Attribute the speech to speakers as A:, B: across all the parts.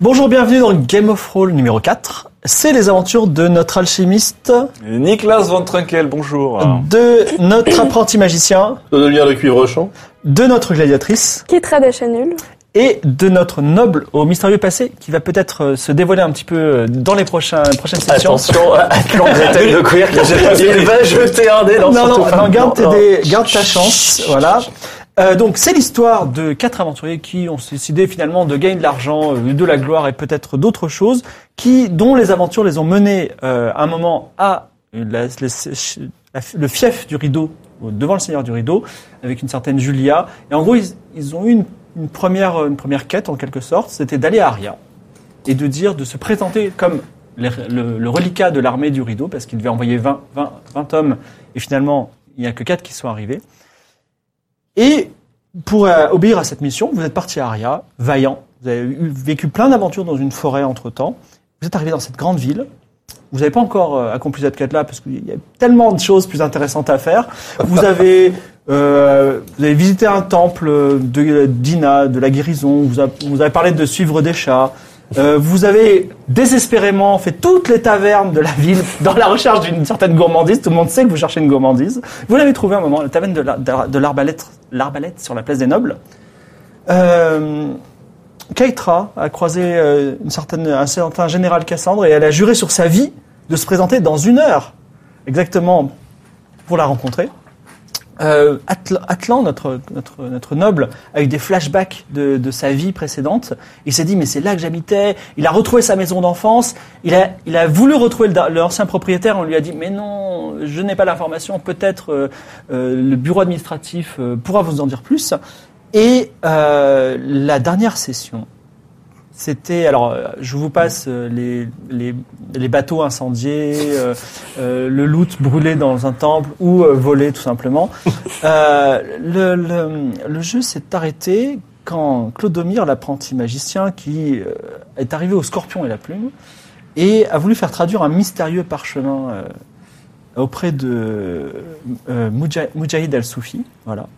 A: Bonjour, bienvenue dans Game of Roll numéro 4. C'est les aventures de notre alchimiste,
B: Nicolas Van Trunkel, bonjour.
A: Euh, de notre apprenti magicien,
C: Tonnelière de cuivre champ.
A: de notre gladiatrice
D: Qui est très d'achat nul.
A: et de notre noble au mystérieux passé qui va peut-être euh, se dévoiler un petit peu euh, dans les prochains, prochaines sessions.
C: Attention, Atlan Gretel de cuir qui Il va jeter un dé dans
A: Non, non,
C: son
A: non,
C: tour.
A: garde, tes
C: Non,
A: dés, garde ta chance, voilà. Euh, donc c'est l'histoire de quatre aventuriers qui ont décidé finalement de gagner de l'argent, euh, de la gloire et peut-être d'autres choses, qui dont les aventures les ont menés euh, à un moment à la- le- le fief du rideau, euh, devant le seigneur du rideau, avec une certaine Julia. Et en gros ils, ils ont eu une, une première euh, une première quête en quelque sorte, c'était d'aller à Aria et de dire de se présenter comme les- le, le reliquat de l'armée du rideau parce qu'il devait envoyer 20, 20, 20 hommes et finalement il n'y a que 4 qui sont arrivés. Et pour euh, obéir à cette mission, vous êtes parti à Aria, vaillant. Vous avez eu- vécu plein d'aventures dans une forêt entre-temps. Vous êtes arrivé dans cette grande ville. Vous n'avez pas encore euh, accompli cette quête-là parce qu'il y a tellement de choses plus intéressantes à faire. Vous avez, euh, vous avez visité un temple de d'Ina, de la guérison. Vous, a- vous avez parlé de suivre des chats. Euh, vous avez désespérément fait toutes les tavernes de la ville dans la recherche d'une certaine gourmandise. Tout le monde sait que vous cherchez une gourmandise. Vous l'avez trouvé un moment, la taverne de la- de de l'arbalète l'arbalète sur la place des nobles. Euh, Keitra a croisé euh, une certaine, un certain général Cassandre et elle a juré sur sa vie de se présenter dans une heure exactement pour la rencontrer. Euh, Atl- Atlan, notre, notre, notre noble, a eu des flashbacks de, de sa vie précédente. Il s'est dit, mais c'est là que j'habitais. Il a retrouvé sa maison d'enfance. Il a, il a voulu retrouver le da- l'ancien propriétaire. On lui a dit, mais non, je n'ai pas l'information. Peut-être euh, euh, le bureau administratif euh, pourra vous en dire plus. Et euh, la dernière session, c'était... Alors, euh, je vous passe euh, les, les, les bateaux incendiés, euh, euh, le loot brûlé dans un temple ou euh, volé tout simplement. Euh, le, le, le jeu s'est arrêté quand Clodomir, l'apprenti magicien, qui euh, est arrivé au scorpion et la plume, et a voulu faire traduire un mystérieux parchemin euh, auprès de euh, Muja- Mujahid al-Soufi, voilà,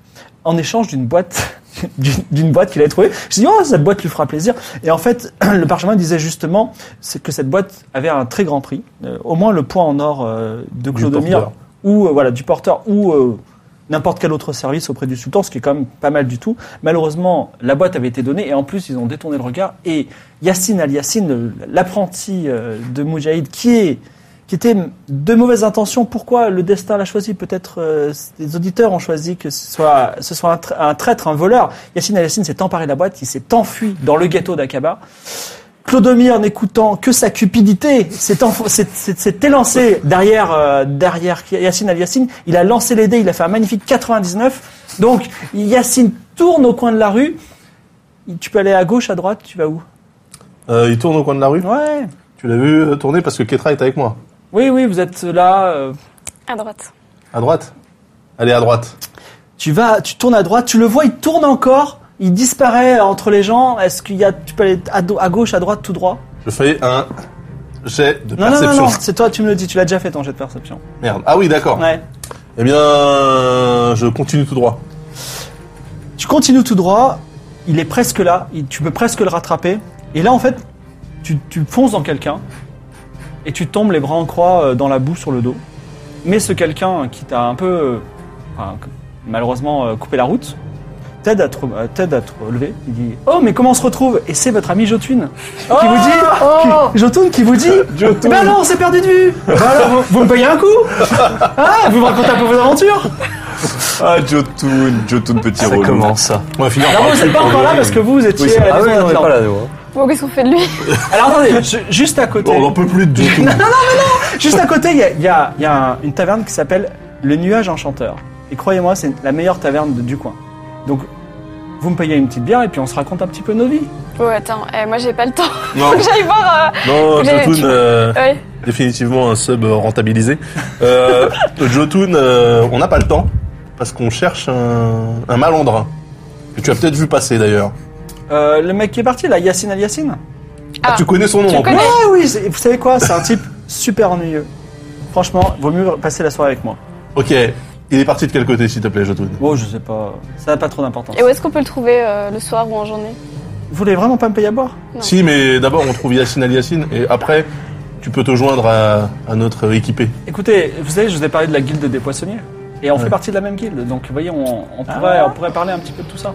A: en échange d'une boîte d'une- d'une boîte qu'il avait trouvée. Je me suis dit, oh, cette boîte lui fera plaisir. Et en fait, le parchemin disait justement c'est que cette boîte avait un très grand prix, euh, au moins le point en or euh, de Clodomir,
C: porteur.
A: ou euh, voilà, du porteur, ou euh, n'importe quel autre service auprès du sultan, ce qui est quand même pas mal du tout. Malheureusement, la boîte avait été donnée et en plus, ils ont détourné le regard. Et Yassine Al Yassine, le- l'apprenti euh, de Mujahid, qui est qui était de mauvaises intentions. Pourquoi le destin l'a choisi Peut-être euh, les auditeurs ont choisi que ce soit, ce soit un, tra- un traître, un voleur. Yassine Al-Yassine s'est emparé de la boîte, il s'est enfui dans le ghetto d'Aqaba. Clodomir, n'écoutant que sa cupidité, s'est enf- s'est- s'est- s'est élancé derrière, euh, derrière Yassine Al-Yassine. Il a lancé les dés, il a fait un magnifique 99. Donc, Yassine tourne au coin de la rue. Tu peux aller à gauche, à droite, tu vas où
C: Euh, il tourne au coin de la rue.
A: Ouais.
C: Tu l'as vu euh, tourner parce que Ketra est avec moi.
A: Oui, oui, vous êtes là. euh,
D: À droite.
C: À droite. Allez, à droite.
A: Tu vas, tu tournes à droite, tu le vois, il tourne encore, il disparaît euh, entre les gens. Est-ce qu'il y a, tu peux aller à, do- à gauche, à droite, tout droit
C: Je fais un jet de
A: Non, non,
C: perception.
A: non, non, c'est toi, tu me le dis, tu l'as déjà fait ton jet de perception.
C: Merde. Ah oui, d'accord.
A: Ouais.
C: Eh bien, je continue tout droit.
A: Tu continues tout droit, il est presque là, il- tu peux presque le rattraper. Et là, en fait, tu, tu fonces dans quelqu'un et tu tombes les bras en croix euh, dans la boue sur le dos. Mais ce quelqu'un qui t'a un peu, euh, enfin, que- malheureusement, euh, coupé la route, t'aide à te, rem- euh, t'aide à te relever. Il dit Oh, mais comment on se retrouve Et c'est votre ami Jotun qui vous dit qui- Jotun qui vous dit
B: Jotun.
A: Ben non, on s'est perdu de vue Ben alors, vous, vous me payez un coup Ah, Vous me racontez un peu vos aventures
B: Ah, Jotun, Jotun petit
C: Ça
B: relou.
C: commence, ça.
E: On va finir
A: Alors,
E: par
A: Oh, vous
E: le
A: n'êtes
E: cul
A: pas
E: pour
A: encore là
E: le-
A: parce que vous, vous étiez à la
C: Ah oui,
A: maison
C: on n'est
A: d'Atlan.
C: pas là, nous. hein.
D: Bon, qu'est-ce qu'on fait de lui
A: Alors, attendez, ju- juste à côté.
B: Oh, On n'en peut plus de Jotun.
A: Juste à côté, il y a, il y a- il y a un- une taverne qui s'appelle Le Nuage Enchanteur. Et croyez-moi, c'est la meilleure taverne de- du coin. Donc, vous me payez une petite bière et puis on se raconte un petit peu nos vies.
D: Ouais, attends, eh, moi j'ai pas le temps. Faut
E: Non,
D: que j'aille voir.
E: non,
D: J'ai-
E: Jotun, euh,
D: euh, Ouais.
E: définitivement un sub euh, rentabilisé. Euh, Jotun, euh, on n'a pas le temps parce qu'on cherche un, un malandrin. Que tu as peut-être vu passer d'ailleurs.
A: Euh, le mec qui est parti, là, Yacine Al Yacine.
E: Ah,
D: Ah,
E: tu connais son nom
D: tu
E: en plus.
D: connais
A: Ah oui, c'est- vous savez quoi C'est un type super ennuyeux. Franchement, vaut mieux passer la soirée avec moi.
E: Ok, il est parti de quel côté s'il te plaît, Jotun
A: Bon, Oh, je sais pas, ça n'a pas trop d'importance.
D: Et où est-ce qu'on peut le trouver euh, le soir ou en journée
A: Vous voulez vraiment pas me payer à boire
D: Non.
E: Si, mais d'abord on trouve Yacine Ali Yacine et après tu peux te joindre à, à notre équipé.
A: Écoutez, vous savez, je vous ai parlé de la guilde des poissonniers. Et on fait
E: Ouais. Ah.
A: partie de la même guilde. Donc, vous voyez, on, on pourrait, on pourrait parler un petit peu de tout ça.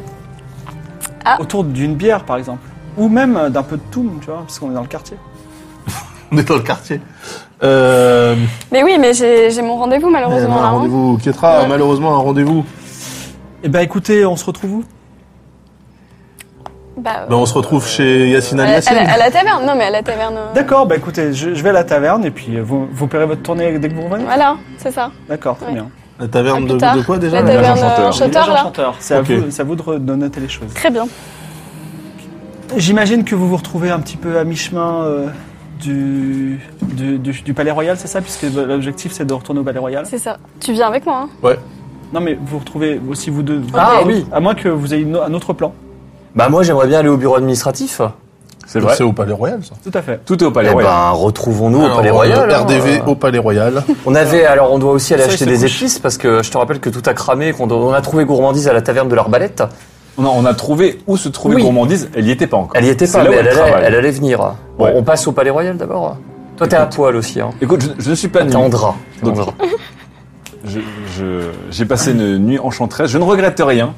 D: Ah.
A: Autour d'une bière, par exemple. Ou même euh, d'un peu de toum, tu vois, parce qu'on est dans le quartier.
E: On est dans le quartier. Euh,
D: Mais oui, mais j'ai j'ai mon rendez-vous
E: elle a
D: malheureusement.
E: un
D: là, hein.
E: rendez-vous. Ketra a
D: Ouais.
E: malheureusement un rendez-vous.
A: Eh ben, écoutez, on se retrouve où
D: Bah, euh,
E: Ben, on se retrouve chez Yacine
D: à,
E: Ali
D: la-
E: Yacine.
D: à la, à la taverne. Non, mais à la taverne. euh,
A: D'accord, bah écoutez, je, je vais à la taverne et puis euh, vous, vous paierez votre tournée dès que vous revenez
D: Voilà, c'est ça.
A: D'accord, très
D: Ouais.
A: bien.
E: La
D: À
E: taverne
D: plus
E: de,
D: tard.
E: de quoi déjà
D: La taverne
B: enchanteur.
D: euh, enchanteur, là.
A: chanteur, c'est à,
E: Ok.
A: vous- c'est à vous de re- de noter les choses.
D: Très bien.
A: J'imagine que vous vous retrouvez un petit peu à mi-chemin euh, du, du, du- du Palais Royal, c'est ça Puisque bah, l'objectif c'est de retourner au Palais Royal.
D: C'est ça. Tu viens avec moi. hein.
A: Non mais vous vous retrouvez aussi vous deux.
D: Ah,
A: vous-
C: oui.
A: À moins que vous ayez une- un autre plan.
C: Bah moi j'aimerais bien aller au bureau administratif.
B: C'est
E: Ben,
B: vrai.
E: C'est au Palais Royal ça.
A: Tout à fait.
B: Tout est au
C: Eh
B: palais royal.
C: ben retrouvons-nous au
E: Alors, euh,
C: Palais Royal. hein.
E: RDV au Palais Royal.
C: On avait alors on doit aussi aller
A: Ça, il
C: acheter
A: se
C: des
A: couche.
C: épices parce que je te rappelle que tout a cramé, qu'on doit- on a trouvé gourmandise à la taverne de l'Arbalète.
B: Non, on a trouvé où se trouvait
C: Oui.
B: gourmandise. Elle n'y était pas encore.
C: Elle y était
B: C'est
C: pas,
B: là
C: mais
B: où
C: elle, allait,
B: travaille.
C: elle allait venir. Bon,
B: Ouais.
C: on passe au Palais Royal d'abord. Toi t'es à poil aussi. Hein.
B: Écoute, je, je ne suis pas
C: T'es en
B: nu.
C: drap. T'es en
B: Donc,
C: drap.
B: Je- je- J'ai passé une nuit enchanteresse. Je ne regrette rien.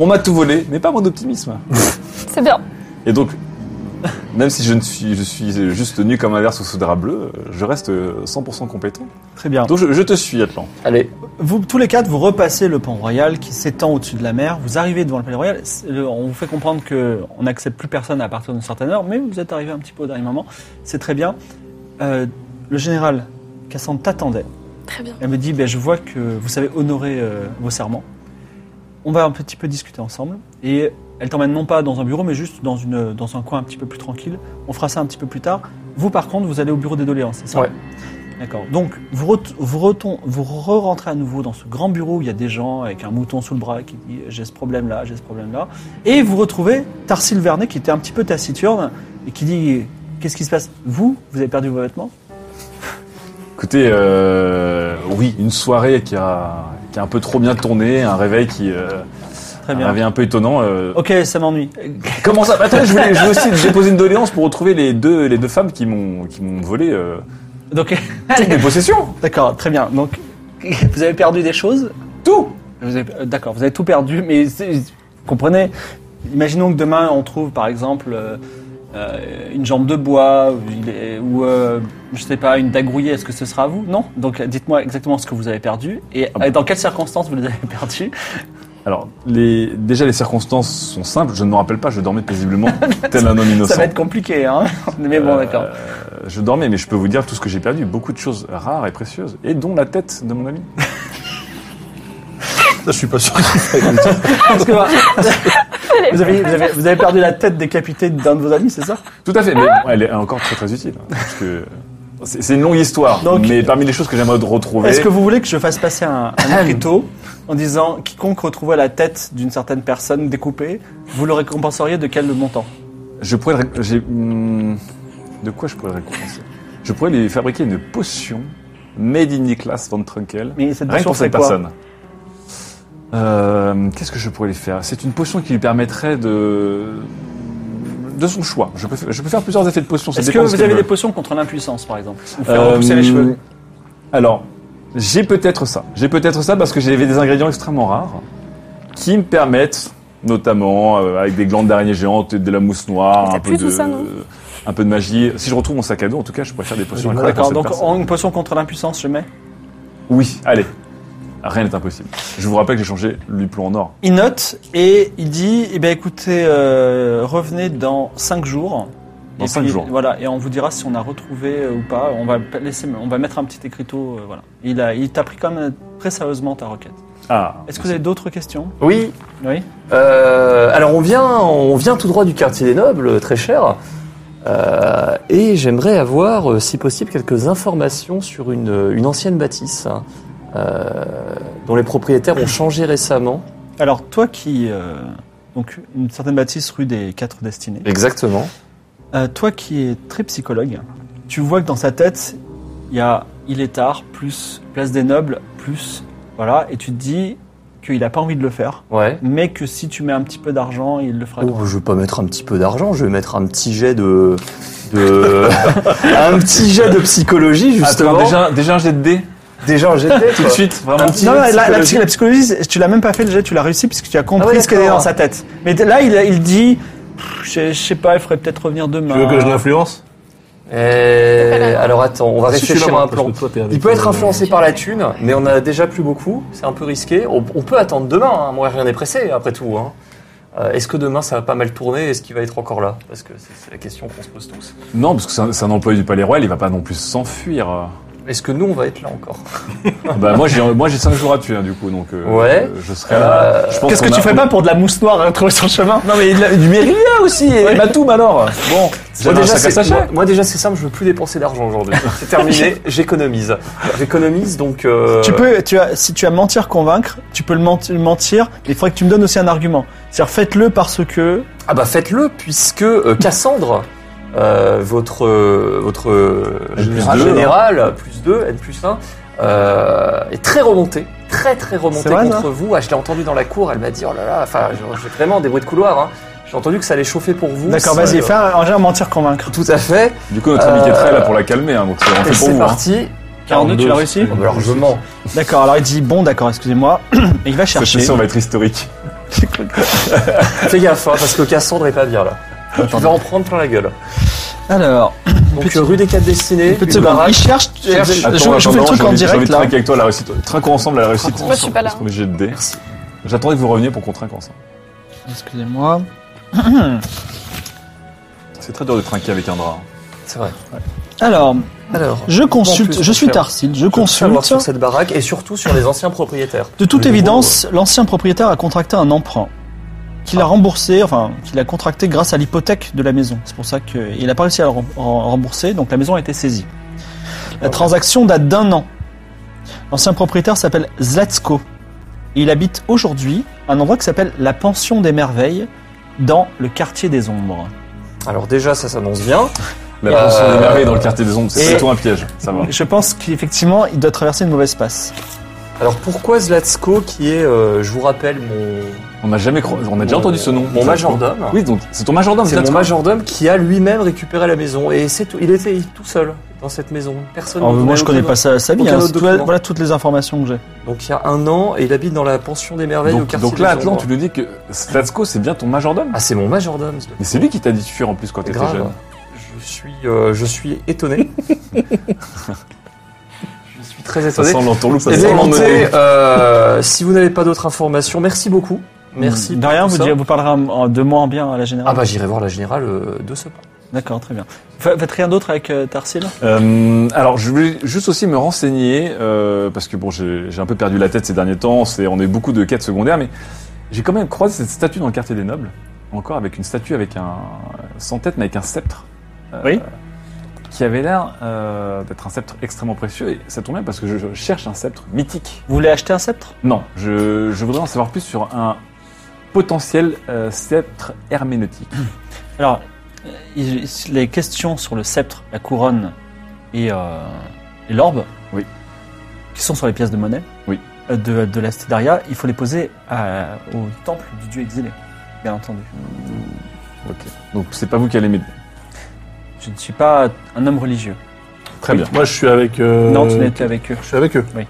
B: On m'a tout volé, mais pas mon optimisme.
D: C'est bien.
B: Et donc, même si je ne suis, je suis juste nu comme un verre sous ce drap bleu, je reste 100% compétent.
A: Très bien.
B: Donc je, je te suis, Atlan.
C: Allez.
A: Vous, tous les quatre, vous repassez le pont royal qui s'étend au-dessus de la mer. Vous arrivez devant le palais royal. C'est- le- On vous fait comprendre que on n'accepte plus personne à partir d'une certaine heure, mais vous êtes arrivé un petit peu au dernier moment. C'est très bien. Euh, le général Cassandre t'attendait.
D: Très bien.
A: Elle me dit ben, Je vois que vous savez honorer euh, vos serments. On va un petit peu discuter ensemble. Et elle t'emmène non pas dans un bureau, mais juste dans, une, dans un coin un petit peu plus tranquille. On fera ça un petit peu plus tard. Vous, par contre, vous allez au bureau des doléances, c'est ça
C: Ouais.
A: D'accord. Donc, vous, ret- vous, reton- vous re-rentrez à nouveau dans ce grand bureau où il y a des gens avec un mouton sous le bras qui dit J'ai ce problème là, j'ai ce problème là. Et vous retrouvez Tarsil Vernet qui était un petit peu taciturne et qui dit Qu'est-ce qui se passe Vous, vous avez perdu vos vêtements
B: Écoutez, euh, oui, une soirée qui a, qui a un peu trop bien tourné, un réveil qui euh,
A: Très
B: un
A: bien.
B: réveil un peu étonnant. euh.
A: Ok, ça m'ennuie.
B: Comment ça Attends, je voulais, je voulais aussi déposer une doléance pour retrouver les deux, les deux femmes qui m'ont qui m'ont volé euh,
A: Donc,
B: toutes mes possessions.
A: D'accord, très bien. Donc, vous avez perdu des choses
B: Tout.
A: Vous avez- euh, D'accord, vous avez tout perdu, mais c'est- vous comprenez Imaginons que demain on trouve par exemple euh, euh, une jambe de bois ou, il est- ou, euh, je sais pas, une dague rouillée, est-ce que ce sera à vous Non Donc euh, dites-moi exactement ce que vous avez perdu et
B: Ah bon.
A: euh, dans quelles circonstances vous les avez perdus.
B: Alors, les, déjà les circonstances sont simples. Je ne me rappelle pas. Je dormais paisiblement, tel un homme innocent.
A: Ça va être compliqué, hein Mais bon,
B: Euh,
A: d'accord.
B: Je dormais, mais je peux vous dire tout ce que j'ai perdu. Beaucoup de choses rares et précieuses, et dont la tête de mon ami.
E: Ça, je suis pas sûr qu'il faille le dire.
A: Parce que, euh, vous, avez, vous avez- vous avez perdu la tête décapitée d'un de vos amis, c'est ça
B: Tout à fait, mais
A: Ah
B: bon, elle est encore très très utile. hein, parce que c'est c'est une longue histoire,
A: Donc-
B: mais parmi les choses que j'aimerais retrouver.
A: Est-ce que vous voulez que je fasse passer un, un écriteau en disant quiconque retrouvait la tête d'une certaine personne découpée, vous le récompenseriez de quel montant
B: Je pourrais. le ré- j'ai- hmm, de quoi je pourrais le récompenser Je pourrais lui fabriquer une potion made in Niklas von Trunkel.
A: Mais cette
B: Rien que
A: notion,
B: pour
A: c'est
B: cette
A: quoi
B: personne. Euh, Qu'est-ce que je pourrais lui faire C'est une potion qui lui permettrait de. de son choix. Je peux, fa- je peux faire plusieurs effets de potion. ça
A: Est-ce que
B: dépend de ce
A: vous
B: qu'elle
A: avez des
B: veut.
A: potions contre l'impuissance, par exemple Ou faire repousser les
B: Euh,
A: cheveux
B: Alors, j'ai peut-être ça. J'ai peut-être ça parce que j'ai des ingrédients extrêmement rares qui me permettent notamment euh, avec des glandes d'araignée géantes, de la mousse noire,
D: Mais
B: un
D: t'as
B: peu,
D: plus tout
B: de,
D: ça, non
B: un peu de magie. Si je retrouve mon sac à dos, en tout cas, je pourrais faire des potions incroyables
A: D'accord,
B: pour
A: donc
B: cette
A: en
B: personne.
A: une potion contre l'impuissance, je mets.
B: Oui, allez. Rien n'est impossible. Je vous rappelle que j'ai changé le plomb en or.
A: Il note et il dit, eh bien écoutez, euh, revenez dans 5 jours.
B: Dans
A: Et
B: cinq
A: puis,
B: jours.
A: Voilà, et on vous dira si on a retrouvé euh, ou pas. On va, pa- laisser, on va mettre un petit écriteau. euh, voilà. Il a- il t'a pris quand même très sérieusement ta requête.
B: Ah.
A: Est-ce que vous avez d'autres questions
C: Oui.
A: Oui.
C: Euh, alors on vient, on vient tout droit du quartier des nobles, très cher. Euh, et j'aimerais avoir, euh, si possible, quelques informations sur une, une ancienne bâtisse hein, euh, dont les propriétaires ont changé récemment.
A: Alors, toi qui. euh, donc, une certaine bâtisse rue des Quatre Destinées.
C: Exactement.
A: Euh, toi qui es très psychologue, tu vois que dans sa tête, il y a Il est tard, plus Place des Nobles, plus. Voilà, et tu te dis qu'il n'a pas envie de le faire,
C: Ouais.
A: mais que si tu mets un petit peu d'argent, il le fera.
C: Oh, je vais pas mettre un petit peu d'argent, je vais mettre un petit jet de, de un petit jet de psychologie justement.
B: déjà, déjà un jet de dés
C: déjà un jet de dé,
A: Euh,
B: Tout de
C: quoi.
B: suite, vraiment.
C: Un petit
A: Non,
C: jet
A: non,
C: de
A: la, la-
C: psychologie.
A: la psychologie, c'est- tu l'as même pas fait le jet, tu l'as réussi parce que tu as compris
C: Ah ouais,
A: ce qu'il y a dans
C: d'accord.
A: sa tête. Mais t- là, il, il dit, Pff, je, sais- je sais pas, il faudrait peut-être revenir demain.
C: Bah,
E: Tu veux que je l'influence
C: Euh, alors attends, on va
E: Si, je suis
C: réfléchir
E: là,
C: à un
E: parce
C: plan.
E: que toi, t'es avec,
C: Il peut être
E: euh,
C: influencé par la thune, mais on a déjà plus beaucoup, c'est un peu risqué. On, on peut attendre demain, hein. moi rien n'est pressé après tout. hein. Euh, Est-ce que demain ça va pas mal tourner Est-ce qu'il va être encore là Parce que c'est c'est la question qu'on se pose tous.
B: Non, parce que c'est un, c'est un employé du Palais Royal, il va pas non plus s'enfuir. Ah
C: Est-ce que nous on va être là encore
B: bah, moi, j'ai, moi, j'ai 5 jours à tuer, hein, du coup, donc, euh,
C: Ouais.
B: je serai là. Je pense
A: Euh, Qu'est-ce que
B: qu'on
A: tu
B: a-
A: ferais pas pour de la mousse noire à trouver sur le chemin Non, mais
B: Du Mérilla aussi, et Matoum alors. Bon,
C: Moi
B: j'avais un
C: déjà,
B: sac à
C: c'est,
B: sachet.
C: moi, moi, déjà, c'est simple, je veux plus dépenser d'argent aujourd'hui. C'est terminé, j'économise. J'économise donc. euh,
A: Tu peux, tu as, si tu as mentir convaincre, tu peux le menti- le mentir, mais il faudrait que tu me donnes aussi un argument. C'est-à-dire, faites-le parce que.
C: Ah bah faites-le puisque euh, Cassandre, euh, votre euh, votre euh,
B: N+2,
C: général,
B: hein.
C: général, euh, plus 2, N plus 1, euh, est très remontée, très très remontée
A: C'est vrai,
C: contre vous. Ah, je l'ai entendue dans la cour, elle m'a dit oh là là, enfin je- j'ai vraiment des bruits de couloir. Hein. J'ai entendu que ça allait chauffer pour vous.
A: D'accord,
C: Ça,
A: vas-y,
C: euh,
A: fais un, un jet à mentir convaincre.
C: Tout à fait.
B: Du coup, notre ami
C: Euh,
B: qui est très là pour la calmer, hein, donc c'est on
C: Et
B: fait pour
C: c'est
B: vous. hein.
C: parti.
A: 42, tu l'as réussi
C: Oh, bah, Alors je mens.
A: D'accord, alors il dit, bon, d'accord, excusez-moi, et il va
B: Cette
A: chercher.
B: fois-ci, on va être historique.
C: Fais gaffe hein, parce que Cassandre est pas bien là. Tu vas en prendre plein la gueule.
A: Alors,
C: Donc
A: Petit-
C: euh, rue des quatre destinées,
A: petite
C: une
A: seconde,
C: baraque.
A: il cherche,
C: Cherche.
A: je- je-
B: Attends,
A: je,
B: attends,
A: fais le truc en
B: non, j'ai envie- j'ai envie
A: direct
B: de
A: là.
B: trinquer avec toi la réussite. Trinquons ensemble à la réussite.
D: Moi, je suis pas là.
B: Parce qu'on est obligé de dés. J'attendais que vous reveniez pour qu'on trinque ensemble.
A: Excusez-moi.
B: C'est très dur de trinquer avec un drap. hein.
C: C'est vrai.
A: Alors,
C: Alors.
A: je
C: En
A: consulte,
C: plus,
A: je suis
C: cher.
A: Tarsil, je
C: Je veux savoir
A: consulte.
C: sur cette baraque et surtout sur les anciens propriétaires.
A: De toute
C: Le
A: évidence, l'ancien propriétaire a contracté un emprunt
C: Ah.
A: qu'il a remboursé, enfin, qu'il a contracté grâce à l'hypothèque de la maison. C'est pour ça qu'il n'a pas réussi à le rem- en- rembourser, donc la maison a été saisie. La transaction date d'un an. L'ancien propriétaire s'appelle Zlatsko. Et il habite aujourd'hui un endroit qui s'appelle la Pension des Merveilles, dans le quartier des Ombres.
C: Alors déjà, ça s'annonce bien.
B: La
C: Euh,
B: pension des merveilles dans le quartier des ombres, c'est
C: et-
B: plutôt un piège. Ça va.
A: Je pense qu'effectivement, il doit traverser une mauvaise passe.
C: Alors pourquoi Zlatsko, qui est, euh, je vous rappelle, mon...
B: On n'a jamais cro- On a déjà
C: mon-
B: entendu ce nom.
C: Euh, Mon majordome.
B: Oui, donc c'est ton majordome,
C: C'est mon
B: Zlatko.
C: majordome qui a lui-même récupéré la maison. Et c'est tout. il était tout seul dans cette maison. Personne
B: Ah,
A: Alors,
C: ne
A: moi, je connais
C: connaît
A: pas sa, sa vie.
C: aucun
A: hein.
C: autre
A: C'est tout-
C: document.
A: voilà toutes les informations que j'ai.
C: Donc il y a un an, et il habite dans la pension des merveilles au
B: Donc,
C: quartier
B: donc là,
C: des
B: Atlan,
C: Ombres.
B: tu nous dis que Zlatko, c'est bien ton majordome.
C: Ah, c'est mon majordome.
B: Mais c'est lui qui t'a dit de fuir en plus quand t'étais jeune.
C: Grave. Je suis, euh, je suis étonné. je suis très
B: Ça
C: étonné.
B: sent l'entourloupe, ça
C: Eh
B: sent
C: bien,
B: l'emmener.
C: écoutez, euh, si vous n'avez pas d'autres informations, merci beaucoup.
B: Hmm.
C: Merci.
A: De
C: pour
A: rien,
C: tout
A: vous,
C: ça.
A: direz- vous parlerez en- en- de moi en bien à la générale.
C: Ah bah j'irai voir la générale euh, de ce pas.
A: D'accord, très bien. Fa- Faites rien d'autre avec euh, Tarsil
B: Euh, alors, je voulais juste aussi me renseigner euh, parce que bon, j'ai j'ai un peu perdu la tête ces derniers temps. C'est on est beaucoup de quêtes secondaires, mais j'ai quand même croisé cette statue dans le quartier des nobles, encore avec une statue avec un sans tête mais avec un sceptre. euh,
A: Oui.
B: Qui avait l'air euh, d'être un sceptre extrêmement précieux. Et ça tombe bien parce que je, je cherche un sceptre mythique.
A: Vous voulez acheter un sceptre
B: Non, je, je voudrais en savoir plus sur un potentiel euh, sceptre herméneutique.
A: Alors, euh, il- les questions sur le sceptre, la couronne et, euh, et l'orbe,
B: Oui.
A: qui sont sur les pièces de monnaie
B: Oui.
A: euh, de, de la cité d'Aria, il faut les poser à- au temple du dieu exilé, bien entendu.
B: Ok. Donc c'est pas vous qui allez m'aider.
A: Je ne suis pas un homme religieux.
B: Très bien.
E: Moi, je suis avec. euh,
A: Non, tu n'étais avec eux.
E: Je suis avec eux.
A: Oui.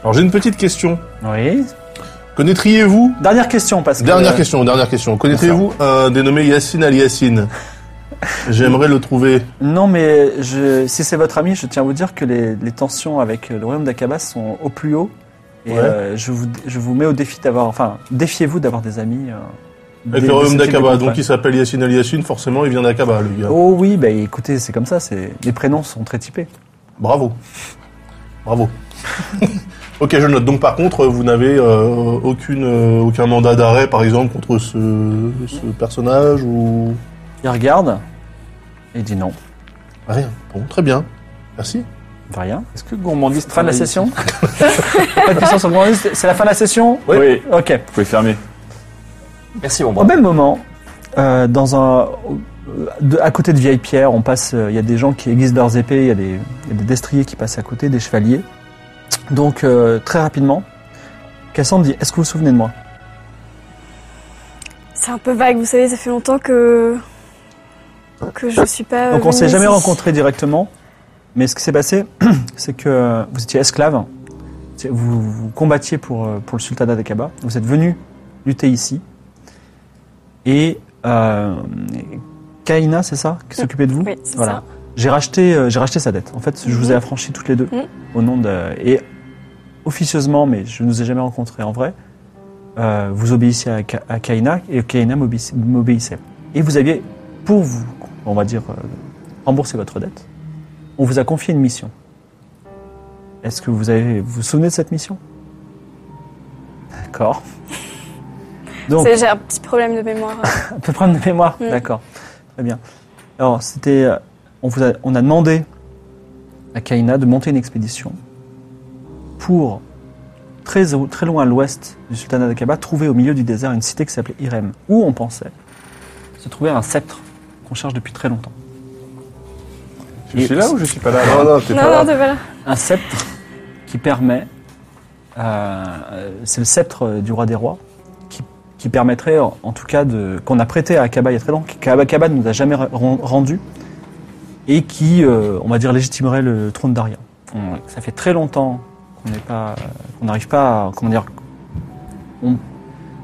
E: Alors, j'ai une petite question.
A: Oui.
E: Connaîtriez-vous
A: Dernière question, parce que...
E: Dernière question, dernière question. Connaîtriez-vous un dénommé Yacine Al Yacine J'aimerais le trouver.
A: Non, mais je, si c'est votre ami, je tiens à vous dire que les, les tensions avec euh, le royaume d'Akaba sont au plus haut. Et
E: Ouais.
A: euh, je, vous, je vous mets au défi d'avoir... Enfin, défiez-vous d'avoir des amis... euh, des-
E: Avec
A: de
E: le royaume
A: ce type de
E: d'Akaba.
A: contrat.
E: Donc il s'appelle Yacine Al Yacine, forcément il vient d'Akaba, le gars.
A: Oh oui, bah écoutez, c'est comme ça, c'est les prénoms sont très typés.
E: Bravo. Bravo. ok, je note. Donc par contre, vous n'avez euh, aucune, euh, aucun mandat d'arrêt, par exemple, contre ce, ce personnage ou...
A: Il regarde et dit non,
E: Rien. Bon, très bien. Merci.
A: rien.
B: Est-ce que Gourmandise
A: Fin de la
B: travaille
A: session Pas de questions sur le grand liste, c'est la fin de la session
B: Oui.
A: Ok.
B: vous pouvez fermer.
C: Merci, mon
A: Au
C: brave.
A: même moment, euh, dans un, de- à côté de Vieille Pierre, on passe. euh, Il y a des gens qui aiguisent leurs épées, il y, a des- il y a des destriers qui passent à côté, des chevaliers. Donc euh, très rapidement, Cassandre dit Est-ce que vous vous souvenez de moi
D: C'est un peu vague, vous savez, ça fait longtemps que. que je suis pas.
A: Donc on
D: venue
A: s'est jamais
D: ici.
A: rencontrés directement, mais ce qui s'est passé, c'est que vous étiez esclave, C'est- vous, vous combattiez pour, euh, pour le sultanat d'Aqaba, vous êtes venu lutter ici, et euh, Kaina, c'est ça, qui s'occupait de vous
D: Oui, c'est ça.
A: J'ai racheté, euh, j'ai racheté sa dette. En fait, je vous ai affranchi toutes les deux
D: Mhm.
A: au nom de et officieusement, mais je ne vous ai jamais rencontré en vrai. euh, vous obéissiez à, Ka- à Kaina et Kaina m'obéiss- m'obéissait. Et vous aviez, pour vous, on va dire, euh, rembourser votre dette, on vous a confié une mission. Est-ce que vous avez, vous vous souvenez de cette mission D'accord. Donc,
D: C'est- J'ai un petit problème de mémoire.
A: un peu problème de mémoire.
D: Mm.
A: D'accord. Très bien. Alors, c'était. euh, On, vous a, on a demandé à Kaina de monter une expédition pour, très, au- très loin à l'ouest du sultanat d'Aqaba, trouver au milieu du désert une cité qui s'appelait Irem, où on pensait se trouver un sceptre qu'on cherche depuis très longtemps.
B: Je suis là ou je suis pas là
E: non, t'es
D: non, non, t'es pas là.
A: un sceptre qui permet, euh, c'est le sceptre du roi des rois, qui, qui permettrait en en tout cas de qu'on a prêté à Akaba il y a très longtemps, qu'Akaba ne nous a jamais re- ren- rendu, et qui, euh, on va dire, légitimerait le trône d'Aria. On- Ça fait très longtemps qu'on n'est pas, euh, qu'on n'arrive pas, à, comment dire, on,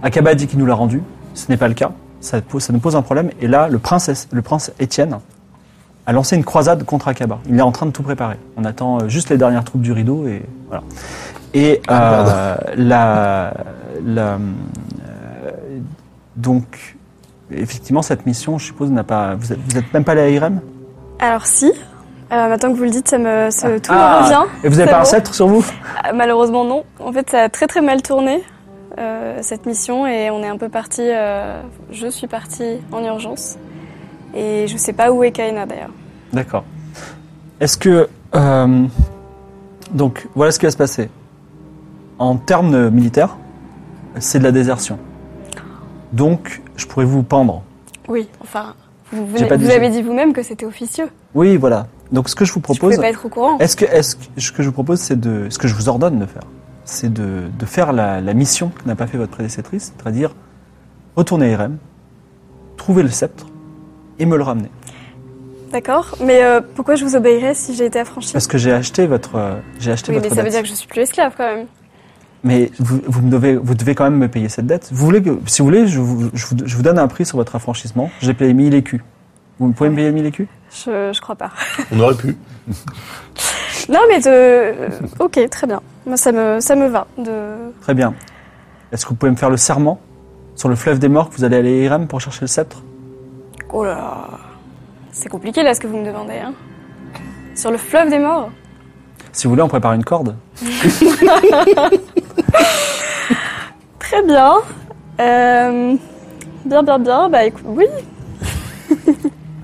A: Akaba dit qu'il nous l'a rendu, ce n'est pas le cas, ça, pose- ça nous pose un problème, et là, le prince, le prince Étienne a lancé une croisade contre Akaba. Il est en train de tout préparer. On attend euh, juste les dernières troupes du rideau et voilà. Et euh, la, la, euh, donc effectivement cette mission, je suppose, n'a pas. Vous êtes, vous êtes même pas allé à Irem
D: Alors si. Euh, maintenant que vous le dites, ça me, ça- tout
A: Ah.
D: me revient.
A: et vous avez
D: C'est
A: pas un
D: bon.
A: sceptre sur vous
D: Ah, Malheureusement, non. En fait, ça a très très mal tourné euh, cette mission et on est un peu parti. euh, je suis partie en urgence et je sais pas où est Kaina d'ailleurs.
A: D'accord. Est-ce que euh, donc voilà ce qui va se passer. En termes euh, militaires, c'est de la désertion. Donc je pourrais vous pendre.
D: Oui, enfin, vous, vous,
A: J'ai pas
D: vous
A: dit-
D: avez dit vous-même que c'était officieux.
A: Oui, voilà. Donc ce que je vous
D: Je pouvais
A: propose.
D: pas être au courant.
A: Est-ce que, est-ce que ce que je vous propose, c'est de, ce que je vous ordonne de faire, c'est de, de faire la, la mission que n'a pas fait votre prédécessrice, c'est-à-dire retourner à RM, trouver le sceptre et me le ramener.
D: D'accord. Mais euh, pourquoi je vous obéirais si j'ai été affranchie
A: Parce que j'ai acheté votre, euh, j'ai acheté
D: Oui, mais
A: votre
D: ça veut
A: dette.
D: dire que je suis plus esclave quand même.
A: Mais vous, vous me devez, vous devez quand même me payer cette dette. Vous voulez que, si vous voulez, je vous, je vous, je vous donne un prix sur votre affranchissement. J'ai payé 1000 écus. Vous pouvez me payer 1000 écus
D: Je, je crois pas.
E: On aurait pu.
D: Non, mais de. euh, Ok, très bien. Moi, ça me, ça me va. De...
A: Très bien. Est-ce que vous pouvez me faire le serment sur le fleuve des morts que vous allez aller à Irem pour chercher le sceptre
D: Oh là là. C'est compliqué là ce que vous me demandez. Hein. Sur le fleuve des morts
A: Si vous voulez, on prépare une corde.
D: Très bien. Euh, Bien, bien, bien. Bah écoute, oui.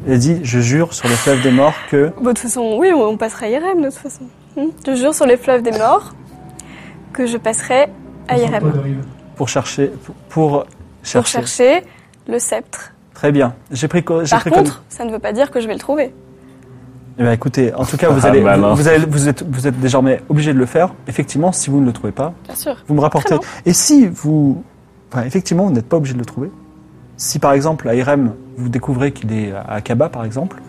A: Elle dit, je jure sur le fleuve des morts que...
D: Bah, de toute façon, oui, on passera à IRM de toute façon. Hmm. Je jure sur les fleuves des morts que je passerai à IRM
A: Pour chercher... Pour, pour chercher.
D: pour chercher le sceptre.
A: Très bien. J'ai pris... co- j'ai
D: Par
A: pris comme-
D: contre, ça ne veut pas dire que je vais le trouver.
A: Eh bien, écoutez, en tout cas,
B: Ah,
A: vous, allez,
B: malin.
A: vous, vous allez- vous êtes, vous êtes désormais obligé de le faire. Effectivement, si vous ne le trouvez pas,
D: Bien sûr.
A: vous me rapportez.
D: Très bien.
A: Et si vous... Enfin, effectivement, vous n'êtes pas obligé de le trouver. Si, par exemple, à RM, vous découvrez qu'il est à Akaba, par exemple,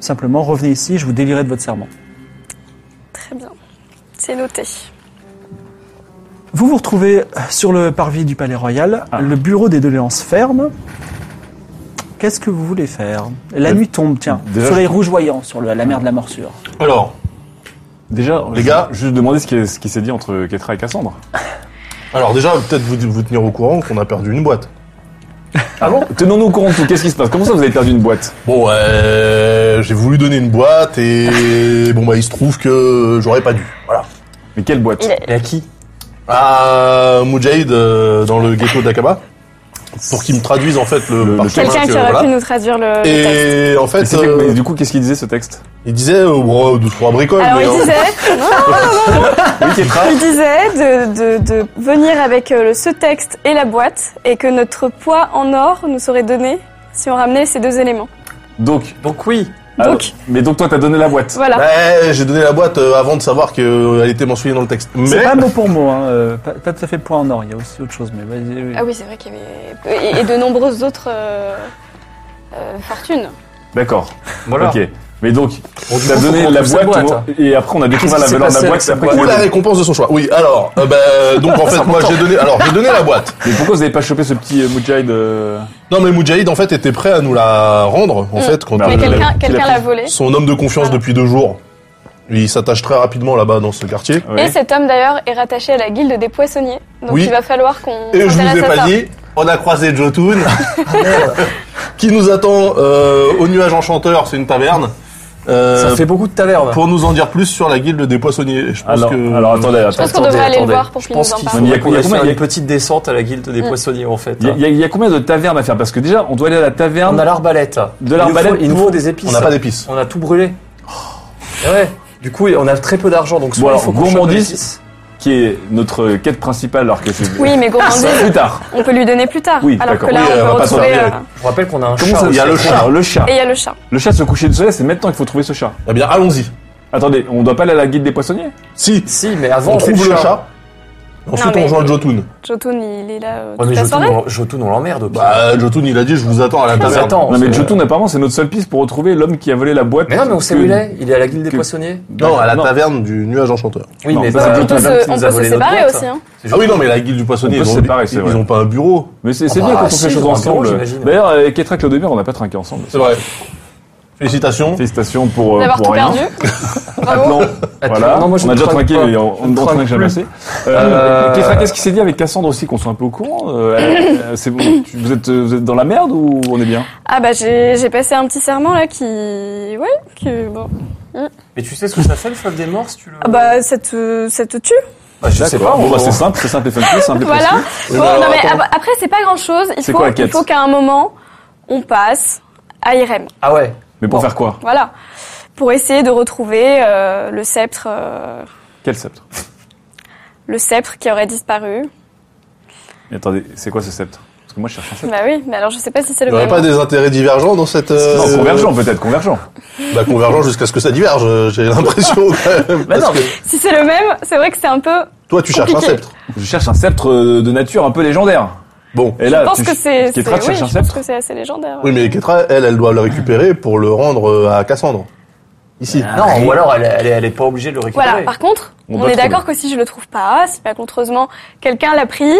A: simplement, revenez ici, je vous délierai de votre serment.
D: Très bien. C'est noté.
A: Vous vous retrouvez sur le parvis du Palais Royal,
B: Ah.
A: le bureau des doléances ferme. Qu'est-ce que vous voulez faire La
B: Euh,
A: nuit tombe, tiens.
B: déjà,
A: soleil rougeoyant sur le- la mer de la morsure.
E: Alors,
B: Déjà,
E: Les
B: je-
E: gars.
B: juste demander ce qui, est- ce qui s'est dit entre Ketra et Cassandre.
E: alors déjà, peut-être vous, vous tenir au courant qu'on a perdu une boîte.
B: Ah bon Tenons-nous au courant de tout. Qu'est-ce qui se passe Comment ça, vous avez perdu une boîte
E: Bon, euh, j'ai voulu donner une boîte et bon bah il se trouve que j'aurais pas dû. Voilà.
B: Mais quelle boîte
D: Il a-
C: Et à qui
E: À Ah, Mujahid euh, dans le ghetto d'Akaba pour qu'il me traduise en fait le,
B: Le- le
E: parchemin
D: Quelqu'un
E: que-
D: qui aurait
E: voilà.
D: pu nous traduire le, le texte.
E: Et en
B: Mais
E: fait,
B: c'est fait-
E: euh,
B: mais du coup, qu'est-ce qu'il disait ce texte
E: il disait euh, bon, deux trois bricoles.
D: Alors
E: mais,
D: il
E: euh,
D: disait, non,
B: Oui, Ketra
D: il disait de, de- de venir avec euh, le- ce texte et la boîte et que notre poids en or nous serait donné si on ramenait ces deux éléments.
B: Donc.
C: Donc oui.
E: Ah
B: alors-
D: Donc.
B: Ah, mais donc, toi, t'as donné la boîte.
D: Voilà.
E: Ouais, j'ai donné la boîte euh, avant de savoir qu'elle était mentionnée dans le texte.
A: C'est
E: Mais
A: pas mot pour mot, hein, euh, pas, pas tout à fait point en or, il y a aussi autre chose, mais vas-y. oui.
D: Ah oui, c'est vrai qu'il y avait et, et de nombreuses autres euh, euh, fortunes.
B: D'accord.
C: Voilà.
B: Ok. Mais donc, on
C: du
B: t'a
C: coup,
B: donné
C: faut qu'on
B: la
C: trouve sa
B: boîte,
C: boîte. hein.
B: on- et après, on a découvert
C: Qu'est-ce
B: la
C: qui s'est
B: valeur de
C: passé
B: la boîte.
C: avec
B: C'est
C: cette
B: après
E: ou
B: qu'on
E: la
B: a-
E: récompense de son choix. Oui, alors euh, ben, donc en fait moi j'ai donné alors j'ai donné la boîte.
B: Mais pourquoi vous avez pas chopé ce petit euh, Mujahid euh,
E: Non mais Mujahid en fait était prêt à nous la rendre en
D: Mm.
E: fait quand
B: Bah,
E: on
D: Mais
B: oui.
E: l'a-
D: quelqu'un
B: qui
D: quelqu'un
B: l'a
D: l'a
B: pris.
D: volé.
E: son homme de confiance
D: Voilà.
E: depuis deux jours. Il s'attache très rapidement là-bas dans ce quartier.
B: ouais.
D: Et cet homme d'ailleurs est rattaché à la guilde des poissonniers. Donc
E: Oui.
D: il va falloir qu'on
E: Et je vous ai
D: s'intéresse à
E: pas
D: ça.
E: dit, on a croisé Jotun, qui nous attend euh, au nuage enchanteur, c'est une taverne, euh,
C: Ça fait beaucoup de tavernes.
E: pour nous en dire plus sur la guilde des poissonniers. Et Je pense
B: Alors,
E: que...
B: alors, attendez,
D: Je pense
B: attendez.
D: qu'on devrait aller le voir pour
C: Je
D: qu'il nous
C: pense
D: en
C: qu'il
D: parle.
B: Il y a
C: faudrait qu'on
B: combien-
C: aille faire
B: il y a-
C: une petite descente à la guilde des
D: Mm.
C: poissonniers en fait. hein
B: Il y a- il y, a- il y a combien de tavernes à faire Parce que déjà, on doit aller à la
C: On
B: taverne.
C: a l'arbalète.
B: De l'arbalète
C: Il nous faut, il nous
B: pour-
C: faut des épices.
E: on n'a pas d'épices.
C: On a tout brûlé. Et Ouais. Du coup, on a très peu d'argent, donc soit
B: Bon,
C: il
B: alors,
C: faut qu'on chope
B: gourmandise.
C: des épices.
B: qui est notre quête principale, alors que c'est
D: Oui, mais gourmandise,
B: plus tard.
D: on peut lui donner plus tard.
B: Oui,
D: alors que
B: d'accord.
D: là,
E: Oui,
D: on
E: elle va
D: peut
E: pas Ah.
D: retrouver.
E: dormir.
D: euh,
C: Je vous rappelle qu'on a un
B: Comment
C: chat.
B: ça
E: Il y a
C: aussi.
E: le chat.
B: Alors, le chat.
D: Et il y a le chat.
B: Le chat se coucher du soleil, c'est maintenant qu'il faut trouver ce chat.
E: Eh bien, allons-y.
B: Attendez, on doit pas aller à la guide des poissonniers
E: Si,
C: Si, mais avant,
E: on
C: on fait
E: trouve le chat, ensuite on
D: mais-
B: euh,
E: rejoint Jotun.
D: Jotun, il est là euh,
C: Ouais,
D: toute
C: mais
D: la
C: Jotun,
D: soirée.
C: on, Jotun, on l'emmerde au pire.
E: Bah, Jotun, il a dit, je vous attends à la
C: On
E: taverne.
C: s'attend,
B: Non mais
C: c'est-
B: Jotun apparemment Oh, c'est notre seule piste pour retrouver l'homme qui a volé la boîte.
C: Mais non, mais on sait où
B: que-
C: il est. Il est à la guilde des
B: que-
C: poissonniers.
E: Non, à la
B: Non.
E: taverne du nuage enchanteur.
C: Oui,
B: Non,
C: mais
B: ça, c'est
C: pas-
D: On peut
B: Jotun
D: se,
C: qui
D: on
C: nous
D: peut
C: a
D: se
C: volé notre
D: séparer
C: boîte.
D: aussi. Hein.
C: C'est
E: Ah oui,
C: Jotun.
E: non, mais la guilde du poissonnier,
B: On peut
E: ils,
B: se
E: ont,
B: séparer,
E: ils-
B: c'est vrai.
E: ils ont pas un bureau.
B: Mais c'est
C: Ah
B: c'est
C: bah,
B: bien quand on
C: si,
B: fait les choses
C: on va bien,
B: ensemble.
C: j'imagine.
B: D'ailleurs, euh, avec Ketrak le demi on n'a pas trinqué ensemble.
E: C'est vrai. Félicitations.
B: Félicitations pour, euh,
D: D'avoir
B: pour
D: tout
B: rien.
D: perdu.
B: Maintenant,
D: Bravo.
C: hein.
B: voilà,
C: Non, moi, je
B: on a
C: ne
B: déjà
C: trinque
B: trinqué,
C: pas.
B: mais
C: Je
B: on on
C: ne
B: ne
C: trinque
B: trinque jamais
C: plus.
B: assez.
C: Euh,
B: Euh, Ketrak, qu'est-ce qui s'est dit avec Cassandre aussi, qu'on soit un peu au courant Euh, elle- euh, c'est bon, tu- vous, êtes, euh, vous êtes dans la merde ou on est bien
D: Ah bah j'ai j'ai passé un petit serment là qui. Ouais, qui. Bon.
C: Mais tu sais ce que ça fait le fleuve des morts si tu le.
D: Ah bah ça te, ça te tue.
C: Bah, je sais
B: D'accord.
C: pas.
B: Bon,
C: on-
B: bah, c'est simple, c'est simple et funky, simple et
D: Voilà.
B: précis.
D: Bon, non, mais ap- après, c'est pas grand chose. Il
B: C'est
D: faut
B: quoi la
D: il
B: quête
D: faut qu'à un moment, on passe à Irem.
C: Ah ouais.
B: Mais pour
C: Bon.
B: faire quoi
D: Voilà. Pour essayer de retrouver euh, le sceptre. euh,
B: Quel sceptre
D: le sceptre qui aurait disparu.
B: Mais attendez, c'est quoi ce sceptre Parce que moi je cherche un sceptre.
D: Bah oui, mais alors je sais pas si c'est
E: Il
D: le
E: n'y aurait
D: même.
E: pas des intérêts divergents dans cette... euh,
B: Non, convergent peut-être, convergent.
E: Bah, convergent jusqu'à ce que ça diverge, euh, j'ai l'impression. quand même,
B: Bah
E: parce que
D: hein. Si c'est le même, c'est vrai que c'est un peu.
E: toi, tu cherches un
D: Compliqué.
E: sceptre.
B: Je cherche un sceptre euh, de nature un peu légendaire.
E: Bon.
B: Et
D: Je
B: là,
D: pense
B: tu
D: que
B: ch-
D: c'est.
B: Kétra,
D: c'est-
B: tu cherches un
D: Oui, je pense
B: sceptre
D: que c'est assez légendaire.
E: Oui, mais Ketra, elle, elle doit le récupérer pour le rendre euh, à Cassandre. Ici.
B: Ah,
C: Non, ou alors elle, elle, est- elle est pas obligée de le récupérer.
D: Voilà. Par contre,
B: On
D: on,
B: doit
D: est
B: le trouver.
D: d'accord que si je le trouve pas, si malcontreusement quelqu'un l'a pris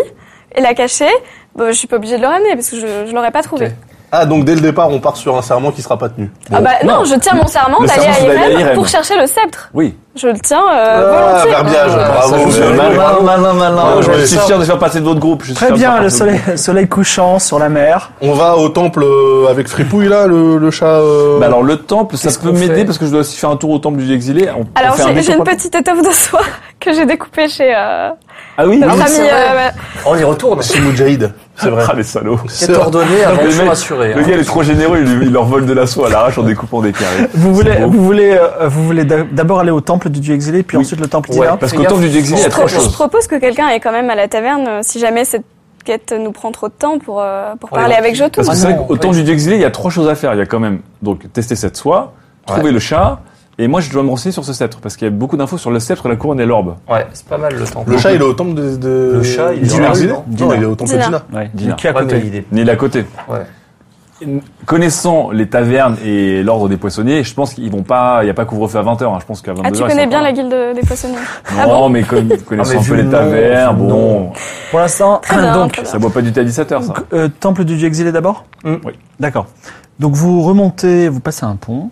D: et l'a caché, bah, je suis pas obligée de le ramener parce que je, je l'aurais pas trouvé.
C: Ok.
E: Ah, donc dès le départ, on part sur un serment qui sera pas tenu.
D: Ah bah non,
B: non.
D: je tiens mon serment
B: Le
D: d'aller
B: serment,
D: à
B: c'est d'aller à
D: Irem
B: Irem.
D: pour chercher le sceptre.
B: Oui.
D: Je le tiens euh,
E: Ah,
D: volontiers.
E: verbiage,
C: Ça,
E: bravo.
C: je suis
E: Mal-
C: malin, malin, malin.
B: Ah, je
E: ouais,
B: suis
E: ça.
B: sûr de faire passer de votre groupe. je suis
A: Très
B: sûr de
A: bien,
B: faire
A: le
B: passer de
A: soleil,
B: votre
A: soleil couchant sur la mer.
E: On va au temple euh, avec Fripouille, là, le, le chat... euh,
B: groupe. Bah alors le temple, ça
C: Qu'est-ce
B: peut
C: qu'on
B: m'aider
C: fait
B: parce que je dois aussi faire un tour au temple du exilé. On- on
D: Alors
B: fait un
D: j'ai
B: détour
D: j'ai une
B: par-
D: petite étoffe de soie que j'ai découpée chez euh,
B: Ah oui.
D: notre
C: oui,
D: ami.
C: c'est vrai.
D: euh,
C: On y Oh, retourne.
E: C'est Mujahid, c'est vrai.
B: Ah les salauds.
C: C'est ordonné avant
B: Le
C: de hein.
B: mec-
C: assuré.
B: Le gars il est trop généreux, il, il leur vole de la soie à l'arrache en découpant des carrés.
A: Vous voulez,
B: beau.
A: vous voulez, euh, vous voulez d'a- d'abord aller au temple du dieu exilé, puis
B: Oui.
A: ensuite le temple
C: Ouais,
A: d'Ila.
B: Parce
C: Fais
B: qu'au
C: gaffe.
B: temple du dieu exilé, il y a
D: Je,
B: trois
D: pro- je
B: choses.
D: propose que quelqu'un est quand même à la taverne euh, si jamais cette quête nous prend trop de temps pour, euh, pour
B: Oh,
C: Ouais,
D: parler
C: ouais.
D: avec Jotun.
B: Parce que
C: Ah
B: c'est
C: non,
B: vrai qu'au
C: ouais.
B: temple du dieu exilé, il y a trois choses à faire. Il y a quand même donc tester cette soie, trouver le chat. Et moi, je dois me renseigner sur ce sceptre, parce qu'il y a beaucoup d'infos sur le sceptre, la couronne et l'orbe.
C: Ouais, c'est pas mal le temps.
E: Le chat, il est au temple de... de...
C: Le chat, il est
E: Dinar,
C: dans la rue,
E: Dinar.
C: non
E: Non, il est au temple de
D: Dinar.
E: Dina.
B: Ouais, Dina.
A: Qui est à
C: Ouais,
A: côté.
C: mais il est-
B: Il est à côté.
C: ouais.
B: Connaissant les tavernes et l'ordre des poissonniers, je pense qu'ils vont pas. Il n'y a pas couvre-feu à 20h. Je pense qu'à 22h.
D: Ah, tu connais bien la guilde des poissonniers
B: Non,
D: Ah bon
B: mais con-
C: Ah, mais
B: connaissant un
C: vu
B: peu les
C: le nom,
B: tavernes,
C: vu le
B: bon.
A: Pour l'instant,
D: Très bien,
A: donc,
D: très bien.
B: Ça boit pas du thé à 17h, ça.
A: donc, euh, temple du dieu exilé d'abord
B: Mm.
A: Mm.
B: Oui.
A: D'accord. Donc vous remontez, vous passez un pont.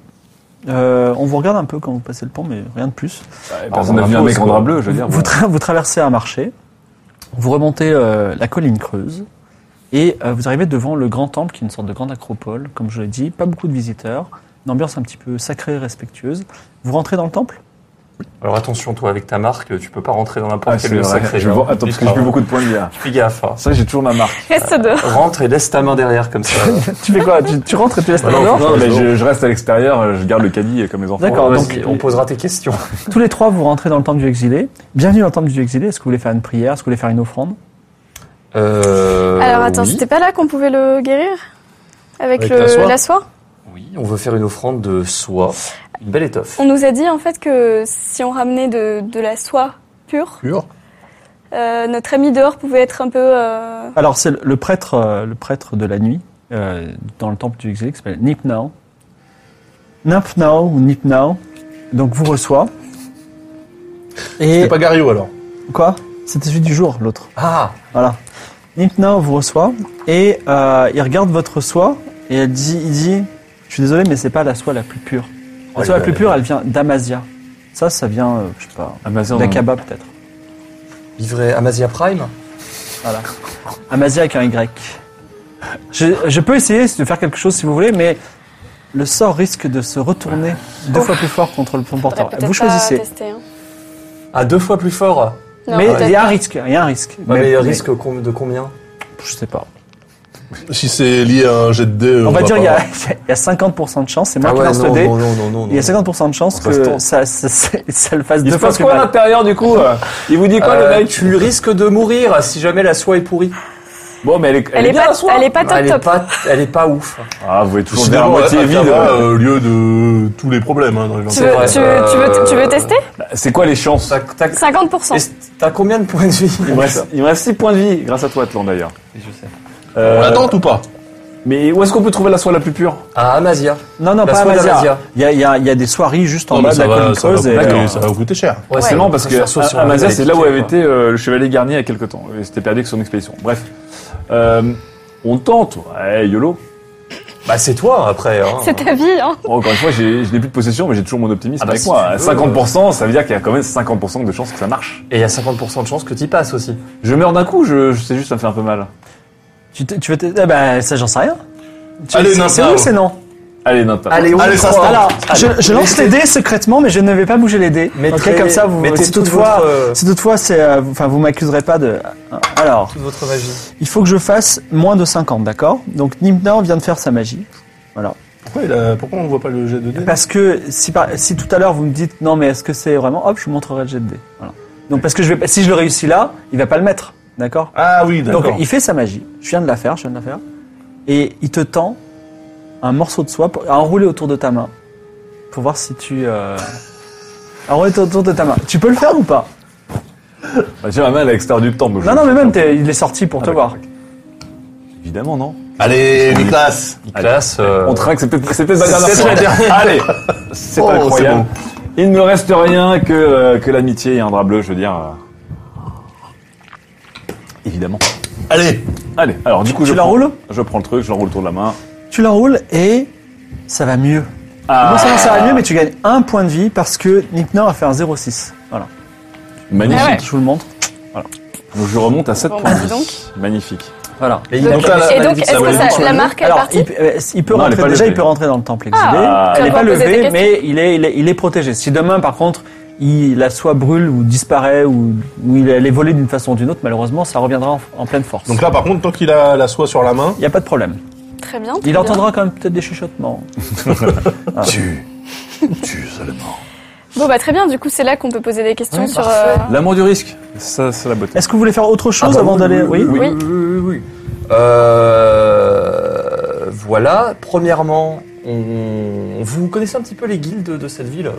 A: Euh, on vous regarde un peu quand vous passez le pont, mais rien de plus.
B: Personne
C: Ah, on
B: n'a vu un
C: impose,
B: mec en
C: quoi.
B: drap bleu, je veux dire.
A: Vous,
B: voilà.
A: tra- vous traversez un marché, vous remontez euh, la colline creuse et euh, vous arrivez devant le grand temple qui est une sorte de grande acropole, comme je l'ai dit, pas beaucoup de visiteurs, une ambiance un petit peu sacrée et respectueuse. Vous rentrez dans le temple
C: Alors attention, toi, avec ta marque, tu peux pas rentrer dans
B: Ah,
C: n'importe
B: c'est
C: quel lieu
B: vrai.
C: sacré.
B: Je
C: hein.
B: vois- Attends, parce que j'ai plus beaucoup de points de bière.
C: Fais gaffe. hein.
B: Ça, j'ai toujours ma marque.
D: Reste dehors.
C: Rentre et laisse ta main derrière comme ça.
A: Tu fais quoi tu, tu rentres et tu laisses ta
C: Voilà,
A: dehors
C: je-
B: Bah Non, mais je, je reste à l'extérieur, je garde le caddie euh, comme les enfants.
A: D'accord,
B: Ouais,
A: donc-
B: vas-y.
C: on posera tes questions.
A: Tous les trois, vous rentrez dans le temple du exilé. Bienvenue dans le temple du exilé. Est-ce que vous voulez faire une prière Est-ce que vous voulez faire une offrande
C: Euh,
D: Alors attends,
C: oui.
D: c'était pas là qu'on pouvait le guérir Avec,
E: Avec
D: le,
E: la soie
D: la soie
C: Oui, on veut faire une offrande de soie, une belle étoffe.
D: On nous a dit en fait que si on ramenait de, de la soie pure,
E: Pur.
D: euh, notre ami dehors pouvait être un peu... euh,
A: Alors, c'est le, le prêtre, euh, le prêtre de la nuit euh, dans le temple du exilé qui s'appelle Nipnao. Nipnao ou Nipnao. Donc, vous reçoit. Et
E: C'est pas Gario alors.
A: quoi C'était celui du jour, l'autre.
C: Ah,
A: Voilà. Nipnao vous reçoit et euh, il regarde votre soie et elle dit, il dit, je suis désolé, mais c'est pas la soie la plus pure. La
C: Oh,
A: soie la
C: il
A: plus
C: va-
A: pure, elle vient d'Amazia. Ça, ça vient, euh, je sais pas,
B: Ah, mais ça, on-
A: d'Akaba peut-être.
C: livré Amazia Prime
A: Voilà. Amazia avec un Y. Je, je peux essayer de faire quelque chose si vous voulez, mais le sort risque de se retourner deux fois plus fort contre le pont porteur.
D: faudrait peut-être
A: Vous choisissez.
D: pas tester, hein.
C: Ah, deux fois plus fort
D: Non,
A: mais
D: peut-être
A: il y a un
D: pas.
A: risque, il y a un risque.
C: Bah, Mais,
A: Mais-
C: risque com- de combien
A: mais- Je sais pas.
E: Si c'est lié à un jet de dés,
A: On, va dire
E: pas
A: il y, a,
E: voir.
A: il y a 50% de chance, c'est moi
C: Euh, bah Ah
A: qui
C: ouais,
A: lance le
C: non,
A: dé.
C: non, non, non, non,
A: Il y a
C: non.
A: 50% de chances
B: Ça se
A: que
B: tente.
A: ça, ça- ça- ça le fasse
B: Il
A: deux
B: se
A: fois
B: passe
A: plus
B: quoi à
A: mal.
B: l'intérieur du coup euh Il vous dit quoi le
C: Euh,
B: mec
C: tu risques de mourir si jamais la soie est pourrie.
B: Bon, mais elle est, elle
D: Elle
B: est
D: est
B: bien
D: pas-
B: la soie.
D: elle est pas Ah, top
C: elle, est
D: top.
C: pas, elle est pas ouf.
B: Ah, vous voyez toujours vers
E: Finalement,
B: moitié vide.
E: Akaba, euh, lieu de tous les problèmes. hein, dans les
D: Tu
E: lancers.
D: veux,
C: vrai.
D: tu, veux- tu veux, tu veux
C: Euh,
D: tester
B: C'est quoi les chances
C: T'as- t'as-
D: 50%.
C: est-ce- T'as combien de points de vie
B: il me, reste, il me reste 6 points de vie, grâce à toi, Atlan, d'ailleurs.
C: Je sais.
E: On
B: Euh,
E: l'attend ou pas
B: Mais où est-ce qu'on peut trouver la soie la plus pure
C: À Amazia.
A: Non, non,
C: La
A: pas
C: soie
A: Amazia.
C: d'Amazia.
A: Il y a, il y a- il y a des soieries juste en
E: Non, mais
A: bas de la
E: ça va,
A: colline
E: ça, va
A: creuse. et-
E: coûter,
A: D'accord.
E: ça va coûter cher.
C: Ouais,
B: C'est
D: Ouais.
B: marrant parce que
C: La soie sur
B: à-
C: la
B: Amazia,
C: maladie,
B: c'est là où avait
C: quoi.
B: été euh, le chevalier Garnier il y a quelques temps. Il s'était perdu avec son expédition. Bref. Euh, on tente. Ouais, YOLO.
C: Bah, c'est toi après. hein.
D: C'est ta vie, hein
B: Bon, Oh, encore une fois, j'ai- je n'ai plus de possession, mais j'ai toujours mon optimisme
C: Ah bah,
B: avec
C: si
B: moi.
C: tu
B: À
C: veux. euh.
B: 50%, ça veut dire qu'il y a quand même 50% de chances que ça marche.
C: Et il y a 50% de chances que t'y passes aussi.
B: Je meurs d'un coup, je, je sais juste, ça me fait un peu mal.
A: Tu, te- tu veux te- eh ben, ça, j'en sais rien. Tu-
E: Allez,
A: c'est-
E: non,
A: c'est
E: non.
A: oui ou c'est non
B: Allez, non, pas.
C: Allez, on
E: Allez,
C: y
E: ça
C: croit.
E: se
A: Alors, je,
C: Allez,
A: je lance
C: mettez-
A: les dés secrètement, mais je ne vais pas bouger les dés.
C: mettez-
A: en tout cas, comme ça, vous,
C: mettez
A: si
C: toute
A: toutefois,
C: votre, euh,
A: si toutefois, c'est, euh, vous- enfin, vous m'accuserez pas de. Alors,
C: toute votre magie.
A: il faut que je fasse moins de 50, d'accord Donc, Nimna vient de faire sa magie. Voilà.
E: Pourquoi, il a- pourquoi on voit pas le jet de dés
A: Parce que si, par- si tout à l'heure vous me dites non, mais est-ce que c'est vraiment Hop, je vous montrerai le jet de dés. Voilà. Donc, parce que je vais, pas- si je le réussis là, il va pas le mettre, d'accord
E: Ah oui,
A: Donc,
E: d'accord.
A: il fait sa magie. Je viens de la faire, je viens de la faire. Et il te tend un morceau de soie pour- à enrouler autour de ta main. Pour voir si tu. Euh... Enrouler autour de ta main. Tu peux le faire ou pas
B: Bah, tiens, ma main, elle est à l'extérieur du temple. Je-
A: Non, non, mais même, t'es- il est sorti pour
B: Ah,
A: te
B: d'accord,
A: voir.
B: ok. Évidemment, non.
E: Allez, Nicolas
C: Classe. euh,
B: On trinque, c'est peut-être c'est peut-être la
C: c'est la
B: dernière fois.
C: dernière.
B: Allez, c'est
E: Oh,
B: incroyable. Il ne me reste rien que, euh, que l'amitié et un drap bleu, je veux dire. euh. Évidemment.
E: Allez
B: Allez, alors du coup,
A: Tu
B: je, prends,
A: l'enroules
B: je prends le truc, je l'enroule autour de la main.
A: Tu l'enroules et ça va mieux.
B: Ah,
A: Non seulement ça va mieux, mais tu gagnes un point de vie parce que Nipnor a fait un 0,6. Voilà.
B: Magnifique.
D: Ah ouais.
A: Je vous le montre.
B: Donc je remonte à 7
D: Bon, bah,
B: points de
D: dis
B: vie.
D: donc.
B: Magnifique.
A: Voilà.
C: mais il
D: Donc,
C: a-
E: Donc, là, la-
D: Et donc,
E: la-
D: est-ce que ça- la marque elle est
A: Ah, Alors,
D: partie
A: il, peut- euh, il peut
B: Non, elle est
A: rentrer,
B: pas
A: déjà,
B: levée.
A: il peut rentrer dans le temple exilé.
D: Ah,
A: elle
D: tu
A: n'est
D: vas
A: pas
D: pouvoir poser
A: levée,
D: tes
A: mais il est, il est, il est protégé. Si demain, par contre, il, la soie brûle ou disparaît ou, ou il, elle est volée d'une façon ou d'une autre, malheureusement, ça reviendra en, en pleine force.
E: Donc là, par contre, tant qu'il a la soie sur la main,
A: il n'y a pas de problème.
D: Très bien. très
A: Il
D: bien.
A: entendra quand même peut-être des chuchotements.
B: Tu. Tu seulement.
D: Bon, bah très bien, du coup, c'est là qu'on peut poser des questions
A: Oui,
D: sur.
A: parfait.
D: euh,
B: L'amour du risque. Ça, c'est la beauté.
A: Est-ce que vous voulez faire autre
C: Ah
A: chose
C: bah
A: avant
C: oui,
A: d'aller
C: oui,
D: Oui.
C: oui, oui, oui, oui, oui. Euh, voilà. Premièrement, on... vous connaissez un petit peu les guildes de cette ville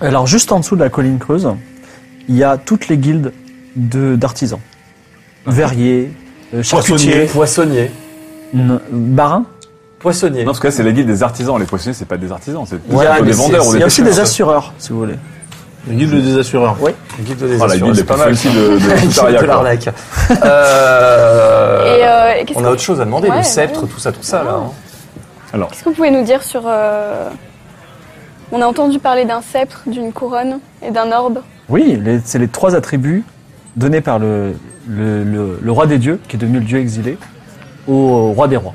A: Alors, juste en dessous de la colline creuse, il y a toutes les guildes de- d'artisans. Verriers, euh, charcutiers,
C: Poissonniers.
A: n- barins,
C: Poissonnier.
B: Non, parce que là, c'est la guilde des artisans. Les poissonniers, c'est pas des artisans, c'est
A: il y a,
B: plutôt des
A: des-
B: vendeurs. ou
A: il y a aussi des
B: pêcheurs.
A: assureurs, si vous voulez.
E: Le guide des assureurs.
C: Guide de
B: Ah, la
C: désastre,
B: guilde
C: c'est
B: est
C: pas
B: pas
C: mal.
B: aussi de, de
C: Guide
B: Soutaria,
C: de
B: quoi.
C: l'arnaque. Euh,
D: Et euh, et qu'est-ce
C: on
D: que-
C: a autre chose à demander,
D: Ouais, Ah.
C: le sceptre,
D: ouais.
C: tout ça, tout ça. Là, hein.
D: Qu'est-ce que vous pouvez nous dire sur... euh, On a entendu parler d'un sceptre, d'une couronne et d'un orbe.
A: Oui, les- c'est les trois attributs donnés par le, le, le- le roi des dieux, qui est devenu le dieu exilé, au, au roi des rois.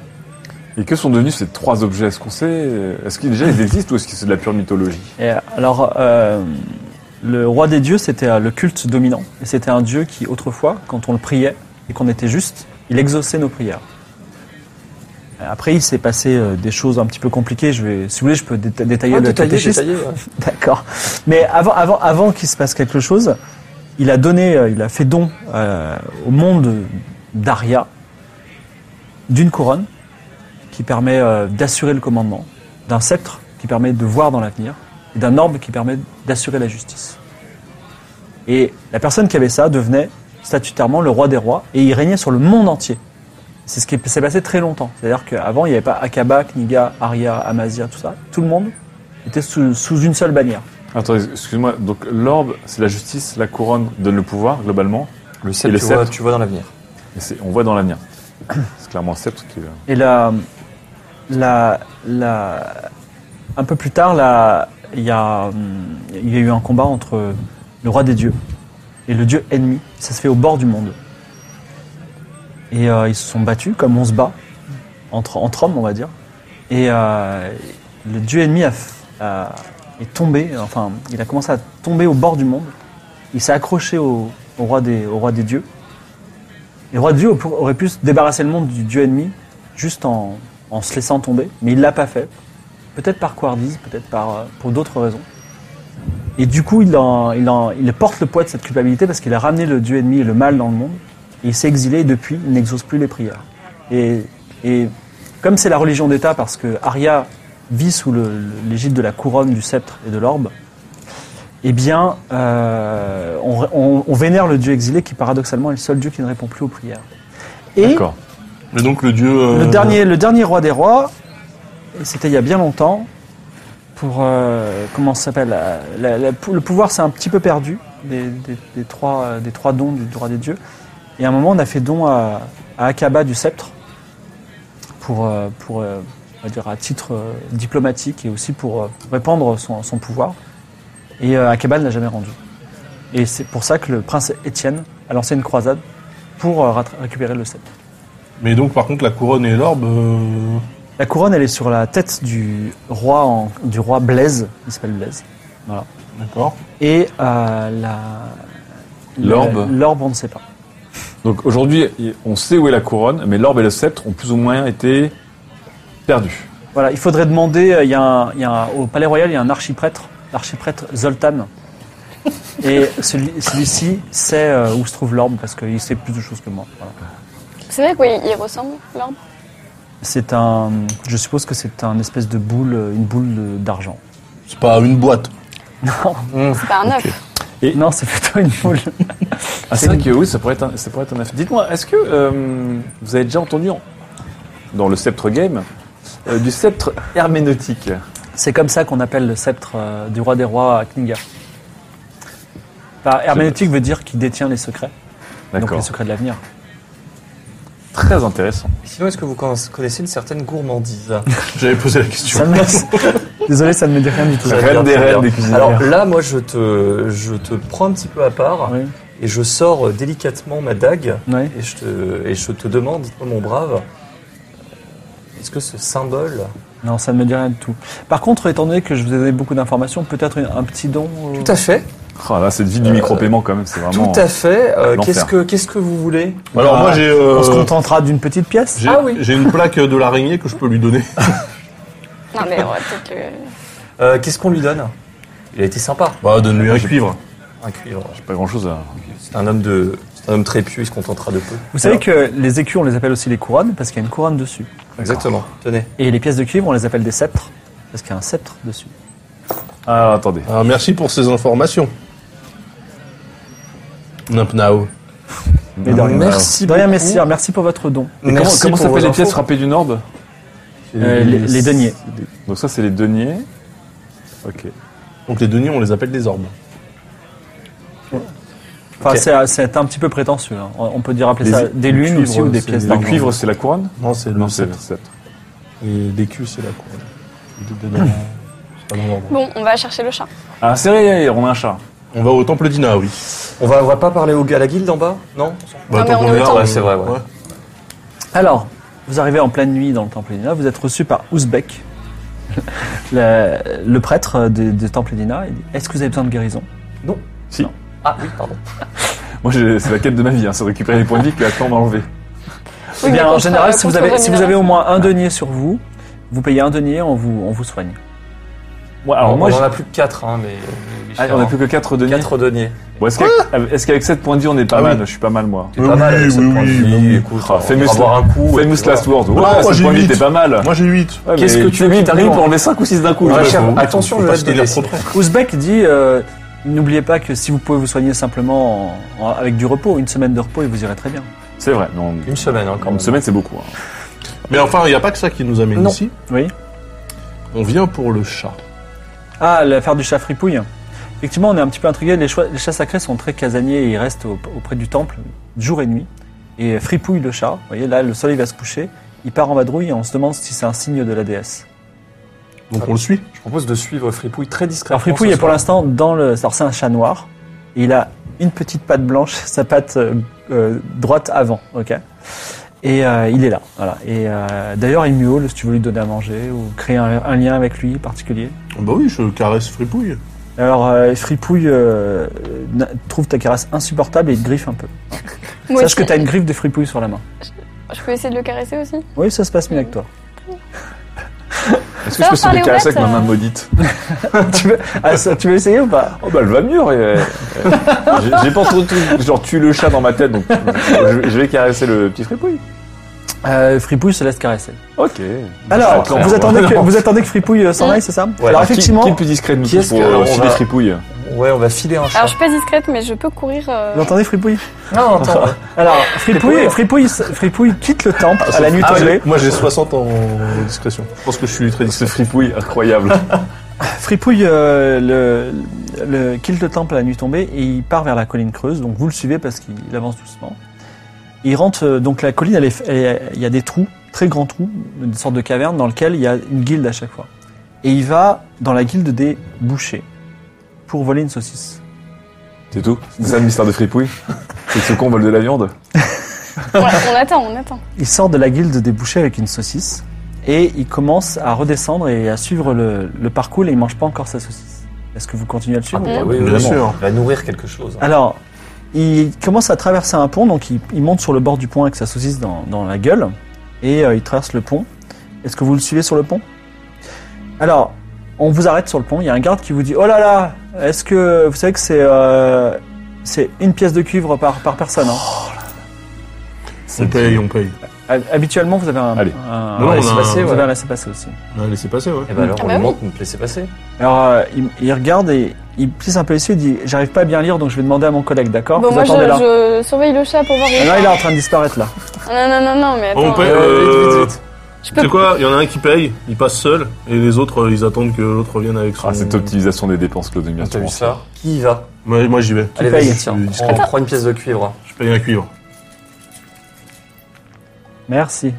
B: Et que sont devenus ces trois objets Est-ce qu'on sait euh, Est-ce qu'ils déjà ils existent ou est-ce que c'est de la pure mythologie
A: Et alors, euh, le roi des dieux, c'était euh, le culte dominant. Et c'était un dieu qui, autrefois, quand on le priait et qu'on était juste, il exauçait nos prières. Après, il s'est passé euh, des choses un petit peu compliquées. Je vais, si vous voulez, je peux déta- détailler
C: Ah,
A: le
C: détaillé,
A: catéchisme.
C: détaillé, ouais.
A: D'accord. Mais avant, avant, avant qu'il se passe quelque chose, il a donné, euh, il a fait don euh, au monde d'Aria d'une couronne qui permet euh, d'assurer le commandement, d'un sceptre qui permet de voir dans l'avenir, et d'un orbe qui permet d'assurer la justice. Et la personne qui avait ça devenait statutairement le roi des rois et il régnait sur le monde entier. C'est ce qui s'est passé très longtemps. C'est-à-dire qu'avant, il n'y avait pas Akaba, Kniga, Arya, Amazia, tout ça. Tout le monde était sous, sous une seule bannière.
B: Attends, excuse-moi. Donc l'orbe, c'est la justice, la couronne donne le pouvoir globalement.
C: Le
B: Et
C: sceptre,
B: le
C: tu vois,
B: sceptre.
C: tu vois dans l'avenir.
B: Et c'est- on voit dans l'avenir. C'est clairement un sceptre qui. euh,
A: Et la, la, la, un peu plus tard, la- il y, a, hum, il y a eu un combat entre le roi des dieux et le dieu ennemi. Ça se fait au bord du monde. Et euh, ils se sont battus comme on se bat, entre, entre hommes, on va dire. Et euh, le dieu ennemi a f- a- est tombé, enfin, il a commencé à tomber au bord du monde. Il s'est accroché au, au roi des, au roi des dieux. Et le roi des dieux aurait pu se débarrasser le monde du dieu ennemi juste en, en se laissant tomber, mais il l'a pas fait. Peut-être par couardise, peut-être par, euh, pour d'autres raisons. Et du coup, il, en- il, en- il porte le poids de cette culpabilité parce qu'il a ramené le dieu ennemi et le mal dans le monde. Et il s'est exilé et depuis, il n'exauce plus les prières. Et, et comme c'est la religion d'État, parce que Arya vit sous le- le- l'égide de la couronne, du sceptre et de l'orbe, eh bien, euh, on, on- on vénère le dieu exilé qui paradoxalement est le seul dieu qui ne répond plus aux prières. Et
B: D'accord.
E: Mais donc le dieu. euh,
A: le dernier, le dernier roi des rois, et c'était il y a bien longtemps, pour euh, comment ça s'appelle euh, la- la- Le pouvoir s'est un petit peu perdu des, des- des trois, euh, des trois dons du droit des dieux. Et à un moment, on a fait don à, à Akaba du sceptre pour, euh, pour euh, on va dire à titre euh, diplomatique et aussi pour euh, répandre son, son pouvoir. Et euh, Akaba ne l'a jamais rendu. Et c'est pour ça que le prince Étienne a lancé une croisade pour euh, rattra- récupérer le sceptre.
E: Mais donc par contre la couronne et l'orbe. euh,
A: La couronne, elle est sur la tête du roi, en- du roi Blaise. Il s'appelle Blaise.
E: D'accord.
A: Et euh, la.
B: L'orbe.
A: le- L'orbe, on ne sait pas.
B: Donc aujourd'hui, on sait où est la couronne, mais l'orbe et le sceptre ont plus ou moins été perdus.
A: Voilà, il faudrait demander. euh, Il y a un- il y a un- au Palais Royal, il y a un archiprêtre, l'archiprêtre Zoltan. Et celui- celui-ci sait euh, où se trouve l'orbe parce qu'il sait plus de choses que moi. Voilà.
D: C'est vrai à quoi il il ressemble, l'orbe
A: C'est un. Je suppose que c'est un espèce de boule, euh, une boule de- d'argent.
E: C'est pas une boîte.
A: Non,
D: C'est pas un œuf.
A: non, c'est plutôt une boule.
B: Ah, c'est vrai que oui, ça pourrait être un, ça pourrait être un affaire. Dites-moi, est-ce que euh, vous avez déjà entendu en- dans le sceptre game euh, du sceptre herméneutique
A: C'est comme ça qu'on appelle le sceptre euh, du roi des rois à Kninga. Bah, herméneutique veut dire qu'il détient les secrets, donc les
B: D'accord.
A: secrets de l'avenir.
B: Très intéressant.
C: Sinon, est-ce que vous con- connaissez une certaine gourmandise
E: J'avais posé la question.
A: Ça me- Désolé, ça ne me dit rien du tout.
C: Très bien,
B: Reine des
C: très
B: reines
C: bien.
B: des cuisinières.
C: Alors là, moi, je te, je te prends un petit peu à part
A: Oui,
C: et je sors euh, délicatement ma dague
A: oui.
C: et je te, et je te demande, oh, mon brave, est-ce que ce symbole...
A: Non, ça ne me dit rien du tout. Par contre, étant donné que je vous ai donné beaucoup d'informations, peut-être un un petit don. euh,
C: Tout à fait,
B: Ah là, cette vie du micro-paiement quand même, c'est vraiment. hein.
C: tout à fait. Euh,
B: l'enfer.
C: qu'est-ce que Qu'est-ce que vous voulez
E: Alors
A: Bah,
E: moi j'ai. euh,
A: On se contentera d'une petite pièce.
E: j'ai-
C: Ah oui.
E: J'ai une plaque de l'araignée que je peux lui donner.
D: Non mais on va peut-être le...
C: Euh, Qu'est-ce qu'on lui donne Il a été sympa,
E: Bah donne-lui un cuivre.
C: un cuivre.
B: J'ai pas grand-chose à.
C: C'est un homme de... c'est Un homme très pieux, il se contentera de peu.
A: Vous savez que les écus, on les appelle aussi les couronnes parce qu'il y a une couronne dessus.
C: Exactement. Tenez.
A: Et les pièces de cuivre, on les appelle des sceptres parce qu'il y a un sceptre dessus.
B: Ah, attendez.
E: Alors, merci pour ces informations. Numpnao.
A: Mais de rien.
C: Merci
A: De rien,
C: beaucoup.
A: messire. Merci pour votre don.
B: Et comment
C: Merci
B: Euh, comment
C: pour vos
B: s'appellent les
C: infos.
B: pièces frappées d'une orbe
A: Euh, les, les deniers.
B: Donc ça, c'est les deniers. Ok.
E: Donc les deniers, on les appelle des orbes.
A: Enfin,
C: Ok.
A: c'est- c'est un petit peu prétentieux. hein. On on peut dire appeler ça
B: Les-
A: des lunes
E: cuivres,
A: aussi ou des
E: c'est-
A: pièces
E: le
B: Le
A: d'argent.
B: cuivre, c'est la couronne
E: Non, c'est le
B: Non, c'est le
E: sceptre.
B: sceptre.
E: Et l'écu, c'est la couronne. C'est dedans- c'est pas dans l'ordre.
D: Bon, on va chercher le chat.
B: Ah, c'est vrai, on a un chat.
E: On va au temple d'Ina, oui. Bah,
C: On va, on va pas parler au gars à la guilde en bas Non
D: mais
E: tant
D: on
E: qu'on
D: est au
E: là,
D: temple.
E: on-
C: Ouais, Ah, c'est vrai, ouais.
A: Alors, vous arrivez en pleine nuit dans le temple d'Ina, vous êtes reçu par Ouzbek, le, le prêtre du du temple d'Ina. Il dit, Est-ce que vous avez besoin de guérison
C: Ah oui, pardon.
B: Moi, j'ai- c'est la quête de ma vie, hein, c'est de récupérer les points de vie que la tombe m'a enlevé.
D: Oui,
A: Eh
D: mais
A: bien, en
D: contre-
A: général, si vous,
D: contre
A: avez, si vous avez au
D: rémunération.
A: moins un denier sur vous, vous payez un denier, on vous, on vous soigne.
B: Ouais, alors moi,
C: on
B: j'ai-
C: en a plus que 4, hein, mais.
B: Ah, on a plus que 4 deniers.
C: 4 deniers.
B: Bon, est-ce qu'avec- est-ce qu'avec 7 points de vie, on est pas
E: Ah oui.
B: mal Je suis pas mal, moi.
C: T'es
E: Oui,
C: pas mal avec
E: oui,
C: ce point de
E: oui,
C: vue.
E: oui.
C: Écoute,
B: Ah,
C: on
B: famous-
C: va boire un coup. et
B: Famous
C: puis
B: Last Word.
E: Ah,
B: Ouais,
E: moi,
B: 7
E: j'ai
B: points de vie,
E: huit.
B: t'es pas mal.
E: Moi, j'ai 8.
B: Ouais,
C: Qu'est-ce
B: mais
C: que tu veux
B: t'arrives
C: qui t'arrive
B: pour enlever 5 ou 6 d'un coup
C: On va
B: Ouais,
C: chercher-
B: faut-
C: attention,
E: faut
C: je
E: pas
C: vais
E: se
C: te
E: tenir
C: laisser.
E: trop près.
A: Ouzbek dit euh, N'oubliez pas que si vous pouvez vous soigner simplement en- en- avec du repos, une semaine de repos, et vous irez très bien.
B: C'est vrai, non.
C: Une semaine, hein, quand
B: Une
C: même.
B: semaine, c'est beaucoup. hein.
E: Mais enfin, il n'y a pas que ça qui nous amène
C: Non.
E: ici.
A: Oui
E: On vient pour le chat.
A: Ah, l'affaire du chat fripouille. Effectivement, on est un petit peu intrigué. Les, choix- les chats sacrés sont très casaniers et ils restent au- auprès du temple jour et nuit. Et fripouille le chat. Vous voyez, là, le soleil va se coucher. Il part en vadrouille et on se demande si c'est un signe de la déesse.
E: Donc, on le suit.
C: Je propose de suivre Fripouille très discrètement.
A: Alors, fripouille
C: ce
A: est pour
C: soir.
A: l'instant dans le. Alors, c'est un chat noir. Et il a une petite patte blanche, sa patte euh, euh, droite avant. OK et euh, il est là, voilà. Et euh, d'ailleurs, il miaule si tu veux lui donner à manger ou créer un- un lien avec lui particulier.
E: Bah oui, je caresse Fripouille.
A: Alors, euh, Fripouille euh, na- trouve ta caresse insupportable et il te griffe un peu.
D: Moi
A: Sache que
D: aussi.
A: t'as une griffe de Fripouille sur la main.
D: Je peux essayer de le caresser aussi
A: Oui, ça se passe mieux avec toi.
B: Est-ce que
D: Ça
B: je
D: va
B: peux se
D: parler aux
B: caresser avec
D: bêtes,
B: ma main
D: euh.
B: maudite
A: tu, veux, ah, ça, tu veux essayer ou pas
B: Oh bah elle va mieux. et- et- J'ai- J'ai pas trop de trucs, genre tue le chat dans ma tête, donc je, je vais caresser le petit fripouille.
A: euh, Fripouille se laisse caresser.
B: Ok.
A: Alors,
B: Attends,
A: vous,
B: on va-
A: attendez que,
B: Non.
A: vous attendez que Fripouille euh, s'en aille, c'est ça Alors,
B: qui-
A: effectivement,
B: Qui, est le plus discret de nous
C: qui
B: tous
C: est-ce
B: pour
C: que-
B: euh,
C: on
B: filer
C: va-
B: fripouille
C: Ouais, on va filer un chat.
D: Alors, je suis pas discrète, mais je peux courir. euh,
A: vous entendez Fripouille
C: Non, attends.
A: Alors, Fripouille, Fripouille, s- Fripouille quitte le temple à la nuit
E: Ah,
A: tombée.
E: j'ai- moi, j'ai 60 en discrétion. Je pense que je suis très
B: Ce
E: discret.
B: fripouille incroyable.
A: Fripouille euh, le, le, quitte le temple à la nuit tombée et il part vers la colline creuse. Donc vous le suivez parce qu'il avance doucement. Il rentre euh, donc la colline, elle est- elle est- il y a des trous, très grands trous, une sorte de caverne dans lequel il y a une guilde à chaque fois. Et il va dans la guilde des bouchers pour voler une saucisse.
B: C'est tout C'est ça le mystère de fripouille C'est que ce con vole de la viande
D: voilà, on attend, on attend.
A: Il sort de la guilde des bouchers avec une saucisse et il commence à redescendre et à suivre le, le parcours et il mange pas encore sa saucisse. Est-ce que vous continuez à le suivre ou pas
C: oui,
E: Bien
C: vraiment.
E: sûr.
C: On va nourrir quelque chose. hein.
A: Alors, il commence à traverser un pont, donc il, il monte sur le bord du pont avec sa saucisse dans, dans la gueule, et euh, il traverse le pont. Est-ce que vous le suivez sur le pont Alors, on vous arrête sur le pont, il y a un garde qui vous dit, oh là là, est-ce que vous savez que c'est... euh, c'est une pièce de cuivre par, par personne. hein.
E: On paye, on paye.
A: Habituellement, vous avez un,
B: Allez.
A: un,
E: Non, on a
A: laissez-passer,
E: un-
A: vous
C: ouais.
A: avez un laissez-passer aussi.
E: On a laissé passer, ouais.
C: Eh ben alors,
D: Ah
C: on
D: bah
C: lui
D: oui.
C: montre de me laisser passer.
A: Alors, euh, il, il regarde et il plisse un peu les yeux, il dit J'arrive pas à bien lire, donc je vais demander à mon collègue, d'accord
D: Bon,
A: Vous
D: moi, je,
A: attendez là.
D: je surveille le chat pour voir. où
A: Ah
D: il
A: non, il est
D: va.
A: en train de disparaître là.
D: Non, non, non, non, mais attends.
E: On paye.
C: Euh,
E: euh,
C: vite, vite,
D: Je
E: Tu
D: peux
E: sais quoi Il y en a un qui paye, il passe seul, et les autres, euh, ils attendent que l'autre revienne avec son.
B: Ah, cette optimisation des dépenses, Claude bien
C: vite. T'as
B: sûr.
C: vu ça Qui y va
E: Ouais, moi, j'y vais.
C: Allez,
A: paye
C: vas-y, tiens.
E: Je suis
C: On prend une pièce de cuivre.
E: Je paye un cuivre.
A: Merci.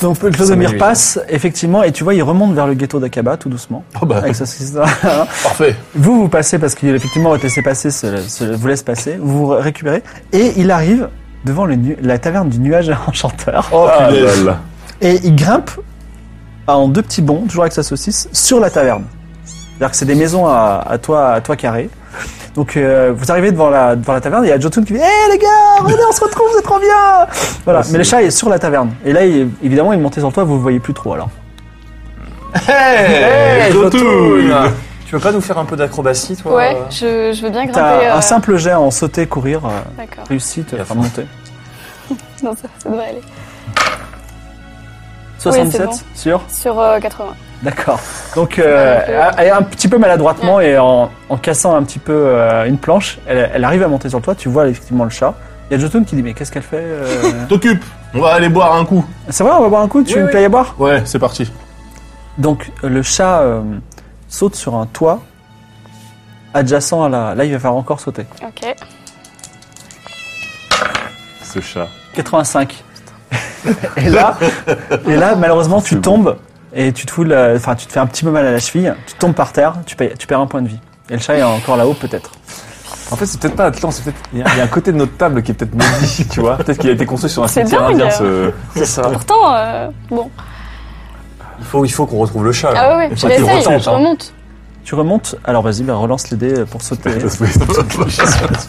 A: Donc
C: Ça
A: Clodomir
C: m'évite.
A: passe, effectivement, et tu vois, il remonte vers le ghetto d'Akaba tout doucement.
E: Ah bah,
A: Avec sa saucisse dans la main.
E: parfait.
A: vous, vous passez parce qu'il effectivement votre laissez passer, se, se- vous laisse passer, vous vous récupérez, et il arrive devant le nu- la taverne du nuage enchanteur,
E: Oh,
B: Ah,
E: punaise.
B: lol.
A: et il grimpe ah, en deux petits bonds, toujours avec sa saucisse, sur la taverne. C'est-à-dire que c'est des maisons à, à toit à toit carré. Donc euh, vous arrivez devant la, devant la taverne, il y a Jotun qui dit Hé les gars, regardez, on se retrouve, c'est trop bien Voilà, mais le chat est sur la taverne. Et là, il- évidemment, il est monté sur le toit, vous ne voyez plus trop alors.
E: Eh,
C: Hey,
E: Jotun
C: Jotun Tu veux pas nous faire un peu d'acrobatie, toi
D: Ouais, je, je veux bien grimper.
A: T'as
D: euh,
A: un simple jet en sauter, courir, euh,
D: D'accord.
A: réussite,
C: Il a
A: enfin
C: faim.
A: monter.
D: Non, ça, ça devrait aller.
A: 67
D: bon.
A: sûr
D: Sur euh, 80.
A: D'accord. Donc, euh,
D: C'est pas non plus.
A: elle- elle est un petit peu maladroitement et en, en cassant un petit peu euh, une planche, elle, elle arrive à monter sur le toit. Tu vois effectivement le chat. Il y a Jotun qui dit mais qu'est-ce qu'elle fait euh
E: T'occupe On va aller boire un coup.
A: C'est vrai, on va boire un coup, tu
C: Oui,
A: me
C: oui.
A: payes à boire
E: Ouais, c'est parti.
A: Donc euh, le chat euh, saute sur un toit adjacent à la... Là, il va faire encore sauter.
D: Ok.
B: Ce chat.
A: 85. et là, et là malheureusement, tu
B: C'est
A: tombes et tu te fous la- enfin, tu te fais un petit peu mal à la cheville, tu tombes par terre, tu, payes- tu perds un point de vie. Et le chat est encore là-haut peut-être.
B: En fait, c'est peut-être pas Atlan, c'est peut-être. Il y, a il y a un côté de notre table qui est peut-être maudit, tu vois. Peut-être qu'il a été construit sur un
D: C'est
B: cimetière
D: dingue. hein.
B: indien, ce.
C: C'est
A: Ah.
C: ça.
D: Pourtant, euh, bon.
C: Il faut, il faut qu'on retrouve le chat. là.
D: Ah ouais, ouais, je
C: Ça, tu
D: l'essaye,
C: retentes,
D: je
C: hein.
D: remonte.
A: Tu remontes, alors vas-y, bah, relance les dés pour sauter.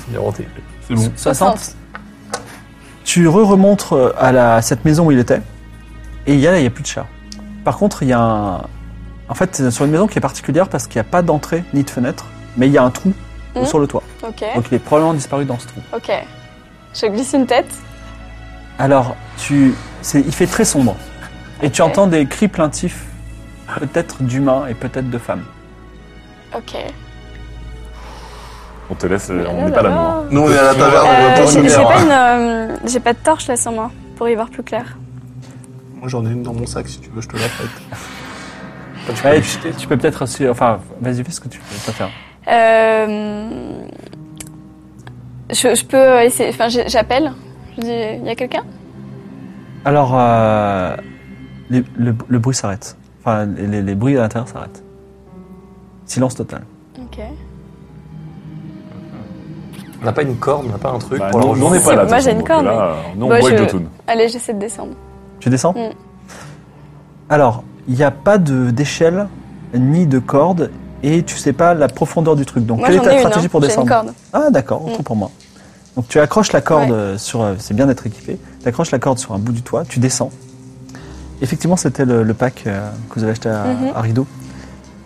C: Il est rentré.
A: 60. Tu re-remontes à, la, à cette maison où il était, et il y a là, il n'y a plus de chat. Par contre, il y a un. En fait, c'est sur une maison qui est particulière parce qu'il n'y a pas d'entrée ni de fenêtre, mais il y a un trou
D: Mhm.
A: sur le toit.
D: Ok,
A: Donc il est probablement disparu dans ce trou.
D: ok. Je glisse une tête.
A: Alors, tu, c'est- il fait très sombre. Et tu
D: Ok.
A: entends des cris plaintifs, peut-être d'humains et peut-être de femmes.
D: Ok. Ah
B: On te laisse, euh,
D: Là,
B: on
D: là,
B: n'est pas
D: là.
B: là, nous.
E: Nous, on est à la taverne. on va
D: Euh,
E: boire une
D: j'ai- J'ai
E: bière.
D: pas, une, euh, j'ai pas de torche là sur moi pour y voir plus clair.
E: Moi, j'en ai une dans mon sac, si tu veux, je te la prête.
A: Ouais, tu, tu peux peut-être aussi. Enfin, vas-y, fais ce que tu veux. toi, faire.
D: Euh, je, je peux essayer. Enfin, j'ai- j'appelle. Je dis, il y a quelqu'un
A: Alors, euh, les- le, le bruit s'arrête. Enfin, les, les- les bruits à l'intérieur s'arrêtent. Silence total.
D: Ok.
C: On n'a pas une corde, on n'a pas un truc
B: Bah,
C: pour
B: nous,
C: leur
B: nous, on n'est pas
C: jouer.
B: là.
D: C'est- moi, j'ai
B: de toute
D: une
B: façon,
D: corde,
B: donc là, euh, Nous, on
D: Moi,
B: boit le
D: je-
B: Jotun.
D: Allez, j'essaie de descendre.
A: Tu descends
D: Mm.
A: Alors, il n'y a pas de d'échelle ni de corde et tu sais pas la profondeur du truc. Donc,
D: moi,
A: quelle est
D: j'en
A: ta
D: ai une.
A: stratégie
D: hein.
A: pour
D: J'ai une
A: descendre
D: corde.
A: Ah d'accord, autant pour moi. Donc tu accroches la corde
D: Ouais.
A: euh, sur, euh, c'est bien d'être équipé. Tu accroches la corde sur un bout du toit, tu descends. Effectivement, c'était le, le pack euh, que vous avez acheté à,
D: Mhm.
A: à Rideau.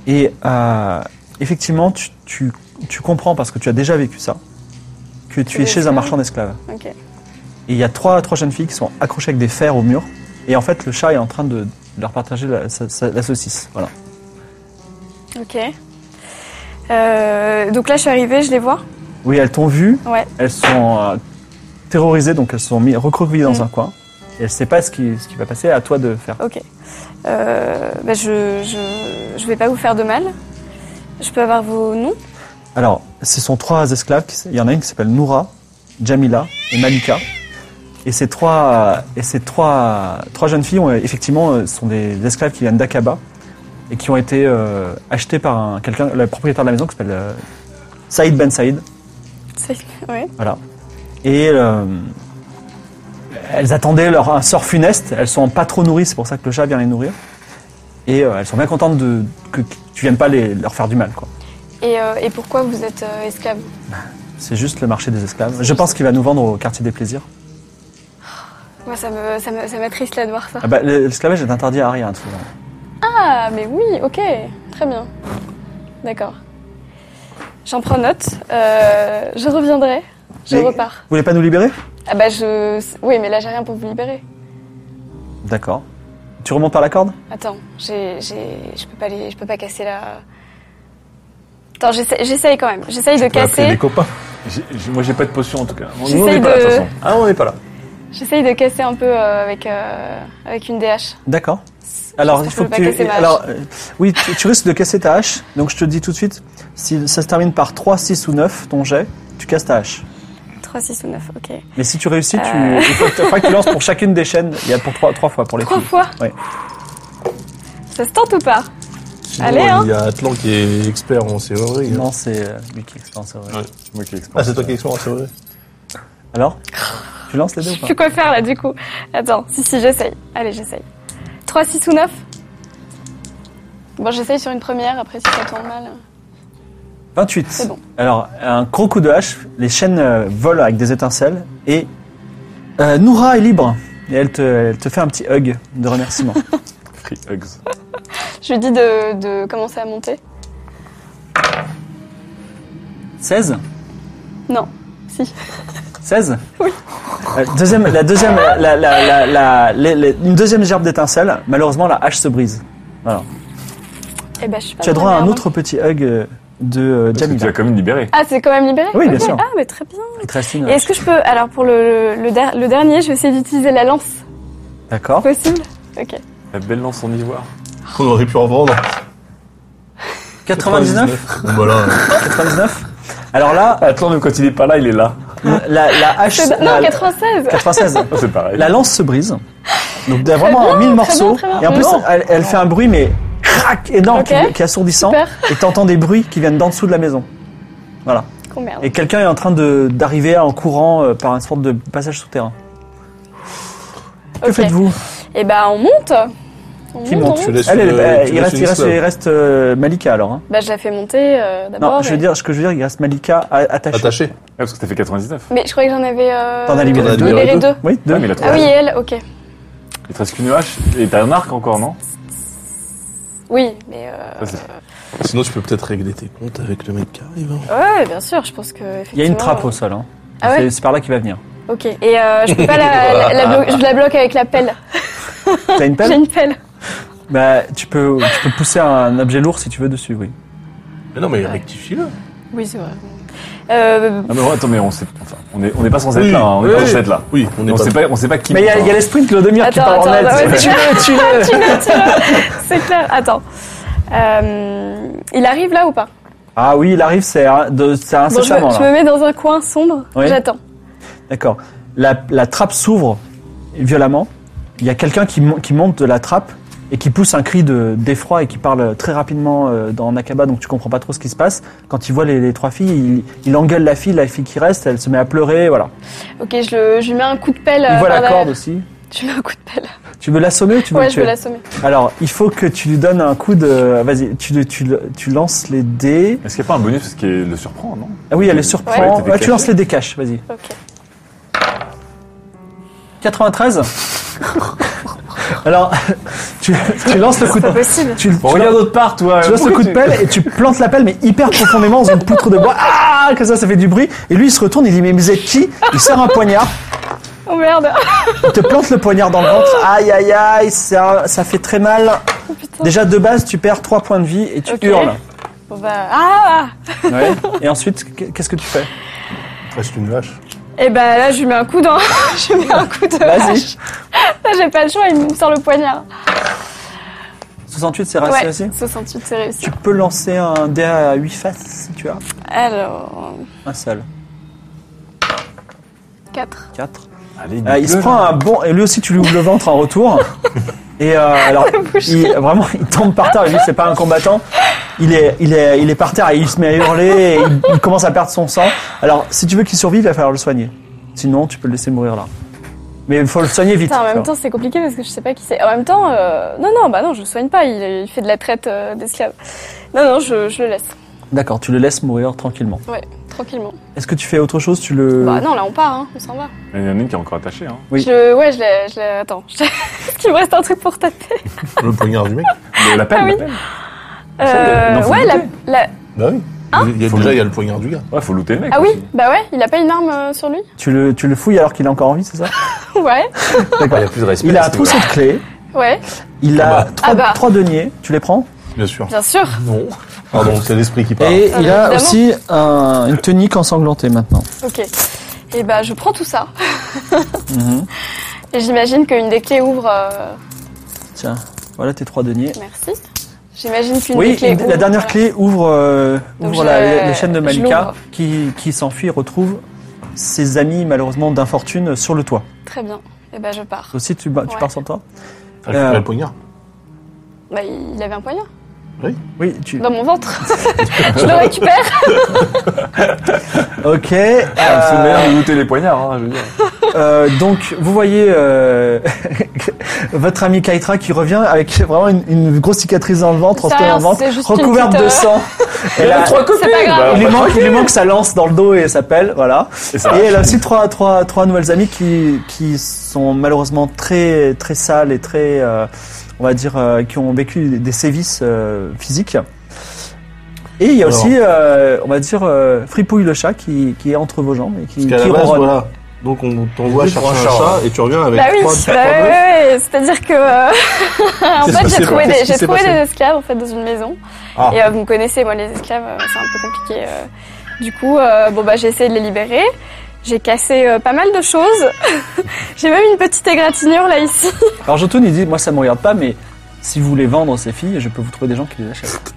A: Et euh, effectivement, tu, tu, tu comprends parce que tu as déjà vécu ça, que tu
D: Des
A: es chez un
D: esclaves.
A: marchand d'esclaves.
D: Ok.
A: Et il y a trois trois jeunes filles qui sont accrochées avec des fers au mur. Et en fait, le chat est en train de de leur partager la, sa- sa- la saucisse. Voilà.
D: Ok. Euh, donc là, je suis arrivée, je les vois.
A: Oui, elles t'ont vu.
D: Ouais.
A: Elles sont euh, terrorisées, donc elles sont mis recroquevillées dans
D: Mm.
A: un coin. Et elles ne savent pas ce qui, ce qui va passer. À toi de faire.
D: Ok. Euh, bah, je, je, je vais pas vous faire de mal. Je peux avoir vos noms
A: Alors, ce sont trois esclaves. qui s- Il y en a une qui s'appelle Noura, Jamila et Malika. Et ces trois, et ces trois, trois jeunes filles, ont, effectivement, euh, sont des, des esclaves qui viennent d'Akaba et qui ont été euh, achetées par un- quelqu'un, le propriétaire de la maison qui s'appelle euh, Saïd Ben Saïd.
D: Ça- Ouais.
A: Voilà. Et euh, elles attendaient leur, un sort funeste. Elles sont pas trop nourries, c'est pour ça que le chat vient les nourrir. Et euh, elles sont bien contentes de, que tu viennes pas les, leur faire du mal. quoi.
D: Et, euh, et pourquoi vous êtes euh, esclave
A: C'est juste le marché des esclaves. Je pense qu'il va nous vendre au quartier des plaisirs.
D: Moi, ça me, ça me- ça m'attriste là de voir ça.
A: Ah bah, le- l'esclavage est interdit à rien. de toute façon.
D: Ah, mais oui, ok, très bien. D'accord. J'en prends note. Euh, je reviendrai. Je
A: Mais-
D: repars.
A: Vous voulez pas nous libérer
D: Ah bah je... Oui, mais là, j'ai rien pour vous libérer.
A: D'accord. Tu remontes par la corde
D: Attends, j'ai, j'ai- je peux pas les- je peux pas casser la... Attends, j'essaye, j'essaye quand même. J'essaye de
E: On va appeler
D: casser...
E: les copains.
B: J'ai- j'ai- Moi, j'ai pas de potion en tout cas. Nous, on
D: J'essaye
B: n'est pas là, de toute
D: de-
B: façon.
C: Ah, on n'est pas là.
D: J'essaye de casser un peu euh, avec, euh, avec une DH.
A: D'accord. Alors, il
D: J'espère
A: faut
D: que
A: que
D: je vais pas
A: tu.
D: casser ma
A: Alors, euh, oui, tu, tu risques de casser ta hache. Donc, je te dis tout de suite, si ça se termine par 3, 6 ou 9, ton jet, tu casses ta hache.
D: 3, 6 ou 9, ok.
A: Mais si tu réussis, tu,
D: Euh.
A: il faut que tu, faudra que tu lances pour chacune des chaînes. Il y a pour trois, trois fois pour les
D: Trois
A: filles.
D: fois
A: Ouais.
D: Ça se tente ou pas
E: Sinon,
D: Allez, hein.
E: Il y a Atlan qui est expert en serrurerie. hein.
A: Non, c'est euh, lui qui expense. ouais.
E: Ouais.
B: C'est moi qui explose.
E: Ah, c'est toi qui es expert en serrurerie.
A: Alors Tu lances les deux ou
D: Je sais
A: pas
D: plus quoi faire là du coup. Attends, si si j'essaye. Allez j'essaye. 3, 6 ou 9 Bon j'essaye sur une première, après si ça tourne mal.
A: 28.
D: C'est bon.
A: Alors, un gros coup de hache, les chaînes euh, volent avec des étincelles et euh, Noura est libre. Et elle te, elle te fait un petit hug de remerciement.
B: Free hugs.
D: Je lui dis de, de commencer à monter.
A: 16
D: Non. Si.
A: 16 Oui. Euh, deuxième, la deuxième, la, la, la, la- les- les- une deuxième gerbe d'étincelles, malheureusement la hache se brise.
D: Eh ben je suis pas
A: Tu as droit à
D: très
A: un
D: bien.
A: autre petit hug euh, de euh,
B: Parce que tu
A: Jamila.
B: l'as quand même libéré.
D: Ah, c'est quand même libéré
A: Oui, bien
D: Ok.
A: sûr.
D: Ah, mais très bien.
A: Il te reste une-
D: Et est-ce que je peux. Alors, pour le, le, der- le dernier, je vais essayer d'utiliser la lance.
A: D'accord.
D: Possible Ok.
B: La belle lance en ivoire.
E: On aurait pu en vendre.
A: 99
E: Bon, Voilà.
A: 99 Alors là,
B: Attends, même quand il est pas là, il est là.
A: la, la hache...
D: Ah. C'est- Non,
A: la-
D: 96
A: 96.
B: Ah, C'est pareil.
A: La lance se brise. Donc elle a vraiment en mille morceaux.
D: très bien.
A: Et en plus,
D: Non.
A: elle, elle fait un bruit, mais crac énorme,
D: Ok.
A: qui, qui est assourdissant.
D: Super.
A: Et t'entends des bruits qui viennent d'en dessous de la maison. Voilà.
D: Oh, merde.
A: Et quelqu'un est en train de d'arriver en courant euh, par une sorte de passage souterrain. Que
D: Ok.
A: faites-vous
D: Et bah, on monte On
A: Qui monte
D: monte, on
E: Tu
D: monte.
E: laisses
A: Elle, elle, elle,
E: une- euh,
A: bah,
E: tu
A: il,
E: laisses
A: reste,
E: une
A: il reste,
E: esclave.
A: il reste, euh, Malika alors. hein.
D: Bah, je la fais monter euh, d'abord.
A: Non, je veux
D: et-
A: dire, ce que je veux dire, il reste Malika a- attachée.
E: Attaché.
B: Ah, parce que t'as fait 99.
D: Mais je croyais que j'en avais. Euh...
A: T'en as libéré
D: j'en ai
E: deux.
D: libéré deux.
A: Oui, deux.
B: Ah, mais il a
D: Ah
B: trouvé.
D: oui, elle, ok.
B: Il te reste qu'une hache et t'as un arc encore, non
D: Oui, mais.
B: Ça,
D: Euh...
B: c'est-
E: Sinon, tu peux peut-être régler tes comptes avec le mec qui arrive. hein.
D: Ouais, bien sûr, je pense que.
A: Il y a une
D: effectivement,
A: trappe au sol. hein.
D: Ah
A: C'est-
D: ouais
A: C'est par là qu'il va venir.
D: Ok. Et euh, je peux pas la, la- la blo- je la bloque avec la pelle.
A: T'as une
D: J'ai
A: pelle
D: une pelle.
A: Bah, tu peux, tu peux pousser un objet lourd si tu veux dessus, oui.
E: Mais non, mais rectifie-le.
D: Oui, c'est vrai. Euh,
B: Ah, mais ouais, attends, mais on sait. Enfin, on est, on est pas censé
E: Oui,
B: être là. hein, On est
E: oui,
B: pas
E: oui.
B: censé être là.
E: Oui, on est
B: On
E: pas.
B: sait pas, on sait pas qui.
A: Mais il y a,
B: enfin,
A: il y a l'esprit de Clodomir qui
D: Attends,
A: parle en
D: attends,
A: net.
D: ouais,
A: tu
D: c'est
A: le, tu le.
D: tu l'as, tu l'as. C'est clair. Attends. Euh, il arrive là ou pas
A: Ah oui, il arrive, c'est un- de- Ah, c'est
D: Bon, je, me,
A: incessamment
D: je me
A: là.
D: mets dans un coin sombre.
A: Oui.
D: J'attends.
A: D'accord. La, la trappe s'ouvre violemment. Il y a quelqu'un qui, mon- qui monte de la trappe et qui pousse un cri de- d'effroi et qui parle très rapidement euh, dans Nakaba, donc tu comprends pas trop ce qui se passe. Quand il voit les, les trois filles, il, il engueule la fille, la fille qui reste, elle se met à pleurer, voilà.
D: Ok, je, le- je lui mets un coup de pelle.
A: Il
D: euh,
A: voit
D: par
A: la
D: derrière.
A: corde aussi.
D: Je lui mets un coup de pelle.
A: Tu veux l'assommer ou tu veux
D: ouais,
A: le
D: je vais
A: tuer
D: l'assommer.
A: Alors, il faut que tu lui donnes un coup de... ah, Vas-y, tu, le- tu, le- tu lances les dés.
B: Est-ce qu'il n'y a pas un bonus parce qu'il le surprend, non
A: Ah oui, elle le surprend.
B: Ouais, t'es
A: Ah, tu lances
B: décaché.
A: les dés cash, vas-y.
D: Ok.
A: 93 Alors, tu, tu lances le coup de
D: Pas possible.
A: tu, tu
B: Bon, regarde
A: lances-
B: d'autre part, toi.
A: tu lances le coup de pelle et tu plantes la pelle, mais hyper profondément dans une poutre de bois. Ah, que ça, ça fait du bruit. Et lui, il se retourne, il dit Mais vous êtes qui Il sort un poignard,
D: Oh merde.
A: il te plante le poignard dans le ventre. Aïe, aïe, aïe, ça, ça fait très mal.
D: Oh, putain.
A: Déjà, de base, tu perds 3 points de vie et tu
D: Ok.
A: hurles.
D: Bon, bah, ah
A: Ouais. Et ensuite, qu'est-ce que tu fais
E: Reste une hache.
D: Et bah là, je lui mets un coup dans. je lui mets un coup de.
A: Vas-y.
D: Là, j'ai pas le choix, il me sort le poignard.
A: 68, Ah, c'est rassé
D: Ouais,
A: aussi
D: 68, c'est réussi.
A: Tu peux lancer un dé à 8 faces si tu as
D: Alors,
A: un seul.
D: 4.
A: 4.
B: Allez,
A: Euh, il se prend un bon. Et lui aussi, tu lui ouvres le ventre en retour. Et euh, alors, il, vraiment, il tombe par terre. Lui, c'est pas un combattant. Il est, il est, il est par terre et il se met à hurler. Et il, il commence à perdre son sang. Alors, si tu veux qu'il survive, il va falloir le soigner. Sinon, tu peux le laisser mourir là. Mais il faut le soigner vite.
D: Putain, en
A: tu vois.
D: même temps, c'est compliqué parce que je sais pas qui c'est. En même temps, euh, non, non, bah non, je le soigne pas, il, il fait de la traite euh, d'esclaves. Non, non, je, je le laisse,
A: D'accord, tu le laisses mourir tranquillement.
D: tranquillement.
A: Est-ce que tu fais autre chose Tu le.
D: Bah non, là, on part, hein, on s'en va.
B: Il y en a une qui est encore attachée. Hein.
A: Euh. Oui.
D: Je le- ouais, je l'ai. Je l'ai- attends, je- est-ce qu'il me reste un truc pour taper
E: Le poignard du mec.
B: Le- La pelle,
D: Ah oui.
B: la pelle.
D: Euh,
B: non, faut
D: Ouais, la,
B: looter.
D: la-
E: Bah oui.
D: Hein
E: il y a,
B: Faut
E: déjà,
B: le-
E: il y a le poignard du gars.
B: Ouais, faut looter le mec. hein.
D: Ah oui,
B: aussi.
D: bah ouais, il a pas une arme euh, sur lui
A: Tu le, tu le fouilles alors qu'il est encore en vie, c'est ça
D: Ouais,
A: D'accord.
C: Il y a plus de respect.
A: Il
C: à
A: a
C: ce
A: un trousseau de clés.
D: ouais,
A: Il
E: Ah
A: a
E: bah.
A: trois,
D: Ah bah.
A: trois deniers. Tu les prends
E: Bien sûr.
D: bien sûr.
E: Non. Pardon, c'est l'esprit qui parle.
A: Et
D: Ah,
A: il a
D: évidemment.
A: aussi un- une tunique ensanglantée maintenant.
D: Ok. Et bah, je prends tout ça.
A: Mhm.
D: Et j'imagine qu'une des clés ouvre. euh,
A: Tiens, voilà tes trois deniers.
D: Merci. J'imagine qu'une des
A: Oui,
D: clés
A: une-
D: ouvre.
A: la dernière clé ouvre, euh,
D: Donc
A: ouvre
D: je-
A: la- les- les chaînes de
D: je
A: Malika
D: l'ouvre.
A: qui, qui s'enfuit et retrouve ses amis malheureusement d'infortune sur le toit.
D: Très bien. Et bah, je pars.
A: Toi Aussi, tu, ba- tu
D: Ouais.
A: pars sans toi
E: Elle
A: Euh,
E: a le poignard.
D: Bah, il avait un poignard
A: Oui, tu...
D: dans mon ventre. je le récupère.
A: Ok.
B: Ah, C'est
A: euh,
B: le meilleur de looter les poignards, hein, je veux dire.
A: Euh, donc, vous voyez euh, votre ami Kaitra qui revient avec vraiment une, une grosse cicatrice dans le ventre, en
D: Ça,
A: se tenant le ventre,
D: c'est juste une
A: recouverte
D: petite,
A: de
D: euh,
A: sang. Elle a-
D: C'est pas grave.
B: bah,
A: il, lui
B: bah,
A: manque, il lui manque sa lance dans le dos et sa pelle, voilà.
B: Et ça.
A: Et elle a aussi trois, trois, trois nouvelles amies qui, qui sont malheureusement très, très sales et très, euh, on va dire, euh, qui ont vécu des sévices euh, physiques. Et il y a
E: Alors.
A: aussi, euh, on va dire, euh, Fripouille le chat qui, qui est entre vos jambes et qui,
E: Parce qu'à
A: qui
E: la base,
A: ronronne.
E: voilà, Donc on t'envoie
C: Oui,
E: chercher
C: pour
E: un
C: un
E: chat,
C: chat, ouais.
E: et tu reviens avec
D: Bah oui,
E: trois,
D: bah
E: trois
D: oui,
E: bœufs.
D: oui, oui. c'est-à-dire que euh, en
E: Qu'est-ce
D: fait
E: qui s'est
D: j'ai trouvé,
E: passé
D: des,
E: Qu'est-ce
D: j'ai
E: qui s'est
D: trouvé
E: passé
D: des esclaves en fait dans une maison
E: Ah.
D: et euh, vous me connaissez moi les esclaves euh, c'est un peu compliqué. euh. Du coup euh, bon bah j'ai essayé de les libérer, j'ai cassé euh, pas mal de choses, j'ai même une petite égratignure là ici.
A: Alors Jotun il dit moi ça me regarde pas mais si vous voulez vendre ces filles je peux vous trouver des gens qui les achètent.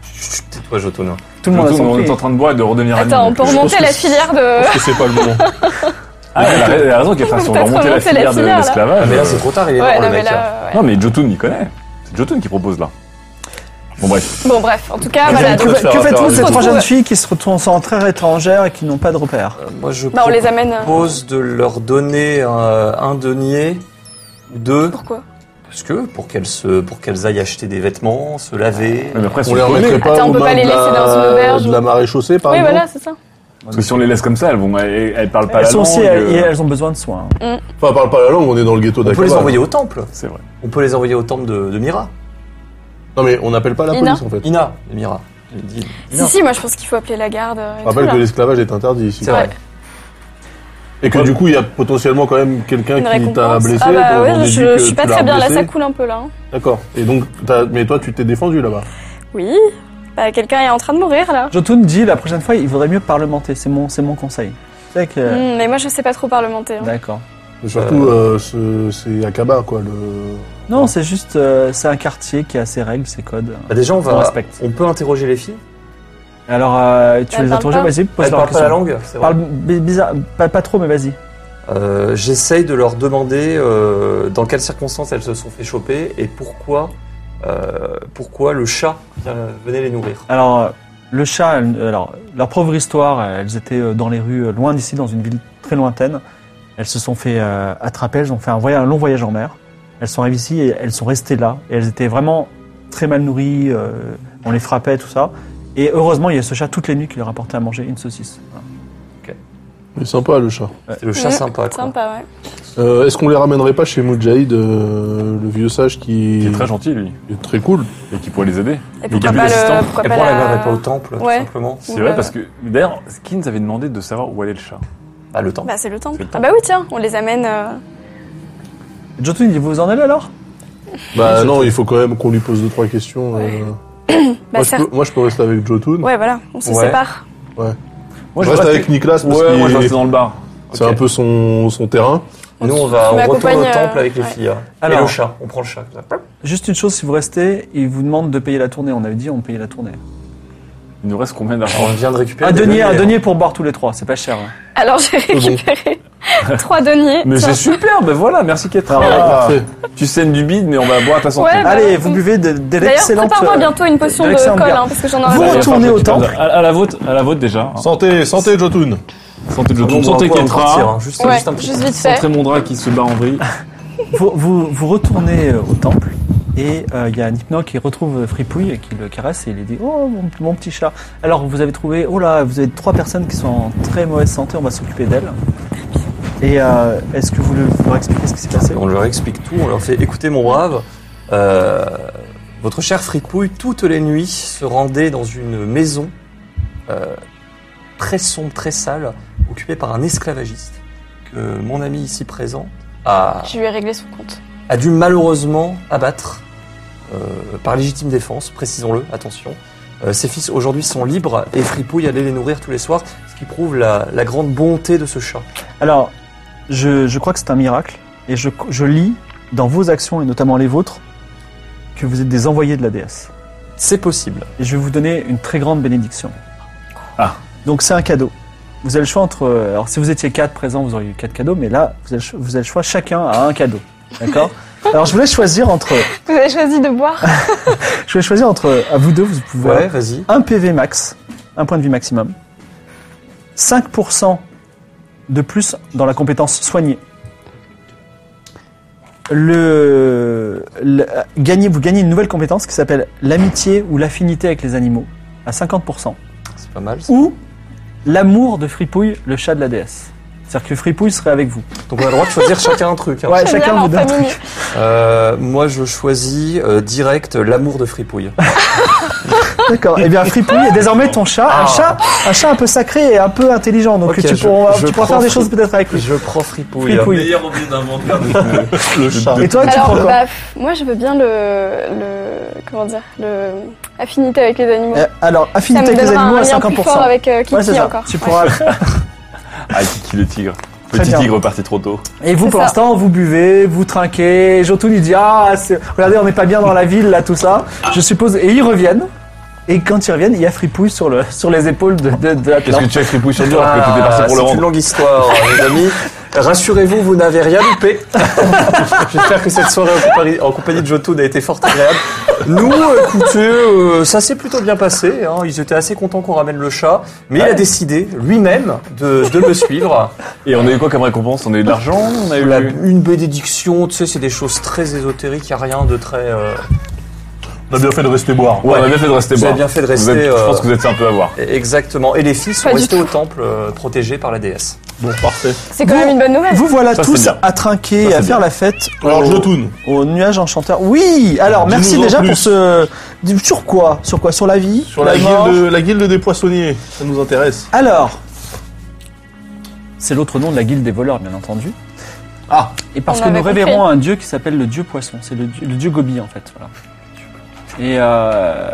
C: Toi, hein. Jotun.
A: Tout le monde a
B: Surtout,
A: son
B: on est en
A: prix.
B: train de boire et de redevenir
D: Attends on
B: amis.
D: peut
E: je pense
D: remonter
E: que
D: la
E: c'est-
D: filière de.
E: Parce que c'est pas le moment.
B: Ah, elle a- elle a raison qu'il
D: On peut
B: fasse
D: peut-être
B: remonter la
D: remonter la
B: filière de
D: filière, là.
B: l'esclavage.
C: Ah, mais là, c'est trop tard, il est
D: Euh, Ouais
C: mort,
D: non
C: le
D: mais
C: mec. hein.
D: là. ouais.
B: Non, mais Jotun, il connaît. C'est Jotun qui propose là. Bon, bref.
D: Bon bref en tout cas
E: Ils
D: voilà
E: ont
D: donc,
E: tout
A: Que
E: fait.
A: que faites-vous de ces
D: On se
A: trois
D: retrouve.
A: jeunes filles qui se retrouvent en très étrangères et qui n'ont pas de repères
C: Euh, Moi, je
D: bah, on les amène. euh,
C: propose de leur donner un, un denier ou deux,
D: Pourquoi
C: parce que pour qu'elles se, pour qu'elles aillent acheter des vêtements, se laver.
B: Ah, Mais après,
E: On
B: si
E: les
B: on connaît,
E: remettrait pas
D: Attends, on
E: aux
D: peut
E: mains
D: pas les
E: de la,
D: laisser dans une auberge
E: de
D: ou-
E: la marée chaussée, par
D: Oui
E: exemple.
D: voilà c'est ça.
B: parce que si on les laisse comme ça, elles, vont, elles, elles parlent pas
A: Elles
B: la
A: sont aussi
B: langue,
A: elles,
B: euh,
A: elles ont besoin de soins.
E: Enfin, on parle pas la langue, on est dans le ghetto
C: On peut les
E: d'Aqaba.
C: envoyer au temple.
B: C'est vrai.
C: On peut les envoyer au temple de, de Mira.
E: Non, mais on n'appelle pas la
D: Ina.
E: police en fait.
C: Ina, de Mira. Il dit-
D: Si si moi je pense qu'il faut appeler la garde.
E: Ah,
D: euh, et
E: bah, Je rappelle
D: tout,
E: que
D: là.
E: l'esclavage est interdit ici.
C: C'est vrai.
E: Et que du coup, il y a potentiellement quand même quelqu'un
D: Une
E: qui t'a
D: récompense.
E: blessé.
D: Ah bah
E: dont on
D: ouais,
E: déduit
D: je,
E: que
D: je suis pas
E: tu l'as
D: très bien là,
E: blessé.
D: ça coule un peu là. hein.
E: D'accord. Et donc, t'as- mais toi, tu t'es défendu là-bas.
D: Oui, bah, quelqu'un est en train de mourir là.
A: Jotun dit la prochaine fois il vaudrait mieux parlementer, c'est mon, c'est mon conseil. C'est que...
D: Hmm, mais moi je sais pas trop parlementer. hein.
A: D'accord.
E: Et surtout, euh, ce- c'est Akaba, quoi. Le...
A: Non, c'est juste, euh, c'est un quartier qui a ses règles, ses codes.
C: Bah, déjà, on
A: On
C: va.
A: respecte.
C: On peut interroger les filles.
A: Alors, euh, tu
D: Elles
A: les as
D: parlent
A: interrogées,
D: pas
A: vas-y,
C: Elles
A: pose-leur
C: parlent
A: question.
C: pas la langue. c'est vrai.
A: Parle bi- bizarre, pas, pas trop, mais vas-y.
C: Euh, J'essaye de leur demander euh, dans quelles circonstances elles se sont fait choper et pourquoi, euh, pourquoi le chat euh, venait les nourrir.
A: Alors, euh, le chat, elle- alors, leur pauvre histoire, euh, elles étaient euh, dans les rues, euh, loin d'ici, dans une ville très lointaine. Elles se sont fait euh, attraper, elles ont fait un, voyage, un long voyage en mer. Elles sont arrivées ici et elles sont restées là. Et elles étaient vraiment très mal nourries, euh, on les frappait, tout ça. Et heureusement, il y a ce chat toutes les nuits qui leur apportait à manger une saucisse. Voilà.
E: Mais sympa, le chat.
C: C'est le chat
D: Mmh,
C: sympa. Quoi.
D: Sympa, ouais.
E: Euh, Est-ce qu'on les ramènerait pas chez Mujahid, euh, le vieux sage qui...
B: Il est très gentil, lui.
E: Il est très cool.
B: Et qui pourrait les aider.
D: Et
B: il y a
D: pourquoi
B: plus
D: pas
B: d'assistants.
D: le. Pourquoi
C: Et
D: pas
C: pourquoi elle
D: la.
C: n'irait pas au temple,
D: Ouais.
C: tout simplement
B: C'est
D: Ouais.
B: vrai, parce que. D'ailleurs, qui nous avait demandé de savoir où allait le chat
C: Bah, le temple.
D: Bah c'est le temps.
B: C'est le
D: Ah
B: temple.
D: bah oui tiens, on les amène. euh,
A: Jotun, il dit, vous vous en allez alors
E: Bah non, il faut quand même qu'on lui pose deux, trois questions. euh.
D: Ouais.
E: moi,
D: Bah
E: je
D: certes.
E: peux, moi, je peux rester avec Jotun.
D: Ouais voilà, on se
C: Ouais.
D: sépare.
B: Moi,
E: je reste avec Nicolas parce
B: Ouais, moi, je
E: que
B: reste dans le bar.
E: c'est
C: Ok.
E: un peu son, son terrain.
C: Nous, on va
D: Tu
C: on retourne
D: m'accompagnes,
C: au temple
D: euh,
C: avec les
D: ouais.
C: filles. hein.
A: Alors.
C: Et le chat. On prend le chat. là.
A: Juste une chose, si vous restez, il vous demande de payer la tournée. On avait dit on payait la tournée.
B: Il nous reste combien
C: On
B: d'argent
C: vient de récupérer.
A: Un
C: des
A: denier, un
C: deniers.
A: denier pour boire tous les trois, c'est pas cher. hein.
D: Alors j'ai récupéré trois deniers.
B: Mais
D: Tiens.
B: c'est super, ben voilà, merci Ketra.
E: Parfait.
B: Tu saignes du bide, mais on va boire à ta santé.
D: Ouais, bah,
A: Allez, vous buvez de, de
D: D'ailleurs
A: l'excellente.
D: prépare-moi
A: euh,
D: bientôt une potion de
A: d'excellente
D: colle
A: bière.
D: hein, parce que j'en aurai
A: Vous
D: besoin.
A: retournez au temple.
B: À, à la vôtre, à la vôtre
E: hein.
B: déjà.
E: Santé, santé, Jotun.
B: Santé de
C: On
B: Jotun,
C: va
B: santé
C: pouvoir en sortir,
B: Ketra.
C: hein. Juste,
D: Ouais,
C: juste un petit
D: juste vite fait.
B: Santé Mondra qui se bat en vrille.
A: Vous, vous, vous retournez euh, au temple et euh, il y a Nipno qui retrouve euh, Fripouille et qui le caresse et il lui dit Oh mon, mon petit chat. Alors vous avez trouvé, oh là, vous avez trois personnes qui sont en très mauvaise santé, on va s'occuper d'elles. Et euh, est-ce que vous, le- vous leur expliquez ce qui s'est passé
C: On leur explique tout, on leur fait écoutez mon brave, euh, votre chère fripouille, toutes les nuits, se rendait dans une maison euh, très sombre, très sale, occupée par un esclavagiste que mon ami ici présent a,
D: Je lui ai réglé son compte.
C: a dû malheureusement abattre euh, par légitime défense, précisons-le, attention. Euh, ses fils aujourd'hui sont libres et Fripouille allait les nourrir tous les soirs, ce qui prouve la, la grande bonté de ce chat.
A: Alors, je, je crois que c'est un miracle et je, je lis dans vos actions et notamment les vôtres que vous êtes des envoyés de la déesse.
C: C'est possible.
A: et je vais vous donner une très grande bénédiction.
B: Ah.
A: Donc c'est un cadeau. Vous avez le choix entre. euh, Alors si vous étiez quatre présents, vous auriez eu quatre cadeaux, mais là, vous avez, le cho- vous avez le choix, chacun a un cadeau. D'accord Alors je voulais choisir entre.
D: Vous avez choisi de boire.
A: Ah, Je voulais choisir entre. euh, À vous deux, vous pouvez.
C: Ouais, vas-y.
A: Un PV max, un point de vie maximum. 5% de plus dans la compétence soignée. Le, le- euh, gagnez, vous gagnez une nouvelle compétence qui s'appelle l'amitié ou l'affinité avec les animaux à 50%
C: C'est pas mal. ça.
A: ou l'amour de Fripouille, le chat de la déesse. C'est-à-dire que Fripouille serait avec vous.
C: Donc on a le droit de choisir chacun un truc. hein.
A: Ouais,
D: J'aime bien
A: chacun vous
D: leur
A: donne un
D: famille.
A: truc.
C: Euh, moi, je choisis euh, direct euh, l'amour de Fripouille.
A: D'accord. Eh bien, Fripouille est désormais ton chat. Un
C: Ah.
A: chat, un chat un peu sacré et un peu intelligent. Donc,
C: Ok,
A: tu,
C: je-
A: pourras,
C: je
A: tu pourras
C: prends
A: faire des
C: Fripouille.
A: choses peut-être avec lui.
C: Je prends fripouille.
A: Fripouille.
F: Meilleur objet d'inventaire de
E: Le chat.
A: Et toi, tu prends
D: Alors,
A: quoi
D: bah, pff, moi, je veux bien le, le- Comment dire le Affinité avec les animaux.
A: Euh, Alors,
D: Bah, Ça
A: affinité
D: me
A: avec les
D: donnera
A: animaux
D: un
A: à
D: lien plus
A: 50%.
D: fort avec euh, Kiki
A: ouais, c'est ça.
D: encore.
A: Tu
D: Ouais.
A: pourras.
B: Ah, Kiki le tigre.
A: Très
B: Petit
A: bien.
B: tigre parti trop tôt.
A: Et vous,
D: C'est
A: pour
D: ça.
A: l'instant, vous buvez, vous trinquez. Jotun, il dit Ah, c'est- regardez, on n'est pas bien dans la ville, là, tout ça. Je suppose. Et ils reviennent. Et quand ils reviennent, il y a Fripouille sur, le, sur les épaules de, de, de
B: Qu'est-ce que
A: l'Atlan.
B: tu as fripouille sur toi alors que tu es parti
C: Ah,
B: pour
C: C'est
B: le
C: une
B: rendre
C: longue histoire, les amis. Rassurez-vous, vous n'avez rien loupé. J'espère que cette soirée en compagnie, en compagnie de Jotun a été fort agréable. Nous, écoutez, euh, ça s'est plutôt bien passé. hein. Ils étaient assez contents qu'on ramène le chat. Mais il a décidé lui-même de, de me suivre. Euh,
B: Et on a eu quoi comme récompense On a eu de l'argent On a eu.
C: La- une bénédiction, tu sais, c'est des choses très ésotériques. Il n'y a rien de très... euh,
E: On a bien fait de rester boire.
B: Ouais, on a bien fait de rester
C: Vous
B: boire.
C: avez bien fait de
B: Vous
C: rester,
B: êtes- Je
C: euh,
B: pense que vous êtes fait un peu avoir.
C: Exactement. Et les filles
D: Pas
C: sont
D: du
C: restées au temple, euh, protégées par la déesse.
E: Bon, parfait.
D: C'est quand
A: Vous-
D: même une bonne nouvelle.
A: Vous voilà
B: Ça, c'est
A: tous
B: bien.
A: à trinquer
B: Ça,
A: et à
B: c'est
A: faire la fête
E: Alors,
A: au,
E: Jotun.
A: au nuage enchanteur. Oui Alors,
E: Dis-nous
A: merci
E: en
A: déjà
E: plus.
A: pour ce. Sur quoi Sur quoi Sur la vie
E: Sur la,
A: mort
E: guilde, la guilde des poissonniers, ça nous intéresse.
A: Alors, c'est l'autre nom de la guilde des voleurs, bien entendu. Ah, et parce
D: On
A: que nous
D: avait
A: révérons
D: compris.
A: un dieu qui s'appelle le dieu poisson, c'est le, dieu- le dieu Gobi en fait. Voilà. Et euh,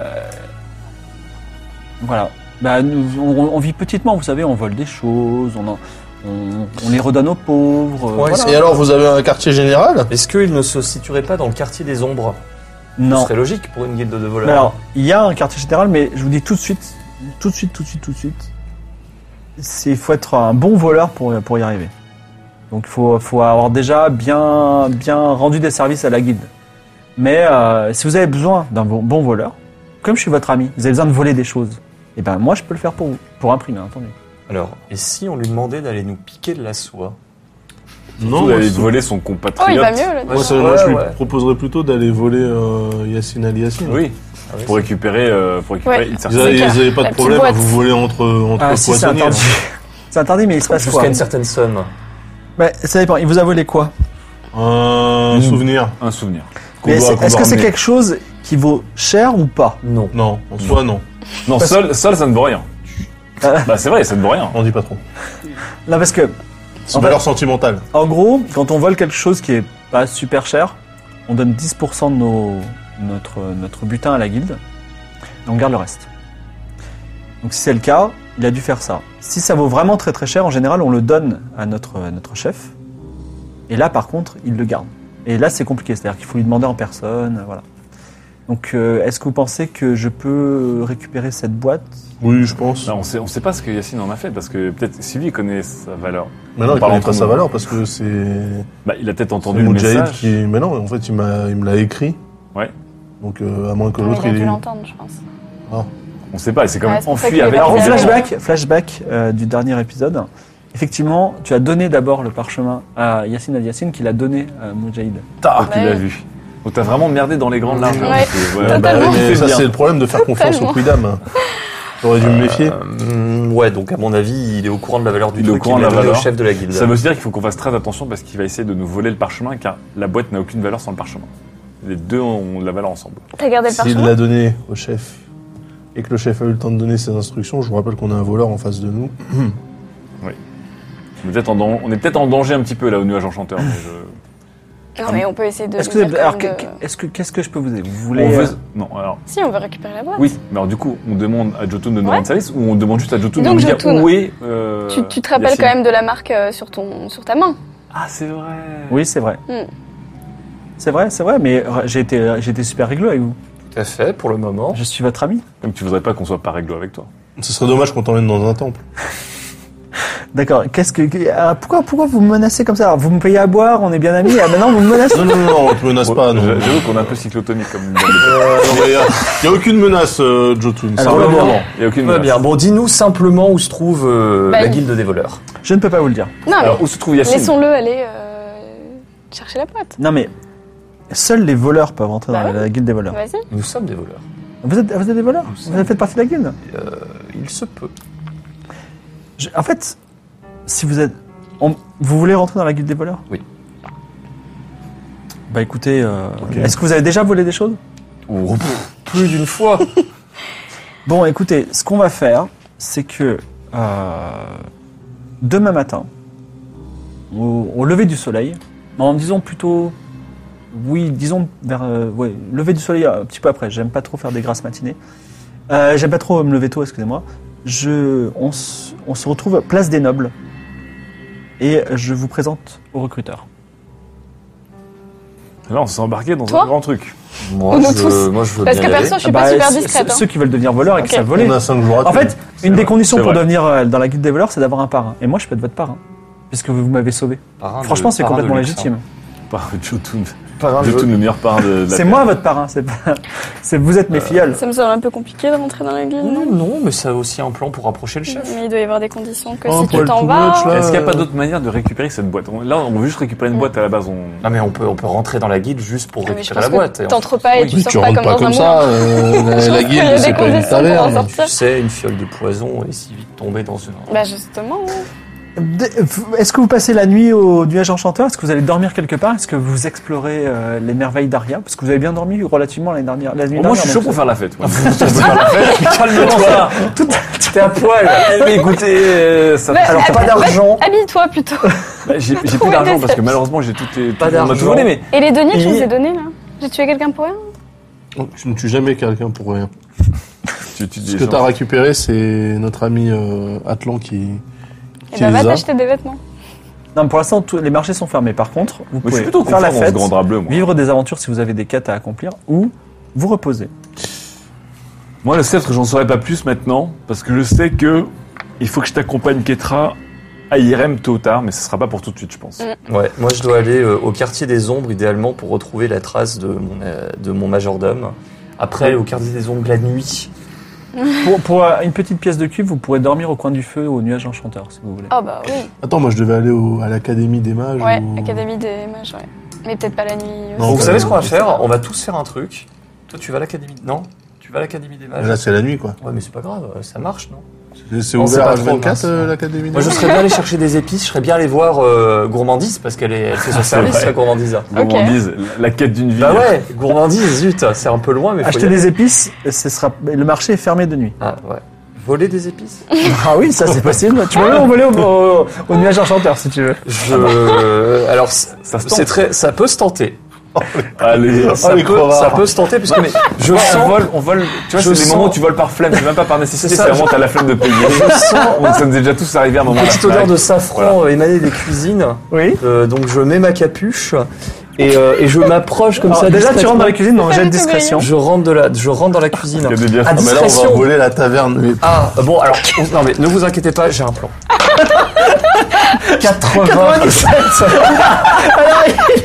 A: voilà, bah, nous, on, on vit petitement, vous savez, on vole des choses, on, en- on, on les redonne aux pauvres. euh,
C: Ouais,
A: voilà.
C: Et
E: Et alors, vous avez un quartier général
C: Est-ce qu'il ne se situerait pas dans le quartier des ombres Ce
A: Non.
C: serait logique pour une guilde de voleurs.
A: Mais alors, il y a un quartier général, mais je vous dis tout de suite, tout de suite, tout de suite, tout de suite, c'est il faut être un bon voleur pour, pour y arriver. Donc il faut, faut avoir déjà bien, bien rendu des services à la guilde. Mais euh, si vous avez besoin d'un bon, bon voleur, comme je suis votre ami, vous avez besoin de voler des choses, et ben moi je peux le faire pour vous, pour un prix bien entendu.
C: Alors, et si on lui demandait d'aller nous piquer de la soie
E: Non,
B: vous
E: moi,
B: avez
E: c'est-
B: volé son
D: Oh, il
B: compatriote.
D: va mieux là.
E: moi, ça-
C: Ouais,
E: moi, je lui
C: ouais.
E: proposerais plutôt d'aller voler euh, Yacine Ali Yacine.
B: Oui. Pour récupérer. euh, Pour récupérer.
D: Ouais.
B: une
E: Ils
B: certaine-
D: C'est
E: n'avaient
D: clair.
E: pas
D: La
E: de
D: petite
E: problème à
D: boîte.
E: vous voler entre, entre
A: Ah, si, c'est
E: poissonniers.
A: interdit. C'est interdit, mais il se passe
C: hein. Jusqu'à
A: quoi
C: une certaine somme.
A: Ouais, Ça dépend. Il vous a volé quoi
E: hein. Un
B: Mm.
E: souvenir.
B: Un souvenir.
A: Mais
B: doit-
A: c'est-
B: qu'on
A: Est-ce
B: doit
A: que c'est
B: ramener.
A: quelque chose qui vaut cher ou pas
C: Non.
E: Non, en soi, non.
B: Non,
A: Parce-
B: seul, seul, ça ne vaut rien. Bah, c'est vrai, ça ne vaut rien.
E: On dit pas trop.
A: Là parce que
E: C'est
A: En
E: une valeur sentimentale.
A: En gros, quand on vole quelque chose qui est pas super cher, on donne 10% de nos- notre, notre butin à la guilde et on garde le reste. Donc si c'est le cas, il a dû faire ça. Si ça vaut vraiment très très cher, en général, on le donne à notre, à notre chef. Et là, par contre, il le garde. Et là, c'est compliqué, c'est-à-dire qu'il faut lui demander en personne, voilà. Donc, euh, est-ce que vous pensez que je peux récupérer cette boîte
E: Oui, je pense.
B: Non, on sait, on sait pas ce que Yacine en a fait parce que peut-être si lui connaît sa valeur,
E: Mais non,
B: On
E: il
B: parle
E: connaît pas
B: entre
E: sa
B: nous.
E: valeur parce que c'est.
B: bah, il a peut-être entendu
E: Tendu
B: le
E: Moudjahid
B: message.
E: qui. Mais non, en fait, il m'a, il me l'a écrit.
B: Ouais.
E: Donc, euh, à moins que
D: Ah, Il
E: l'autre,
D: a
E: il,
D: dû
E: ait-
D: l'entendre, je pense.
B: On sait pas, et c'est quand
D: Ouais,
B: même
D: c'est pour ça
B: enfui
D: qu'il est
B: avec.
D: parti
A: Alors,
D: Exactement.
A: flashback, flashback euh, du dernier épisode. Effectivement, tu as donné d'abord le parchemin à Yacine Al Yacine, qui l'a donné euh, à Moujahid.
B: Ah, qu'il
D: Ouais.
B: a vu. Donc t'as vraiment merdé dans les grandes larges. hein,
D: Ouais.
B: parce que, voilà,
E: Ah bah
D: Totalement.
E: oui, mais
B: C'est
E: ça,
B: bien.
E: c'est le problème de faire confiance au
D: Totalement.
E: Quidam. J'aurais dû me méfier.
C: Euh, ouais, donc à mon avis, il est au courant de la valeur du
B: Il est au
C: truc.
B: courant
C: il
B: de la
C: l'a donné
B: valeur.
C: au chef de la guilde.
B: Ça veut aussi dire qu'il faut qu'on fasse très attention parce qu'il va essayer de nous voler le parchemin car la boîte n'a aucune valeur sans le parchemin. Les deux ont la valeur ensemble.
D: T'as gardé le
E: S'il
D: parchemin
E: l'a donné au chef et que le chef a eu le temps de donner ses instructions, je vous rappelle qu'on a un voleur en face de nous.
B: On est peut-être en, dan- on est peut-être en danger un petit peu là au nuage enchanteur. mais je-
D: Non, mais on peut essayer de.
A: Est-ce
D: lui
A: que,
D: dire
A: alors,
D: quand même
A: que-
D: de-
A: que- est-ce que, qu'est-ce que je peux vous aider Vous voulez
B: on
A: euh,
B: veut... Non, alors
D: Si, on veut récupérer la boîte.
B: oui, mais alors du coup, on demande à Jotun de nous
D: Ouais.
B: rendre service ou on demande juste à Jotun de
D: Donc,
B: nous dire
D: Jotun.
B: où est. euh,
D: Tu, tu te rappelles
B: Yacine.
D: quand même de la marque euh, sur, ton, sur ta main.
B: Ah, c'est vrai.
A: Oui, c'est vrai.
D: Hmm.
A: C'est vrai, c'est vrai, mais euh, j'ai été, j'ai été super rigolo avec vous.
C: Tout à fait, pour le moment.
A: Je suis votre ami.
B: Donc tu voudrais pas qu'on soit pas réglo avec toi.
E: Ce serait dommage qu'on t'emmène dans un temple.
A: D'accord. Qu'est-ce que, que- ah, pourquoi, pourquoi vous me menacez comme ça Alors, Vous me payez à boire, on est bien amis, et maintenant vous me menacez
E: Non, non, non, on te menace pas. Non,
B: J'a- J'avoue qu'on est un peu cyclotonique comme.
E: il n'y a aucune menace, euh, Jotun. Ça
A: Alors,
E: va.
A: le moment.
B: Il y a aucune
C: Tout va
B: menace.
C: bien. Bon, dis-nous simplement où se trouve euh,
D: Bah,
C: la
D: il-
C: guilde des voleurs.
A: Je ne peux pas vous le dire.
D: Non,
B: Alors où se trouve
D: mais
B: Yacine
D: laissons-le aller euh, chercher la boîte.
A: Non, mais seuls les voleurs peuvent entrer
D: Bah
A: dans la guilde des voleurs.
D: Vas-y.
C: Nous sommes des voleurs.
A: Vous êtes, vous êtes des voleurs Vous faites partie de la guilde
C: Euh, Il se peut.
A: Je- en fait, si vous êtes. on- vous voulez rentrer dans la guilde des voleurs
C: Oui.
A: Bah écoutez, euh, est-ce que vous avez déjà volé des choses
C: Plus d'une fois.
A: Bon, écoutez, ce qu'on va faire, c'est que euh, demain matin, au, au lever du soleil, en disons plutôt, oui, disons vers, euh, ouais, lever du soleil euh, un petit peu après. J'aime pas trop faire des grasses matinées. Euh, J'aime pas trop me lever tôt, excusez-moi. Je, on, s- on se retrouve à place des Nobles et je vous présente au recruteur.
B: Là, on s'est embarqué dans
D: Toi
B: un grand truc.
C: Moi,
D: Nous
C: je,
D: tous.
C: moi, je veux
D: Parce
C: bien
D: que
C: y aller.
D: perso, je suis pas super
A: Ah bah, c-
D: discrète.
A: c-
D: hein.
A: Ceux qui veulent devenir voleurs et qui
D: Ok.
A: savent voler.
E: On a 5 jours à
A: En
E: tenir.
A: fait, une des
B: vrai,
A: conditions
B: c'est
A: pour
B: vrai.
A: devenir euh, dans la guilde des voleurs, c'est d'avoir un parrain. Et moi, je peux être votre parrain, puisque vous m'avez sauvé.
C: Parrain de-
A: Franchement, c'est
C: parrain de
A: complètement
C: luxe,
A: légitime.
B: Par Jotun.
C: hein. Parrain de-
B: Jotun, le meilleur par de hein. la Euh,
A: C'est
B: Terre.
A: moi votre parrain, c'est pas... c'est vous êtes mes filleuls.
D: Ça me semble un peu compliqué de rentrer dans la guilde.
C: Non, non, mais ça a aussi un plan pour rapprocher le chef.
D: Mais il doit y avoir des conditions que
E: Oh,
D: si tu
E: poil
D: t'en
E: tout
D: vas.
E: moche, là.
B: Est-ce qu'il n'y a pas d'autre manière de récupérer cette boîte On- Là, on veut juste récupérer une boîte à la base. On...
C: Non, mais on peut, on peut rentrer dans la guilde juste pour
D: Ah, mais je
C: récupérer
D: pense
C: la boîte. hein.
D: que
C: et on-
D: t'entres pas et
E: Oui,
D: tu
E: tu
D: sors pas
E: rentres
D: comme
E: pas
D: dans un
E: comme
D: moulin.
E: ça. euh,
D: Je pense
E: la
D: qu'il y a
E: guilde, c'est
D: des
E: pas une
D: conditions pour en
E: taverne.
D: sortir.
C: Tu sais, une fiole de poison est si vite tombée dans une.
D: Bah justement, oui.
A: De- Est-ce que vous passez la nuit au nuage enchanteur Est-ce que vous allez dormir quelque part Est-ce que vous explorez euh, les merveilles d'Aria Parce que vous avez bien dormi relativement l'année dernière. La nuit
B: Moi, je
A: dernière,
B: suis chaud
A: donc
B: pour
A: ça-
B: faire la fête. moi. Je suis chaud pour faire la fête. Calmement, ça. T'es à poil. Mais écoutez, euh, ça.
D: Mais-
B: Alors,
A: Alors, pas d'argent.
D: habille-toi plutôt.
B: bah, j'ai j'ai plus
D: Ouais,
B: d'argent
D: mais
B: parce
D: ça-
B: que malheureusement, j'ai tout. est-
C: Pas
B: tout- on m'a tout
C: d'argent.
B: volé, mais
D: Et les deniers que je
A: Et-
D: vous ai donnés là J'ai tué quelqu'un pour rien
E: Tu ne tues jamais quelqu'un pour rien.
B: tu, tu
E: Ce que t'as récupéré, c'est notre ami euh, Atlan qui.
D: Et
E: Qui
D: bah va
E: les a
D: t'acheter des vêtements.
A: Non, mais pour l'instant, tous- les marchés sont fermés. Par contre, vous
B: Moi, je
A: pouvez
B: suis plutôt
A: faire
B: confiant
A: la
B: dans ce
A: fête,
B: grand drap bleu, moi.
A: vivre des aventures si vous avez des quêtes à accomplir, ou vous reposer.
B: Moi, le sceptre, j'en saurais pas plus maintenant, parce que je sais que il faut que je t'accompagne, Ketra, à IRM tôt ou tard, mais ce sera pas pour tout de suite, je pense.
D: Mm.
C: Ouais, moi je dois aller euh, au quartier des ombres idéalement pour retrouver la trace de mon, euh, de mon majordome. Après, au quartier des ombres la nuit.
A: Pour, pour euh, une petite pièce de cuivre, vous pourrez dormir au coin du feu au nuage enchanteur, si vous voulez.
D: Oh bah oui.
E: Attends, moi je devais aller au- à l'Académie des Mages.
D: Ouais,
E: ou-
D: Académie des mages, ouais. Mais peut-être pas la nuit.
E: Non,
D: aussi.
C: vous savez ce qu'on va
E: euh,
C: faire On va tous faire un truc. Toi, tu vas à l'académie. Non Tu vas à l'académie des mages
E: Là, c'est la nuit, quoi.
C: Ouais, mais c'est pas grave, euh, ça marche, non
E: C'est- C'est
C: On sait
E: ouvert
C: pas
E: à
C: trop,
E: 24,
C: mince.
E: euh, l'Académie des
C: Moi, je
E: Mages
C: serais bien allé chercher des épices, je serais bien allé voir euh, Gourmandise parce qu'elle est, elle fait son service,
B: vrai.
C: la Gourmandise.
B: Gourmandise, la quête d'une vie.
C: Ah, Bah ouais, Gourmandise, zut, c'est un peu loin, mais faut y
A: Acheter
C: aller.
A: des épices, ce sera... le marché est fermé de nuit.
C: Ah, ouais. Voler des épices
A: ah oui, ça c'est possible. Tu peux voler au, au- au nuage enchanteur si tu veux.
C: Je... euh, Alors, c'est-
B: Ça se tente.
C: c'est très... ça peut se tenter.
B: Allez,
C: ça,
E: les
C: peut,
E: crevards.
C: ça peut se tenter puisque mais je
B: on
C: sens
B: vole, on vole. Tu vois,
C: Je
B: c'est des
C: sens-
B: moments où tu voles par flemme, c'est même pas par nécessité,
C: C'est ça,
B: c'est vraiment t'as la flemme de payer. Donc, ça nous est déjà tous arrivé à un
C: une
B: moment.
C: petite
B: là.
C: odeur de safran euh, émanée des cuisines.
A: Oui.
C: Euh, donc je mets ma capuche et, euh, et je m'approche comme
A: Alors,
C: ça.
A: déjà, tu
C: discrètement.
A: rentres dans la cuisine, non,
D: Ça
A: jet de
D: fait tout
A: discrétion.
C: Je rentre de la, je rentre dans la
B: Il y
C: cuisine.
B: a des bières.
C: À
E: Ah, mais là, on va
C: discrétion.
E: voler la taverne. mais-
C: Ah euh, bon alors on- non mais ne vous inquiétez pas, j'ai un plan. 97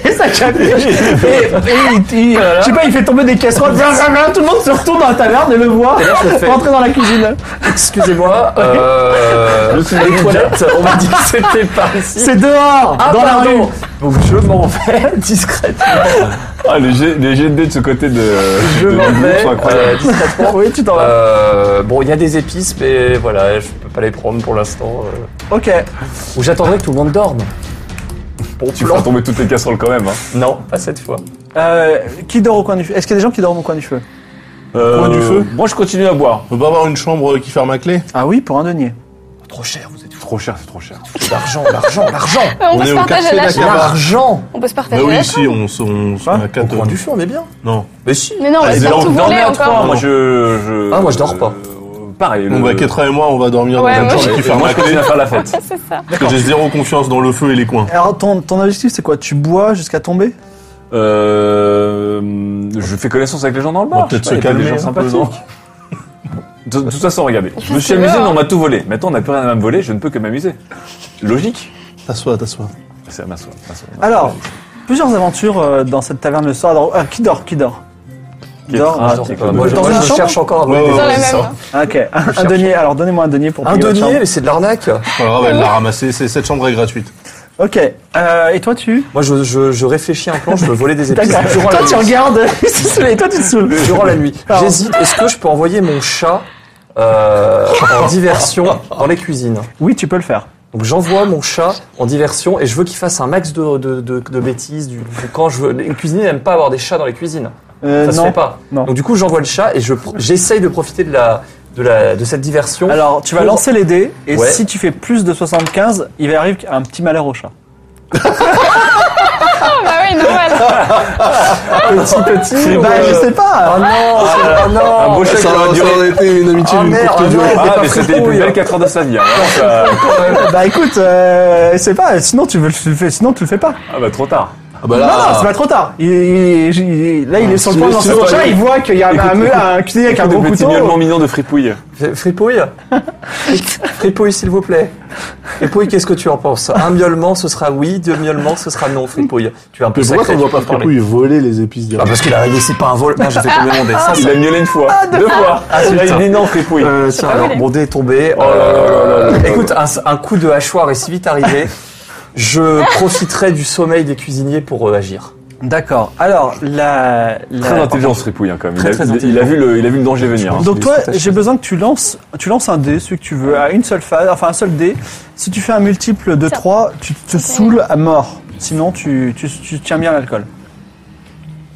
A: Je sais pas, il fait tomber des casseroles, bla, bla, bla, tout le monde se retourne dans la taverne et le voit
C: Et là je le fais.
A: rentrer dans la cuisine.
C: Excusez-moi. Euh, les toilettes, on m'a dit que c'était par ici.
A: C'est dehors,
C: Ah,
A: dans la rue.
C: pardon. Donc je m'en vais discrètement.
B: Ah, les jets les jets de dés de ce côté de.
C: Je
B: de
C: m'en
B: l'île
C: vais
B: sont
C: euh,
B: incroyables.
C: discrètement.
A: Oui, tu t'en vas.
C: Euh, bon, il y a des épices, mais voilà, je peux pas les prendre pour l'instant. euh.
A: Ok.
C: Ou j'attendrai que tout le monde dorme. Bon
B: Tu
C: plan.
B: feras tomber toutes les casseroles quand même. Hein.
C: Non, pas cette fois.
A: Euh, qui dort au coin du feu Est-ce qu'il y a des gens qui dorment au coin du feu
B: Euh,
E: du feu
B: Moi, je continue à boire.
E: Faut pas avoir une chambre euh, qui ferme à clé
A: Ah oui, pour un denier.
C: Trop cher, vous êtes fous.
B: Trop cher, c'est trop cher.
C: L'argent, l'argent, l'argent.
D: Euh, On
E: On
D: peut
E: est
D: se
E: au
D: partager
E: quartier
D: la
E: de la
C: Ah bah,
D: chambre.
E: Caverne.
C: L'argent.
D: On peut se
E: Bah
D: partager la
E: oui,
D: chambre.
E: si, on s- on se
A: Quoi
E: met à
C: Au
E: quatre. euh,
C: coin du feu, on est bien.
E: Non.
C: Mais si.
D: Mais non, on
E: Ah,
D: va
E: ils
D: pas
E: dorment-
D: tout
E: dorment
D: voler
C: à
D: encore.
C: trois.
B: Moi, je, je.
C: Ah, moi, je dors pas.
B: Euh, pareil.
E: Bon,
B: le-
E: bah, Ketra et moi, on va dormir
D: Ouais,
E: dans
D: moi,
E: la
D: je-
E: chambre qui
B: Et
E: ferme
B: moi,
E: à
B: je
E: clé.
B: continue à faire la fête.
D: C'est ça.
E: Parce que J'ai zéro confiance dans le feu et les coins.
A: Alors, ton, ton objectif, c'est quoi Tu bois jusqu'à tomber
B: Euh, je fais connaissance avec les gens dans le
E: On
B: bar.
E: va peut-être
B: je sais
E: se
B: pas, il y a
E: calmer
B: des gens
E: un peu,
B: sympathiques. De, de toute façon, regardez.
D: Il
B: Je
D: fait
B: me suis
D: peur.
B: amusé, mais on m'a tout volé. Maintenant, on n'a plus rien à me voler, je ne peux que m'amuser. Logique
E: T'assois, t'assois.
B: C'est à m'asseoir, m'asseoir.
A: Alors, plusieurs aventures euh, dans cette taverne le soir. Alors, euh, qui dort Qui dort
B: Qui est
A: dors-
B: tra-
A: Ah,
C: Je dors
B: qui est
C: pas.
B: con-
C: bah, Moi, je,
A: Dans
C: moi,
A: une
C: je
A: chambre
C: cherche encore à voler
E: Ouais,
C: des
D: Dans la
E: c'est
D: même.
C: épices.
E: ça.
D: hein.
A: Ok, un, un denier. Alors, donnez-moi un denier pour
C: Un
A: payer votre
C: denier,
A: chambre.
C: mais c'est de l'arnaque.
E: Pas grave, elle l'a ramassé. c'est- Cette chambre est gratuite.
A: Ok. Euh, et toi, tu
C: Moi, je, je, je réfléchis un plan, je veux voler des épices.
A: D'accord.
C: durant
A: Toi,
C: la
A: tu
C: nuit.
A: regardes. Il se soulève, et toi, tu te saoules.
C: durant la nuit.
A: Pardon.
C: J'hésite, est-ce que je peux envoyer mon chat euh, en diversion dans les cuisines
A: Oui, tu peux le faire.
C: Donc j'envoie mon chat en diversion et je veux qu'il fasse un max de, de, de, de bêtises. Du, du- quand je veux, les cuisiniers n'aiment pas avoir des chats dans les cuisines.
A: Euh,
C: Ça se
A: non.
C: fait pas.
A: non.
C: Donc du coup j'envoie le chat et je pr- j'essaye de profiter de la de, la, de cette diversion.
A: Alors, tu vas
C: Pour-
A: lancer les dés, et
C: Ouais.
A: si tu fais plus de 75, il arrive un petit malheur au chat.
D: Ah bah oui, normal.
C: petit, petit.
A: Bah, je sais pas
C: Oh non, oh non.
B: Un beau chèque
E: ça,
B: aurait duré.
E: ça aurait été une amitié
C: Ah,
E: d'une
C: merde,
E: courte
C: ah,
E: durée.
C: non.
B: Ah,
A: pas
B: mais
A: pris
B: c'était les
A: trop,
B: plus
A: hein.
B: belles 4 heures de sa vie. hein. Alors, ça-
A: Bah écoute, euh, je sais pas, sinon tu, veux, le- tu le fais, sinon tu le fais pas.
B: Ah bah trop tard.
E: Ah bah
A: Non, non,
E: là,
A: c'est pas trop tard. Il, il- il- là, il est sur le
B: Si,
A: point de
B: si,
A: lancer
B: si,
A: son
B: si,
A: chat,
B: si.
A: il voit qu'il y a un,
B: Écoute,
A: un, un cuisinier avec un
B: Écoute,
A: gros
B: le petit
A: couteau.
B: miaulement mignon de fripouille.
C: Fri- Fripouille Fripouille, s'il vous plaît. Fripouille, qu'est-ce que tu en penses Un miaulement, ce sera oui. Deux miaulements, ce sera non. Fripouille, tu es un peu
E: mais pourquoi
C: sacré.
E: on voit pas
C: tu peux parler.
E: Fripouille voler les épices
C: Ah,
E: directes
C: parce qu'il a réglé, c'est pas un vol. Ah, Non, j'ai fait combien mon dé Ça,
B: Il
C: ça-
B: a miaulé une fois. deux fois. Là, il
C: putain.
B: dit non, fripouille.
C: Euh, tiens, alors, mon dé est tombé. Oh là là là là là. Écoute, un, un coup de hachoir est si vite arrivé. Je profiterai du sommeil des cuisiniers pour euh, agir.
A: D'accord. Alors, la, la-
B: Très intelligent, ce fripouille, hein, quand même. il,
C: Très,
B: a,
C: très
B: il a
C: intelligent.
B: vu le, il a vu le danger venir. hein.
A: Donc toi, j'ai besoin que tu lances, tu lances un dé, celui que tu veux, à une seule phase, enfin un seul dé. Si tu fais un multiple de
D: Tiens.
A: 3, tu te saoules à mort. Sinon, tu, tu, tu tiens bien l'alcool.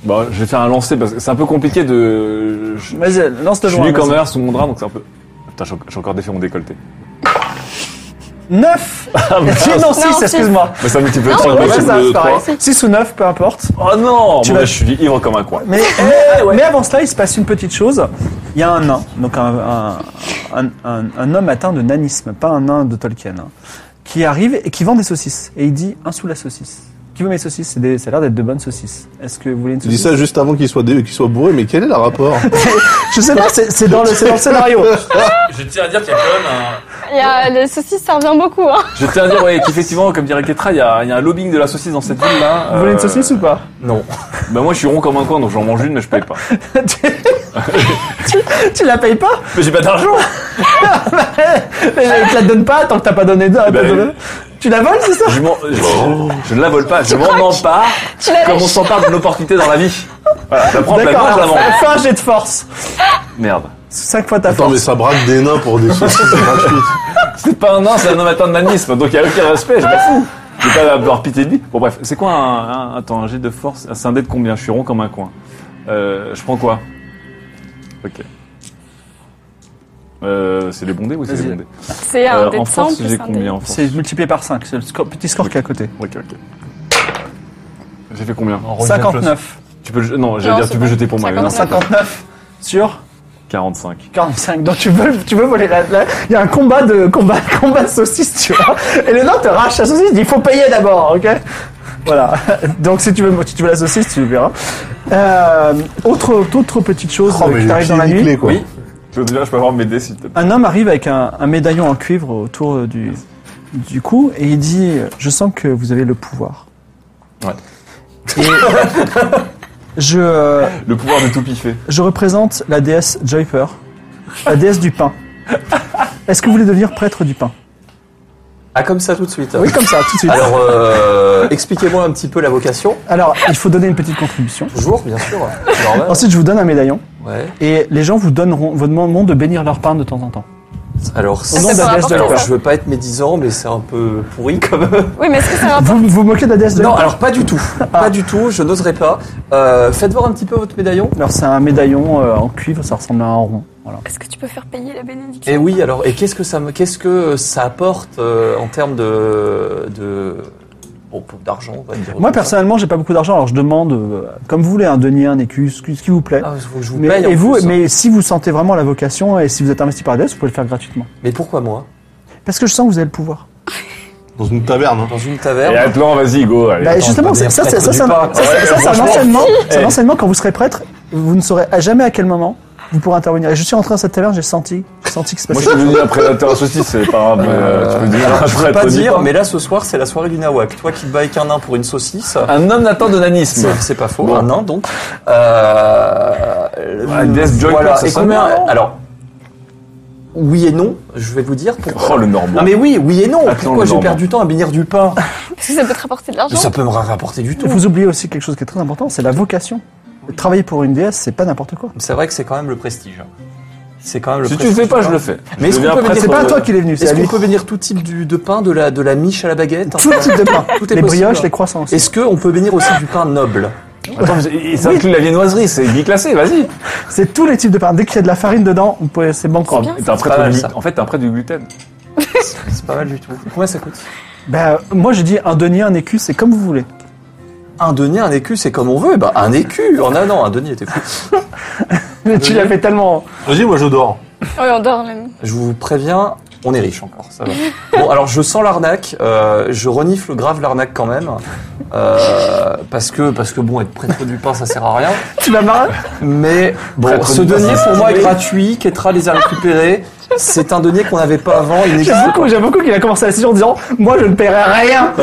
B: Bon, Bah, je vais faire un lancer parce que c'est un peu compliqué de. Je,
A: Vas-y, lance
B: je
A: le
B: suis
A: joint.
B: nu comme un sous mon drap, donc c'est un peu. Putain, j'ai- j'ai encore défait mon décolleté. Ah,
A: 9 Non, 6,
D: six.
A: excuse-moi.
B: Bah, c'est un petit peu
D: Non,
B: trop,
D: mais
B: bah,
D: ouais,
B: c'est
A: ça,
B: le
A: c'est pareil.
B: trois.
A: 6 ou 9, peu importe.
B: Oh non
A: Tu
B: Bon,
A: vas-
B: bah, je suis ivre comme un coin.
A: Mais, mais, mais avant cela, il se passe une petite chose. Il y a un nain, donc un, un, un- un- un homme atteint de nanisme, pas un nain de Tolkien, hein, qui arrive et qui vend des saucisses. Et il dit un sou la saucisse. Qui veut mes saucisses C'est des- Ça a l'air d'être de bonnes saucisses. Est-ce que vous voulez une
E: Je dis
A: saucisse
E: ça juste avant qu'il soit, dé- qu'il soit bourré, mais quel est le rapport
A: Je sais pas, c'est c'est dans, le- c'est dans le scénario.
F: Je tiens à dire qu'il y a quand même un.
D: Il y a, les saucisses, ça revient beaucoup. Hein.
B: Je tiens à dire ouais, qu'effectivement, comme dirait Ketra, il y, a il y a un lobbying de la saucisse dans cette ville-là.
A: Vous voulez une
B: Euh,
A: saucisse ou pas
C: Non.
B: Bah moi je suis rond comme un coin donc j'en mange une mais je paye pas.
A: tu, tu- tu la payes pas
B: Mais j'ai pas d'argent
A: Ils te la donnent pas tant que t'as pas donné d'un.
B: Ben,
A: t'as- Tu la voles, c'est ça
B: Je, m'en- je- je ne la vole pas, je m'en empare
D: Tu l'as
B: comme on s'empare d'une opportunité dans la vie. Voilà, je la prends, je la mange, je la
A: alors,
B: vends.
A: fais un jet de force.
B: Merde.
A: 5 fois ta
E: Attends, mais
A: force.
E: ça braque des nains pour des saucisses gratuites.
B: C'est pas un nain, c'est un homme atteint de nanisme donc il y a aucun respect, je m'en fous. Je vais pas avoir pitié de lui. Bon bref, c'est quoi un, un- Attends, un jet de force C'est un dé de combien Je suis rond comme un coin. Euh, je prends quoi Ok. Euh, c'est les bondés ou c'est les
A: Vas-y.
B: bondés
D: C'est un
B: Euh,
D: dé
B: En
D: de sang
B: force,
D: plus
B: j'ai
D: un dé-
B: combien en force
A: C'est multiplié par 5, c'est le score- petit score qui est à côté.
B: Ok, ok. J'ai fait combien
A: 59.
B: Tu peux le je- non, j'allais
D: Non,
B: dire
D: c'est
B: tu peux
D: bon.
B: jeter pour moi. mais non,
D: 59.
A: 59 sur
B: 45.
A: 45. Donc tu veux, tu veux voler la. la- Il y a un combat de combat, combat de saucisse, tu vois. Et le nain te rache la saucisse, il dit, il faut payer d'abord, ok Voilà. Donc si tu veux, si tu veux la saucisse, tu verras. Euh, autre, autre petite chose
E: Oh,
A: euh,
E: mais
A: qui
E: j'ai
A: t'arrive
E: pieds
A: dans la nuit.
E: nickelés, quoi.
B: Oui. Claude, je peux avoir mes dés s'il te plaît.
A: Un homme arrive avec un, un médaillon en cuivre autour euh, du, du cou et il dit euh, Je sens que vous avez le pouvoir.
B: Ouais.
A: Et je, euh,
B: Le pouvoir de tout piffer.
A: je représente la déesse Joyper, la déesse du pain. Est-ce que vous voulez devenir prêtre du pain
C: Ah, comme ça tout de suite.
A: Oui, comme ça, tout de suite.
C: Alors, euh, expliquez-moi un petit peu la vocation.
A: Alors, il faut donner une petite contribution.
C: Toujours, bien sûr. Normal.
A: Ensuite, je vous donne un médaillon
C: Ouais.
A: et les gens vous donneront, vous demanderont de bénir leur pain de temps en temps.
C: Alors,
A: Au nom de
C: c'est-
D: c'est
A: la
D: pas
A: déesse
C: alors,
A: Joyper.
C: je veux pas être médisant, mais c'est un peu pourri quand même.
D: Oui, mais est-ce que ça rapporte
A: Vous vous moquez de la déesse Joyper
C: Non, alors pas du tout. Pas du tout, je n'oserais pas. Euh, faites voir un petit peu votre médaillon.
A: Alors, c'est un médaillon euh, en cuivre, ça ressemble à un rond. Voilà.
D: Est-ce que tu peux faire payer la bénédiction
C: Et Eh oui, alors, et qu'est-ce que ça, me- qu'est-ce que ça apporte euh, en termes de, de bon, pour- d'argent on va dire
A: Moi
C: comme ça.
A: personnellement, j'ai pas beaucoup d'argent, alors je demande, euh, comme vous voulez, un denier, un écu, ce qui ce qui vous plaît.
C: Ah, je vous, je vous
A: mais,
C: paye en
A: et vous,
C: plus, hein.
A: mais si vous sentez vraiment la vocation et si vous êtes investi par la déesse, vous pouvez le faire gratuitement.
C: Mais pourquoi moi
A: Parce que je sens que vous avez le pouvoir.
E: Dans une taverne. hein.
C: Dans une
B: Et
C: taverne
B: Atlan, vas-y, go. Allez.
A: Bah,
C: attends,
A: justement,
C: on
A: c'est-
C: va
A: ça,
C: dire
A: c'est ça,
C: prêtre
A: c'est
C: du
A: un-
C: pain.
A: ça,
B: Ouais,
A: c'est- ça, c'est un
B: franchement.
A: enseignement. C'est un
B: Eh.
A: enseignement, quand vous serez prêtre, vous ne saurez à jamais à quel moment vous pourrez intervenir. Et je suis rentré dans cette taverne, j'ai senti, j'ai senti que se
B: Moi
A: passait.
B: je suis devenu un prédateur à saucisse, c'est pas grave. euh, tu peux devenir un
C: Alors, hein. je peux pas
B: prédateur du
C: dire,
B: pain.
C: mais là ce soir c'est la soirée du Nawak. Toi qui te bats avec un nain pour une saucisse,
A: Ah.
B: Un homme atteint de nanisme.
C: c'est c'est pas faux,
B: Bon.
C: un nain donc. Euh,
B: Ouais, Death Joker,
C: voilà.
B: ça
C: Et
B: sonne
C: combien
B: bien, non
C: Alors, oui et non, je vais vous dire pourquoi.
B: Oh le normand.
C: Ah mais oui, oui et non.
B: Attends,
C: Pourquoi
B: le
C: je
B: Normand.
C: perds du temps à bénir du pain
D: Est-ce que ça peut te rapporter de
C: Mais
D: l'argent
C: Ça peut me ra- rapporter du tout.
A: Vous oubliez aussi quelque chose qui est très important, c'est la vocation. Travailler pour une déesse, c'est pas n'importe quoi.
C: C'est vrai que c'est quand même le prestige. hein. C'est quand même le
B: Si tu
C: prestige.
B: le fais pas, je le fais.
C: Mais est-ce
B: Je deviens
C: qu'on peut me
B: prêtre
C: dire-
A: C'est pas à
B: de-
A: toi qu'il est venu, c'est à
C: Est-ce
A: lui.
C: qu'on peut bénir tout type du- de pain, de la, de la miche à la baguette
A: Tout type de pain.
C: Tout est
A: Les
C: possible.
A: brioches, les croissants aussi.
C: Est-ce qu'on peut bénir aussi du pain noble
B: Attends, mais c'est- ça inclut la viennoiserie, c'est biclassé, vas-y.
A: C'est tous les types de pain. Dès qu'il y a de la farine dedans, vous pouvez- c'est banco.
D: bien,
B: T'es un prêtre
C: pas mal,
B: du-
C: ça.
B: En fait, t'es un prêtre du gluten.
C: C'est pas mal du tout. Combien ça coûte
A: Bah, moi, j'ai dit un denier, un écu, c'est comme vous voulez.
C: Un denier, un écu, c'est comme on veut. Bah, un écu En un an, un denier, t'es fou.
A: tu l'as fait tellement.
E: Vas-y, moi je dors.
D: Oui, on dort même.
C: Je vous préviens, on est riche encore, ça va. Bon, alors je sens l'arnaque, euh, je renifle grave l'arnaque quand même, euh, parce que parce que bon, être prêtre du pain, ça sert à rien.
A: Tu l'as marre
C: Mais bon,
B: Prêtre
C: ce
B: du pain,
C: denier
B: ça
C: pour
B: sert
C: moi
B: à
C: est
B: rien.
C: gratuit, Ketra les a récupérés. C'est un denier qu'on n'avait pas avant, il
A: J'aime
C: n'existe pas.
A: beaucoup, j'aime beaucoup qu'il a commencé la session en disant Moi, je ne paierai rien.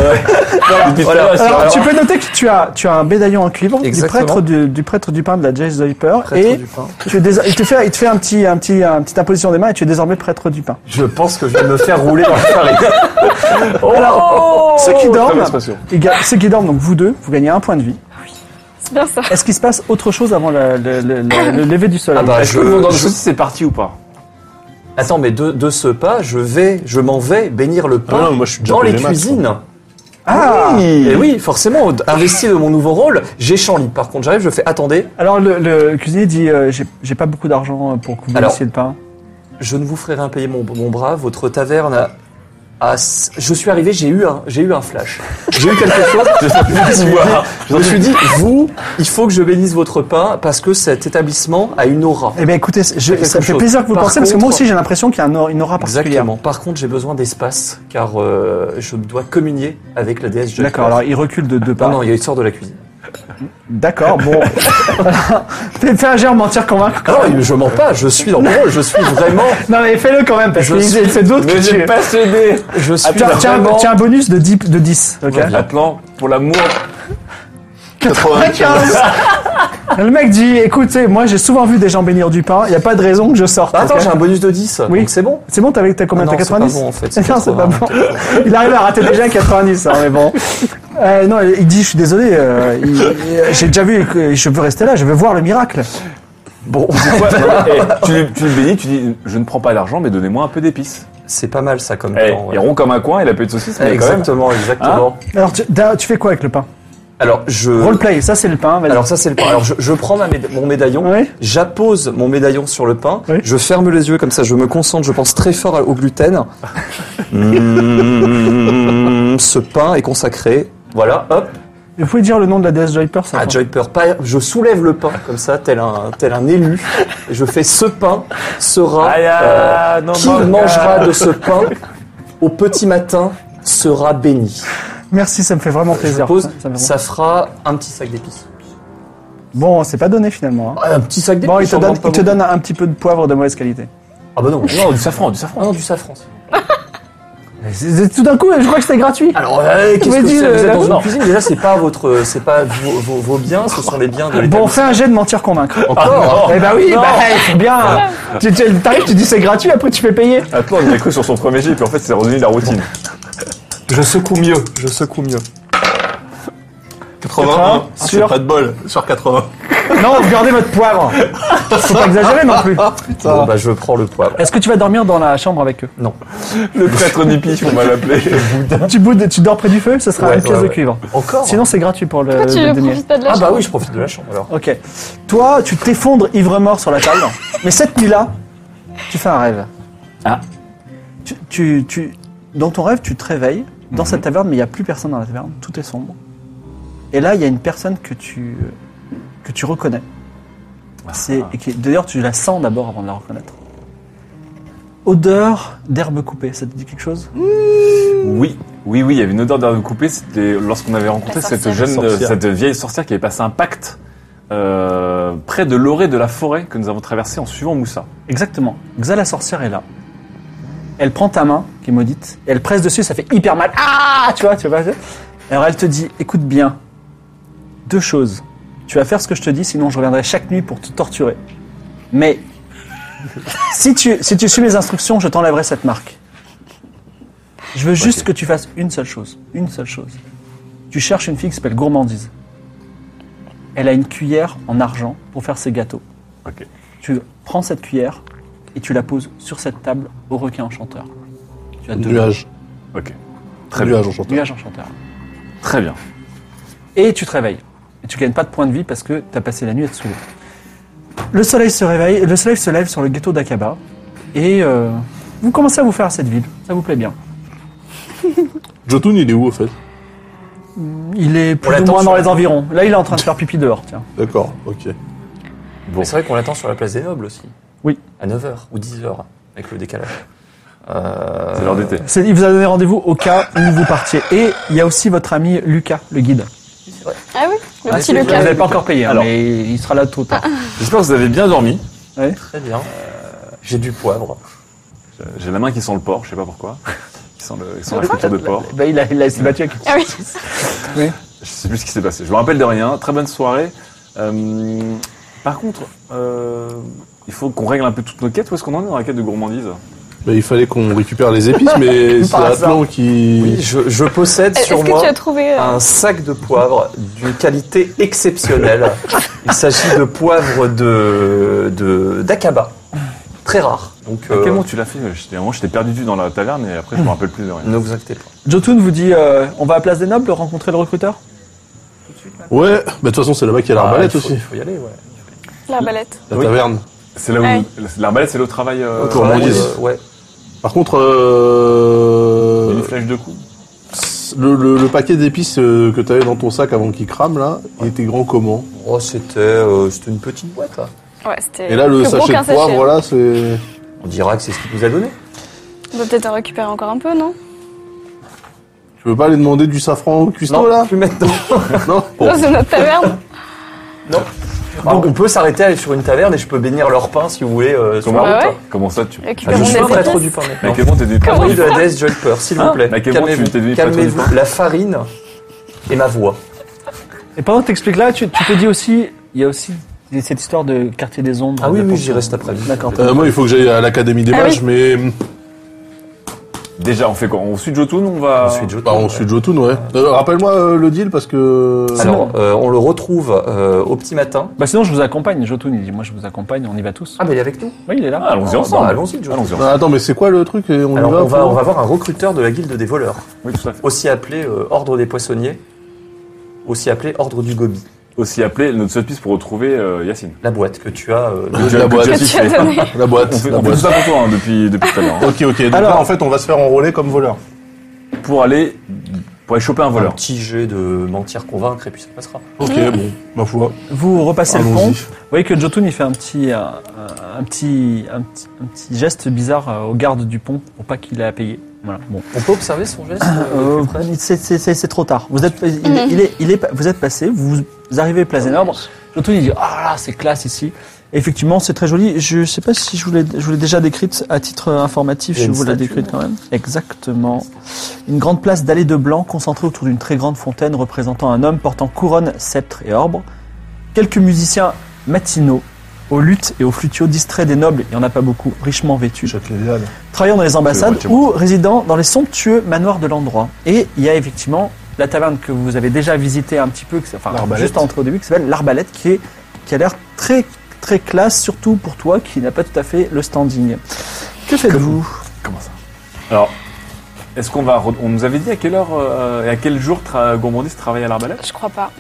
C: Voilà.
A: Alors, tu peux noter que tu as, tu as un médaillon en cuivre du
C: Exactement.
A: prêtre du, du prêtre du pain de la Jace Viper
C: Prêtre
A: et
C: du pain.
A: tu es dés- il te fait il te fait un petit un petit un petite imposition des mains et tu es désormais prêtre du pain.
C: Je pense que je vais me faire rouler dans la farine. Oh,
A: Alors, ceux qui
B: Très belle
A: dorment,
B: expression.
A: les gars, ceux qui dorment donc vous deux, vous gagnez un point de vie.
D: C'est bien ça.
A: Est-ce qu'il se passe autre chose avant le, le- le- le- le lever du soleil
C: Ah bah,
B: Est-ce que le monde dans le
C: je-
B: souci, c'est parti ou pas
C: Attends, mais de, de ce pas, je vais, je m'en vais bénir le pain
E: Ah non, moi, je suis déjà
C: dans les
E: payé max,
C: cuisines.
A: Ah
C: Et oui, forcément, investi de mon nouveau rôle, j'échange. Par contre, j'arrive, je fais attendez,
A: Alors le, le cuisinier dit euh, j'ai j'ai pas beaucoup d'argent pour que vous
C: Alors.
A: laissiez le pain.
C: je ne vous ferai rien payer, mon, mon brave. Votre taverne a. a- je suis arrivé, j'ai eu, un- j'ai eu un flash. J'ai eu quelque chose. je me suis dit, vous, il faut que je bénisse votre pain parce que cet établissement a une aura.
A: Eh ben écoutez, je-
C: quelque
A: ça me fait
C: chose.
A: plaisir que vous
C: Par
A: pensez parce que moi
C: contre-
A: aussi j'ai l'impression qu'il y a un or- une aura particulière.
C: Exactement. Par contre, j'ai besoin d'espace car euh, je dois communier avec la déesse. Jennifer.
A: D'accord. Alors il recule de deux pas.
C: Non, non, il y a une sorte de la cuisine.
A: D'accord. Bon. Fais fais un gère mentir convaincre.
C: Ah non, je mens pas, je suis dans mon rôle, je suis vraiment.
A: Non mais fais-le quand même parce
C: Je
A: qu'il
C: suis-
A: c'est d'autres
B: Mais
A: que tu.
B: j'ai pas cédé
C: Je suis
A: Ah, tiens, tiens,
C: vraiment-
A: tiens, un bonus de 10. De 10 ok.
B: Maintenant, pour l'amour.
A: 95. Le mec dit, écoutez, moi j'ai souvent vu des gens bénir du pain, il n'y a pas de raison que je sorte.
C: Ah, Attends,
A: ok
C: j'ai un bonus de 10.
A: Oui.
C: donc c'est bon.
A: C'est bon, t'as t'as combien
C: Ah
A: T'as
C: non, c'est
A: 90
C: pas bon, en fait, c'est
A: Non, c'est pas
C: 80.
A: bon. Il arrive à rater déjà 90, hein, mais bon. Euh, non, il dit, je suis désolé, euh, il- il- j'ai déjà vu, que je veux rester là, je veux voir le miracle.
C: Bon,
B: Ouais, non, mais, eh, tu, lui- tu le bénis, tu dis Je ne prends pas l'argent, mais donnez-moi un peu d'épices.
C: c'est pas mal ça comme
B: Eh,
C: plan, ouais.
B: Il est rond comme un coin, il a peu de saucisses, mais quand même.
C: Exactement, exactement.
A: Alors, tu, da- tu fais quoi avec le pain
C: Alors je.
A: Roleplay, ça c'est le pain, vas-y.
C: Euh. Alors ça c'est le pain. Alors je, je prends ma méda- mon médaillon,
A: Oui.
C: j'appose mon médaillon sur le pain,
A: Oui.
C: je ferme les yeux comme ça, je me concentre, je pense très fort au gluten. Mmh, ce pain est consacré. Voilà, hop,
A: Vous pouvez dire le nom de la déesse Joyper, ça
C: à
A: va.
C: Joyper. Pas- Je soulève le pain comme ça, tel un, tel un élu. Et je fais ce pain sera euh,
B: Aïe, aïe, non,
C: Qui
B: non,
C: mangera
B: gars.
C: de ce pain au petit matin sera béni.
A: Merci, ça me fait vraiment
C: Je
A: plaisir.
C: suppose,
A: Ça- ça me fait
C: ça fera un petit sac d'épices.
A: vraiment- Bon, c'est pas donné finalement. hein.
C: Ah, un petit sac d'épices
A: Bon, il te,
C: on
A: donne,
C: demande pas
A: il te
C: beaucoup.
A: donne un petit peu de poivre de mauvaise qualité.
C: Ah bah non,
B: Non, du safran, du
C: Ah
B: safran.
C: non, du safran.
A: C'est- c'est- Tout d'un coup, je crois que c'était gratuit.
C: Alors, euh, qu'est-ce
A: Mais
C: que
A: dis,
C: c'est
A: euh,
C: Vous êtes
A: la-
C: dans
A: non.
C: une cuisine, déjà, c'est pas votre, euh, c'est pas vos, vos- vos biens, ce sont les biens de
A: Bon,
C: l'établissement. Ah,
A: fais un jet de mentir convaincre.
C: Encore
A: Eh bah oui, bah, il faut bien. Tu, tu- t'arrives, tu dis c'est gratuit, après tu fais payer.
B: Attends, il a cru sur son premier jet, puis en fait, c'est revenu de la routine.
C: Je secoue mieux, je secoue mieux.
E: 80
A: Ah, sur-
E: Sur pas de bol, sur 80.
A: Non, regardez votre poivre. Faut pas exagérer non plus.
C: Bon, bah, je prends le poivre.
A: Est-ce que tu vas dormir dans la chambre avec eux
B: Le prêtre d'épis, on va l'appeler.
A: tu, boudes- tu dors près du feu, ce sera
C: Ouais,
A: une pièce
C: ouais,
A: de
C: ouais.
A: cuivre.
C: Encore
A: Sinon, c'est gratuit pour le,
D: Pourquoi tu
A: Euh, le
D: ne
A: denier.
D: profites pas de la
C: Ah
D: chambre
C: bah oui, je profite de la chambre, alors.
A: Ok. Toi, tu t'effondres ivre-mort sur la table. Mais cette nuit-là, tu fais un rêve.
B: Ah.
A: Tu, tu, tu- dans ton rêve, tu te réveilles dans cette taverne, mais il n'y a plus personne dans la taverne. Tout est sombre. Et là, il y a une personne que tu, que tu reconnais. C'est,
B: Ah.
A: et qui- d'ailleurs, tu la sens d'abord avant de la reconnaître. Odeur d'herbe coupée, ça te dit quelque chose
B: Oui, oui, oui, il y avait une odeur d'herbe coupée. C'était lorsqu'on avait rencontré
D: La
B: cette
D: sorcière.
B: jeune, euh,
E: Sorcière.
B: cette vieille sorcière qui avait passé un pacte euh, près de l'orée de la forêt que nous avons traversée en suivant Moussa.
A: Exactement. Xa la sorcière est là. Elle prend ta main, qui est maudite, et elle presse dessus, ça fait hyper mal. Ah Tu vois, tu vois Alors elle te dit, écoute bien, deux choses. Tu vas faire ce que je te dis, sinon je reviendrai chaque nuit pour te torturer. Mais si tu, si tu suis mes instructions, je t'enlèverai cette marque. Je veux juste que tu fasses une seule chose. Une seule chose. Tu cherches une fille qui s'appelle Gourmandise. Elle a une cuillère en argent pour faire ses gâteaux.
B: Ok.
A: Tu prends cette cuillère et tu la poses sur cette table au requin enchanteur. Tu as deux
E: Nuage.
B: Ok,
E: Nuage enchanté.
A: nuages enchanteurs.
B: très bien.
A: Et tu te réveilles. Et tu gagnes pas de points de vie parce que tu as passé la nuit à te saouler. Le soleil se réveille, le soleil se lève sur le ghetto d'Akaba et euh, vous commencez à vous faire à cette ville. Ça vous plaît bien.
E: Jotun, il est où, au fait
A: Il est plus ou
C: l'attend
A: moins
C: sur
A: dans
C: la-
A: les environs. Là, il est en train de faire pipi dehors. Tiens.
E: D'accord, ok.
B: Bon.
C: Mais c'est vrai qu'on l'attend sur la place des Nobles aussi.
A: Oui.
C: À 9h ou 10h, avec le décalage. Euh,
B: C'est l'heure d'été.
A: C'est- Il vous a donné rendez-vous au cas où vous partiez. Et il y a aussi votre ami Lucas, le guide.
D: Ah oui, le
C: Ouais,
D: petit
C: c'est-
A: Vous
D: Lucas.
A: l'avez pas encore payé, hein,
B: Alors.
A: mais il sera là tout tard.
B: J'espère que vous avez bien dormi.
C: Très bien. J'ai du poivre.
B: Euh, J'ai la main qui sent le porc, je sais pas pourquoi. Qui sent, le, qui sent la friture de porc.
A: Bah, il a, il a- il s'est battu avec-
D: Ah oui.
B: Je sais plus ce qui s'est passé. Je me rappelle de rien. Très bonne soirée. Euh, par contre, euh, il faut qu'on règle un peu toutes nos quêtes. Où est-ce qu'on en est dans la quête de gourmandise
E: Mais Bah, il fallait qu'on récupère les épices, mais c'est
C: Par hasard.
E: Atlan qui...
C: Oui, je, je possède
D: Est-ce
C: sur
D: que
C: moi Ah.
D: tu as trouvé euh,
C: un sac de poivre d'une qualité exceptionnelle. Il s'agit de poivre de de- d'Akaba. Très rare. Donc,
B: À
C: euh,
B: quel moment tu l'as fait J'étais vraiment- j'étais perdu du dans la taverne et après je me rappelle plus de rien.
C: ne vous inquiétez pas.
A: Jotun vous dit euh, on va à Place des Nobles rencontrer le recruteur
E: Ouais, bah de toute façon, c'est là-bas qu'il y a l'arbalète
C: Ah, il faut-
E: aussi,
C: Il faut y aller, ouais.
D: l'arbalète
E: la
B: Oui.
E: taverne.
B: C'est là où
D: Ouais.
B: l'arbalète c'est le travail. Euh,
C: Au
E: Comment
C: travail,
E: on dit
C: euh, ouais.
E: Par contre,
B: une
E: euh,
B: flèche de coups.
E: le, le- le paquet d'épices euh, que t'avais dans ton sac avant qu'il crame, là, il était grand comment
C: Oh, c'était euh, c'était une petite boîte, là.
D: Ouais, c'était.
E: Et là, le
D: plus gros
E: sachet
D: qu'un
E: de poivre,
D: hein.
E: là, c'est...
C: On dira que c'est ce qu'il nous a donné.
D: On doit peut-être en récupérer encore un peu, non
E: Tu veux pas aller demander du safran au cuistot, là
C: plus maintenant.
E: Non
D: Non, c'est notre taverne.
C: Ah, on peut s'arrêter à aller sur une taverne et je peux bénir leur pain si vous voulez. euh, sur
B: Comment,
D: Bah
C: la route.
D: ouais.
B: hein. Comment ça tu.
C: Ah,
D: Récupérons
C: je
D: des
C: suis un
D: épices.
C: prêtre du pain
B: Mais à
C: maintenant.
B: quel moment t'es devenu
D: Comment
C: Oui, de la Death Jumper, s'il vous plaît.
B: à quel moment tu t'es devenu prêtre
C: Calmez-vous,
B: du
C: calmez-vous.
B: pain
C: La farine et ma voix.
A: Et pendant que t'expliques là, tu, tu te dis aussi, il y a aussi cette histoire de quartier des ombres.
C: Ah oui,
A: de
C: oui,
A: Pont-
C: j'y reste après.
A: D'accord.
E: Euh, Moi, il faut que j'aille à l'Académie des
D: Ah
E: Mages, mais... euh,
B: Déjà on fait quoi On suit Jotun on va.
C: Ah. Ensuite, je
E: Bah, on suit Jotun, ouais. Euh, Rappelle-moi euh, le deal, parce que...
C: Alors, euh, on le retrouve euh, au petit matin.
A: Bah sinon je vous accompagne, Jotun il dit moi je vous accompagne, on y va tous.
C: Ah, mais il est avec nous.
A: Oui il est là.
B: Ah, allons-y
C: Ah,
B: ensemble.
C: bah, allons-y, Jotun.
B: Allons-y ensemble.
E: Ah, Attends, mais c'est quoi le truc et On y
C: Alors,
E: va
C: on va,
E: pour-
C: on va voir un recruteur de la guilde des voleurs,
B: Oui, tout à fait.
C: aussi appelé euh, Ordre des Poissonniers, aussi appelé Ordre du Gobi.
B: Aussi appelé notre seule piste pour retrouver euh, Yacine.
C: La boîte que tu as. euh,
E: De
B: Que
E: la boîte.
B: que
D: que tu as
B: fait.
D: donné.
E: La boîte.
B: On fait,
E: la
B: on fait tout
E: boîte.
B: ça pour toi hein, depuis, depuis tout à l'heure. hein.
E: Ok, ok. Donc
A: Alors-
E: là, en fait, on va se faire enrôler comme voleur.
B: Pour aller, pour aller choper un
C: un
B: voleur.
C: petit jet de mentir, convaincre, et puis ça passera.
E: Ok, bon, ma foi.
A: Vous repassez le pont.
E: Allons-y.
A: Vous voyez que Jotun il fait un petit un, un- un petit un petit un petit geste bizarre euh, au garde du pont pour pas qu'il ait à payer. Voilà. Bon.
C: On peut observer son geste euh, Mhm.
A: Euh,
C: plus près
A: c'est- c'est c'est- c'est trop tard. Vous êtes il, est- il est il est vous êtes passé, vous, vous arrivez place des Nobles. Jotun il dit ah là c'est classe ici. Et Effectivement, c'est très joli. Je sais pas si je vous l'ai je vous l'ai déjà décrite à titre informatif,
C: Il y a
A: je
C: une
A: vous l'ai
C: statue,
A: décrite quand même. Exactement. Une grande place d'allée de blanc concentrée autour d'une très grande fontaine représentant un homme portant couronne, sceptre et orbre. Quelques musiciens matinaux, aux luttes et aux flutiaux distraits des nobles, il n'y en a pas beaucoup, richement vêtus,
E: Jacques Léviade.
A: travaillant dans les ambassades
B: C'est vrai,
A: ou résidant dans les somptueux manoirs de l'endroit. Et il y a effectivement la taverne que vous avez déjà visitée un petit peu, que c'est- enfin
E: L'Arbalète.
A: juste entre au début, qui s'appelle l'Arbalète, qui, est- qui a l'air très très classe, surtout pour toi qui n'a pas tout à fait le standing. Que faites-vous
B: Comment ça Alors, est-ce qu'on va. re- On nous avait dit à quelle heure euh, et à quel jour tra Gourmandise travaille à l'arbalète
D: Je crois pas.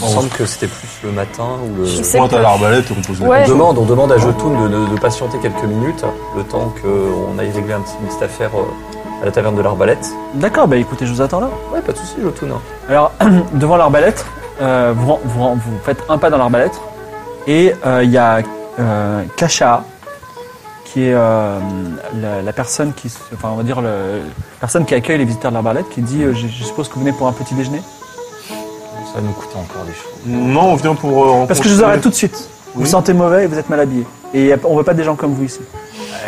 C: Il me semble que c'était plus le matin ou le.
D: Je sais
E: Pointe à l'arbalète, on pose des
D: Ouais.
C: On demande, on demande à Jotun de, de- de patienter quelques minutes, le temps qu'on aille régler un petit, une petite affaire euh, à la taverne de l'arbalète.
A: D'accord, bah écoutez, je vous attends là.
C: Ouais, pas de soucis, Jotun. hein.
A: Alors, devant l'arbalète, euh, vous, ren- vous, ren- vous faites un pas dans l'arbalète, et euh, il y a euh, Kasha, qui est euh, la, la personne qui, se- enfin, on va dire, le, la personne qui accueille les visiteurs de l'arbalète, qui dit euh, je, je suppose que vous venez pour un petit déjeuner
C: Ça va nous coûter encore des choses.
E: Non, on vient pour euh, rencontrer...
A: Parce que je vous arrête tout de suite. Vous
E: Oui.
A: sentez mauvais et vous êtes mal habillé. Et y a- on veut pas des gens comme vous ici.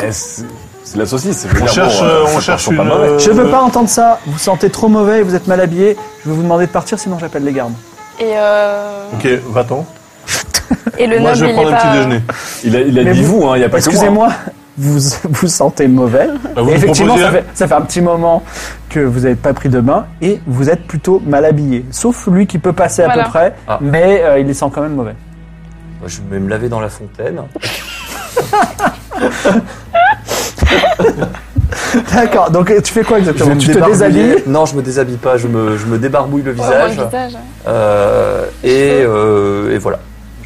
B: Eh, C'est c'est de la saucisse. je veux
E: On
B: dire,
E: cherche,
B: bon, euh,
E: euh,
B: ça
E: on
B: part
E: cherche
B: pas
E: une...
B: mal.
A: Je veux
E: euh,
A: pas entendre ça. Vous sentez trop mauvais et vous êtes mal habillé. Je vais vous demander de partir, sinon j'appelle les gardes.
D: Et, euh,
E: Ok, va-t'en.
D: et le
E: Moi,
D: noble,
E: je vais
D: il est
E: prendre un
D: pas.
E: petit déjeuner.
B: Il a, il a
A: Mais
B: dit
A: vous-
B: vous, hein, il n'y a pas que moi.
A: Excusez-moi, vous vous sentez mauvais.
E: Bah, vous
A: Et
E: me
A: effectivement,
E: proposez-
A: ça fait, ça fait un petit moment que vous n'avez pas pris de bain et vous êtes plutôt mal habillé. Sauf lui qui peut passer à
D: Voilà.
A: peu près,
C: Ah.
A: mais euh, il les sent quand même mauvais.
C: Moi, je vais me laver dans la fontaine.
A: D'accord. Donc euh, tu fais quoi
C: Je vais
A: exactement
C: me
A: Tu te
C: débarbouiller.
A: déshabilles
C: Non, je me déshabille pas, je me, je me débarbouille le
D: Vraiment,
C: visage.
D: le visage. ouais.
C: euh, et, euh, et voilà,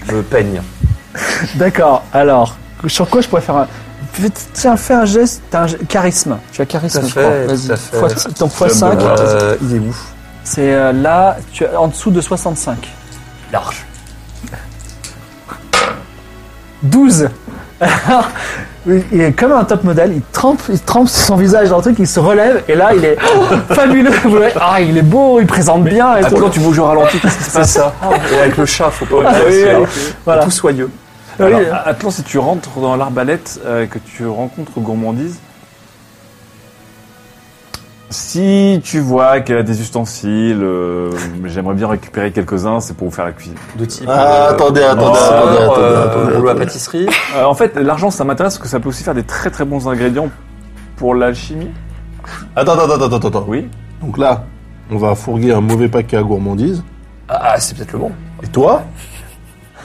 C: je me peigne.
A: D'accord. Alors, sur quoi je pourrais faire un Faites- Tiens, fais un geste. T'as un ge- charisme. Tu as charisme,
C: Tout à
A: je
C: fait,
A: crois.
C: tout à fait.
A: Vas-y. Ton fois 5,
C: Euh, il est où
A: c'est euh, là, tu as en dessous de 65.
C: Large.
A: 12 Alors, il est comme un top modèle, il trempe, il trempe son visage dans le truc, il se relève, et là, il est fabuleux. Vous voyez, Ah, il est beau, il présente bien. Et tout.
C: Attends, Ah, tu bouges au ralenti, qu'est-ce qui se passe ça Et avec le chat, faut pas.
A: Ah, oui, oui, voilà.
C: Tout soyeux.
A: Oui,
B: Alors, Atlan, si tu rentres dans l'arbalète euh, que tu rencontres gourmandise, si tu vois qu'elle a des ustensiles, euh, j'aimerais bien récupérer quelques-uns, c'est pour vous faire la cuisine.
C: De type.
E: Ah,
C: euh,
E: attendez, attendez,
C: minceur,
E: attendez, attendez,
C: euh,
E: attendez,
C: rouleau à
E: attendez.
C: pâtisserie.
B: Euh, en fait, l'argent, ça m'intéresse parce que ça peut aussi faire des très très bons ingrédients pour l'alchimie.
E: Attends, attends, attends, attends, attends.
B: Oui.
E: Donc là, on va fourguer un mauvais paquet à gourmandise.
C: Ah, c'est peut-être le bon.
E: Et toi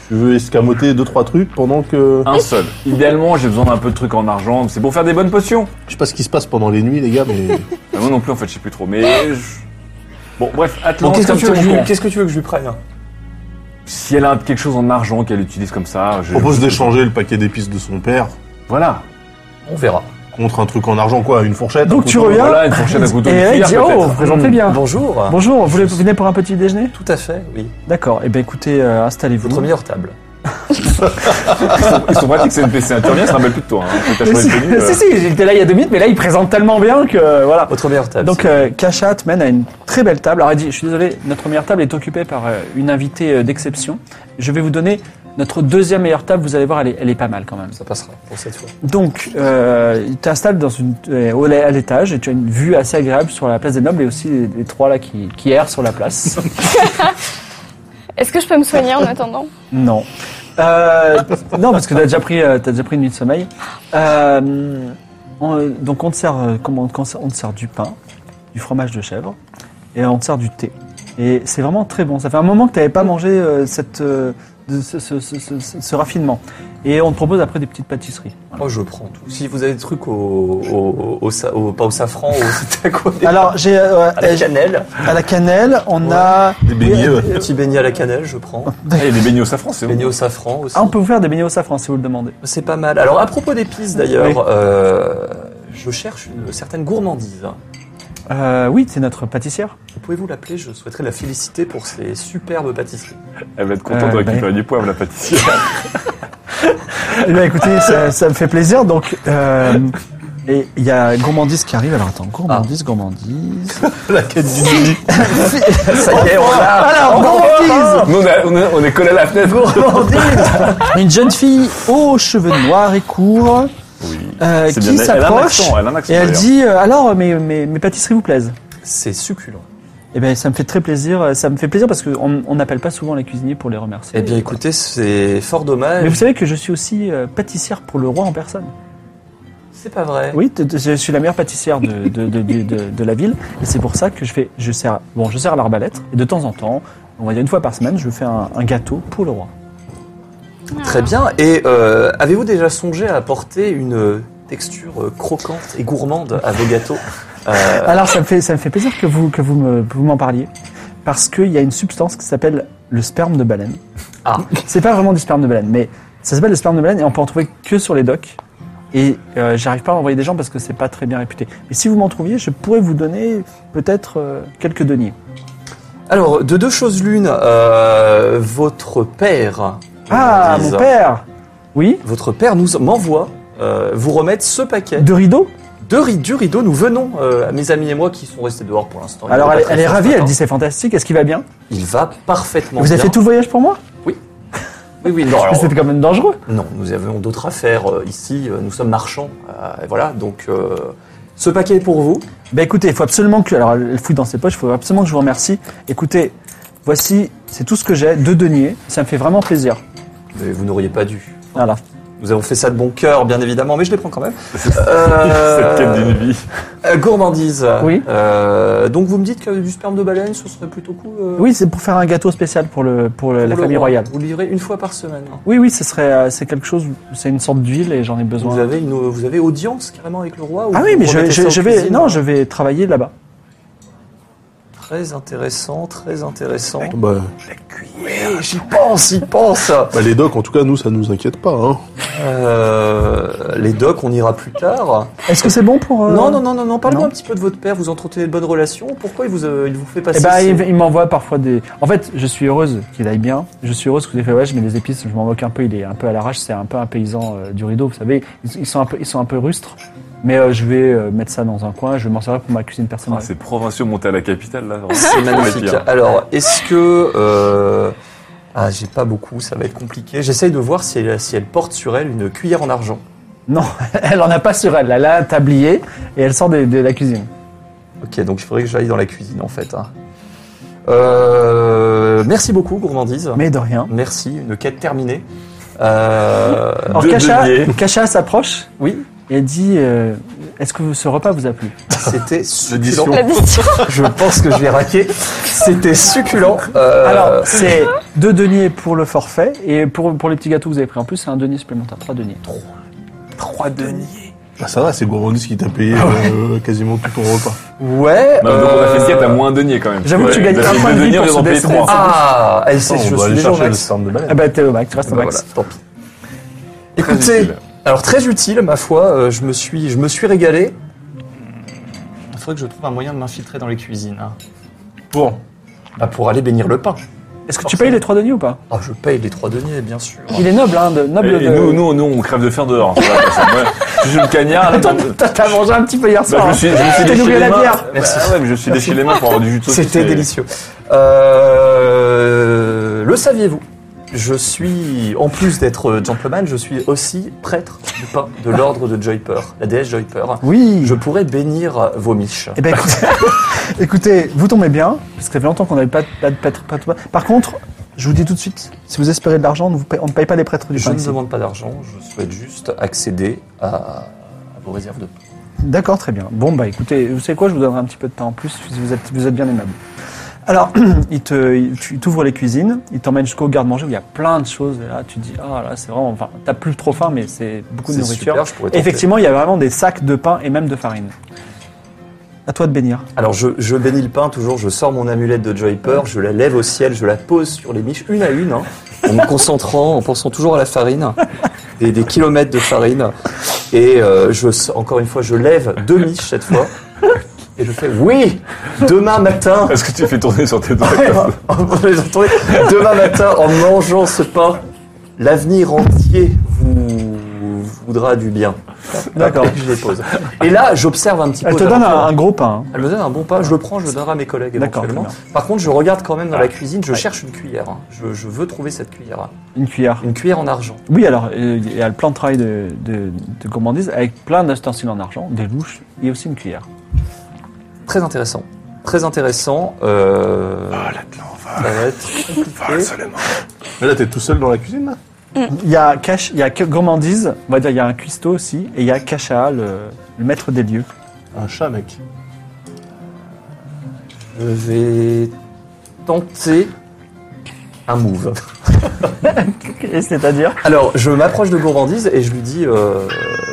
E: Tu veux escamoter deux trois trucs pendant que...
B: Un seul. Idéalement, j'ai besoin d'un peu de trucs en argent. C'est pour faire des bonnes potions.
E: Je sais pas ce qui se passe pendant les nuits, les gars, mais...
B: Euh, moi non plus, en fait, je sais plus trop. Mais je- bon, bref, Atlan,
C: Bon, qu'est-ce que,
B: comme
C: tu
B: ça,
C: veux que
B: on
C: je lui-
B: comprend.
C: qu'est-ce que tu veux que je lui prenne
B: si elle a quelque chose en argent qu'elle utilise comme ça, je
E: Je propose d'échanger le paquet d'épices de son père
B: Voilà.
C: On verra.
E: contre un truc en argent, quoi, une fourchette.
A: Donc
E: un
A: tu
E: couteau.
A: reviens.
B: Voilà, une fourchette à couteau.
A: Et
B: de
A: elle
B: cuir,
A: dit, oh,
B: peut-être.
A: vous
C: Mm.
A: présentez bien.
C: Bonjour.
A: Bonjour, vous voulez vous venez pour un petit déjeuner
C: Tout à fait, oui.
A: D'accord, et eh bien écoutez, euh, installez-vous.
C: Votre meilleure table.
B: Ils sont pratiques, c'est une PC. Tu reviens, ça se rappelle plus de toi. Hein. Faut que t'as
A: Mais
B: changé
A: si,
B: de tenue, euh.
A: si, si, j'étais là il y a deux minutes, mais là il présente tellement bien que euh, voilà.
C: Votre meilleure table.
A: Donc euh, Kachat mène à une très belle table. Alors elle dit, je suis désolé, notre meilleure table est occupée par euh, une invitée euh, d'exception. Je vais vous donner notre deuxième meilleure table, vous allez voir, elle est, elle est pas mal quand même.
C: ça passera pour cette fois.
A: Donc, euh, tu t'installes dans une euh, au- à l'étage et tu as une vue assez agréable sur la place des nobles et aussi les, les trois là qui, qui errent sur la place.
D: Est-ce que je peux me soigner en attendant
A: non. Euh, non, parce que t'as déjà pris, euh, t'as déjà pris une nuit de sommeil. Euh, on- euh, donc on te sert, euh, comment- quand ça- on te sert du pain, du fromage de chèvre et on te sert du thé. Et c'est vraiment très bon. Ça fait un moment que t'avais pas mangé euh, cette, euh, de ce, ce- ce- ce- ce raffinement. Et on te propose après des petites pâtisseries.
C: Moi, je prends tout. Si vous avez des trucs au, au, au, sa- au- pas au safran, au c'était quoi des-
A: Alors j'ai euh,
C: à la cannelle,
A: À la cannelle, on a.
E: Des beignets, ouais.
C: petit beignet à la cannelle, je prends.
B: Ah, Il y a des beignets au safran, c'est bon.
C: Beignet au safran aussi.
A: Ah, on peut vous faire des beignets au safran si vous le demandez.
C: C'est pas mal. Alors à propos d'épices d'ailleurs,
A: Oui.
C: euh, je cherche une certaine gourmandise.
A: Euh, oui, c'est notre pâtissière.
C: Pouvez-vous l'appeler Je souhaiterais la féliciter pour ses superbes pâtisseries.
B: Elle va être contente de
A: Euh,
B: récupérer du poivre, la pâtissière.
A: Eh bien, écoutez, ça, ça me fait plaisir. Donc, euh, et il y a gourmandise qui arrive. Alors, attends, gourmandise, gourmandise.
E: La quête du délit.
C: Ça y est, on l'a.
A: Alors, gourmandise
B: Nous, on, a- on, a- on est collé à la fenêtre.
A: Une jeune fille aux cheveux noirs et courts
B: Oui.
A: euh,
B: C'est bien.
A: qui
B: Elle- Elle a un
A: s'approche
B: accent, elle a un accent.
A: et elle
B: d'ailleurs.
A: dit euh, Alors, mes, mes, mes pâtisseries vous plaisent
C: C'est succulent.
A: Eh bien, ça me fait très plaisir. euh, Ça me fait plaisir parce qu'on on n'appelle pas souvent les cuisiniers pour les remercier.
C: Eh bien écoutez, c'est fort
A: Mais vous
C: dommage.
A: savez que je suis aussi euh, pâtissière pour le roi en personne.
C: C'est pas vrai.
A: Oui, t- t- je suis la meilleure pâtissière de, de, de, de, de- de la ville et c'est pour ça que je fais, je sers, bon, je sers l'arbalète et de temps en temps, on va dire une fois par semaine, je fais un, un gâteau pour le roi.
C: Très bien. Et euh, avez-vous déjà songé à apporter une euh, texture euh, croquante et gourmande à vos gâteaux Euh,
A: Alors ça me fait, ça me fait plaisir que vous, que vous me, vous m'en parliez parce qu'il y a une substance qui s'appelle le sperme de baleine.
C: Ah.
A: C'est pas vraiment du sperme de baleine, mais ça s'appelle le sperme de baleine et on peut en trouver que sur les docks. Et euh, j'arrive pas à envoyer des gens parce que c'est pas très bien réputé. Mais si vous m'en trouviez, je pourrais vous donner peut-être euh, quelques deniers.
C: Alors, de deux choses l'une, euh, votre père.
A: Ah,
C: Lise,
A: mon père Oui
C: Votre père nous m'envoie euh, vous remettre ce paquet
A: De rideaux
C: de ri- du rideau. Nous venons, euh, mes amis et moi, qui sont restés dehors pour l'instant.
A: Alors
C: Il
A: elle,
C: pas très
A: elle est
C: fort ce
A: ravie, elle
C: matin.
A: dit c'est fantastique, est-ce qu'il va bien
C: Il va parfaitement.
A: Vous avez
C: bien.
A: fait tout le voyage pour moi
C: Oui, oui. Non,
A: Mais
C: alors, euh,
A: c'était quand même dangereux.
C: non, nous avons d'autres affaires euh, ici. euh, Nous sommes marchands, euh, et voilà. Donc, euh, ce paquet est pour vous.
A: Bah écoutez, il faut absolument que... Alors elle fouille dans ses poches, il faut absolument que je vous remercie. Écoutez, voici, c'est tout ce que j'ai, deux deniers, ça me fait vraiment plaisir.
C: Mais vous n'auriez pas dû.
A: Voilà.
C: Nous avons fait ça de bon cœur, bien évidemment, mais je les prends quand même.
B: Cette
C: Euh,
B: quête d'une vie.
C: euh, gourmandise.
A: Oui.
C: Euh, donc vous me dites que du sperme de baleine, ce serait plutôt cool. euh,
A: Oui, c'est pour faire un gâteau spécial pour, le, pour, le-
C: pour
A: la
C: le
A: famille
C: roi.
A: royale.
C: Vous le livrez une fois par semaine.
A: Oui, oui, ce serait, euh, c'est quelque chose, c'est une sorte d'huile et j'en ai
C: Vous
A: besoin.
C: avez, une, vous avez audience carrément avec le roi ou
A: Ah oui,
C: vous
A: mais je,
C: remettez ça
A: je,
C: en
A: je vais,
C: cuisine hein.
A: non, je vais travailler là-bas.
C: Très intéressant, très intéressant.
E: Bah,
C: Oui, j'y pense, j'y pense.
E: bah, les docs, en tout cas, nous, ça nous inquiète pas. Hein.
C: Euh, les docs, on ira plus tard.
A: Est-ce que c'est bon pour euh,
C: Non, non, non, non, non. Parlez-moi
A: non.
C: un petit peu de votre père. Vous entretenez de bonnes relations. Pourquoi il vous, euh, il vous fait
A: Eh
C: passer
A: ben,
C: ces-
A: il, il m'envoie parfois des. En fait, je suis heureuse qu'il aille bien. Je suis heureuse que des fromages, mais les épices, je m'en moque un peu. Il est un peu à l'arrache. C'est un peu un paysan euh, du rideau, vous savez. Ils, ils sont un peu, ils sont un peu rustres. Mais euh, je vais euh, mettre ça dans un coin. Je vais m'en servir pour ma cuisine personnelle.
B: Ah, C'est provinciaux montés à la capitale, là.
C: C'est
B: Pour les
C: magnifique.
B: pires.
C: Alors, est-ce que... euh, Ah, j'ai pas beaucoup, ça va être compliqué. J'essaye de voir si elle, si elle porte sur elle une cuillère en argent.
A: non, elle en a pas sur elle. Elle a un tablier et elle sort de, de la cuisine.
C: Ok, donc il faudrait que j'aille dans la cuisine, en fait. hein. Euh, Merci beaucoup, gourmandise.
A: Mais de rien.
C: Merci, une quête terminée. Euh,
A: Alors
C: deux
A: Kacha,
C: deniers.
A: Kacha s'approche
C: Oui,
A: et dit euh, Est-ce que ce repas vous a plu
C: c'était succulent.
D: La mission.
C: Je pense que je vais raquer. C'était succulent. Euh,
A: Alors, c'est deux deniers pour le forfait et pour, pour les petits gâteaux que vous avez pris en plus, c'est un denier supplémentaire. Trois deniers.
C: trois deniers.
E: Bah, ça va, c'est Gourmandis qui t'a payé euh, quasiment tout ton repas.
C: Ouais.
B: Non, mais donc on a fait
C: euh,
B: ce quête à moins un denier quand même.
A: J'avoue que tu
B: Ouais,
A: gagnes
B: vous avez
A: un point de
B: deux
A: vie pour
B: deniers, vous
A: ce
B: en payez
A: destin.
B: trois.
C: Ah, elle
E: Attends,
C: sait, je
E: on va
C: suis
E: aller
C: déjà au
E: chercher le
C: max.
E: sperme de baleine.
A: Ah bah t'es au max, tu restes au
C: Bah
A: max.
C: voilà, tant pis.
B: Très
C: Écoutez,
B: utile.
C: alors très utile, ma foi, euh, je, me suis, je me suis régalé. Il faudrait que je trouve un moyen de m'infiltrer dans les cuisines. hein.
E: Bon,
C: Bah, pour aller bénir le pain.
A: Est-ce que tu payes les trois deniers ou pas
C: Ah, je paye les trois deniers, bien sûr.
A: Il est noble, hein, de, noble
B: Oh. Et, et
A: de...
B: nous, nous, nous, on crève de faim dehors. Voilà, parce que moi, Je suis le cagnard. là,
A: Attends,
B: bah,
A: t'as- t'as mangé un petit peu hier
B: je
A: soir. hein.
B: me suis, je me suis
A: T'as
B: léché
A: nourri à
B: les
A: la
B: mains.
A: bière.
B: Bah,
C: Merci.
B: ouais, mais je me suis léché les mains pour avoir du jus de sauce.
C: C'était
B: C'est-
C: délicieux. Euh, le saviez-vous Je suis, en plus d'être euh, gentleman, je suis aussi prêtre du pain de l'ordre de Joyper, la déesse Joyper.
A: Oui.
C: Je pourrais bénir vos miches.
A: Eh ben écoutez, écoutez, vous tombez bien, parce que ça fait longtemps qu'on n'avait pas, de- pas, de prêtre- pas, de- Par contre, je vous dis tout de suite, si vous espérez de l'argent, on ne vous paye- on ne paye pas les prêtres du
C: Je
A: pain
C: ne
A: ici.
C: demande pas d'argent, je souhaite juste accéder à, à vos réserves de pain.
A: D'accord, très bien. Bon, bah écoutez, vous savez quoi, je vous donnerai un petit peu de pain en plus si vous êtes, vous êtes bien aimable. Alors, il te- il- tu- il t'ouvre les cuisines, il t'emmène jusqu'au garde-manger où il y a plein de choses. Et là, tu te dis, ah là, c'est vraiment. Enfin, t'as plus trop faim, mais c'est beaucoup de
C: C'est
A: nourriture.
C: super, je pourrais tenter.
A: Effectivement, il y a vraiment des sacs de pain et même de farine. À toi de bénir.
C: Alors je, je bénis le pain toujours, je sors mon amulette de Joyper, je la lève au ciel, je la pose sur les miches une à une, hein, en me concentrant, en pensant toujours à la farine, des, des kilomètres de farine. Et euh, je, s- encore une fois, je lève deux miches cette fois. Et je fais oui, demain matin,
B: Est-ce que tu fais tourner sur tes doigts
C: On les a trouvés. demain matin, en mangeant ce pain, l'avenir entier vous vous voudra du bien.
A: D'accord.
C: Je les pose. Et là, j'observe un petit
A: Elle
C: peu.
A: te
C: aux
A: donne un,
C: alentours.
A: un gros pain. hein.
C: Elle me donne un bon pain, je le prends, je le donnerai à mes collègues
A: D'accord,
C: éventuellement.
A: très
C: Par contre, je regarde quand même dans la cuisine, je
A: Ouais.
C: cherche une cuillère. hein. Je, je veux trouver cette cuillère. hein.
A: Une cuillère.
C: Une cuillère en argent.
A: Oui, alors, euh, il y a le plan de travail de, de, de gourmandise avec plein d'ustensiles en argent, des louches et aussi une cuillère.
C: Très intéressant. Très intéressant. Euh...
A: Ah,
C: ça va être compliqué.
E: mais là, t'es tout seul dans la cuisine, là
A: Il y a Cash, il y a que- gourmandise, on va dire il y a un cuistot aussi, et il y a Cacha, le, le maître des lieux.
E: Un chat, mec.
C: Je vais tenter un move.
A: Et C'est-à-dire
C: Alors, je m'approche de Gourmandise et je lui dis euh,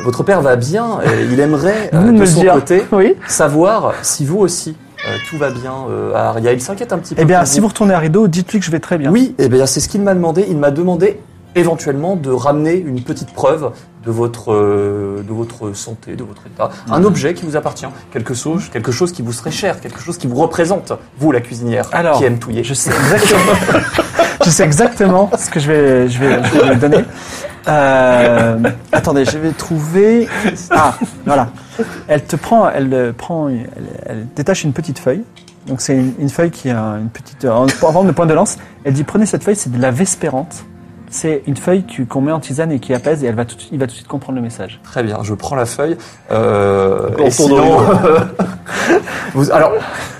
C: Votre père va bien, et il aimerait, euh,
A: Vous
C: de
A: me
C: son
A: dire.
C: côté,
A: Oui.
C: savoir si vous aussi, euh, tout va bien euh, à Aria. Il s'inquiète un petit peu.
A: Eh bien,
C: pour
A: si vous retournez à Rideau, dites-lui que je vais très bien.
C: Oui, eh bien, c'est ce qu'il m'a demandé. Il m'a demandé éventuellement de ramener une petite preuve de votre, euh, de votre santé, de votre état. Un objet qui vous appartient, quelque chose, quelque chose qui vous serait cher, quelque chose qui vous représente, vous, la cuisinière,
A: Alors,
C: qui aime touiller.
A: Je sais exactement, je sais exactement ce que je vais, je vais, je vais me donner. Euh, attendez, je vais trouver. Ah, voilà. Elle te prend, elle euh, prend, elle, elle détache une petite feuille. Donc c'est euh, une, une feuille qui a une petite, en forme de point de lance. Elle dit prenez cette feuille, c'est de la vespérante. C'est une feuille tu- qu'on met en tisane et qui apaise et elle va tout, de suite- il va tout de suite comprendre le message.
C: Très bien, je prends la feuille. Euh,
E: On
C: et
E: tourne au
C: sinon- Vous- alors,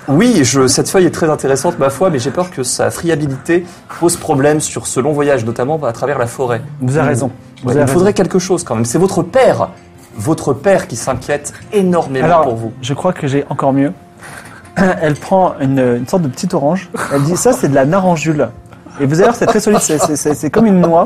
C: oui, je, cette feuille est très intéressante, ma foi, mais j'ai peur que sa friabilité pose problème sur ce long voyage, notamment à travers la forêt.
A: Vous avez
C: Mmh.
A: raison. Vous
C: Ouais,
A: avez
C: il
A: raison.
C: faudrait quelque chose quand même. C'est votre père, votre père qui s'inquiète énormément
A: Alors,
C: pour vous.
A: je crois que j'ai encore mieux. Elle prend une, une sorte de petite orange. Elle dit ça, c'est de la naranjule. Et vous allez voir, c'est très solide. C'est- C'est c'est- c'est comme une noix.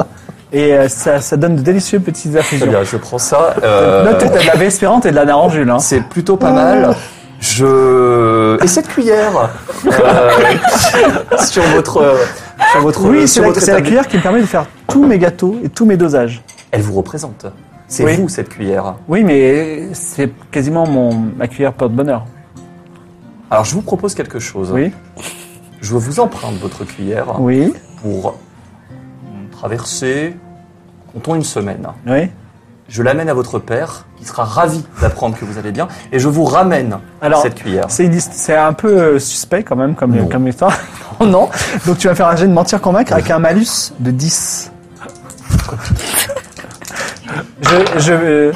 A: Et euh, ça, ça donne de délicieux petites
C: Très
A: infusions.
C: bien, je prends ça. euh,
A: Notez, t'as de la vespérante et de la naranjule. Hein.
C: c'est plutôt pas mal. Je et cette cuillère euh, sur votre euh, sur votre
A: Oui, c'est
C: sur
A: la,
C: votre
A: c'est la
C: établi-
A: cuillère qui me permet de faire tous mes gâteaux et tous mes dosages.
C: Elle vous représente. C'est
A: Oui.
C: vous cette cuillère.
A: Oui, mais c'est quasiment mon, ma cuillère porte-bonheur.
C: Alors je vous propose quelque chose.
A: Oui.
C: Je vous emprunte votre cuillère
A: Oui.
C: pour traverser, comptons une semaine.
A: Oui.
C: Je l'amène à votre père, qui sera ravi d'apprendre que vous allez bien, et je vous ramène
A: Alors,
C: cette cuillère.
A: c'est une liste- c'est un peu euh, suspect quand même comme,
C: Non.
A: comme histoire. non, non. Donc tu vas faire un jet de mentir convaincre avec un malus de 10. je. je euh,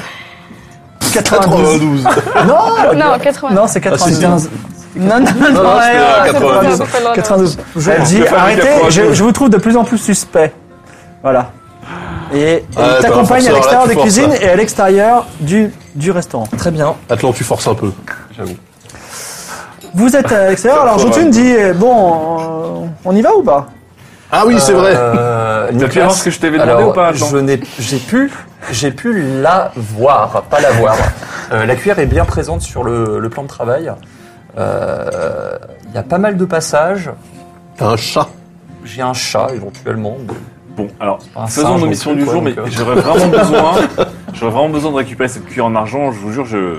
A: 92.
E: 92. Ah,
D: Non, 80.
A: Ah, Non, c'est 95. Non, non, non, non, ouais, ouais,
D: Ah, c'est pour ça,
E: 92.
D: faut pas le regarder.
A: 92. Elle dit
E: Le fameux
A: arrêtez,
E: 92.
A: je, je vous trouve de plus en plus suspect. Voilà. Et
E: Ah, t'es
A: elle
E: un
A: t'accompagne à
E: forceur, là,
A: l'extérieur
E: tu
A: des
E: forces,
A: cuisines
E: là.
A: et à l'extérieur du, du restaurant.
C: Très bien.
E: Atlan, tu forces un peu, j'avoue.
A: Vous êtes à l'extérieur, alors
E: Faut
A: Jotun dit euh, bon, euh, on y va ou pas
E: Ah oui, c'est vrai.
C: Euh,
B: T'as pu
C: Nicolas,
B: voir ce que je t'avais demandé
C: alors,
B: ou pas Atlan
C: je n'ai- J'ai pu, j'ai pu la voir, pas la voir. Euh, la cuillère est bien présente sur le, le plan de travail. Euh, Il y a pas mal de passages.
E: T'as un chat.
C: J'ai un chat éventuellement.
B: Bon, alors,
C: Un
B: faisons
C: singe
B: nos
C: non
B: missions
C: plus,
B: du
C: quoi,
B: jour, mais
C: donc, euh.
B: j'aurais vraiment besoin, j'aurais vraiment besoin de récupérer cette cuillère en argent, je vous jure, je,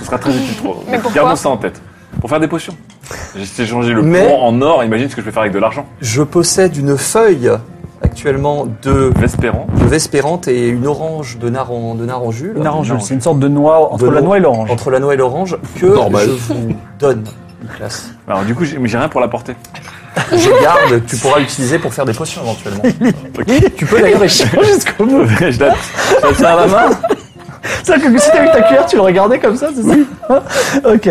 B: ce sera très utile pour
D: Mais pourquoi
B: Gardons ça en tête. Pour faire des potions. J'ai changé le
C: Mais-
B: courant en or, imagine ce que je vais faire avec de l'argent.
C: Je possède une feuille actuellement de
B: L'espérant.
C: de Vespérante et une orange de, naran, de naranjule.
A: Naranjule, c'est une sorte de noix entre
C: De
A: la
C: noix.
A: noix et l'orange.
C: Entre la noix et l'orange que
E: Normal.
C: je vous donne, Nicolas.
B: Alors, du coup, j'ai mais j'ai rien pour la porter.
C: Je garde, tu pourras l'utiliser pour faire des potions éventuellement. tu peux d'ailleurs échanger.
B: Jusqu'au bout. je la, je la tiens à la main.
A: C'est que si t'avais ta cuillère, tu le regardais comme ça, c'est ça Ok.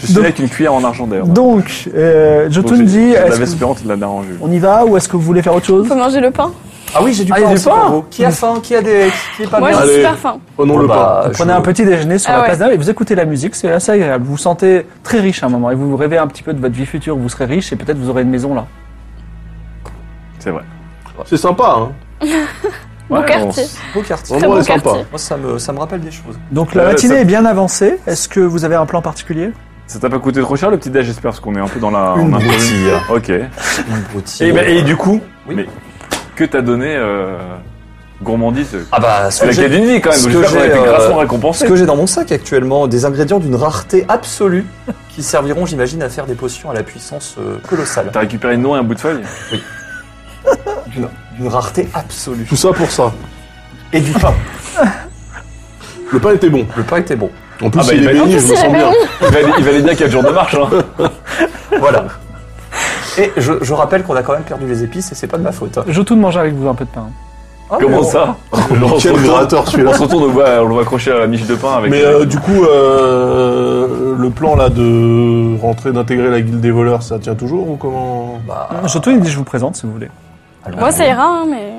B: Je suis
A: Donc-
B: là avec une cuillère en argent d'ailleurs.
A: Donc, euh,
B: Donc,
A: Jotun
B: j'ai-
A: dit
B: j'ai de
A: est-ce
B: la
A: que-
B: vespérante et de la naranjule.
A: on y va ou est-ce que vous voulez faire autre chose
D: Faut manger le pain.
C: Ah oui, j'ai du
A: Ah, il y a
C: pain.
A: du
C: aussi
A: pain.
C: pour vous. Qui a faim Qui a des qui est pas
D: Moi,
C: bien
D: j'ai
E: Ah, Allez.
D: super faim.
E: Oh non,
C: Bon,
E: le
C: bah,
A: Vous
C: je-
A: Ah prenez un petit déjeuner sur
D: Ah
A: la
D: ouais.
A: place d'armes et vous écoutez la musique, c'est assez agréable. Vous vous sentez très riche à un moment et vous vous rêvez un petit peu de votre vie future, vous serez riche et peut-être vous aurez une maison là.
B: C'est vrai.
E: C'est sympa, hein.
D: Bon quartier.
B: s-
C: beau quartier.
D: Très beau
E: L'endroit est sympa.
D: quartier.
C: Moi, ça me, ça me rappelle des choses.
A: Donc la
B: Euh,
A: matinée
B: ça-
A: est bien avancée. Est-ce que vous avez un plan particulier
B: Ça t'a pas coûté trop cher le petit déj, j'espère, parce qu'on est un peu dans la.
C: Une
B: on a-
C: broutille.
B: Ok. Et,
C: Une broutille.
B: ben, et du coup,
C: Oui.
B: mais que t'as donné euh, gourmandise euh,
C: Ah bah, ce que
B: Elle a
C: j'ai-
B: gagné une vie quand même,
C: ce
B: donc
C: que
B: j'espère qu'on a
C: j'ai,
B: été
C: euh,
B: grassement
C: Ce
B: récompensé.
C: que j'ai dans mon sac actuellement, des ingrédients d'une rareté absolue qui serviront, j'imagine, à faire des potions à la puissance euh, colossale.
B: T'as récupéré une noix et un bout de feuille
C: D'une d'une rareté absolue.
E: Tout ça pour ça.
C: Et du pain.
E: Le pain était bon.
C: Le pain était bon.
E: En plus,
B: Ah bah,
E: il
B: il
E: est
B: va-
E: béni, je
D: En plus,
E: me
D: il est
E: sens bien.
B: il, valait, il valait bien 4 jours de marche. Hein.
C: Voilà. Et je, je rappelle qu'on a quand même perdu les épices et c'est pas de ma faute. hein.
A: Jotun mange avec vous un peu de pain.
C: Ah,
B: Comment
C: mais bon.
B: ça Genre, on se
E: Quel
B: retourne-
E: gratteur celui-là.
B: On se retourne, on le voit, on le voit accroché à la miche de pain avec.
E: Mais euh, du coup, euh, le plan là de rentrer, d'intégrer la guilde des voleurs, ça tient toujours ou comment
D: Ah.
C: Bah,
A: Jotun il dit je vous présente si vous voulez.
C: alors,
D: Moi, ça ira, hein, mais.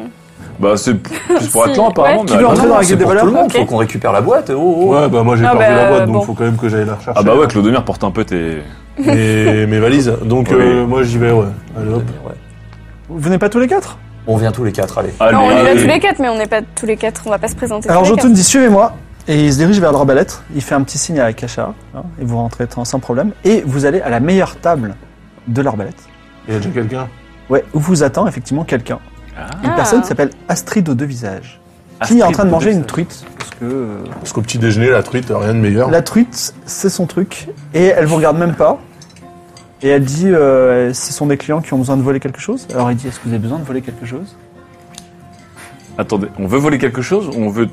B: Bah, c'est plus pour
D: Si,
B: Atlan apparemment.
D: ouais.
B: mais
A: Qui veut
B: Atlan-
A: rentrer dans la
C: c'est
A: guilde des
C: pour tout le
A: voleurs
C: monde,
D: Ok.
C: faut qu'on récupère la boîte. Oh, oh.
E: Ouais, bah moi j'ai
D: Ah,
E: perdu
D: bah,
E: la boîte, donc
D: bon.
E: faut quand même que j'aille la rechercher.
B: Ah bah ouais, Clodomir porte un peu tes.
E: Mes, mes valises. Donc
B: Oui.
E: euh, moi j'y vais, ouais. Allez, hop.
C: Ouais.
A: Vous venez pas tous les quatre
C: On vient tous les quatre, allez.
B: Allez,
D: Non, on y va
B: allez.
D: tous les quatre, mais on n'est pas tous les quatre, on va pas se présenter.
A: Alors
D: tous les
A: Jotun dit suivez-moi et il se dirige vers le arbalète. Il fait un petit signe à Kasha hein, et vous rentrez sans- sans problème et vous allez à la meilleure table de l'arbalète.
E: Il y a déjà quelqu'un.
A: Ouais, où vous attend effectivement quelqu'un. Une
D: Ah.
A: personne qui s'appelle Astrid aux deux visages. qui
B: Astrid
A: est en train de manger
B: Devisages.
A: une truite parce que euh,
E: Parce qu'au petit déjeuner, la truite, rien de meilleur.
A: la truite c'est son truc et elle vous regarde même pas. Et elle dit euh, ce sont des clients qui ont besoin de voler quelque chose. Alors il dit est-ce que vous avez besoin de voler quelque chose
B: Attendez, on veut voler quelque chose ou on veut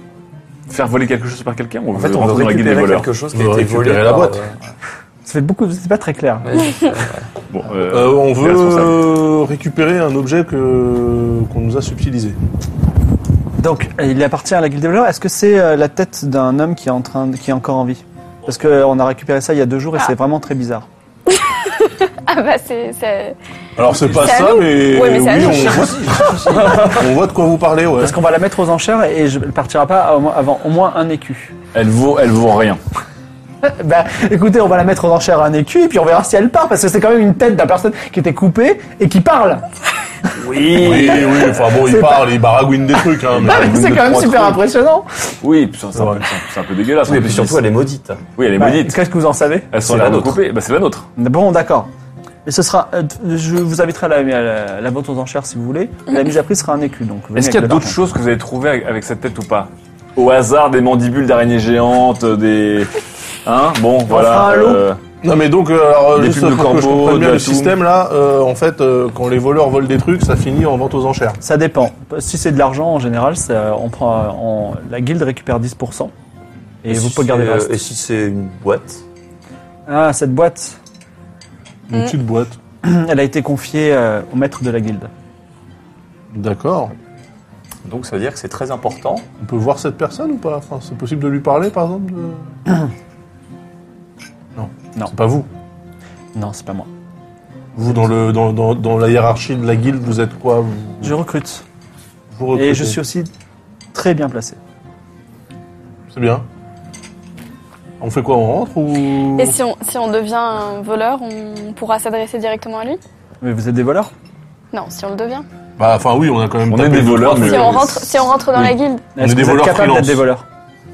B: faire voler quelque chose par quelqu'un ou on
C: En fait,
B: veut
C: on
B: rentrer
C: veut
B: dans la guilde des
C: récupérer
B: voleurs
C: quelque chose qui
E: On
C: a
E: veut
C: été
E: récupérer
C: volé.
E: la
C: par,
E: boîte.
C: euh,
A: Ça fait beaucoup, c'est pas très clair.
C: ouais.
B: Bon, euh,
E: Euh, on
B: les responsables.
E: veut récupérer un objet que qu'on nous a subtilisé.
A: Donc, euh, il appartient à la guilde des voleurs. Est-ce que c'est euh, la tête d'un homme qui est, en train de- qui est encore en vie Parce qu'on a récupéré ça il y a deux jours et c'est vraiment très bizarre.
D: Ah bah c'est... c'est-
E: Alors c'est pas
D: C'est à
E: ça,
D: nous.
E: mais,
D: Ouais, mais c'est à
E: oui,
D: nous.
E: on voit, on voit de quoi vous parlez, ouais.
A: Parce qu'on va la mettre aux enchères et je ne partira pas avant- avant au moins un écu.
B: Elle vaut, elle vaut rien.
A: Bah écoutez, on va la mettre aux enchères à un écu et puis on verra si elle part parce que c'est quand même une tête d'un personne qui était coupée et qui parle.
E: Oui, oui, enfin bon, il
A: C'est
E: parle, il baragouine des trucs, hein. mais-
A: Ah, mais c'est quand même super impressionnant.
B: Oui, puis c'est un, c'est un peu- c'est un peu dégueulasse. hein.
C: Oui, mais surtout, elle est maudite.
B: Oui, elle est
A: Bah,
B: maudite.
A: Qu'est-ce que vous en savez
B: Elles sont
C: c'est
B: la
C: la nôtre.
B: nôtre. Bah, c'est la nôtre.
A: Bon, d'accord. Et ce sera, euh, je vous inviterai à la, à la, à la vente aux enchères si vous voulez. La mise à prix sera un écu donc. venez
B: Est-ce
A: avec
B: qu'il y a
A: de
B: d'autres
A: l'argent.
B: choses que vous avez trouvées avec- avec cette tête ou pas Au hasard, des mandibules d'araignées géantes, des. Hein Bon,
A: fera
B: voilà.
A: un lot.
B: euh,
E: Non mais donc, euh, alors,
B: Des
E: juste
B: plumes de
E: pour que je
B: corbeau,
E: comprenne bien
B: de
E: le
B: atout.
E: système là, euh, en fait, euh, quand les voleurs volent des trucs, ça finit en vente aux enchères.
A: Ça dépend. Si c'est de l'argent, en général, ça- on prend, euh, on- la guilde récupère 10%. Et, euh, vous
C: si
A: pouvez garder le
C: c'est-
A: reste.
C: Et si c'est une boîte
A: Ah, cette boîte,
E: Une
D: Mm.
E: petite boîte.
A: elle a été confiée euh, au maître de la guilde.
E: D'accord.
C: Donc ça veut dire que c'est très important.
E: On peut voir cette personne ou pas Enfin, c'est possible de lui parler, par exemple de- Non.
A: Non.
E: C'est pas vous.
A: Non, c'est pas moi.
E: Vous dans le dans, dans, dans la hiérarchie de la guilde, vous êtes quoi vous,
A: Je recrute.
E: vous recrutez.
A: Et je suis aussi très bien placé.
E: C'est bien. On fait quoi On rentre ou
D: Et si on, si on devient un voleur, on pourra s'adresser directement à lui
A: Mais vous êtes des voleurs
D: Non, si on le devient.
E: Bah, enfin oui, on a quand même.
B: On
E: tapé
B: est des
E: deux,
B: voleurs,
E: trois
B: mais-
D: Si
E: fois.
D: on rentre, si on rentre dans
E: Oui.
D: la guilde,
E: On
A: Est-ce que
E: est des
A: vous êtes
E: voleurs
A: capable d'être
E: freelance.
A: des voleurs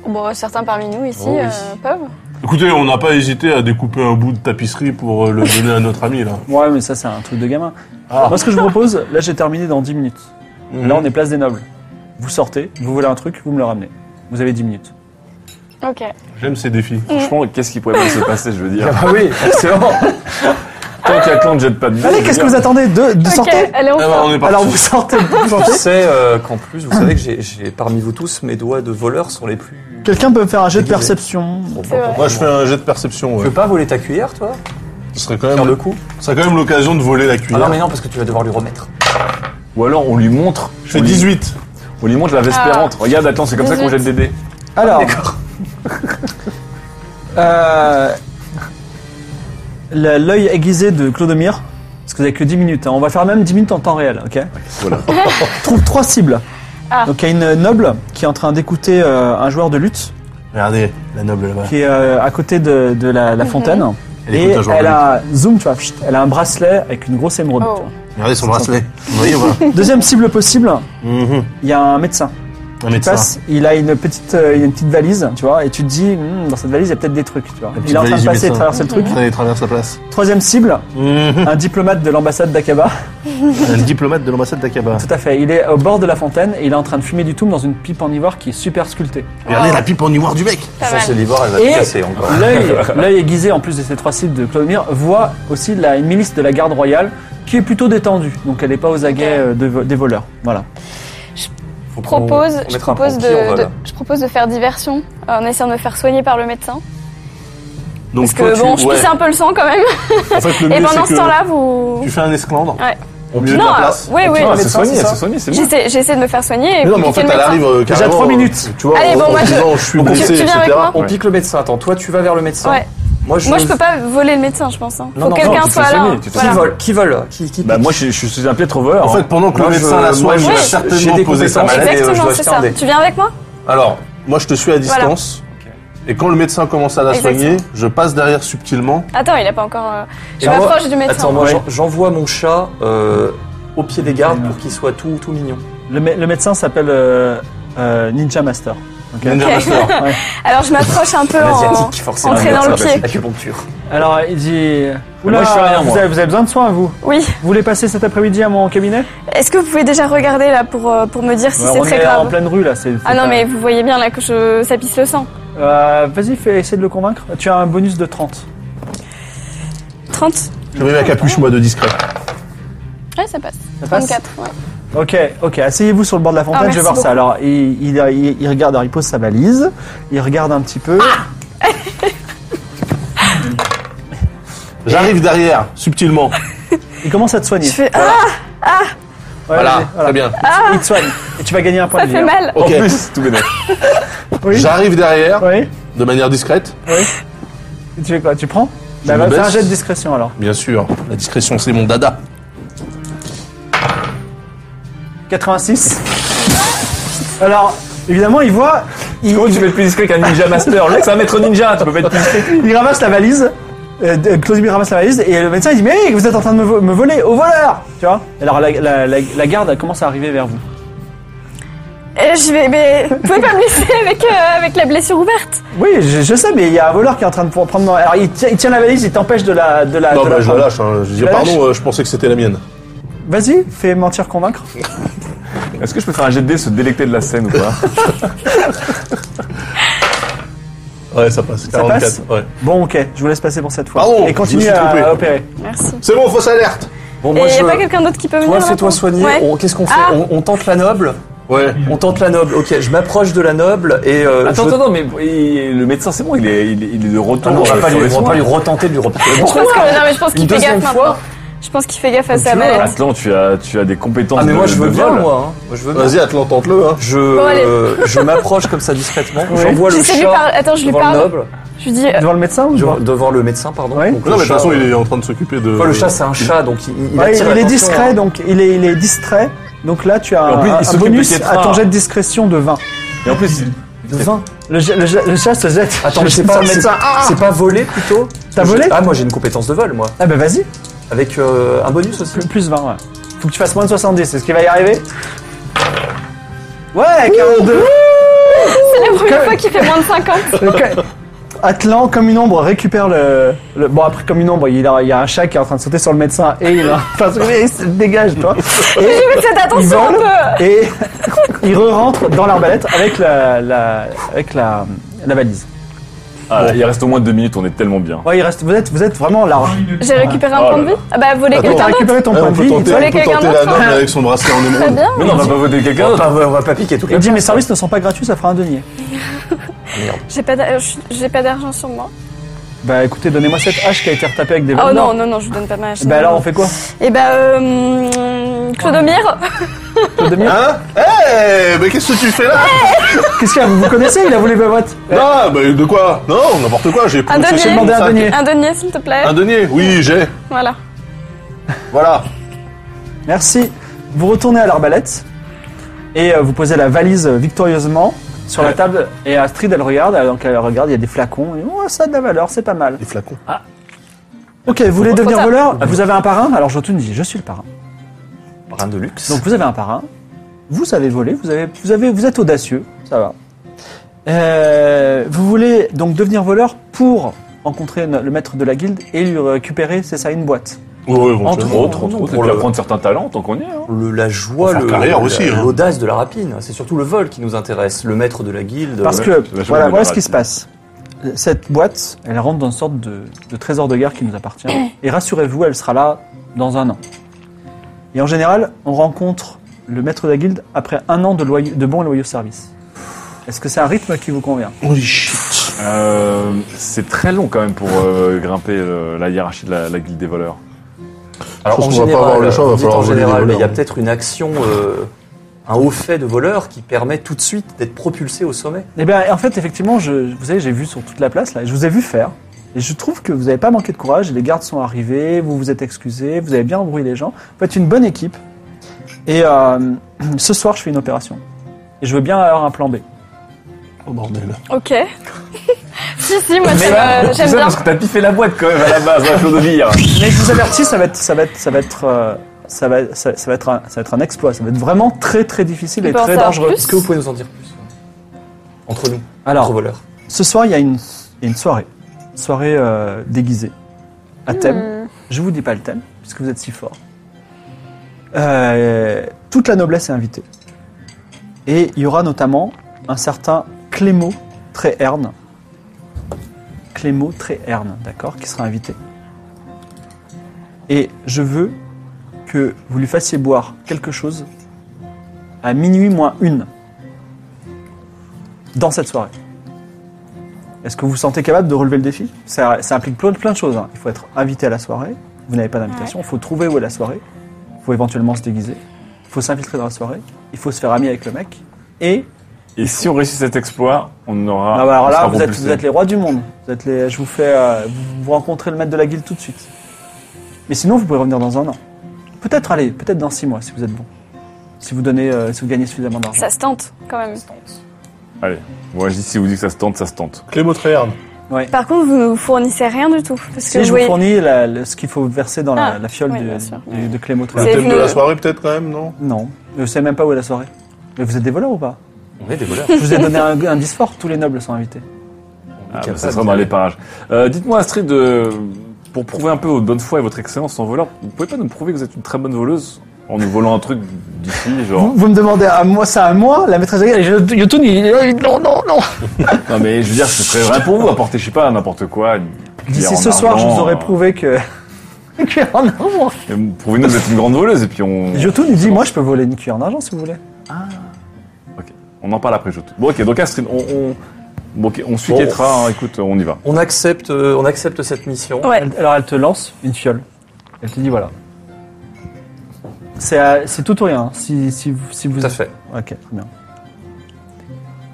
D: bon, certains parmi nous ici
C: Oh oui.
D: euh, peuvent.
E: Écoutez, on n'a pas hésité à découper un bout de tapisserie pour euh, le donner à notre ami là.
A: Ouais, mais ça, c'est un truc de gamin.
E: Ah.
A: Moi, ce que je vous propose, là, j'ai terminé dans 10 minutes. Là, on est place des nobles. Vous sortez, vous voulez un truc, vous me le ramenez. Vous avez 10 minutes.
D: Ok.
E: J'aime ces défis.
B: Franchement, qu'est-ce qui pourrait mal se passer, je veux dire
C: Ah oui, excellent
B: Tant qu'Atlan ne jette pas de dés,
A: Allez,
B: je
A: qu'est-ce que
B: veux
A: vous
B: dire,
A: attendez De, de
D: Ok,
A: sortez
D: allez, on
E: Ah,
D: sort.
E: bah, on est parti.
A: Alors, vous sortez.
C: Je sais euh, qu'en plus, vous savez que j'ai- j'ai parmi vous tous, mes doigts de voleur sont les plus...
A: Quelqu'un peut me faire un jet de
C: Déguisé.
A: perception
C: Bon,
D: C'est vrai.
E: Moi, je fais un jet de perception.
C: Tu
E: Ouais.
C: veux pas voler ta cuillère, toi
E: Ce serait quand
C: Faire
E: même,
C: le coup
E: ce serait quand même l'occasion de voler la
C: Ah
E: cuillère.
C: non, mais non, parce que tu vas devoir lui remettre.
B: Ou alors on lui montre.
E: Je fais
B: on lui-
E: 18.
B: On lui montre la vespérante. Regarde, Atlan, c'est comme ça qu'on
D: 18.
B: jette des dés.
E: Ah,
A: Alors. Euh, la- L'œil aiguisé de Clodomir, parce que vous avez que 10 minutes, hein. on va faire même 10 minutes en temps réel, ok
B: Voilà.
A: Trouve trois cibles.
D: Ah.
A: Donc il y a une noble qui est en train d'écouter euh, un joueur de lutte
E: Regardez, la noble là-bas.
A: qui est euh, à côté de, de la,
D: Mhm.
A: la fontaine.
E: Elle
A: Et
E: écoute un joueur
A: elle
E: de lutte.
A: a, zoom, tu vois, pfft, elle a un bracelet avec une grosse émeraude.
D: Oh.
E: Regardez son bracelet. Vous voyez, voilà.
A: Deuxième cible possible,
E: Mhm.
A: il y a un médecin.
E: Un
A: Il passe, il a une petite, euh, il a une petite valise, tu vois, et tu te dis, Hmm, dans cette valise, il y a peut-être des trucs, tu vois.
E: La petite
A: Il est en train de
E: valise du
A: passer et de
E: médecin.
A: traverser le truc.
E: Ça allait traverser la place.
A: Troisième cible,
E: Mhm.
A: un diplomate de l'ambassade d'Akaba.
E: Un diplomate de l'ambassade d'Akaba.
A: Tout à fait, il est au bord de la fontaine et il est en train de fumer du toum dans une pipe en ivoire qui est super sculptée.
E: Regardez la pipe en ivoire du mec.
D: Pas
C: Ça,
D: mal.
C: c'est l'ivoire, elle va
A: Et-
C: te casser encore.
A: L'œil l'œil aiguisé, en plus de ces trois cibles de Clodomir, voit aussi la, une milice de la garde royale qui est plutôt détendue, donc elle n'est pas aux aguets euh, de vo- des voleurs. Voilà.
C: Faut qu'on-
D: propose,
C: faut
D: je,
C: mettre un
D: propose
C: pompier, on
D: de,
C: vole.
D: de- je propose de faire diversion euh, en essayant de me faire soigner par le médecin.
E: Donc
D: Parce que
E: toi,
D: bon,
E: tu...
D: je
E: ouais.
D: pisse un peu le sang quand même.
E: En fait, le
D: Et
E: mieux,
D: pendant
E: c'est
D: ben, ce
E: que
D: temps-là, vous.
E: tu fais un esclandre.
D: Ouais.
E: Au milieu de
D: Non,
E: la
D: euh,
E: place.
D: oui, oui.
B: Ah, c'est
A: médecin,
B: soigné,
A: c'est ça
B: c'est soigné, c'est bon.
D: J'essaie j'essaie de me faire soigner. Et
E: Non, mais en fait,
D: piquer le
E: elle
D: médecin.
E: arrive euh,
A: Déjà
E: carrément.
A: trois
E: euh,
A: minutes.
E: Tu vois,
D: Allez,
E: en-
D: bon,
E: en
D: moi, je-
E: disant, je suis
D: tu-
E: blessé,
D: tu viens
E: etc.
D: avec moi
C: On pique le médecin. Attends, toi, tu vas vers le médecin.
D: Ouais.
C: Moi, je...
D: Moi, je peux pas voler le médecin, je pense. hein.
C: Non,
D: Faut
C: non,
D: que
B: non,
D: quelqu'un
B: tu te
D: soit
B: fais
D: là.
B: soigner,
D: hein.
B: tu te
C: Qui
D: Voilà.
C: vole Qui vole Qui, qui
B: Bah, moi, je, je suis un piètre voleur.
E: En
B: hein.
E: fait, pendant que
C: Moi,
E: le médecin
C: je-
E: la soigne,
C: moi,
E: je vais
D: je-
C: j'ai
E: certainement
C: des
E: poser sa
C: compétences.
E: maladie.
C: Allez, euh, je
D: Exactement,
C: dois
D: c'est
C: acheter un
D: ça.
C: dé.
D: Tu viens avec moi
E: Alors, moi, je te suis à distance. Et quand le médecin commence à la
D: Exactement.
E: soigner, je passe derrière subtilement.
D: Attends, il a pas encore. euh, Je
C: Et moi-
D: m'approche du médecin.
C: Attends, moi,
A: Ouais.
C: j'en- j'envoie mon chat euh, au pied des gardes pour qu'il soit tout, tout mignon.
A: Le, mé- le médecin s'appelle euh, euh, Ninja Master. Ok.
E: Ninja
D: Ok.
E: Master.
D: Alors, je m'approche un peu en.
C: L'asiatique, forcément.
D: entrer dans le
C: Ça, bah,
D: pied.
C: c'est Acupuncture.
A: Alors il dit, Oula,
B: moi, je fais rien,
A: vous,
B: moi.
A: avez, vous avez besoin de soins, vous
D: Oui.
A: Vous voulez passer cet après-midi à mon cabinet
D: Est-ce que vous pouvez déjà regarder là pour, euh, pour me dire si
A: Alors,
D: c'est
A: On
D: très
A: est en
D: grave
A: pleine rue, là. c'est-
D: Ah
A: c'est
D: non,
A: pas-
D: mais vous voyez bien là que je... ça pisse le sang.
A: Euh, Vas-y, fais essayer de le convaincre. Tu as un bonus de 30.
D: 30
E: Je mets ma capuche, moi, de discret.
D: Ouais, ça passe.
A: Ça passe
D: 34, ouais.
A: Ok, ok, asseyez-vous sur le bord de la fontaine,
D: Ah,
A: je vais voir
D: merci
A: ça.
D: beaucoup.
A: Alors, il, il, il- il regarde, alors il pose sa valise, il regarde un petit peu.
D: Ah
E: J'arrive derrière, subtilement.
A: Il commence à te soigner.
D: Je fais ah,
A: Ouais, Ah,
C: Voilà,
A: vas-y,
C: très bien.
A: Il te soigne. Et tu vas gagner un point
D: Ah, ça
A: de vie.
D: fait
A: hein.
D: mal
E: Ok.
B: En plus, tout bénef.
A: Oui.
E: J'arrive derrière,
A: Oui.
E: de manière discrète.
A: Et tu fais quoi Tu prends
E: Je
A: Bah,
E: me
A: va faire un
E: baisse.
A: jet de discrétion alors.
E: Bien sûr, la discrétion, c'est mon dada.
A: 86. Alors, évidemment, il voit, il,
C: Comment tu
A: il,
C: peux être plus discret qu'un ninja master Là, c'est un maître ninja, tu peux pas être plus discret.
A: il ramasse la valise. Euh, de- Claude ramasse la valise et le médecin il dit mais hey, vous êtes en train de me, vo- me voler au voleur tu vois alors la, la- la- la garde commence à arriver vers vous
D: Euh, Je vais. Mais vous pouvez pas me laisser avec, euh, avec la blessure ouverte
A: oui je, je sais mais il y a un voleur qui est en train de pr- prendre alors il tient, il tient la valise il t'empêche de la de la,
E: non,
A: Ah, de
E: bah,
A: la
E: je la
A: prendre.
E: lâche. hein. Je dis,
A: la
E: pardon, euh, je pensais que c'était la mienne.
A: vas-y fais mentir convaincre
B: Est-ce que je peux faire un jet de dés, se délecter de la scène ou pas
E: Ouais, ça passe. 44.
A: passe
E: ouais.
A: bon ok je vous laisse passer pour cette fois
E: Pardon,
A: et
E: Ah je
A: continue
E: me suis trompé.
A: à, à opérer
D: Merci.
E: C'est bon, fausse alerte
C: Bon,
D: Et
C: moi,
D: y
C: je.
D: a pas quelqu'un d'autre qui peut venir
C: Toi,
D: là,
C: c'est toi
D: pour-
C: soigner.
D: Ouais.
C: On- Qu'est-ce qu'on fait
D: Ah.
C: on, on tente la noble
E: Ouais.
C: On tente la noble. Ok, je m'approche de la noble et. euh,
B: Attends,
C: je-
B: attends, attends, mais il- le médecin, c'est bon, il est, il est- il est de
C: Ah
B: retour.
C: non, on va
B: euh,
C: pas
B: sur
C: lui-
B: les
C: on va pas
B: soins.
D: Eh
C: lui retenter de lui reporter.
D: Je pense que- non, mais je pense
C: Une
D: qu'il fait
C: deuxième
D: gaffe
C: fois
D: maintenant. Je pense qu'il fait gaffe à sa
C: tu vois,
D: mallette.
B: Atlan, tu as, tu as des compétences.
C: Ah, mais
B: de-
C: moi, je
B: de
C: veux bien,
B: viol.
C: moi. hein. Moi, je veux bien.
E: Vas-y, attends, tente-le. Hein.
C: Je,
D: allez.
C: euh, je m'approche comme ça discrètement.
A: Oui.
C: J'envoie le
D: J'essaie de lui
C: chat
D: parler. Attends, je lui
C: devant le
D: parle.
C: noble,
D: Je lui dis. euh,
A: devant le médecin ou
C: devant,
A: pas
C: devant le médecin, pardon.
A: Ouais.
C: Donc,
E: Non, mais
C: le
E: de toute
C: chat,
E: façon,
C: euh,
E: il est en train de s'occuper de.
C: enfin, le chat, c'est un chat, donc il, il
A: Ouais,
C: attire
A: il est
C: l'attention,
A: discret,
C: hein.
A: donc il est, il est distrait. Donc là, tu as
B: Et en plus, il
A: un, un
B: s'occupe
A: bonus
B: des quatre
A: à ton
B: rats.
A: jet de discrétion de 20.
B: Et en plus, il-
C: De vin.
A: Le, jet- le, jet- le chat se jette.
C: Attends,
A: Je
C: mais
A: sais
C: c'est pas,
A: le
C: c'est,
A: médecin. Ah,
C: c'est pas volé plutôt
A: T'as volé
C: Ah, moi j'ai une compétence de vol, moi.
A: ah bah vas-y,
C: Avec euh, un bonus aussi.
A: plus, plus 20, ouais. Faut que tu fasses moins de 70, c'est ce qui va y arriver Ouais, 42
D: C'est la première
A: que-
D: fois qu'il fait moins de 50.
A: Ok. Atlan, comme une ombre, récupère le, le- Bon, après, comme une ombre, il, a, il y a un chat qui est en train de sauter sur le médecin et il a... Enfin, il se dégage, toi Et-
D: Faites
A: Ils
D: attention un
A: volent.
D: peu.
A: Et il re-rentre dans l'arbalète avec la, la- avec la, la valise.
B: ah, il reste au moins deux minutes, on est tellement bien.
A: Ouais, il reste, vous, êtes, vous êtes vraiment large.
D: J'ai récupéré un
B: Oh
D: point
B: là
D: de
B: là.
D: vie. Ah bah, voler
E: Attends,
A: Donc, t'as
D: quelqu'un d'autre.
A: récupéré ton
E: Eh,
A: point
E: on
A: de
E: peut
A: vie. il
E: tenter,
A: te-
D: Voler
E: on peut
D: quelqu'un
E: tenter la
D: d'autre,
E: noble
D: hein.
E: avec son bracelet en
D: Très
E: émeraude.
D: bien.
B: Mais non, on va pas voter quelqu'un
C: On va,
B: d'autre.
C: pas, on va pas piquer toute
A: Il
C: la
A: dit mes services ne sont pas gratuits, ça fera un denier.
D: J'ai pas d'a- je- j'ai pas d'argent sur moi.
A: Bah écoutez, donnez-moi cette hache qui a été retapée avec des
D: Oh
A: vannes.
D: non, non, non, je vous donne pas ma hache.
A: Bah alors on fait quoi
D: Et bah, euh, Clodomir,
A: Claude Demir
E: Hein Eh, mais qu'est-ce que tu fais là
A: Qu'est-ce qu'il y a Vous vous connaissez Il a voulu ma boîte. Eh,
E: Non, bah de quoi Non, n'importe quoi, j'ai
D: Un denier.
E: j'ai
A: Demandez un denier.
D: un denier s'il te plaît.
E: Un denier, oui, j'ai.
D: Voilà.
E: Voilà.
A: Merci. Vous retournez à l'arbalète et euh, vous posez la valise euh, victorieusement sur la table. Et Astrid, elle regarde. elle- Donc elle regarde, il y a des flacons. Et, oh, ça a de la valeur, c'est pas mal.
E: Les flacons.
A: Ok, vous voulez devenir
D: ça.
A: voleur Vous avez un parrain Alors je retourne et je dis, je suis le parrain.
C: Brin de luxe.
A: Donc vous avez un parrain, vous savez voler, vous, avez, vous, avez, vous êtes audacieux, ça va. Euh, vous voulez donc devenir voleur pour rencontrer no- le maître de la guilde et lui récupérer, c'est ça, une boîte.
E: Ouais,
C: Entre
E: éventuellement.
B: Autre, autre,
C: Non,
B: autre, et
C: pour
B: puis
C: le-
B: apprendre certains talents, tant qu'on y est. hein.
C: Le- la joie,
E: Faut faire
C: le-
E: carrière
C: la-
E: aussi, hein.
C: l'audace de la rapine. C'est surtout le vol qui nous intéresse. Le maître de la guilde.
A: Parce
C: euh,
A: que,
B: vachement
A: voilà, voilà ce
B: vulnérable.
A: qui se passe. Cette boîte, elle rentre dans une sorte de, de trésor de guerre qui nous appartient. Et rassurez-vous, elle sera là dans un an. Et en général, on rencontre le maître de la guilde après un an de, loyaux- de bons et loyaux services. Est-ce que c'est un rythme qui vous convient
E: Holy shit.
B: Euh, c'est très long quand même pour euh, grimper euh, la hiérarchie de la, la guilde des voleurs.
C: Alors,
E: pense
C: en
E: qu'on va pas
C: général,
E: avoir le choix, va
C: vous dites
E: falloir
C: en
E: voler des
C: général, mais il y a
E: voleurs.
C: peut-être une action, euh, un haut fait de voleur qui permet tout de suite d'être propulsé au sommet.
A: Eh bien, en fait, effectivement, je, vous savez, j'ai vu sur toute la place, là, et je vous ai vu faire. Et je trouve que vous n'avez pas manqué de courage. Les gardes sont arrivés, vous vous êtes excusés, vous avez bien embrouillé les gens. Vous êtes une bonne équipe. Et euh, ce soir, je fais une opération. Et je veux bien avoir un plan B.
E: Oh bordel.
D: Ok. si, si, moi
B: Mais
D: j'aime
B: là,
D: euh,
B: tout
D: j'aime
B: ça
D: bien.
B: parce que t'as piffé la boîte quand même à la base, hein, Clodovir.
A: Mais je vous avertis, ça va être, ça va être, ça va être, euh, ça va, ça, ça va être, un, ça va être un exploit. Ça va être vraiment très, très difficile
D: On
A: et
D: peut en
A: très
D: savoir
A: dangereux.
D: plus
C: Est-ce que vous pouvez nous en dire plus Entre nous, entre
A: Alors,
C: voleurs.
A: ce soir, il y a une, il y a une soirée, Une soirée euh, déguisée, à thème.
D: Hmm.
A: Je vous dis pas le thème, puisque vous êtes si fort. Euh, toute la noblesse est invitée. Et il y aura notamment un certain Clément Tréherne. Clément Tréherne, d'accord, qui sera invité. Et je veux que vous lui fassiez boire quelque chose à minuit moins une dans cette soirée. Est-ce que vous vous sentez capable de relever le défi ça, ça implique plein, plein de choses. hein. Il faut être invité à la soirée, vous n'avez pas d'invitation, il faut trouver où est la soirée, il faut éventuellement se déguiser, il faut s'infiltrer dans la soirée, il faut se faire ami avec le mec, et...
B: Et si on réussit cet exploit, on aura.
A: Ah bah alors
B: on
A: là,
B: sera
A: vous êtes,
B: propulsé.
A: vous êtes les rois du monde. Vous êtes les, je vous fais... euh, vous- vous rencontrez le maître de la guilde tout de suite. Mais sinon, vous pouvez revenir dans un an. Peut-être, allez, peut-être dans six mois, si vous êtes bon. Si vous donnez, euh, si vous gagnez suffisamment d'argent.
D: Ça se tente quand même.
B: Moi, je dis, si vous dites que ça se tente, ça se tente.
E: Clément Tréherne.
D: Par contre, vous ne vous fournissez rien du tout. Parce que
A: Si
D: vous
A: je vous
D: voyez-
A: fournis la- le- ce qu'il faut verser dans la,
D: Ah,
A: la fiole
D: oui,
A: du-
D: bien sûr.
A: du- de Clément
E: Le
D: C'est
E: thème de
D: venu-
E: la soirée, peut-être, quand même, non
A: Non, je sais même pas où est la soirée. Mais vous êtes des voleurs ou pas
C: On est des voleurs.
A: Je vous ai donné un, un indice fort, tous les nobles sont invités.
B: Ah, bah, ça sera dans les parages. Euh, Dites-moi, Astrid, euh, pour prouver un peu votre bonne foi et votre excellence en voleur, vous pouvez pas nous prouver que vous êtes une très bonne voleuse en nous volant un truc d'ici, genre.
A: me demandez à moi ça à moi, la maîtresse de la guilde, Yotun, il... Non, non, non
B: non, mais je veux dire, ce serait rien pour vous, apporter, je sais pas, n'importe quoi. une cuillère
A: D'ici
B: en
A: ce soir, je
B: argent,
A: vous
B: euh,
A: aurais prouvé que... Une cuillère en argent
B: et Prouvez-nous que vous êtes une grande voleuse et puis on.
A: Yotun, il dit, moi je peux voler une cuillère en argent si vous voulez.
B: On en parle après, Jout. Bon, ok, donc Astrid, on. on... bon, ok, on suit
C: Bon.
B: Ketra, hein, écoute, on y va.
C: On accepte, euh, on accepte cette mission.
D: Ouais.
A: Elle- alors elle te lance une fiole. Elle te dit, voilà. C'est à- c'est tout ou rien, hein, si, si, vous- si vous...
C: Tout à fait.
A: Ok, très bien.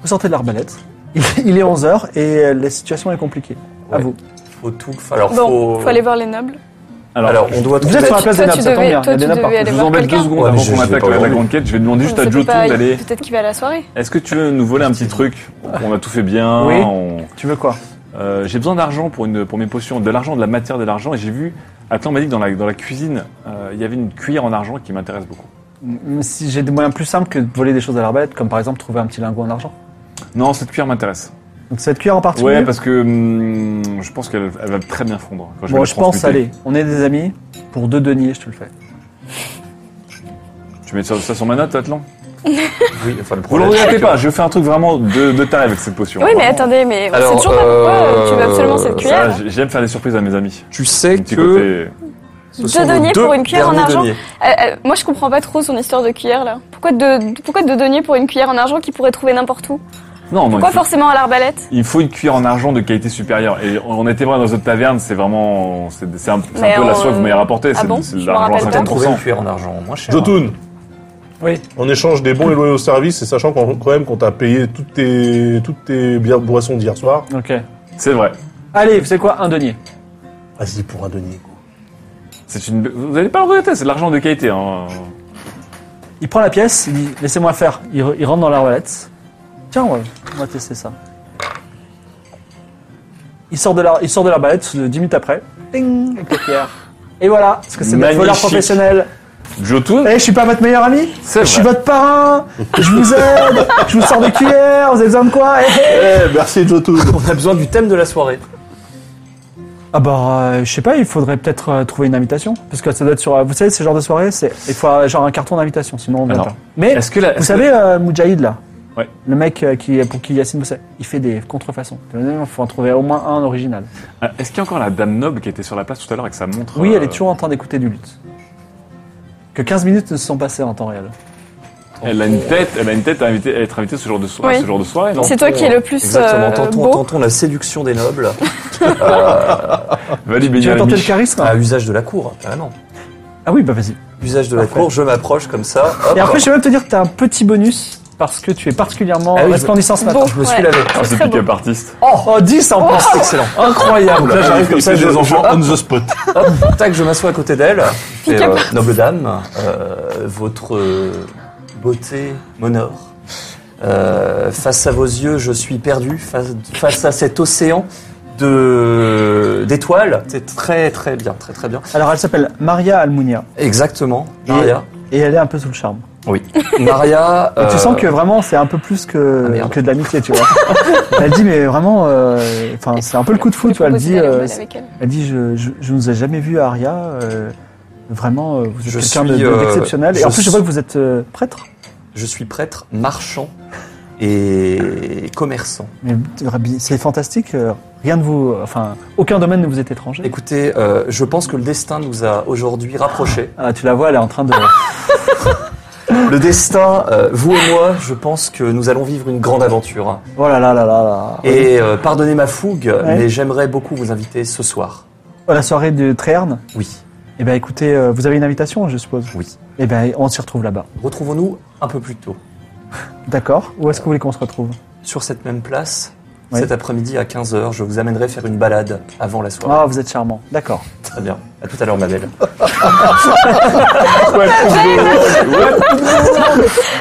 A: Vous sortez de l'arbalète, il, il est 11h et euh, la situation est compliquée. À
C: Ouais.
A: vous.
C: Faut tout. Alors,
D: Bon,
C: faut...
D: faut aller voir les nobles.
B: Alors,
C: Alors, on doit
A: Vous
C: trouver.
A: êtes sur la place
D: toi,
A: des nappes,
D: tu
A: ça tombe
D: devais-
A: bien, il y
D: toi,
A: a des
D: tu
A: nappes
D: devais
A: partout.
D: aller
B: je vous
D: voir
B: embête deux
D: quelqu'un.
B: secondes
C: Ouais, mais
B: avant
C: je-
B: qu'on
C: je vais
B: attaque
C: pas
B: la
C: regarder.
B: grande quête. Je vais demander juste
D: On
B: à
D: sait
B: Jotun
D: pas,
B: d'aller.
D: Peut-être qu'il va à la soirée.
B: Est-ce que tu veux nous voler un petit truc On a tout fait bien.
A: Oui.
B: on-
A: Tu veux quoi
B: Euh, j'ai besoin d'argent pour, une- pour mes potions, de l'argent, de la matière, de l'argent. Et j'ai vu, Atlan m'a dit que dans la, dans la cuisine, euh, il y avait une cuillère en argent qui m'intéresse beaucoup.
A: Mm, Si j'ai des moyens plus simples que de voler des choses à l'arbalète, comme par exemple trouver un petit lingot en argent.
B: Non, cette cuillère m'intéresse.
A: Donc cette cuillère en particulier.
B: Ouais, parce que hum, je pense qu'elle elle va très bien fondre. quand vais
A: bon,
B: la
A: je pense,
B: transmuter.
A: allez, on est des amis. Pour deux deniers, je te le fais.
B: Tu mets ça, ça sur ma note, Atlan
C: Oui, enfin, le
B: Vous le
C: problème.
B: regrettez pas, je fais un truc vraiment de, de taré avec cette potion.
D: Oui, mais
B: Vraiment.
D: attendez, mais on sait
C: Alors,
D: toujours pas pourquoi hein.
C: euh,
D: tu veux absolument
C: ça,
D: cette
B: Ça,
D: cuillère.
B: j'ai- j'aime faire des surprises à mes amis.
C: Tu sais
B: Un petit
C: que.
B: côté-
C: ce
D: Deux
C: sont nos
D: deniers
C: deux
D: pour une cuillère en
C: derniers
D: argent.
C: deniers.
D: Euh, euh, moi, je comprends pas trop son histoire de cuillère là. Pourquoi deux, pourquoi deux deniers pour une cuillère en argent qu'il pourrait trouver n'importe où
B: Non, non, il
D: Pourquoi
B: faut,
D: forcément à l'arbalète
B: il faut une cuillère en argent de qualité supérieure. Et on on était vraiment dans notre taverne, c'est vraiment. C'est c'est un, c'est un
D: Mais
B: peu la
D: on-
B: soie que vous m'avez rapportée.
D: Ah
B: c'est-
D: bon
B: c'est
D: Je me
B: l'argent à
D: rappelle pas.
C: Peut-être trouver
B: 50%.
C: une cuillère en argent moins cher. hein.
E: Jotun.
A: Oui.
E: En échange des bons et loyaux services, et sachant qu'on- quand même qu'on t'a payé toutes tes, toutes tes bières boissons d'hier soir.
A: Ok.
B: C'est vrai.
A: Allez, vous savez quoi Un denier.
E: Vas-y, pour un denier.
B: C'est une... Vous n'allez pas le regretter, c'est de l'argent de qualité. Hein.
A: Il prend la pièce, il dit laissez-moi faire. Il, re- il rentre dans l'arbalète. Tiens, on va, on va tester ça. Il sort de la, il sort de l'arbalète euh, 10 minutes après. Ding, avec la cuillère. Et voilà, parce que c'est notre voleur
B: Magnifique.
A: professionnel.
B: Jotun,
A: Eh, je suis pas votre meilleur ami
B: c'est
A: Je suis
B: vrai.
A: votre parrain Je vous aide Je vous sors des cuillères Vous avez besoin de quoi Eh, eh.
E: Eh, merci Jotun.
C: On a besoin du thème de la soirée.
A: Ah bah, euh, je sais pas, il faudrait peut-être euh, trouver une invitation. Parce que ça doit être sur... euh, Vous savez, ce genre de soirée, c'est il faut euh, genre un carton d'invitation, sinon on vient
B: Alors,
A: pas. Mais,
B: Est-ce que la...
A: vous
B: est-ce
A: savez, euh, Moudjahid, là
B: Ouais.
A: Le mec euh, qui, pour qui Yacine bossait, il fait des contrefaçons. Il faut en trouver au moins un original.
B: que- ah, est-ce qu'il y a encore la dame noble qui était sur la place tout à l'heure avec sa montre
A: Oui,
B: euh,
A: elle est toujours en train d'écouter du lutte. Que 15 minutes ne se sont passées en temps réel.
B: Elle a une tête, elle a une tête à, inviter- à être invitée ce genre de soirée,
D: Oui.
B: ce genre de soirée non
D: C'est toi qui es le plus
C: Exactement.
D: euh,
C: Tentons,
D: beau.
C: tentons la séduction des nobles
B: Vas-y,
A: Tu
B: bénis
A: veux
B: la
A: tenter le
B: miche.
A: charisme
C: à usage de la cour, hein, carrément.
A: Ah oui, bah vas-y.
C: Usage de la
A: Parfait.
C: cour, je m'approche comme ça. Hop.
A: Et après, je vais même te dire que t'as un petit bonus parce que tu es particulièrement
C: Ah oui, je-
A: resplendissant ce matin.
D: Bon,
C: je me suis
D: ouais.
C: lavé.
B: Ah, c'est
D: Très
B: pick-up artiste.
A: Oh, 10 en plus,
C: Excellent.
A: incroyable.
E: Là, j'arrive comme ça, Ah.
B: je-
E: des
B: je-
E: enfants on the spot.
C: Hop, tac, je m'assois à côté d'elle. Je fais,
D: Pick-up.
C: euh, noble dame, euh, votre euh, beauté m'honore. Euh, face à vos yeux, je suis perdu. Face, face à cet océan de d'étoiles, c'est très très bien, très très bien.
A: Alors, elle s'appelle Maria Almunia
C: Exactement,
A: Et-
C: Maria.
A: et elle est un peu sous le charme.
C: Oui, Maria.
A: Et
C: euh,
A: tu sens que vraiment, c'est un peu plus que,
C: Ah, merde.
A: que de l'amitié, tu vois. elle dit, mais vraiment, euh, enfin, c'est un peu le coup de
D: Je
A: foudre, tu vois. Elle
D: propose
A: dit,
D: d'aller au
A: euh,
D: bal avec elle.
A: elle dit, je, je, je ne vous ai jamais vu à Aria. euh, vraiment, euh, vous êtes
C: Je
A: quelqu'un de-
C: suis,
A: de-
C: euh,
A: d'exceptionnel. et
C: je
A: en plus, je vois
C: suis-
A: que vous êtes euh, prêtre.
C: Je suis prêtre, marchand et commerçant.
A: Mais c'est fantastique. euh, rien de vous, enfin, aucun domaine ne vous est étranger.
C: Écoutez, euh, je pense que le destin nous a aujourd'hui rapprochés.
A: Ah, tu la vois, elle est en train de.
C: Le destin, euh, vous et moi, je pense que nous allons vivre une grande aventure.
A: Oh là là là là là.
C: Et euh, pardonnez ma fougue,
A: Ouais.
C: mais j'aimerais beaucoup vous inviter ce soir.
A: Oh, la soirée de Tréherne.
C: Oui.
A: Eh ben écoutez, euh, vous avez une invitation, je suppose
C: Oui.
A: Eh ben on s'y retrouve là-bas.
C: Retrouvons-nous un peu plus tôt,
A: D'accord Où est-ce que vous voulez qu'on se retrouve
C: sur cette même place,
A: Oui.
C: cet après-midi à 15h. Je vous amènerai faire une balade avant la soirée.
A: Ah, vous êtes charmant. D'accord.
C: Très bien. À tout à l'heure, ma belle.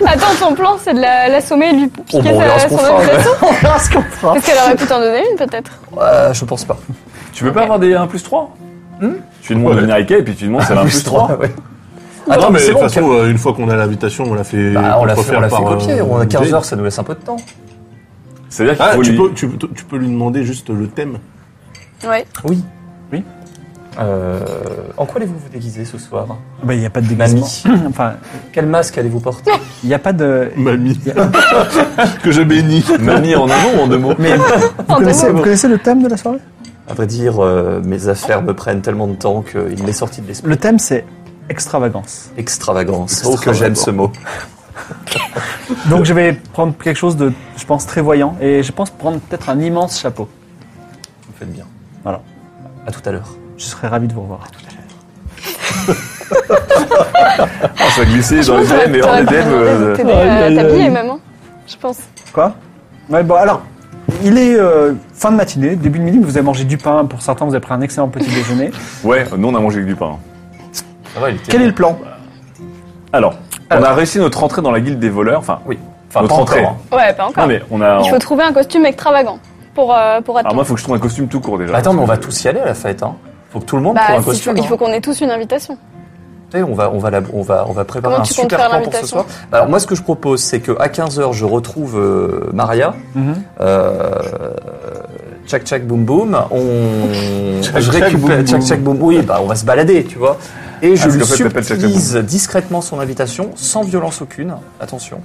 D: Attends, son plan, c'est de la- l'assommer et lui
C: Oh,
D: piquer
C: bon, on verra
D: sa,
C: ce
D: son
C: qu'on fera, ouais.
D: invitation.
A: On verra Ah, ce qu'on fera.
D: Est-ce qu'elle aurait pu t'en donner une, peut-être
C: Euh, je pense pas.
B: Tu veux pas avoir des 1 plus 3
A: Hmm?
B: Tu demandes de venir avec elle et puis tu demandes si elle a 1 plus 3.
C: ouais.
E: Ah non, mais de
C: c'est
E: toute
C: bon.
E: façon, euh, une fois qu'on a l'invitation, on l'a fait.
C: Bah, on l'a fait,
E: refaire
C: on l'a fait
E: par, euh,
C: copier. On a 15
E: Dave.
C: heures, ça nous laisse un peu de temps.
B: C'est-à-dire qu'il
E: Ah,
B: faut
E: tu,
B: lui-
E: peux, tu, peux- tu peux lui demander juste le thème.
D: Ouais.
C: Oui.
A: Oui.
C: Euh, en quoi allez-vous vous déguiser ce soir
A: Ben il n'y a pas de déguisement.
C: Mamie,
A: Enfin,
C: quel masque allez-vous porter
A: il n'y a pas de...
E: Mamie. que je bénis.
B: Mamie en un mot ou en deux mots
A: Mais vous
D: En deux
A: connaissez,
D: mots.
A: vous connaissez le thème de la soirée
C: À vrai dire, euh, mes affaires me prennent tellement de temps qu'il m'est sorti de l'esprit.
A: Le thème c'est extravagance.
C: Extravagance. Oh que j'aime ce mot.
A: Donc je vais prendre quelque chose de, je pense, très voyant et je pense prendre peut-être un immense chapeau.
C: Vous faites bien.
A: Voilà.
C: À tout à l'heure.
A: Je serais ravi de vous revoir.
B: Ah, Ça va glisser dans les DM et hors
D: T'aurais
B: des
D: pu
B: DM.
D: demander de
B: euh,
D: t'aider
A: Aïe, aïe,
D: à
A: aïe.
D: t'habiller, même, hein, je pense.
A: Quoi Ouais, bon, alors, il est euh, fin de matinée, début de midi, mais vous avez mangé du pain. Pour certains, vous avez pris un excellent petit déjeuner.
B: Ouais, nous on a mangé que du pain.
C: Ça va, il était
A: Quel est le plan
B: Alors, on a réussi notre entrée dans la guilde des voleurs. Enfin,
C: Oui. Enfin,
B: notre
C: pas
B: entrée.
C: encore, hein.
D: Ouais, pas encore.
B: Non mais on a.
D: Il faut trouver un costume extravagant pour, euh, pour
B: Alors
D: attendre.
B: Ah, moi, faut que je trouve un costume tout court déjà.
C: Bah, Attends, mais on va tous y aller à la fête. Hein. Faut que tout le monde trouve
D: bah,
C: un
D: si tu-
C: costume.
D: il faut
C: hein.
D: qu'on ait tous une invitation.
C: Tu sais, On va, on va, la- on va, on va préparer
D: Comment
C: un
D: tu comptes
C: super
D: faire
C: plan pour ce
D: l'invitation
C: soir. Bah, Alors moi, ce que je propose, c'est que à 15 h je retrouve euh, Maria.
A: Mhm.
C: Euh, Tchac tchac boum boum, on
E: Tchac,
C: je
E: tchac, boum,
C: récupère
E: boum.
C: tchac tchac boum boum. Oui, bah on va se balader, tu vois. Et je
B: parce
C: lui
B: qu'en fait, t'appelles tchac, tchac, boum.
C: subtilise discrètement son invitation, sans violence aucune. Attention,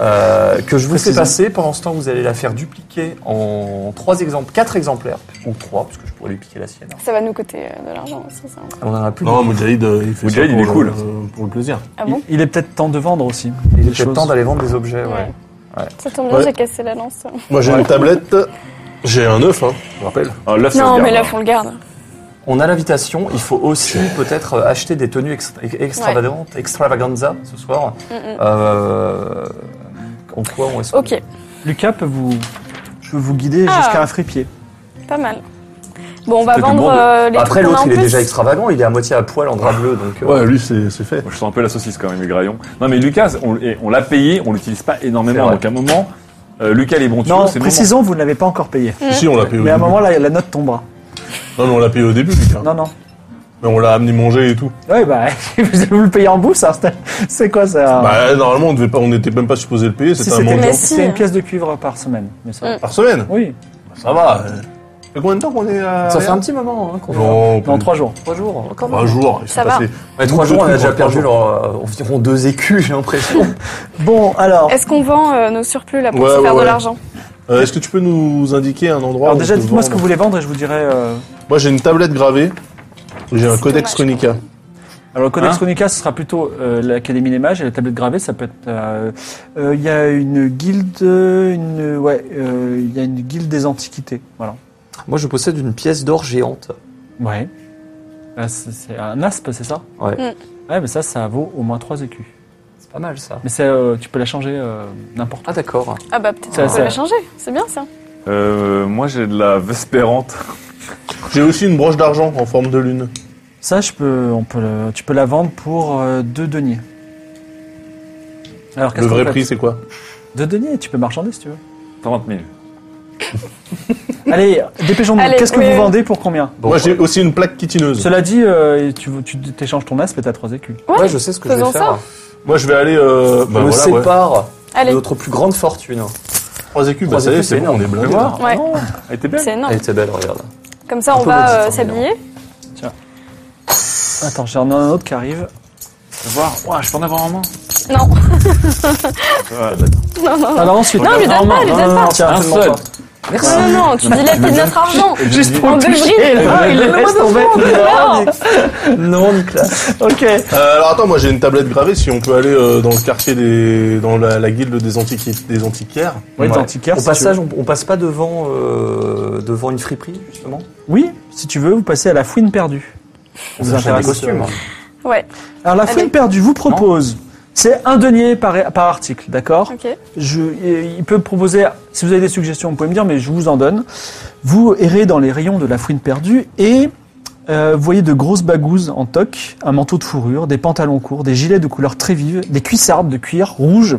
C: Euh, que je vous fais
A: Précisons.
C: passer. Pendant ce temps, vous allez la faire dupliquer en trois exemples, quatre exemplaires ou trois, parce que je pourrais lui piquer la sienne.
D: Ça va nous coûter euh, de l'argent aussi, ça.
C: On en a plus.
E: Non, Moudjaïd, euh, il fait
B: Moudjaïd,
E: ça
B: il est
E: pour
B: cool.
E: le- euh, pour le plaisir.
D: Ah bon
A: Il est peut-être temps de vendre aussi.
C: il
A: des
C: est peut-être
A: choses.
C: temps d'aller vendre des objets. Ouais.
D: Ouais. Ça tombe bien,
E: Ouais.
D: j'ai cassé la lance.
E: Moi, j'ai une tablette. J'ai un œuf, hein, je rappelle.
B: Ah, l'œuf, ça se
D: Non,
B: garde,
D: mais là,
B: hein.
D: on le garde.
C: On a l'invitation, il faut aussi peut-être euh, acheter des tenues extra- extravagantes, extravaganza ce soir.
D: Mm, mm.
C: Euh, en quoi on est
D: Ok,
A: Lucas peut vous, peut vous guider
D: Ah.
A: jusqu'à un fripier.
D: pas mal. Bon, on va
B: Peut-être
D: vendre
B: demander.
D: euh, les
C: Après,
D: trucs qu'on a
C: l'autre,
D: en
C: il est
D: plus.
C: déjà extravagant, il est à moitié à poil en drap bleu, donc... euh,
E: Ouais, lui, c'est c'est fait.
B: Moi, Je sens un peu la saucisse quand même, les graillons. Non mais Lucas, on, et on l'a payé, on l'utilise pas
C: C'est
B: énormément.
C: vrai.
B: Donc à un moment, euh, Lucas les bons tuyaux,
A: Non,
B: c'est le
A: précisons, vous ne l'avez pas encore payé.
D: Mm.
E: Si, on l'a payé au
A: Mais à un
E: début.
A: moment, la, la note tombera.
E: Non, mais on l'a payé au début, Lucas.
A: Non, non.
E: Mais on l'a amené manger et tout.
A: Oui, bah, vous vous le payez en bout, ça c'est- C'est quoi
C: Ah.
A: ça
E: Bah, normalement, on devait pas, on n'était même pas supposé le payer,
A: Si,
E: c'était un
A: c'était-
E: mangeant.
D: Mais si.
A: c'était une pièce de cuivre par semaine. Mais ça...
D: Mm.
E: Par semaine
A: Oui,
E: Ça va. euh. Ça fait combien de temps qu'on est à.
C: Ça fait un
E: Rennes
C: petit moment hein, qu'on est
E: Non,
A: dans
E: plus-
A: trois jours.
C: trois jours. Quand même.
E: trois jours. il
D: Ça
E: s'est
D: va.
E: passé
C: Ouais, trois
E: beaucoup
C: jours,
E: de
C: on a
E: trucs
C: déjà
E: en trois
C: perdu
E: jours.
C: leur, euh, environ deux écus, j'ai l'impression.
A: Bon, alors,
D: Est-ce qu'on vend euh, nos surplus là pour
E: Ouais,
D: se
E: ouais,
D: faire
E: ouais.
D: de l'argent
E: Euh, Est-ce que tu peux nous indiquer un endroit
A: alors
E: où
A: déjà,
E: on peut
A: dites-moi ce que vous
E: vendre
A: voulez vendre et je vous dirai. euh,
E: Moi, j'ai une tablette gravée. et J'ai un
D: C'est
E: codex
D: dommage,
E: Chronica.
A: Alors, le Codex
B: Hein
A: Chronica, ce sera plutôt euh, l'Académie des Mages et la tablette gravée, ça peut être. euh, euh, Il y a une guilde. euh, Une, euh, ouais, euh, il y a une guilde des antiquités. Voilà.
C: Moi, je possède une pièce d'or géante.
A: Ouais. Euh, c'est c'est un aspe, c'est ça
C: Ouais.
D: Mm.
A: Ouais, mais ça, ça vaut au moins 3 écus.
C: C'est pas mal, ça.
A: Mais c'est, euh, tu peux la changer euh, n'importe
C: Ah, d'accord.
D: Ah bah peut-être
A: Ça,
D: qu'on
A: ça.
D: peut la changer, c'est bien ça.
B: moment. Euh, moi, j'ai de la vespérante.
E: J'ai aussi une broche d'argent en forme de lune.
A: où. Ça, je peux, on peut le- tu peux la vendre pour 2 deniers. Alors,
E: Le
A: qu'est-ce
E: vrai
A: qu'on fait
E: prix, c'est quoi
A: 2 deniers, tu peux marchander si tu veux.
B: 30 000.
A: Allez, dépêchons-nous.
D: Allez,
A: Qu'est-ce que
D: oui,
A: vous
D: oui.
A: vendez pour combien
C: Bon,
E: Moi, j'ai aussi une plaque kitineuse.
A: Cela dit, euh, tu tu t'échanges ton aspe et t'as 3 écus.
D: Ouais,
C: ouais, je sais ce que je vais
D: faisons
C: faire.
E: Moi, je vais aller. Euh, bah,
C: on me
E: voilà, ouais.
C: sépare de
D: Allez,
C: notre plus grande fortune.
E: 3 écus, bah,
C: Trois
E: ça y est,
C: écus,
E: c'est
C: c'est
E: bon, on est
B: Fais
E: blindé.
B: voir.
D: Ouais.
B: Non, elle était belle.
D: c'est énorme.
C: Elle était belle, regarde.
D: Comme ça, on
C: on peut le
D: va
C: dire,
D: euh,
C: c'est énorme.
D: s'habiller.
A: Attends, j'en ai un autre qui arrive.
B: Fais voir. Ouah, je peux en avoir en main.
D: Non,
B: Voilà.
D: non, non,
A: Ah
D: non.
A: non, ensuite.
D: Non, lui
A: Non,
D: donne
A: non,
D: pas, lui
A: non,
D: donne
A: non,
D: pas.
A: tiens,
B: Un
A: absolument
B: seul.
A: pas.
C: Merci.
D: Non, non, non, tu dilates notre argent.
A: Juste pour
D: On
A: le
D: devrait-
A: toucher, là, il Euh, le laisse tomber.
D: Non.
C: Non, Nicolas.
A: Ok.
E: Euh, alors attends, moi j'ai une tablette gravée. Si on peut aller euh, dans le quartier des, dans la, la guilde des, antiqui- des antiquaires.
A: Oui,
C: Ouais.
A: d'antiquaire,
C: Au
A: si tu
C: passage, on, on passe pas devant, euh, devant une friperie, justement
A: veux. Oui, si tu veux, vous passez à la fouine perdue.
C: On
A: vous
C: achète
A: intéresse,
C: des costumes.
D: Ouais,
A: Alors la
D: Allez.
A: fouine perdue vous propose, c'est un denier par, par article, d'accord
D: ok.
A: Je, il peut proposer, si vous avez des suggestions, vous pouvez me dire, mais je vous en donne. Vous errez dans les rayons de la fouine perdue et euh, vous voyez de grosses bagouses en toque, un manteau de fourrure, des pantalons courts, des gilets de couleur très vive, des cuissardes de cuir rouge,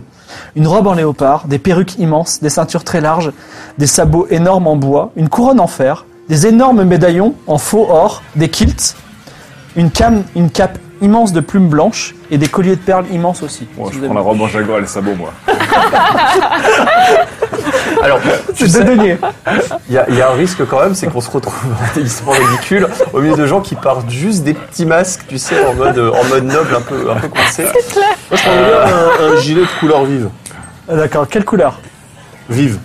A: une robe en léopard, des perruques immenses, des ceintures très larges, des sabots énormes en bois, une couronne en fer, des énormes médaillons en faux or, des kilts, une, cam- une cape immense de plumes blanches et des colliers de perles immenses aussi.
B: Bon,
A: Si
B: je
A: vous
B: prends
A: avez-
B: la robe en jaguar et les sabots, moi.
C: Alors, tu
A: C'est
C: sais,
A: deux deniers.
C: il y, a- il y a un risque quand même, c'est qu'on se retrouve dans des histoires ridicules au milieu de gens qui partent juste des petits masques, tu sais, en mode, en mode noble, un peu, un peu coincé.
E: Moi, je prends bien Euh, un, un gilet de couleur vive.
A: Ah, D'accord, quelle couleur
E: Vive.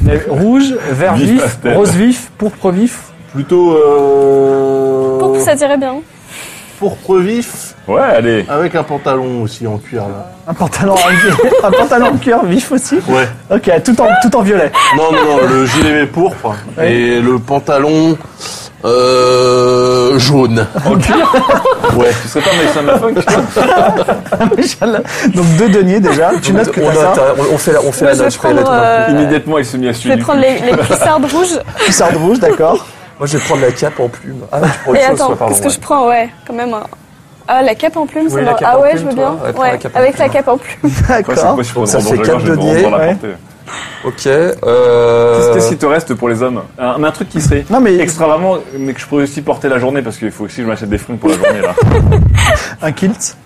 A: Mais Rouge, vert
B: Vif
A: vif,
B: pastel.
A: rose vif, pourpre vif.
E: Plutôt. Euh...
D: Pour que ça tirait bien.
E: pourpre vif
B: Ouais, allez.
E: avec un pantalon aussi en cuir là.
A: Un pantalon, en- un pantalon en cuir vif aussi.
E: Ouais.
A: Ok, tout en, tout en violet.
E: Non, non, non, le gilet pourpre
A: Ouais.
E: et le pantalon euh, jaune.
B: En cuir
E: Ouais.
B: Tu serais pas Mason Lafunk toi
A: Machallah. Donc deux deniers déjà. Tu notes que
C: on,
A: t'as ça.
C: note, hein, on- on fait la, on fait
D: Moi,
C: la
D: je vais
C: note. je fais
D: prendre,
C: la note d'un coup.
D: euh,
B: Immédiatement, il se mit à
D: Je vais
B: suivre.
D: prendre les, les cuissardes rouges.
A: Cuissarde rouge, d'accord.
C: Moi, je vais prendre la cape en plume. Ah, tu prends
D: Et
C: autre chose,
D: attends,
C: toi, pardon,
D: qu'est-ce que
C: ouais.
D: je prends Ouais, quand même. un- Ah, la cape en plume,
C: voulez
D: c'est
C: la
D: marrant.
C: cape
D: Ah
C: en
D: ouais,
C: plume,
D: je veux
C: toi
D: bien.
C: Ouais, prends la
D: Ouais,
C: cape en
D: avec la
C: plume.
D: cape en plume.
B: Quoi, c'est
A: D'accord.
B: quoi, je prends
C: Ça
B: dans
C: fait
B: le jaguar,
A: quatre
B: je vais me rendre
A: deniers,
B: dans la
A: ouais.
B: portée.
C: Ok. Euh...
B: Qu'est-ce qu'il te reste pour les hommes un, mais un truc qui serait
A: Non mais
B: extravagant, mais que je pourrais aussi porter la journée, parce qu'il faut aussi que je m'achète des fringues pour la journée, là.
A: un kilt.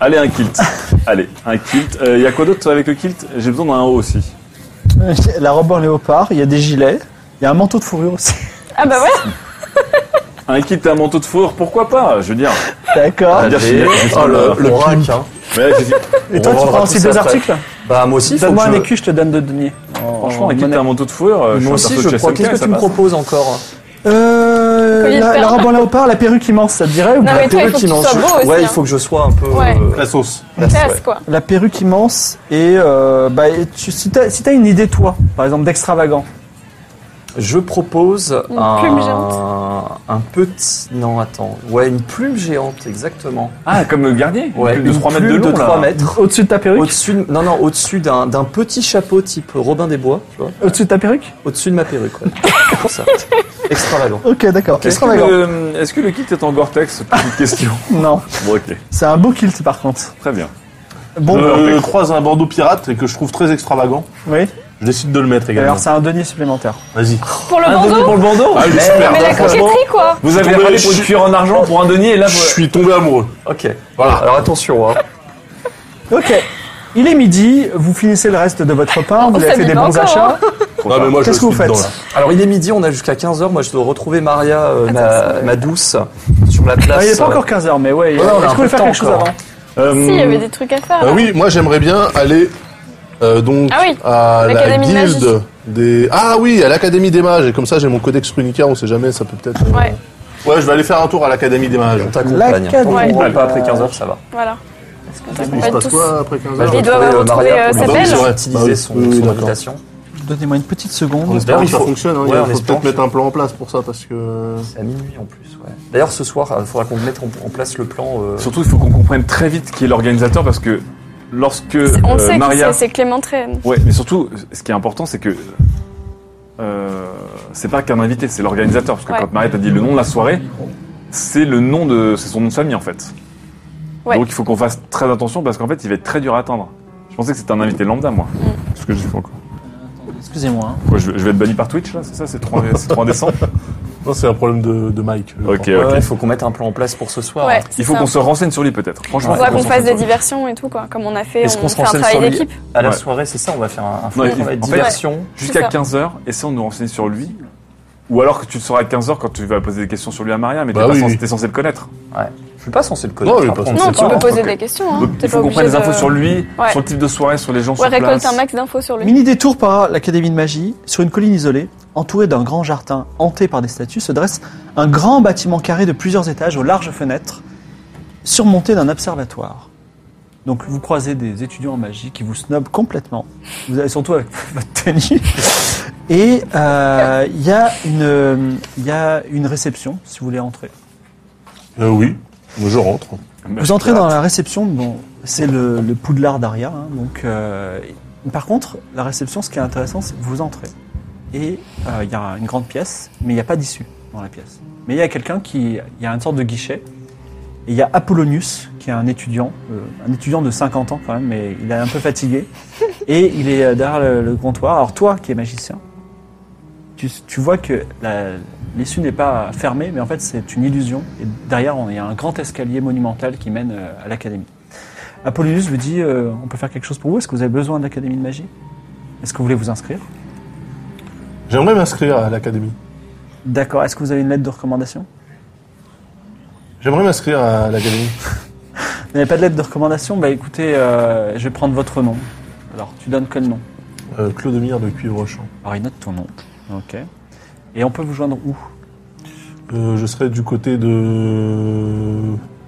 B: Allez, un kilt. Allez, un kilt. Il y a quoi d'autre avec le kilt J'ai besoin d'un haut aussi.
A: Euh, La robe en léopard, il y a des gilets. Il y a un manteau de fourrure aussi.
D: Ah bah ouais,
B: Un kilt et un manteau de fourrure, pourquoi pas Je veux dire.
A: D'accord.
B: Ah,
C: Allez, oh, le, le
E: pimp.
C: rack, hein.
B: Mais là, j'ai dit-
A: Et toi,
C: on
A: tu
C: revendra
A: prends
C: tout
A: aussi
C: ça
A: deux
C: après.
A: articles
C: Bah, moi aussi, faut que
A: Donne-moi un
C: je... Oh,
A: écu, je te donne deux deniers.
B: franchement, un kilt et
A: monnaie.
B: un manteau de fourrure, euh, je
C: Moi
B: suis un
C: aussi,
B: perso
C: je
B: de
C: crois.
B: SNK,
C: Qu'est-ce que
B: ça
C: tu me
B: passe.
C: proposes encore
A: Euh,
D: Collier de
A: la, la
D: perles.
A: robe en léopard, la perruque immense, ça te dirait ou
D: Non,
A: pas
D: mais toi, il faut
C: Perruque
D: que tu
C: immense.
D: sois beau aussi,
C: Ouais, il
D: hein.
C: faut que je sois un peu.
D: Ouais.
C: euh,
E: La sauce.
C: classe, ouais.
D: classe quoi.
A: La perruque immense et euh, bah, et tu, si t'as si t'as une idée toi, par exemple d'extravagant,
C: Je propose
D: Une
C: un,
D: plume géante.
C: un petit. Non, attends. Ouais, une plume géante, exactement.
B: Ah, comme le garnier une
C: Ouais,
B: plume de
C: une
B: 3 mètres de
C: plume
B: long,
C: de
B: là.
C: 3 mètres.
A: au-dessus de ta perruque,
C: Au-dessus, non, non, au-dessus d'un, d'un petit chapeau type Robin des Bois, tu vois,
A: au-dessus de ta perruque.
C: au-dessus de ma perruque. Ouais. Comme ça. Extravagant.
A: Ok, d'accord.
B: Est-ce que,
A: Extravagant.
B: le, est-ce que le kit est en Gore-Tex Petite question.
A: Non,
B: Bon, ok,
A: c'est un beau kilt par contre.
B: très bien.
A: Bon,
B: Euh,
E: je croise un bandeau pirate et que je trouve très extravagant.
A: oui.
E: Je décide de le mettre également.
A: Alors c'est un denier supplémentaire.
E: Vas-y.
D: Pour le
A: Un denier
D: bandeau
A: pour le bandeau.
E: Ah, il est super.
D: Mais la
E: Franchement,
D: coquetterie quoi
B: Vous avez
E: tombé-
B: râlé pour
E: je-
B: une cuir en argent, pour un denier, et là,
E: Je
B: vous-
E: suis tombé amoureux.
C: Ok. Voilà. Alors attention, hein.
A: Ok. Il est midi. Vous finissez le reste de votre repas. Vous avez fait
D: s'habille
A: des
D: pas
A: bons
D: Oh, encore, hein.
A: achats.
B: Trop
E: Non,
B: tard.
E: Ah, mais moi, je
A: Qu'est-ce que vous
E: suis
A: faites
E: dedans, là.
C: Alors il est midi, on a jusqu'à 15h. Moi, je dois retrouver Maria, euh, ma, ma douce, sur la place.
A: Ah, il n'est pas
C: euh,
A: encore 15 h mais ouais.
C: on a
A: Est-ce
C: un
A: que vous voulez
C: peu
A: faire
C: de
A: quelque
C: temps
A: chose
C: encore.
A: avant
B: Euh,
D: Si, il y avait des trucs à faire.
E: Euh,
D: là.
E: oui, moi j'aimerais bien aller euh, donc
D: Ah oui,
E: à la
D: l'Académie de magie.
E: guilde des. Ah oui, à l'Académie des mages. Et comme ça j'ai mon codex runica, on sait jamais, ça peut peut-être. euh,
D: Ouais.
E: Ouais, je vais aller faire un tour à l'Académie des mages.
C: On t'accompagne.
A: L'académie.
C: Tant qu'on
D: Ouais.
C: rentre pas après 15h, ça va.
D: Voilà.
E: Il se passe quoi après 15 heures
D: Il doit avoir retrouvé, euh, sa
E: belle.
C: pour
E: Bah oui,
C: utiliser son,
E: oui,
C: son
E: d'accord.
C: invitation.
A: Donnez-moi une petite
E: On
A: seconde.
E: espère
C: D'ailleurs,
E: que
C: il
E: ça
C: faut-
E: fonctionne, hein.
C: ouais, on
E: il faut
C: espère
E: peut-être
C: que-
E: mettre un plan en place pour ça parce que.
C: C'est à minuit en plus, ouais. D'ailleurs, ce soir, il faudra qu'on mette en, en place le plan. euh,
B: Surtout, il faut qu'on comprenne très vite qui est l'organisateur, parce que lorsque
D: On
B: euh,
D: sait que
B: Maria...
D: c'est- c'est Clément Traine.
B: Ouais, mais surtout, ce qui est important, c'est que euh, c'est pas qu'un invité, c'est l'organisateur. Parce que
D: Ouais.
B: quand Maria t'a dit le nom de la soirée, c'est le nom de, c'est son nom de famille en fait.
D: Ouais.
B: Donc il faut qu'on fasse très attention parce qu'en fait, il va être très dur à atteindre. Je pensais que c'était un invité lambda, moi.
D: Mm.
B: Ce que j'ai fait encore.
A: Excusez-moi. hein.
B: Quoi, je, je vais être banni par Twitch là, c'est ça C'est 3, c'est 3 décembre
E: Non, c'est un problème de, de Mike. je
B: Ok,
E: crois.
C: ouais,
B: ok.
C: il faut qu'on mette un plan en place pour ce soir. hein.
D: Ouais,
B: Il
D: c'est
B: faut
D: ça.
B: qu'on se renseigne sur lui peut-être.
D: On
B: Franchement,
D: voit
B: il faut
D: qu'on
B: se
D: fasse des
B: renseigne sur lui.
D: diversions et tout, quoi. Comme on a fait,
C: Est-ce
D: on
C: qu'on se
D: fait un
C: renseigne
D: travail
C: sur lui
D: d'équipe.
C: À la
B: Ouais.
C: soirée, c'est ça, on va faire un, un
B: Non,
C: film,
B: il-
C: on va être
B: en fait-
C: diversion.
B: Jusqu'à
D: ça.
B: 15h, essayons de nous renseigner sur lui. Ou alors que tu le sauras à 15h quand tu vas poser des questions sur lui à Maria, mais
E: Bah
B: t'es, pas
E: oui,
B: censé-
E: oui.
B: t'es censé le connaître.
C: Je suis pas censé le
E: Non, il est
C: connaître. hein, après,
E: pas
C: on
E: censé
D: Non,
C: sait
D: tu
C: pas.
D: peux poser
B: ok.
D: des questions. Hein.
B: Donc,
D: T'es
B: il faut qu'on
D: obligé
B: prenne des
D: de-
B: infos sur lui,
D: Ouais.
B: sur le type de soirée, sur les gens
D: Ouais,
B: sur
D: récolte
B: place.
D: un max d'infos sur lui.
A: Mini détour par l'Académie de magie, sur une colline isolée, entourée d'un grand jardin hanté par des statues, se dresse un grand bâtiment carré de plusieurs étages aux larges fenêtres, surmonté d'un observatoire. Donc vous croisez des étudiants en magie qui vous snobent complètement, vous avez surtout avec votre tenue. Et euh, il y, a une- il y a une réception si vous voulez entrer.
E: Euh, oui, je rentre.
A: Vous entrez dans la réception, bon, c'est le, le poudlard d'Aria, hein, donc. euh, par contre, la réception, ce qui est intéressant, c'est que vous entrez. Et euh, il y a une grande pièce, mais il n'y a pas d'issue dans la pièce. Mais il y a quelqu'un qui. Il y a une sorte de guichet. Et il y a Apollonius, qui est un étudiant, euh, un étudiant de 50 ans quand même, mais il est un peu fatigué. Et il est euh, derrière le, le comptoir. Alors toi, qui es magicien, tu, tu vois que la- l'issue n'est pas fermée, mais en fait c'est une illusion. Et derrière, on- il y a un grand escalier monumental qui mène euh, à l'académie. Apollonius vous dit, euh, on peut faire quelque chose pour vous Est-ce que vous avez besoin de l'académie de magie Est-ce que vous voulez vous inscrire
E: J'aimerais m'inscrire à l'académie.
A: D'accord. Est-ce que vous avez une lettre de recommandation
E: J'aimerais m'inscrire à l'académie.
A: Vous n'avez pas de lettre de recommandation Bah écoutez, euh, je vais prendre votre nom. Alors tu donnes quel nom
E: Euh, Claude Mire de Cuivre-Champ.
A: Alors il note ton nom. Ok. Et on peut vous joindre où
E: Euh, je serai du côté de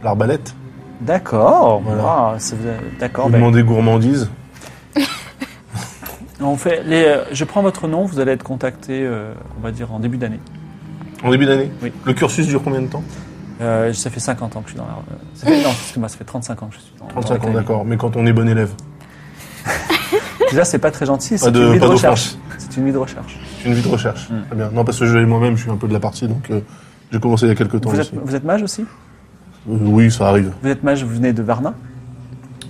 E: l'arbalète.
A: D'accord.
E: Voilà.
A: Ah, c'est- D'accord.
E: Vous
A: bah,
E: demandez gourmandise.
A: on fait les, euh, je prends votre nom. Vous allez être contacté, euh, on va dire en début d'année.
E: En début d'année
A: Oui.
E: Le cursus dure combien de temps
A: Euh, ça fait 50 ans que je suis dans la. euh, Ça fait, non, excuse-moi, ça fait 35 ans que je suis dans dans
E: 35 ans,
A: l'académie.
E: d'accord. Mais quand on est bon élève.
A: Déjà, c'est pas très gentil.
E: Pas
A: C'est
E: de-
A: une vie de
E: pas
A: recherche.
E: d'offense.
A: C'est une vie de recherche.
E: Une vie de recherche.
A: Mm.
E: Très bien. Non, parce que je- moi-même, je suis un peu de la partie, donc euh, j'ai commencé il y a quelques temps
A: Vous êtes,
E: aussi.
A: vous êtes mage aussi
E: Euh, oui, ça arrive.
A: Vous êtes mage, vous venez de Varna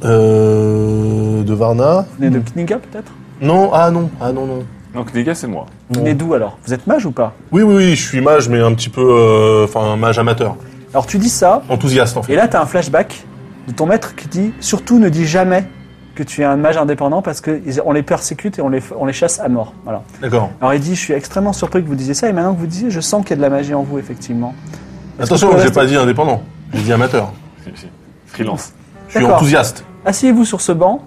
E: Euh, de Varna
A: Vous venez de Kninga peut-être
E: Non, ah non, ah non, non.
B: Donc les gars, c'est moi.
A: Vous venez d'où alors Vous êtes mage ou pas
E: Oui, oui, oui, je suis mage, mais un petit peu. euh, Enfin, un mage amateur.
A: Alors tu dis ça,
E: Enthousiaste, en fait.
A: et là tu as un flashback de ton maître qui dit surtout ne dis jamais que tu es un mage indépendant parce que ils- on les persécute et on les, f- on les chasse à mort. Voilà.
E: D'accord.
A: Alors il dit je suis extrêmement surpris que vous disiez ça et maintenant que vous disiez je sens qu'il y a de la magie en vous effectivement. Est-ce que
E: Attention,
A: vous
E: j'ai
A: restez-
E: pas dit indépendant. J'ai dit amateur.
B: Freelance.
E: Je suis
A: D'accord.
E: enthousiaste.
A: Asseyez-vous sur ce banc,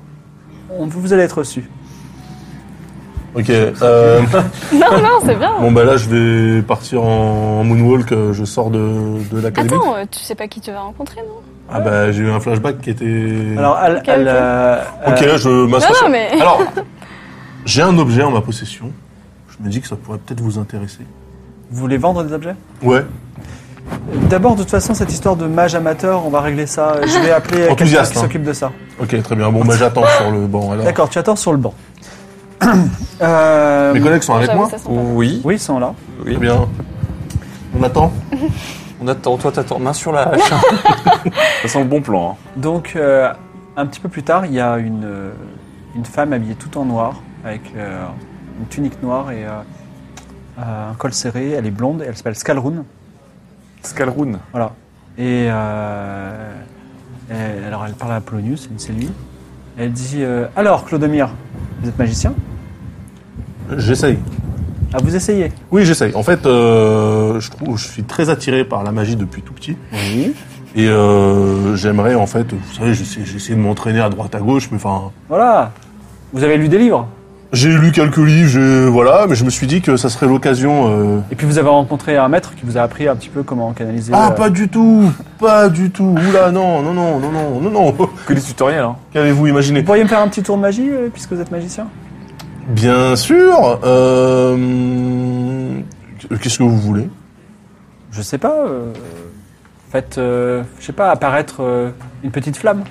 A: on- vous allez être reçu.
E: Ok. euh,
D: Non, non, c'est bien.
E: bon, bah là, je vais partir en moonwalk. euh, Je sors de, de l'académie.
D: Attends, euh, tu sais pas qui tu vas rencontrer, non
E: Ah, bah, j'ai eu un flashback qui était.
A: Alors elle,
D: ok.
A: elle, euh,
E: ok,
A: euh,
E: là, je m'assois.
D: Non,
E: sur-
D: non, mais.
E: Alors, j'ai un objet en ma possession. Je me dis que ça pourrait peut-être vous intéresser.
A: vous voulez vendre des objets
E: Ouais.
A: D'abord de toute façon cette histoire de mage amateur on va régler ça. Euh, Je vais appeler quelqu'un qui
E: Enthousiaste, hein.
A: s'occupe de ça.
E: Ok, très bien. Bon, bah, j'attends sur le banc. Alors.
A: D'accord, tu attends sur le banc. Euh,
E: Mes collègues sont avec
D: J'avoue,
E: moi.
D: ça sent pas.
C: Oui,
A: oui, ils sont là.
C: oui.
E: Très bien. On attend.
C: On attend, toi t'attends, main sur la hache.
B: Ça sent le bon plan. hein.
A: Donc, euh, un petit peu plus tard, il y a une, euh, une femme habillée tout en noir, avec euh, une tunique noire et euh, euh, un col serré. Elle est blonde, elle s'appelle Scalroon.
B: Scalroon.
A: Voilà. Et, euh, elle- alors, elle parle à Polonius, c'est lui. Elle dit euh, Alors, Clodomir, vous êtes magicien
E: J'essaye.
A: Ah, vous essayez
E: Oui, j'essaye. En fait, euh, je trouve, je suis très attiré par la magie depuis tout petit.
A: Oui.
E: Et euh, j'aimerais, en fait, vous savez, j'essaie, j'essaie de m'entraîner à droite, à gauche, mais enfin,
A: Voilà Vous avez lu des livres
E: j'ai lu quelques livres, j'ai- voilà, mais je me suis dit que ça serait l'occasion. euh,
A: Et puis, vous avez rencontré un maître qui vous a appris un petit peu comment canaliser.
E: Ah,
A: euh,
E: pas du tout, pas du tout. Oula, non, non, non, non, non, non, non.
B: Que des tutoriels. Hein.
E: Qu'avez-vous imaginé
A: Vous pourriez me faire un petit tour de magie, euh, puisque vous êtes magicien
E: Bien sûr. Euh... Qu'est-ce que vous voulez
A: Je sais pas. euh, faites, euh, je sais pas, apparaître euh, une petite flamme.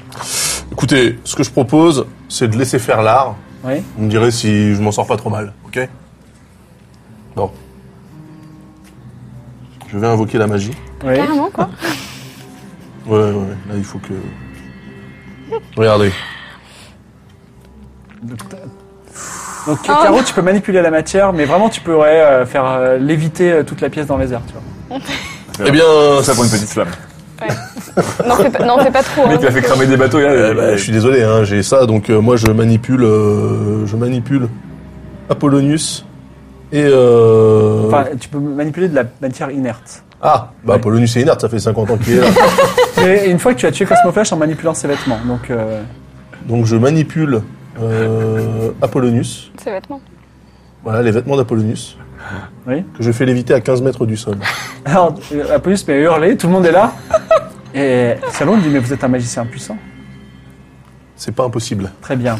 E: Écoutez, ce que je propose, c'est de laisser faire l'art.
A: Oui.
E: Vous me direz si je m'en sors pas trop mal, ok Bon. Je vais invoquer la magie.
A: Oui.
D: Carrément, quoi.
E: Ouais, ouais, ouais. là il faut que. Regardez.
A: Donc
D: Ah.
A: Caro, tu peux manipuler la matière, mais vraiment tu pourrais euh, faire euh, léviter euh, toute la pièce dans les airs. Tu vois.
E: Eh
A: Oh,
E: bien,
B: Ça pour une petite flamme.
D: N'en fais pas, n'en fais pas trop.
B: Le
D: hein.
B: mec, il a fait cramer des bateaux. là,
E: Euh, bah, je suis désolé, hein, j'ai ça, donc euh, moi je manipule, euh, je manipule Apollonius et. Euh...
A: Enfin, tu peux manipuler de la matière inerte.
E: ah, bah Apollonius est inerte, ça fait 50 ans qu'il est là.
A: Et une fois que tu as tué Cosmoflash en manipulant ses vêtements, donc euh,
E: donc je manipule euh, Apollonius,
D: Ces vêtements.
E: voilà les vêtements d'Apollonius,
A: Oui.
E: que je fais léviter à 15 mètres du sol.
A: alors euh, Apollonius peut hurler, tout le monde est là. Et Salon dit mais vous êtes un magicien puissant.
E: C'est pas impossible.
A: Très bien.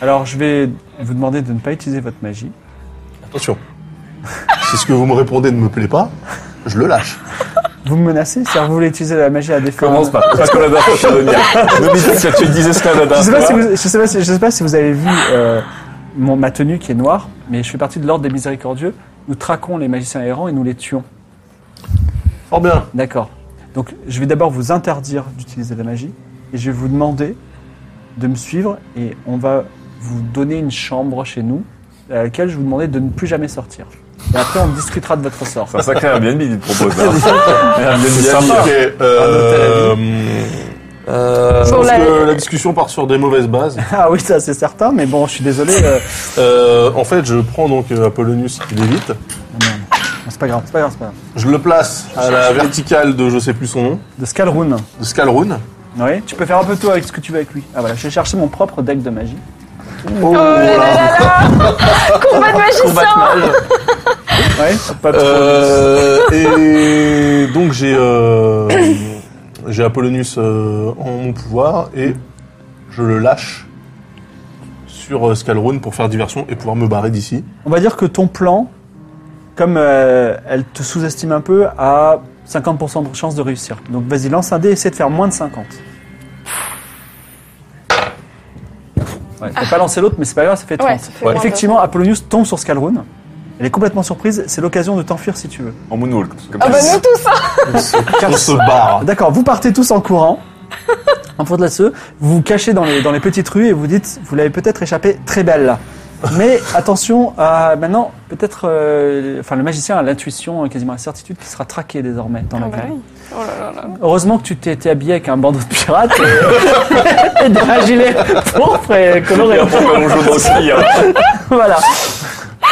A: Alors je vais vous demander de ne pas utiliser votre magie.
E: Attention. Si ce que vous me répondez ne me plaît pas, je le lâche.
A: Vous me menacez C'est-à-dire que vous voulez utiliser la magie à des fins...
B: Commence par Escalada pour Shadonia. N'oublie pas que tu dis Escalada.
A: Je sais pas si vous, je sais pas si, je sais pas si vous avez vu euh, mon, ma tenue qui est noire, mais je fais partie de l'ordre des miséricordieux. Nous traquons les magiciens errants et nous les tuons.
E: Fort bien.
A: D'accord. Donc je vais d'abord vous interdire d'utiliser la magie et je vais vous demander de me suivre et on va vous donner une chambre chez nous à laquelle je vous demandais de ne plus jamais sortir. Et après on discutera de votre sort.
B: C'est un sacré Airbnb, il te propose. Hein. Airbnb,
E: C'est sympa. Ok, euh, je
C: Euh,
E: pense
D: Sur la-
E: que la discussion part sur des mauvaises bases.
A: Ah oui, ça c'est certain, mais bon, je suis désolé. euh,
E: Euh, en fait, je prends donc euh, Apollonius qui l'évite.
A: c'est pas grave, c'est pas grave, c'est pas grave.
E: Je le place à la verticale de je sais plus son nom,
A: De Scalrune.
E: de Scalrune.
A: Oui, tu peux faire un peu tout avec ce que tu veux avec lui. Ah voilà, j'ai cherché mon propre deck de magie.
E: Oh
D: là là Oh là là Combat de magicien
A: Ouais, pas trop.
E: Euh, et donc j'ai euh, j'ai Apollonius euh, en mon pouvoir et je le lâche sur euh, Scalrune pour faire diversion et pouvoir me barrer d'ici.
A: On va dire que ton plan, comme euh, elle te sous-estime un peu, a 50% de chance de réussir. Donc vas-y, lance un dé, essaie de faire moins de 50. Ouais, t'as pas lancé l'autre, mais c'est pas grave, ça fait 30.
D: Ouais, ça fait moins de
A: Effectivement, Apollonius tombe sur Scalrune. Elle est complètement surprise, c'est l'occasion de t'enfuir si tu veux.
B: En moonwalk. Comme
D: Ah bah
B: ça.
D: nous tous hein.
E: On se barre.
A: Ah, D'accord, vous partez tous en courant. En faute de la Seu, vous vous cachez dans les, dans les petites rues et vous dites, vous l'avez peut-être échappé très belle. Mais attention, à maintenant, peut-être, euh, enfin, le magicien a l'intuition, euh, quasiment la certitude, qu'il sera traqué désormais dans la
D: Ah bah
A: ville.
D: oui. Oh là là là.
A: Heureusement que tu t'es été habillé avec un bandeau de pirate et, et d'un gilet pourpre et coloré.
B: Et après, on joue dans le ski, hein.
A: Voilà,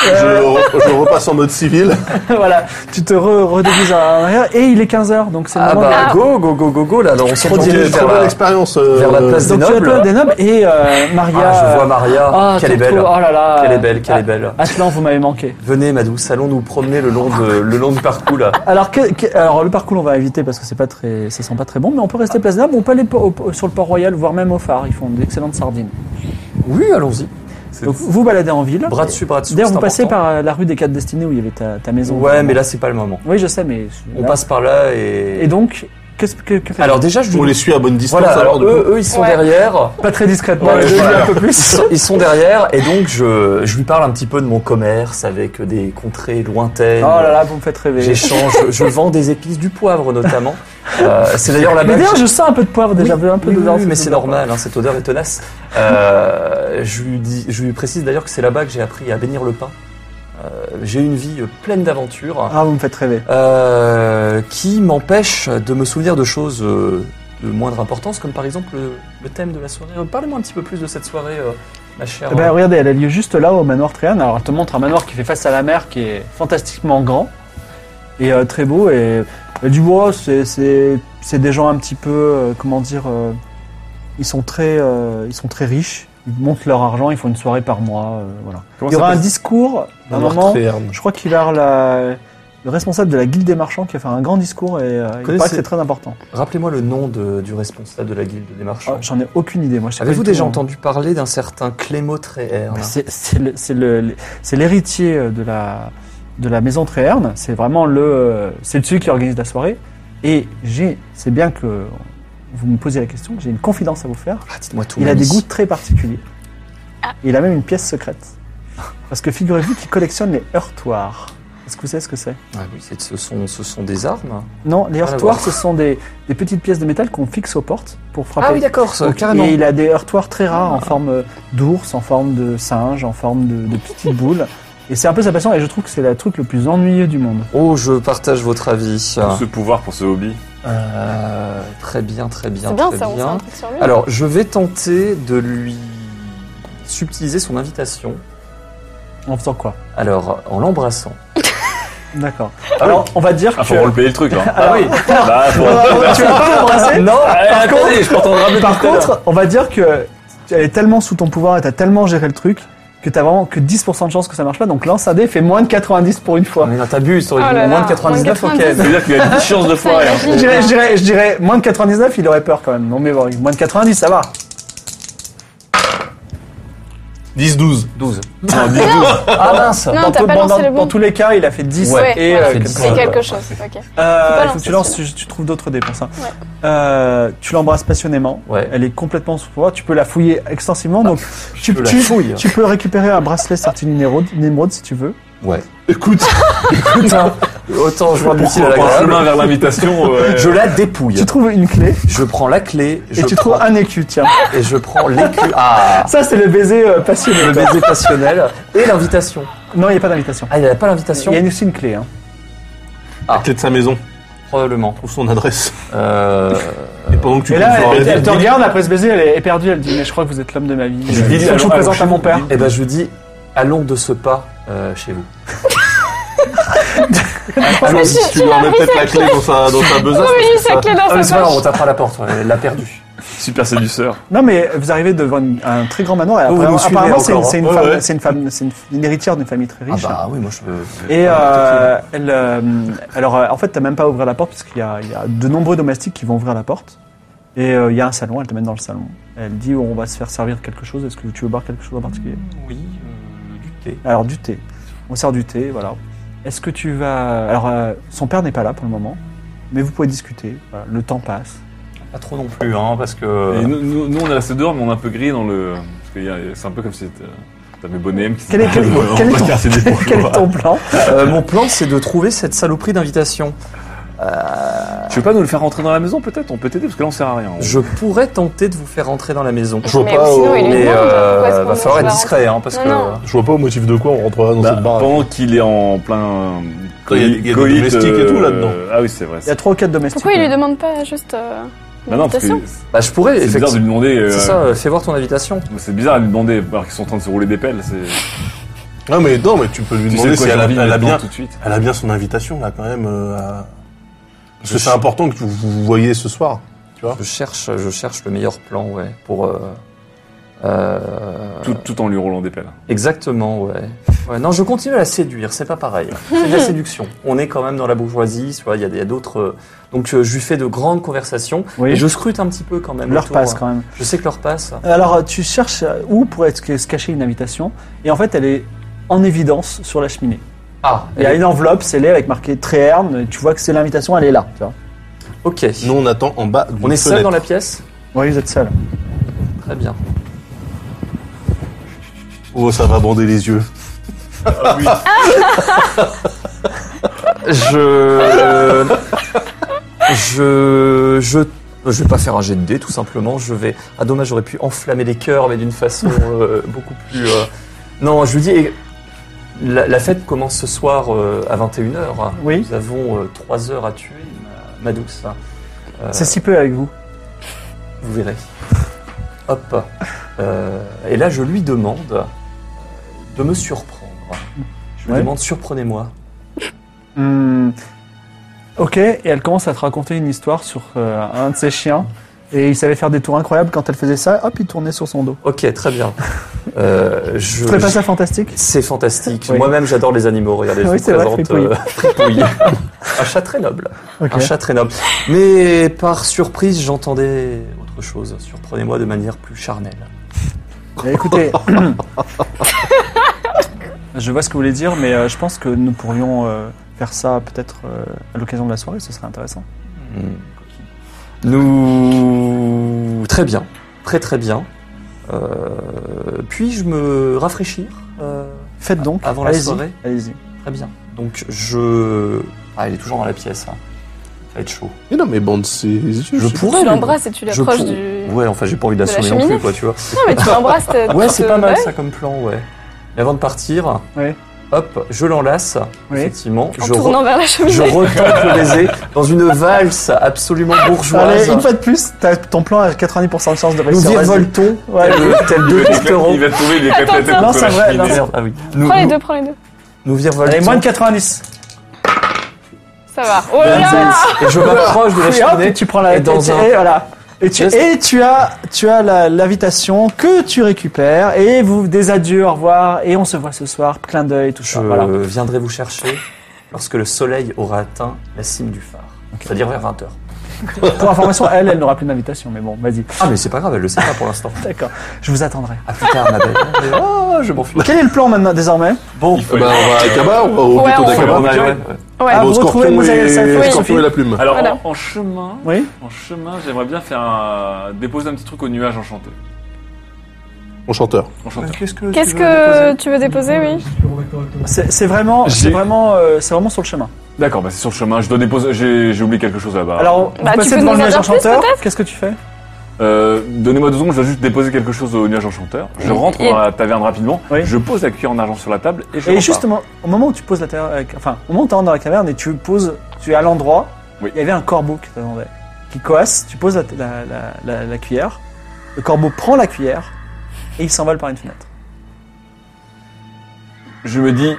E: Je, re- je repasse en mode civil.
A: voilà. Tu te re- redéguises en arrière et il est 15h, donc c'est le
C: Ah
A: moment de-
C: bah go go go go go là, là, on s'est
A: Trop
E: Donc,
A: dirigé
C: dirige
E: euh, Trop
C: vers
E: belle
C: la...
E: expérience. euh,
C: vers la place
A: Donc tu
C: nobles. hein.
A: as des nobles et euh, Maria.
C: Ah, je vois
A: euh,
C: Maria,
A: Ah,
C: qu'elle est
A: Toto,
C: belle. hein.
A: Oh là là.
C: Qu'elle est belle, qu'elle
A: Ah,
C: est belle.
A: Atlan, vous m'avez manqué.
C: Venez ma douce, allons nous promener le long de le long du parcours là.
A: Alors, que- que- alors le parcours, on va éviter parce que c'est pas très, ça sent pas très bon, mais on peut rester place d'âme, on peut aller po- au- sur le port royal, voire même au phare. Ils font d'excellentes sardines.
C: Oui, allons-y.
A: Donc, vous baladez en ville.
C: Bras dessus, bras dessous.
A: D'ailleurs,
C: c'est
A: vous passez
C: important.
A: par euh, la rue des quatre destinées où il y avait ta, ta maison.
C: Ouais, mais là c'est pas le moment.
A: Oui, je sais, mais.
C: On
A: là-
C: passe par là et.
A: Et donc, euh, qu'est-ce que, que faites-vous
C: Alors déjà, je
E: On les suit à bonne distance.
C: voilà.
E: alors,
C: Alors
E: du coup.
C: eux, eux, ils sont
D: Ouais.
C: derrière.
A: Pas très discrètement,
C: Ouais,
A: je dis
E: voilà.
A: un peu
C: Ils
A: plus.
C: sont, ils sont derrière et donc je, je lui parle un petit peu de mon commerce avec des contrées
A: Oh
C: lointaines.
A: là là, vous me faites rêver.
C: J'échange, je vends des épices, du poivre notamment. Euh, c'est d'ailleurs la
A: Mais
C: même.
A: d'ailleurs, je sens un peu de poivre déjà,
C: Oui,
A: un peu
C: oui,
A: d'odeur,
C: oui, mais c'est
A: tout
C: normal, hein, cette odeur est tenace. Euh, je, lui dis, je lui précise d'ailleurs que c'est là-bas que j'ai appris à bénir le pain. Euh, j'ai une vie pleine d'aventures
A: Ah, vous me faites rêver.
C: euh, qui m'empêche de me souvenir de choses euh, de moindre importance, comme par exemple le, le thème de la soirée. Euh, Parlez-moi un petit peu plus de cette soirée, euh, ma chère.
A: Eh ben, regardez, elle a lieu juste là au manoir Tréane. Alors elle te montre un manoir qui fait face à la mer, qui est fantastiquement grand et euh, très beau. Et elle dit wow, c'est c'est c'est des gens un petit peu euh, comment dire, euh, ils sont très euh, ils sont très riches. Ils montent leur argent, ils font une soirée par mois, euh, voilà.
B: Comment
A: Il y aura un
B: s'appelle-
A: discours à un
E: Manoir
A: moment.
E: Tréherne.
A: Je crois qu'il va y avoir la- le responsable de la guilde des marchands qui va faire un grand discours et euh, il
C: Connaissez-
A: paraît que c'est très important.
C: Rappelez-moi le nom de- du responsable de la guilde des
A: Ah,
C: marchands.
A: J'en ai aucune idée, moi. je sais pas
C: Avez-vous
A: du tout,
C: déjà
A: hein.
C: entendu parler d'un certain Clément Tréherne
A: Mais C'est c'est le- c'est le- c'est l'héritier euh, de la, de la maison Tréherne. C'est vraiment le, euh, c'est celui qui organise la soirée. Et j'ai, c'est bien que vous me posiez la question. J'ai une confidence à vous faire.
C: Ah, dites-moi tout.
A: Il a
C: mon
A: des
C: ami.
A: goûts très particuliers. Et il a même une pièce secrète. Parce que figurez-vous qu'il collectionne les heurtoirs. Est-ce que vous savez ce que c'est
C: Ah oui, c'est- ce sont, ce sont des armes.
A: Non, les
C: Rien à
A: heurtoirs,
C: voir.
A: ce sont des, des petites pièces de métal qu'on fixe aux portes pour frapper.
C: d'accord, ça,
A: Donc, Et il a des heurtoirs très rares en forme euh, d'ours, en forme de singe, en forme de, de petite boule. Et c'est un peu sa passion et je trouve que c'est le truc le plus ennuyeux du monde.
C: Oh, je partage votre avis.
B: Tout ce pouvoir pour ce hobby.
C: Euh, très bien, très bien,
D: C'est bien
C: très
D: ça, on sait
C: bien.
D: un truc sur lui.
C: Alors, je vais tenter de lui subtiliser son invitation.
A: En faisant quoi
C: Alors, en l'embrassant.
A: D'accord. Alors on va dire
B: Ah,
A: que...
B: faut roleplayer le truc, là.
C: Ah oui
B: Bah, faut-
A: tu vas pas l'embrasser
C: Non
B: Allez,
C: Par contre,
B: attendez, je t'entends ramener
A: Par contre, on va dire que tu- elle est tellement sous ton pouvoir et t'as tellement géré le truc que t'as vraiment que 10% de chance que ça marche pas. Donc lance un dé, fait moins de 90 pour une fois.
C: Mais non, t'abuses, t'aurais
D: Oh
C: dit
D: là
C: moins
D: là,
C: de 99,
D: moins de
C: ok.
B: Ça veut dire qu'il a 10 chances de foirer. hein.
A: Je dirais, je, dirais, je dirais moins de 99, il aurait peur quand même. Non mais bon, moins de 90, ça va.
E: 10, 12.
C: 12.
E: Non, 10, 12.
C: Ah mince
D: Non,
A: dans,
D: t'as
A: tout-
D: pas
A: dans-
D: lancé
A: dans-
D: le bon.
A: dans tous les cas, il a fait 10
D: Ouais,
A: et
D: voilà,
A: euh,
C: c'est
A: quelque
C: ça.
D: C'est
A: chose.
D: quelque chose, ok.
A: Euh,
D: Faut pas
A: il faut que tu lances,
D: lancer
A: tu, tu trouves d'autres dépenses. hein.
D: Ouais.
A: Euh, tu l'embrasses passionnément.
C: Ouais. Ah,
A: Elle est complètement sous toi. Tu peux la fouiller extensivement. donc tu,
E: peux la
A: tu-
C: fouille.
A: tu peux récupérer un bracelet sorti d'une émeraude, une émeraude si tu veux.
C: Ouais.
E: Écoute,
A: hein.
C: Putain, autant je vois l'utile
A: Oh,
C: à
B: Pour un
C: l'agréable.
B: chemin vers l'invitation. euh, ouais.
C: Je la dépouille.
A: Tu trouves une clé
C: Je prends la clé
A: et
C: je
A: tu
C: prends-
A: trouves un écu. Tiens,
C: et je prends l'écu. Ah
A: ça c'est le baiser euh, passionné.
C: Le baiser passionnel et l'invitation.
A: Non, il n'y a pas d'invitation.
C: Ah, il n'y a pas
A: Il
C: l'invitation
A: y a aussi une clé. hein.
E: la clé de sa maison,
C: Probablement.
E: trouve son adresse.
C: Euh,
E: Et pendant que tu
A: Et là,
E: leur
A: elle, elle te
E: dire-
A: regarde après ce baiser, elle est éperdue. Elle dit mais je crois que vous êtes l'homme de ma vie.
C: Je
A: Euh,
C: dis,
A: il faut que je vous
C: allons-
A: présente
C: allons
A: à mon
C: chez
A: père.
C: eh ben, je lui dis, allons de ce pas euh, chez vous. Ah,
E: Allons, si tu lui remets peut-être la clé dans sa, dans sa besace.
D: Oui,
E: parce que
D: sa
E: ça-
D: clé
C: Ah,
D: dans
C: mais c'est
D: sa
C: pas grave,
D: poche.
C: on tapera à la porte, ouais, elle l'a perdu.
B: Super séduceur.
A: Non, mais vous arrivez devant une- un très grand manoir. Et
C: Vous
A: apparemment-
C: nous suivez
A: apparemment, c'est une,
C: encore,
A: c'est une
E: hein. Ouais,
A: femme,
E: ouais.
A: c'est une femme, c'est une, une héritière d'une famille très
C: Ah
A: riche.
C: bah oui, moi je veux. je veux
A: Et
C: pas
A: euh, elle, euh, alors euh, en fait, t'as même pas à ouvrir la porte parce qu'il y, a- il y a de nombreux domestiques qui vont ouvrir la porte. Et euh, il y a un salon. Elle te mène dans le salon. Elle dit oh, on va se faire servir quelque chose. Est-ce que tu veux boire quelque chose en particulier
C: t'inquiéter. Oui, euh, du thé.
A: Alors du thé. On sert du thé. Voilà. Est-ce que tu vas Alors euh, son père n'est pas là pour le moment, mais vous pouvez discuter. Voilà, le temps passe.
C: Pas trop non plus, hein, parce
E: Euh.
B: Et
C: que.
B: nous, nous- nous, on est resté dehors, mais on est un peu grillé dans le. Parce que y a- c'est un peu comme si t'as- t'avais Bonnet M qui
A: Quel est, quel- quel est ton- quel est ton plan
C: Euh, mon plan, c'est de trouver cette saloperie d'invitation.
B: Tu veux pas nous le faire rentrer dans la maison peut-être On peut t'aider parce que là on sert à rien. On-
C: Je pourrais tenter de vous faire rentrer dans la maison.
E: Je vois
D: Mais
E: pas.
D: sinon,
E: au-
D: il est-
C: Mais
D: Non, pourquoi est-ce qu'on
C: euh, va falloir
D: va
C: être
D: rentrer
C: discret, hein, parce
D: Non,
C: que.
D: non.
E: Je vois pas au motif de quoi on rentrera dans
B: Bah,
E: cette barre.
B: pendant qu'il est en plein.
E: Il y a- il y a des
B: coït,
E: domestiques et
B: euh,
E: tout, là-dedans.
B: Ah oui, c'est vrai.
A: Il y a trois ou quatre domestiques.
D: Pourquoi il lui demande pas juste euh,
B: Bah non, parce que
D: l'invitation
C: Bah, je pourrais,
B: c'est bizarre de
C: effectivement.
B: lui demander. euh, bah,
C: C'est ça, euh, fais voir ton invitation.
B: C'est bizarre de lui demander alors qu'ils sont en train de se rouler des pelles. C'est.
E: Non, mais non, mais tu peux lui
B: Tu sais
E: demander
B: de
E: si
B: quoi
E: elle
B: j'ai
E: a,
B: envie
E: elle a
B: maintenant,
E: bien,
B: tout de suite.
E: elle a bien son invitation là quand même. euh, à- Parce que c'est important que vous vous voyez ce soir.
C: Je cherche, je cherche le meilleur plan, ouais, pour. euh, euh,
B: Tout, tout en lui roulant des pelles.
C: Exactement, ouais. ouais. Non, je continue à la séduire, c'est pas pareil. C'est de la séduction. On est quand même dans la bourgeoisie, tu vois, il y a, il y a d'autres. euh, Donc euh, je lui fais de grandes conversations
A: Oui.
C: et je scrute un petit peu quand même.
A: L'heure
C: autour,
A: passe
C: hein.
A: quand même.
C: Je sais que l'heure passe.
A: Alors, tu cherches euh, où pourrait se se cacher une invitation, et en fait, elle est en évidence sur la cheminée.
C: Ah,
A: Il y a une enveloppe scellée avec marqué Tréherne, et tu vois que c'est l'invitation, elle est là. tu vois.
C: ok.
E: Nous on attend en bas.
C: On est seul dans la pièce
A: Oui, vous êtes seul.
C: Très bien.
E: Oh ça va bander les yeux.
C: Je. je. Je. Je vais pas faire un jet de dés, tout simplement. Je vais. Ah, dommage, j'aurais pu enflammer les cœurs, mais d'une façon euh, beaucoup plus. euh, Non, je lui dis. eh, La, la fête commence ce soir euh, à 21h.
A: Oui.
C: Nous avons 3 heures à tuer, ma, ma douce. Euh,
A: C'est si peu avec vous.
C: vous verrez. Hop. Euh, et là, je lui demande euh, de me surprendre. Je lui
A: Ouais.
C: demande, surprenez-moi.
A: Hmm. Ok, et elle commence à te raconter une histoire sur euh, un de ses chiens, et il savait faire des tours incroyables quand elle faisait ça, hop, il tournait sur son dos.
C: Ok, très bien. Euh, je,
A: Tu trouvais pas ça fantastique
C: C'est fantastique.
A: Oui.
C: Moi-même, j'adore les animaux. Regardez, je
A: Oui,
C: vous
A: c'est vrai,
C: présente
A: Fripouille.
C: euh, Fripouille. un chat très noble.
A: Ok.
C: Un chat très noble. Mais par surprise, j'entendais autre chose. Surprenez-moi de manière plus charnelle.
A: Eh, Écoutez, je vois ce que vous voulez dire, mais euh, je pense que nous pourrions euh, faire ça peut-être euh, à l'occasion de la soirée, ce serait intéressant. Hmm.
C: Nous... Très bien. Très très bien. Euh, Puis-je me rafraîchir euh,
A: Faites donc.
C: Avant la
A: allez-y,
C: soirée
A: Allez-y.
C: Très bien. Donc je... Ah, il est toujours dans la pièce. hein. Ça va être chaud.
E: Mais non mais bande ses yeux.
C: Je
E: c'est-
C: pourrais...
D: Tu
C: mais-
D: l'embrasses et tu
C: je
D: l'approches
C: pour-
D: du.
C: Ouais, enfin, j'ai pas envie de
D: de la
C: l'assommer non plus,
D: cheminée.
C: quoi, tu vois.
D: Non, mais tu l'embrasses. t'as-
C: Ouais,
D: tu
C: c'est
D: te-
C: pas mal
D: ouais.
C: ça comme plan, ouais. Et avant de partir,
A: Ouais.
C: hop, je l'enlace,
A: Oui.
C: effectivement.
D: En
C: je, re-
D: tournant vers la
C: je
D: cheminée.
C: retente le baiser dans une valse absolument bourgeoise.
A: Allez, une fois de plus, t'as- ton plan a 90% de chance de
C: nous
A: réussir. vas-y.
C: virevoltons,
A: Ouais.
C: tel, tel deux
B: Il
C: pectoraux.
B: va te trouver, il est éclaté la tête.
A: Non,
B: contre
A: c'est
B: la
A: vrai,
B: cheminée.
A: non.
C: Merde, ah oui. Nous,
D: Prends les
C: nous-
D: deux, prends les deux.
C: nous virevoltons.
A: Allez, moins de 90.
D: Ça va. Oh
A: Ben,
D: là là
C: Et je m'approche de la
A: Et hop,
C: cheminée.
A: tu prends la
C: et dans
A: et tu-
C: un-
A: et voilà. Et tu,
C: Yes.
A: et tu as, tu as la- l'invitation que tu récupères et vous des adieux, au revoir et on se voit ce soir, clin d'œil, tout
C: Je
A: ça. Voilà.
C: viendrai vous chercher lorsque le soleil aura atteint la cime du phare, c'est-à-dire vers 20h.
A: Pour information, elle, elle n'aura plus d'invitation, mais bon, vas-y.
C: Ah, mais c'est pas grave, elle le sait pas pour l'instant.
A: D'accord, je vous attendrai.
C: À plus tard, ma belle. Ah, je
B: Bah.
C: m'enfuis.
A: Quel est le plan maintenant, désormais
C: Bon,
E: Eh ben, on va à Kaba, on va au
D: Ouais,
E: ghetto
D: on-
E: d'Akaba.
C: on va-
E: On
C: ouais,
E: va
C: ouais.
D: Ouais.
A: Ah,
E: au
A: vous retrouvez
E: scorpion
A: Mademoiselle Safi,
E: et
A: oui.
E: Scorpion et la plume.
F: Alors,
D: Voilà.
F: en, en chemin,
A: Oui
F: en chemin, j'aimerais bien faire un- déposer un petit truc au nuage enchanté.
E: Mon chanteur.
F: Enchanteur.
E: Qu'est-ce que
D: Qu'est-ce que tu veux déposer, oui
A: C'est c'est vraiment, c'est
B: J'ai-
A: vraiment, euh, c'est vraiment sur le chemin.
B: D'accord, bah c'est sur le chemin. Je dois déposer. J'ai j'ai oublié quelque chose là-bas.
A: Alors, vous
D: Bah, tu
A: passez
D: peux
A: devant le
D: nous en
A: nuage
D: dire plus,
A: enchanteur. Qu'est-ce que tu fais
B: Euh, Donnez-moi deux secondes, je dois juste déposer quelque chose au nuage enchanteur. Je rentre
D: Et-
B: dans la taverne rapidement,
A: Oui.
B: je pose la cuillère en argent sur la table et je
A: Et
B: repars.
A: justement, au moment où tu poses la terre, euh, enfin, au moment où tu dans la caverne et tu poses, tu es à l'endroit,
B: Oui.
A: il y avait un corbeau qui t'attendait, qui coasse. Tu poses la, la- la- la- la cuillère, le corbeau prend la cuillère et il s'envole par une fenêtre.
B: Je me dis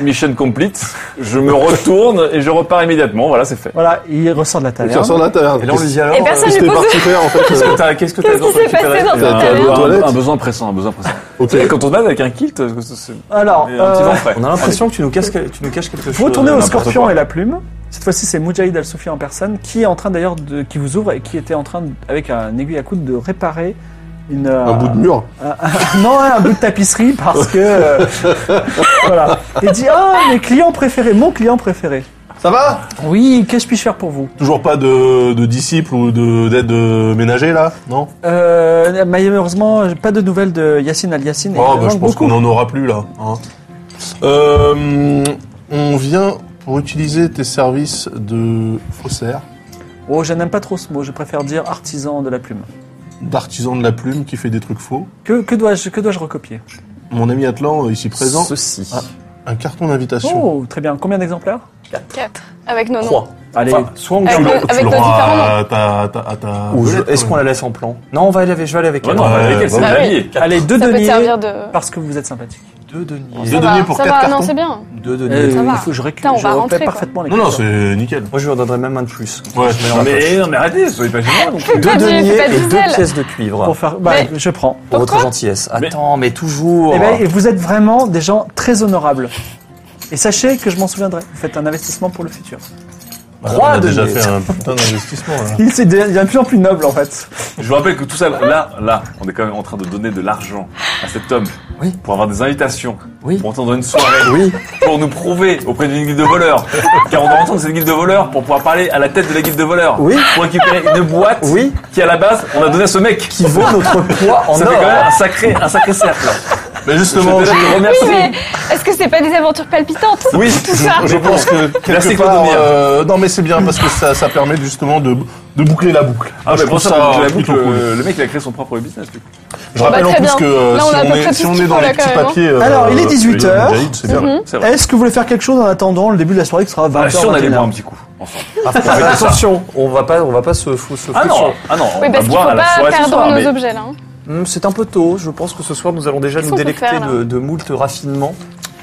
B: mission complete. Je me retourne et je repars immédiatement. Voilà, c'est fait.
A: Voilà, il ressort de la
E: Tu
A: taverne.
E: ressors de la taverne.
C: Et là, on lui dit alors.
D: Et personne
E: Qu'est-ce que
D: lui
E: t'es
D: pose.
E: parti faire en fait euh,
B: T'as- Qu'est-ce que
D: Qu'est-ce qui s'est passé dans
E: Il y a
D: cette
E: un tableau
D: taverne
E: toilette.
B: un, un besoin pressant, un besoin pressant.
E: Ok.
B: Et quand on va avec un kilt, c'est c'est-
A: Alors,
B: un petit
A: euh,
B: vent frais.
C: On a l'impression que tu nous, casses, que- tu nous caches quelque chose.
A: vous retournez au
C: n'importe
A: scorpion
C: quoi.
A: et la plume. Cette fois-ci, c'est Mujahid Al-Soufi en personne qui est en train d'ailleurs de, qui vous ouvre et qui était en train, de- avec un aiguille à coude, de réparer une, euh,
E: Un bout de mur.
A: Non, hein, un bout de tapisserie parce que. euh, voilà. Et dit Ah, mes clients préférés, mon client préféré.
E: Ça va
A: Oui, qu'est-ce que je puis faire pour vous
E: Toujours pas de, de disciples ou de- d'aide euh, ménagère là Non
A: euh, Malheureusement, j'ai pas de nouvelles de Yacine Al Yacine. et
E: Oh,
A: il
E: bah,
A: manque
E: je pense
A: beaucoup.
E: qu'on en aura plus là. hein. Euh, on vient pour utiliser tes services de faussaire,
A: Oh, je n'aime pas trop ce mot, je préfère dire artisan de la plume.
E: d'artisan de la plume qui fait des trucs faux.
A: Que, que dois-je que dois-je recopier
E: Mon ami Atlan, euh, ici présent,
C: Ceci.
E: Ah. un carton d'invitation.
A: Oh, très bien. Combien d'exemplaires
D: Quatre. Avec nos noms.
C: Trois.
A: Allez,
C: Enfin,
A: soit on
D: avec
A: garde.
D: nos-
E: Tu
D: avec nos
E: le rends
D: différents noms.
E: à ta- ta- à ta
C: Ou je-
E: belette,
C: est-ce
E: quand
C: qu'on
E: même.
C: la laisse en plan Non, on va aller avec, je vais aller avec
B: Ouais,
C: elle.
B: non, on va
E: Ouais,
B: avec elle, c'est
E: bah
B: la
D: oui.
B: vie.
A: Allez, deux
D: Ça peut te
A: deniers
D: servir de.
A: parce que vous êtes sympathique.
C: Deux deniers.
E: Deux
D: Ça va,
E: deniers pour
D: ça
E: quatre
D: va,
E: cartons.
D: Non, c'est bien.
C: Deux deniers.
A: Euh,
D: va.
A: il faut que je
D: Putain, on
A: récupère je
D: va
A: repère
D: rentrer, quoi.
A: parfaitement les
E: Non, non,
A: cartons.
E: c'est nickel.
C: Moi, je lui en donnerais même un de plus.
E: Ouais,
B: Non mais, non, mais arrêtez, soyez pas gênants. donc.
D: Fais
C: Deux
D: pas du-
C: deniers
D: fais pas
C: et
D: du
C: deux
D: zèle.
C: pièces de cuivre.
A: Pour
C: Pour,
A: faire, bah,
D: Mais-
A: je prends.
C: votre
D: Pourquoi
C: gentillesse. Attends, mais, toujours.
A: Eh ben, et vous êtes vraiment des gens très honorables. Et sachez que je m'en souviendrai. Vous faites un investissement pour le futur.
E: on
C: Trois
E: a déjà
C: deniers.
E: fait un putain d'investissement. là.
A: Il s'est de- il devient de plus en plus noble en fait.
B: Je vous rappelle que tout ça, là, là, on est quand même en train de donner de l'argent à cet homme
C: Oui.
B: pour avoir des invitations,
C: Oui.
B: pour entendre une soirée,
C: Oui.
B: pour nous prouver auprès d'une guilde de voleurs, car on doit entendre cette guilde de voleurs pour pouvoir parler à la tête de la guilde de voleurs,
C: Oui.
B: pour récupérer une boîte
C: Oui.
B: qui à la base on a donné à ce mec.
C: Qui vaut notre poids en
B: Ça fait
C: or.
B: quand même un sacré, un sacré cercle.
E: Mais
B: Je
E: justement,
B: te
E: je,
B: je te
D: Oui,
B: remercie.
D: mais est-ce que c'est pas des aventures palpitantes
B: Oui.
D: Tout ça.
E: je pense que
B: Merci,
E: quelque part,
B: Clodomir.
E: euh, non mais c'est bien parce que ça, ça permet justement de, de boucler la boucle. euh,
B: Ah,
E: je
B: mais pour
E: trouve
B: ça, je l'avoue que
E: plutôt cool.
B: le, le mec il a créé son propre business du coup.
E: Je rappelle
D: Bah,
E: en
D: très
E: plus
D: bien.
E: que euh,
D: Là, on
E: si,
D: a à
E: on
D: peu près
E: est,
D: tout
E: si
D: ce
E: on
D: qu'il
E: est dans
D: faut,
E: les
D: là,
E: petits
D: quand même, hein. Mhm.
E: papiers. euh,
A: Alors, il est 18
E: euh,
A: heures.
E: Jaïd, c'est bien.
B: C'est vrai.
A: Est-ce que vous voulez faire quelque chose en attendant le début de la soirée qui sera
B: Ah,
A: 20
B: si on allait boire un petit coup ensemble.
C: Ah, faut- attention, on va pas, on va pas se fou, se
B: Ah
C: foutre
B: non,
C: sur-
B: ah non, on
D: Oui,
B: va
D: parce qu'il faut
B: boire à la
D: pas
B: soirée ce soir.
D: perdre
B: mais-
D: nos objets là. hein.
C: Hmm, C'est un peu tôt. Je pense que ce soir, nous allons déjà
D: Qu'est-ce
C: nous
D: qu'on peut
C: délecter
D: faire, là
C: de, de moult raffinements.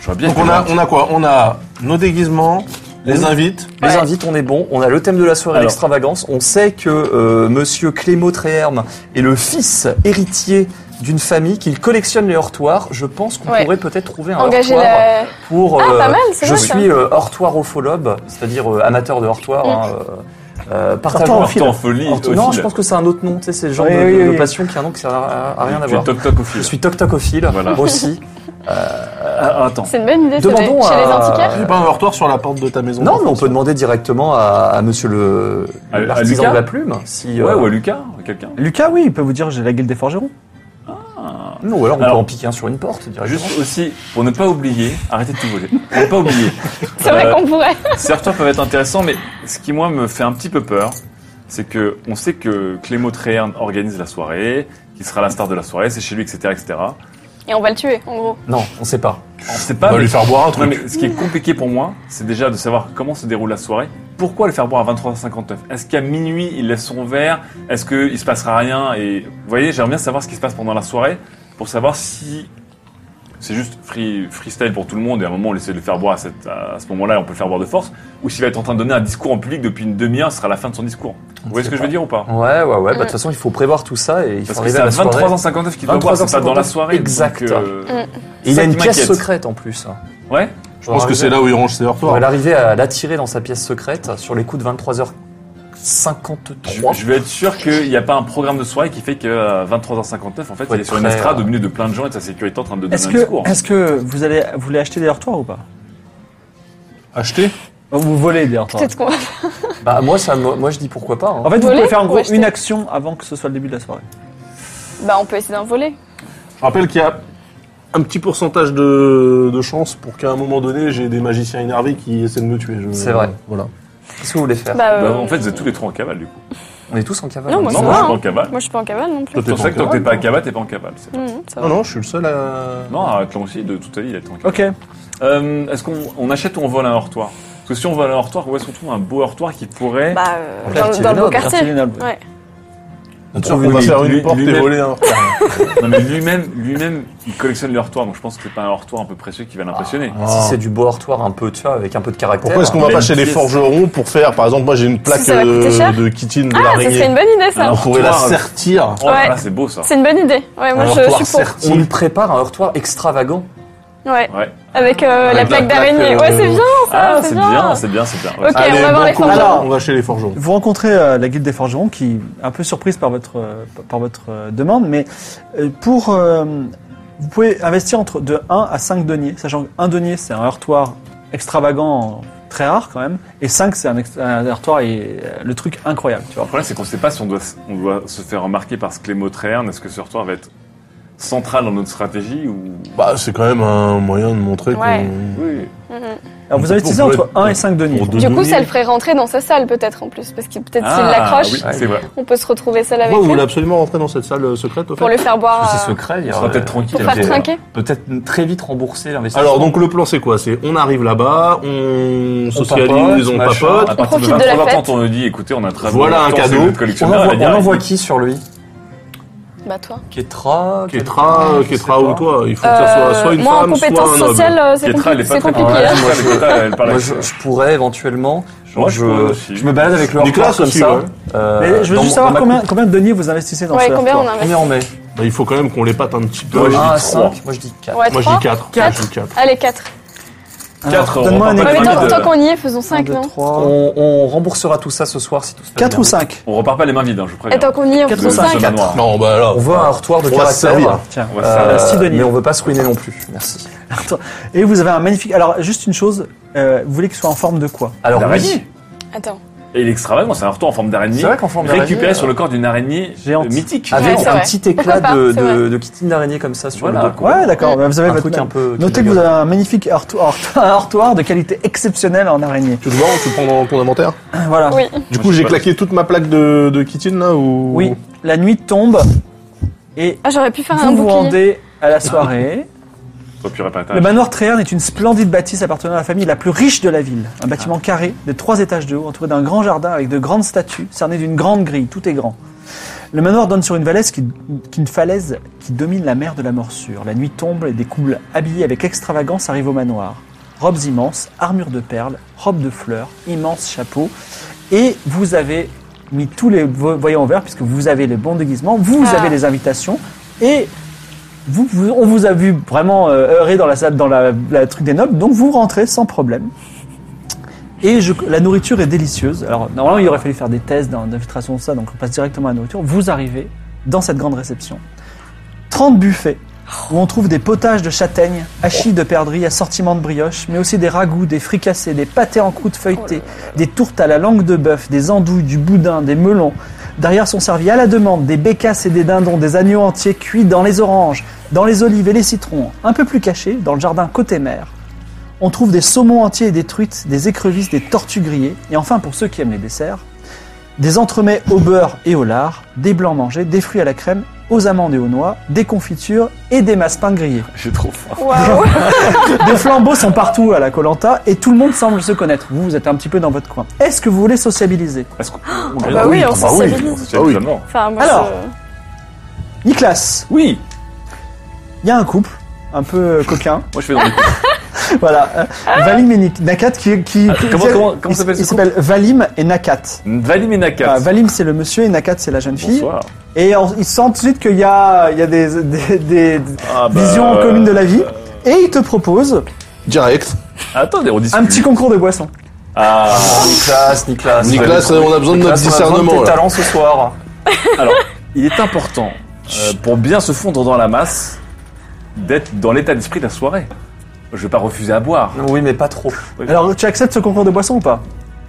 B: J'aurais bien
E: Donc
B: aimé
E: on a,
B: boire.
E: on a quoi On a nos déguisements, les
C: Oui.
E: invites.
C: Les invites, on est bon. On a le thème de la soirée,
B: Alors.
C: l'extravagance. On sait que euh, Monsieur Clément Tréherme est le fils héritier d'une famille qu'il collectionne les hortoirs. Je pense qu'on
D: Ouais.
C: pourrait peut-être trouver un
D: Engager
C: hortoire
D: la.
C: pour.
D: Ah,
C: euh,
D: pas mal, c'est
C: Je
D: vrai, ça.
C: suis euh, hortoire opholobe, c'est-à-dire euh, amateur de hortoire.
D: Mm.
C: hein, euh, euh, partageons-
A: Hortoire
B: Hortophile. Hortophilie,
C: Horto-
B: hortophile.
C: Non, je pense que c'est un autre nom. Tu sais, c'est le genre
A: Oui,
C: de,
A: oui,
C: de-
A: oui,
C: de
A: oui.
C: passion qui a un nom qui n'a rien à
B: Tu es
C: voir.
B: toc toc au fil.
C: Je suis toc tocophile
B: Voilà.
C: aussi.
A: Euh,
B: Ah, attends.
D: C'est une bonne idée. c'est
C: Demandons
D: vrai. Chez les
C: à-
D: antiquaires.
E: Il y a pas un heurtoir sur la porte de ta maison
C: Non, mais on peut demander directement à, à Monsieur le
B: À- à
C: l'artisan
B: Lucas
C: de la plume, si
B: Ouais,
C: euh,
B: ou à Lucas, quelqu'un.
A: Lucas, oui, il peut vous dire j'ai la guilde des forgerons.
C: non, ou alors on
B: Alors-
C: peut en piquer un sur une porte directement.
B: Juste aussi, pour ne pas oublier, arrêtez de tout voler. Pour ne pas oublier.
D: C'est vrai
B: Euh,
D: qu'on pourrait.
B: Certains peuvent être intéressants, mais ce qui, moi, me fait un petit peu peur, c'est que on sait que Clément Tréherne organise la soirée, qu'il sera la star de la soirée, c'est chez lui, etc., etc.
D: Et on va le tuer, en gros.
C: Non, on sait pas.
B: On sait
E: On
B: Ah, pas,
E: va
B: mais-
E: lui faire boire un
B: Ouais,
E: truc.
B: mais ce qui est compliqué pour moi, c'est déjà de savoir comment se déroule la soirée. Pourquoi le faire boire à 23h59 Est-ce qu'à minuit, il laisse son verre Est-ce qu'il se passera rien Et vous voyez, j'aimerais bien savoir ce qui se passe pendant la soirée pour savoir si c'est juste free, freestyle pour tout le monde et à un moment, on essaie de le faire boire à, cette- à ce moment-là et on peut le faire boire de force ou s'il va être en train de donner un discours en public depuis une demi-heure, ce sera la fin de son discours. Vous voyez ce que je veux dire ou pas
C: Ouais, ouais, ouais. Bah, de
D: Mm.
C: toute façon, il faut prévoir tout ça et il faut
B: Parce que
C: arriver
B: c'est
C: à
B: à
C: la soirée.
B: 23h59 qu'il doit boire, c'est pas dans la soirée.
C: Exact.
B: donc, euh,
C: Et il
B: ça
C: a une
B: qui
C: pièce
B: m'inquiète.
C: secrète en plus.
B: Ouais
E: Je pense que c'est là où il range ses
C: On
E: heurtoirs.
C: va l'arriver à l'attirer dans sa pièce secrète sur les coups de 23h
B: Je,
C: 23.
B: je veux être sûr qu'il n'y a pas un programme de soirée qui fait que euh, 23h59, en fait,
C: Faut
B: il est
C: être
B: sur une
C: très,
B: estrade
C: euh,
B: au milieu de plein de gens et de sa sécurité en train de donner
A: Est-ce
B: un
A: que,
B: discours.
A: est-ce que vous allez, vous voulez acheter des heurtoirs ou pas
E: Acheter
A: Vous volez des heurtoirs.
D: Peut-être qu'on va
C: Bah, moi, ça, me- moi, je dis pourquoi pas. hein.
A: En fait, vous
D: Voler
A: pouvez faire en
D: ou
A: gros
D: acheter
A: une action avant que ce soit le début de la soirée.
D: Bah, on peut essayer d'en voler.
E: Je rappelle qu'il y a un petit pourcentage de, de chance pour qu'à un moment donné, j'ai des magiciens énervés qui essaient de me tuer. Je-
C: C'est vrai.
E: Euh, Voilà.
C: Qu'est-ce que vous voulez faire
D: Bah,
B: Bah,
D: euh,
B: en fait, vous êtes tous les trois en cavale, du coup.
C: On est tous en cavale.
D: Non, moi,
B: Non,
D: ça
B: moi,
D: va,
B: je suis
D: hein.
B: pas en cavale.
D: Moi, je suis pas en cavale non plus.
E: Toi,
B: C'est pour ça que tant que t'es pas en cavale, t'es pas en cavale. c'est-
D: Mhm, ça va.
E: Non, non, je suis le seul à.
B: Non, Atlan aussi, de toute la vie, il est en cavale.
A: Ok.
B: Euh, Est-ce qu'on on achète ou on vole un hortoir Parce que si on vole un hortoir, où est-ce qu'on trouve un beau hortoir qui pourrait...
D: Bah, euh,
C: Quartier
D: dans, dans le beau
C: noble,
A: Quartier
D: quartier.
A: des nobles.
D: Ouais.
E: Bien sûr qu'on
B: Oui,
E: va
B: oui,
E: faire
B: lui-
E: une porte et
B: lui-même.
E: voler un.
B: Non mais lui-même, lui-même, il collectionne les hortoirs, donc je pense que c'est pas un hortoir un peu précieux qui va l'impressionner.
C: Si c'est du beau artoir un peu, tu vois, avec un peu de caractère.
E: Pourquoi est-ce qu'on va
B: Il a
E: pas
B: une
E: chez les
B: pièce.
E: forgerons pour faire, par exemple, moi j'ai une plaque
D: ça va coûter
E: euh,
D: cher.
E: de kitine de
D: Ah, ça
E: l'araignée.
D: serait une bonne idée,
B: Un
E: On
D: ça.
B: Alors-
E: pourrait la
B: hortoir.
E: sertir.
B: Oh là
D: Ouais.
B: là, c'est beau ça.
D: C'est une bonne idée. Ouais, moi,
E: Un
D: je
E: hortoir
D: suis pour.
E: serti.
C: On lui prépare un heurtoir extravagant.
D: Ouais,
B: Ouais.
D: avec euh, la
E: Avec la plaque,
D: plaque d'araignée.
E: euh,
D: Ouais, c'est bien, Oh, ça.
B: Ah, c'est bien, c'est bien, c'est bien. Ouais.
D: Ok, on va voir les
E: banco,
D: forgerons.
E: on va chez les forgerons.
A: Vous rencontrez euh, la guilde des forgerons qui est un peu surprise par votre euh, par votre euh, demande, mais euh, pour euh, vous pouvez investir entre de 1 à 5 deniers, sachant que 1 denier c'est un heurtoir extravagant très rare quand même, et 5 c'est un, ex- un heurtoir et euh, le truc incroyable, tu vois.
B: Le problème, c'est qu'on sait pas si on doit, on doit se faire remarquer par ce Clémo Tréherne. Est-ce que ce hortoir va être central dans notre stratégie ou...
E: Bah, c'est quand même un moyen de montrer
D: Ouais.
E: qu'on.
B: Oui.
D: Mhm.
A: Alors vous
E: Pour-
A: investissez
E: pour-
A: entre 1 et 5 deniers.
E: pour deux
D: Du coup,
E: deniers.
D: ça le ferait rentrer dans sa salle, peut-être, en plus. Parce que peut-être s'il
B: Ah,
D: l'accroche,
B: oui, c'est vrai.
D: on peut se retrouver seul avec
E: Pourquoi vous
D: lui
E: voulez absolument rentrer dans cette salle euh, secrète au fait
D: pour lui faire
C: Parce
D: boire.
C: que
D: euh,
C: c'est secret. Il y
B: On
C: aura-
B: sera peut-être tranquille.
D: Pour faire
B: ok.
D: trinquer.
C: Peut-être très vite rembourser l'investissement.
E: Alors, donc le plan c'est quoi C'est on arrive là-bas, on
C: papote,
E: socialise, on
C: machin.
E: papote.
B: À
D: On
B: partir de
D: profite de la
B: 23h30,
D: fête.
B: on nous dit, écoutez, on a très
E: Voilà un cadeau.
C: on envoie, on
B: ah,
C: envoie qui sur lui
D: Bah, toi.
C: Ketra
E: Ketra, euh,
C: quelqu'un, je sais
E: Ketra ou
C: pas.
E: toi, il faut que ça soit
D: Euh,
E: soit une
D: moi,
E: femme,
D: en
E: soit
D: compétence
E: un homme.
D: sociale, euh, c'est
B: Ketra, elle
D: compli-
B: est pas
D: c'est
B: très
D: compliqué.
B: compétente.
D: hein.
B: Moi, je- Ketra, elle parle
C: Moi,
B: avec-
C: je, je pourrais éventuellement. Genre,
B: Moi, je
C: je,
B: pourrais aussi.
C: je me balade avec le
E: Nicolas
C: hortoir comme
E: aussi,
C: ça.
E: ouais.
C: euh,
A: Mais je veux juste
C: dans mon- dans
A: savoir
C: ma
A: combien,
C: coupe.
A: combien de deniers vous investissez dans
D: Ouais,
A: ce
D: combien on
A: heurtoir.
D: investit
C: Combien on met
E: Bah, il faut quand même qu'on les pâte un petit peu.
B: Moi, je dis
C: Ah,
B: trois.
C: 5. Moi, je dis 4.
D: Ouais,
E: Moi j'ai
D: 3.
E: 4.
D: Quatre.
E: J'ai 4.
D: Allez, 4.
A: Alors,
B: Quatre, on
A: Ah, Donne-moi un
B: repart
D: Ouais,
B: pas
D: mais
B: de
A: exemple.
D: tant,
B: vide.
D: tant qu'on y est, faisons 5, non
A: 3,
C: On, on remboursera tout ça ce soir si tout se passe
A: 4
C: bien.
A: ou 5
B: On repart pas les mains vides, hein, je vous préviens.
D: Et tant qu'on y est,
A: Quatre
D: faisons
A: ou cinq.
D: 5.
A: Quatre.
B: manoir.
E: Non, bah là.
C: On voit un hortoir de
E: On va se servir.
C: caractère.
A: Tiens.
B: On va
C: euh,
B: se-
A: six deniers.
C: mais on veut pas se ruiner non plus. Merci.
A: Et vous avez un magnifique. Alors, juste une chose, euh, vous voulez qu'il soit en forme de quoi
C: Alors,
B: L'araignée.
C: oui.
D: Attends.
B: Et il est extravagant, c'est un retour en forme d'araignée.
C: C'est vrai qu'en forme d'araignée,
B: Récupéré
C: euh, Ah,
B: sur le corps d'une araignée
A: Géante.
B: euh, mythique.
C: Avec
D: c'est
C: un
D: vrai.
C: petit éclat
D: Pourquoi
C: de,
D: pas,
C: de,
D: c'est
C: de kitine d'araignée comme ça sur
B: Voilà.
C: le dos. quoi.
A: Ouais, d'accord, bah, vous avez
C: Un
A: votre
C: truc
A: mail.
C: un peu.
A: Notez que vous avez un magnifique heurtoir, un heurtoir de qualité exceptionnelle en araignée. Ah,
E: Tu le vois, tu le prends dans ton inventaire
A: Voilà.
D: Oui.
E: Du
B: Moi,
E: coup,
B: je sais
E: j'ai
B: pas.
E: claqué toute ma plaque de, de kitine là ou
A: Oui, la nuit tombe et
D: Ah, j'aurais pu faire
A: vous
D: un
A: vous
D: bouclier.
A: rendez à la
C: Ah,
A: soirée.
B: Toi, tu aurais pas
A: Le
B: intérêt.
A: manoir Tréherne est une splendide bâtisse appartenant à la famille la plus riche de la ville. Un
C: Ah.
A: bâtiment carré de trois étages de haut, entouré d'un grand jardin avec de grandes statues, cerné d'une grande grille. Tout est grand. Le manoir donne sur une falaise qui, qui- une falaise qui domine la mer de la morsure. La nuit tombe et des couples habillés avec extravagance arrivent au manoir. Robes immenses, armures de perles, robes de fleurs, immenses chapeaux. Et vous avez mis tous les vo- voyants au vert puisque vous avez les bons déguisements, vous
D: Ah.
A: avez les invitations et vous, vous- on vous a vu vraiment euh, errer dans la salle, dans la, la truc des nobles, donc vous rentrez sans problème. Et je- la nourriture est délicieuse. Alors normalement il aurait fallu faire des tests d'in- d'infiltration de ça, donc on passe directement à la nourriture. Vous arrivez dans cette grande réception. 30 buffets où on trouve des potages de châtaignes, hachis de perdrix, assortiments de brioches, mais aussi des ragouts, des fricassés, des pâtés en croûte feuilletée, des tourtes à la langue de bœuf, des andouilles, du boudin, des melons. Derrière sont servis à la demande des bécasses et des dindons, des agneaux entiers cuits dans les oranges, dans les olives et les citrons, un peu plus cachés, dans le jardin côté mer. On trouve des saumons entiers et des truites, des écrevisses, des tortues grillées, et enfin pour ceux qui aiment les desserts, des entremets au beurre et au lard, des blancs mangés, des fruits à la crème, aux amandes et aux noix, des confitures et des massepains grillés.
B: J'ai trop faim.
D: Waouh.
A: Des flambeaux sont partout à la Colanta et tout le monde semble se connaître. Vous, vous êtes un petit peu dans votre coin. Est-ce que vous voulez sociabiliser Ah,
B: Est-ce qu'on.
D: bah oui, on s'en
B: Ah oui,
D: saisit.
B: on s'en saisit totalement.
C: Ah
D: Enfin, moi,
A: Alors.
D: je-
A: Nicolas,
B: Oui,
A: il y a un couple un peu euh, coquin.
B: moi je fais dans les coups.
A: voilà, euh, Valim et Nik- Nakat qui... qui, qui-
B: Ah, comment-
A: qui-
B: comment- comment
A: il-
B: s'appelle ce
A: Il s'appelle Valim et Nakat.
B: Valim et Nakat.
A: Voilà, Valim c'est le monsieur et Nakat c'est la jeune fille.
B: Bonsoir.
A: Et on- ils sentent tout de suite qu'il y a, il y a des, des- des-
B: Ah, bah,
A: visions en
B: euh,
A: communes de la vie. Et ils te proposent
E: Direct.
B: Attendez, on discute.
A: un petit concours de boissons.
B: Ah,
C: Nicolas, Nicolas.
E: Nicolas, euh, on a besoin de
B: Nicolas, on
E: notre
B: a besoin de
E: discernement.
B: tes
E: là.
B: talents ce soir. Alors, il est important, euh, pour bien se fondre dans la masse, d'être dans l'état d'esprit de la soirée. Je vais pas refuser à boire.
C: Oui, mais pas trop.
A: Alors, tu acceptes ce concours de boissons ou pas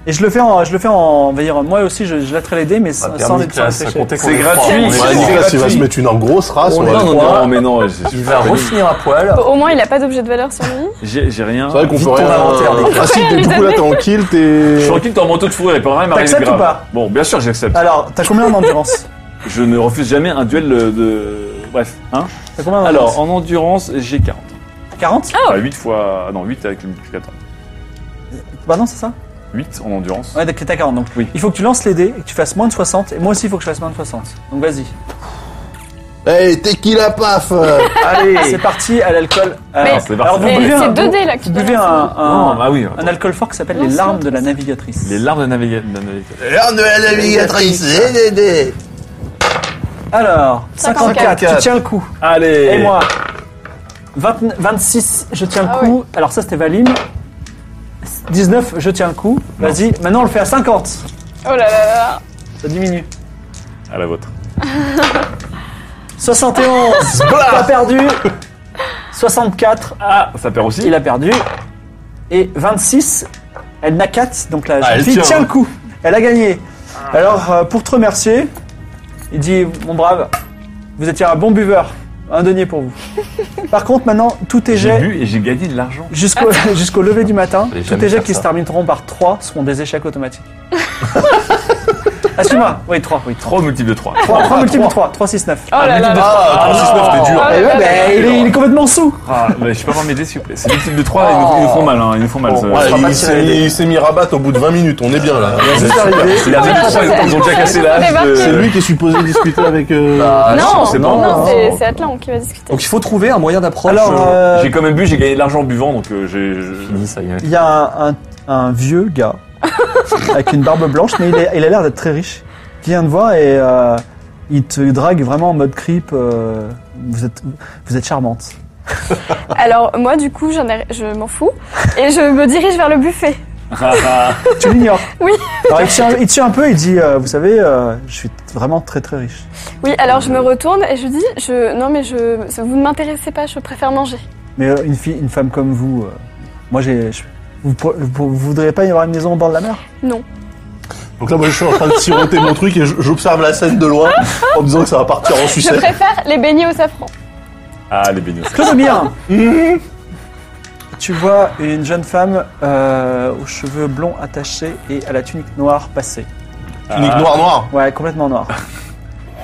A: Et je le fais en, je le fais en, on va dire, moi aussi, je, je laterai les dés,
B: Ah,
A: mais sans sans les sans les sécher.
B: C'est gratuit.
E: Ouais, Nicolas, il va se
B: gratuit.
E: mettre une grosse race. on
C: On
E: va
C: est
E: le
C: en
E: croire.
B: Non, mais non, j'ai-
C: Il va refinir à poil.
D: Bon, au moins, il a pas d'objet de valeur sur lui.
B: j'ai j'ai rien.
E: C'est vrai qu'on
C: Vite
E: peut
C: ton
E: rien.
C: inventaire, Nicolas.
E: Ah si,
D: Rien lui
E: du coup là
D: donner.
E: t'es en kill,
B: Je suis
E: t'es.
B: tranquille, t'es en manteau de fourrure, il peut rien m'arriver de
A: T'acceptes ou
B: grave.
A: pas Ah.
B: Bon, bien sûr, j'accepte.
A: Alors, t'as combien d'endurance
B: Je ne refuse jamais un duel euh, de. Bref, hein.
A: T'as combien d'endurance
B: Alors, en endurance, j'ai 40.
A: 40
B: Enfin, 8 fois. ah Non, 8 avec le multiplicateur.
A: Bah non, c'est ça
B: 8 en endurance.
A: Ouais, donc t'as 40. Donc,
B: Oui.
A: il faut que tu lances les dés et que tu fasses moins de 60. Et moi aussi, il faut que je fasse moins de 60. Donc, vas-y.
E: Hey, t'es qui la paf euh
A: Allez C'est parti à l'alcool. Euh,
D: Mais-
B: Ah, c'est
A: alors, vous
B: parti.
A: buvez
D: Mais
A: un,
D: c'est
A: vous,
D: 2 dés là que tu
A: vous buvez un,
D: balances.
A: un-
B: Non, bah oui.
A: un alcool fort qui s'appelle les
D: Lance-le,
A: larmes de la
D: lance-le.
A: navigatrice.
B: Les larmes de navigatrice. De naviga-
E: L'heure de la navigatrice. eh, eh, eh.
A: Alors, 54,
D: 54,
A: tu tiens le coup.
B: Allez
A: Et moi 20 26, je tiens le
D: Ah
A: coup. Alors ça, c'était Valine. 19, je tiens le coup. Vas-y, maintenant on le fait à 50.
D: Oh là là là.
A: Ça diminue.
B: À la vôtre.
A: 71, pas perdu. 64,
B: Ah, ça perd aussi
A: il a perdu. Et 26, elle n'a 4, donc la
E: Ah,
A: jeune
E: elle
A: fille
E: tient,
A: tient,
E: hein.
A: le coup. Elle a gagné.
C: Ah.
A: Alors, euh, pour te remercier, il dit, mon brave, vous étiez un bon buveur. Un denier pour vous. Par contre, maintenant, tous tes
B: J'ai
A: jets
B: bu et j'ai gagné de l'argent.
A: Jusqu'au jusqu'au lever du matin,
C: Fallait
A: tous
C: jamais
A: tes jets
C: faire
A: qui
C: ça.
A: se termineront par 3 seront des échecs automatiques. Assume-moi. Oui, 3, oui, 3.
B: 3 multiples de 3.
A: 3, multiples de 3, 3, 6, 9.
D: Oh là là là.
E: Ah, 36 t'es dur.
D: Ah,
A: Eh ouais,
D: là, là.
A: bah, il, est, il est complètement sous.
B: Ah, mais je peux pas m'aider, s'il vous plaît. C'est multiples de 3, ils, nous, ils nous font mal, hein. Ils nous font mal.
E: Bon,
B: ça.
E: ouais,
A: pas tirer
E: il s'est
A: les
E: mis, il s'est mis rabat au bout de 20 minutes, on est bien là.
B: C'est la même chose, ils ont déjà cassé la hache de- Ah,
E: C'est lui qui est supposé discuter avec. euh,
D: bah, Non,
B: c'est
D: non,
B: marrant.
D: c'est- c'est Atlan qui va discuter.
C: Donc il faut trouver un moyen d'approche.
A: Alors,
C: euh,
A: euh,
B: J'ai quand même bu, j'ai gagné de l'argent en buvant, donc euh, j'ai. je-
C: fini, ça y est.
A: il y a un, un- un vieux gars avec une barbe blanche, mais il, est- il a l'air d'être très riche, qui vient te voir et euh, il te drague vraiment en mode creep. euh, vous, êtes, vous êtes charmante.
D: Alors, moi, du coup, j'en ai- je m'en fous. Et je me dirige vers le buffet.
B: Ah,
A: Tu l'ignores.
D: Oui.
A: Alors, il te tient- il te tient un peu et il dit euh, Vous savez, euh, je suis vraiment très très riche.
D: Oui, alors je me retourne et je dis je... Non, mais je... ça- vous ne m'intéressez pas, je préfère manger.
A: Mais euh, une fille, une femme comme vous, euh, moi j'ai. je- Vous, pour- vous, vous voudriez pas y avoir une maison au bord de la mer
E: Donc là, moi, je suis en train de siroter mon truc et je- j'observe la scène de loin en me disant que ça va partir en
D: Je
E: sucette.
D: préfère les beignets au safran.
B: Ah, les beignets.
A: Claude bien Tu vois une jeune femme euh, aux cheveux blonds attachés et à la tunique noire passée.
E: Tunique noire noire.
A: Ouais, complètement noire.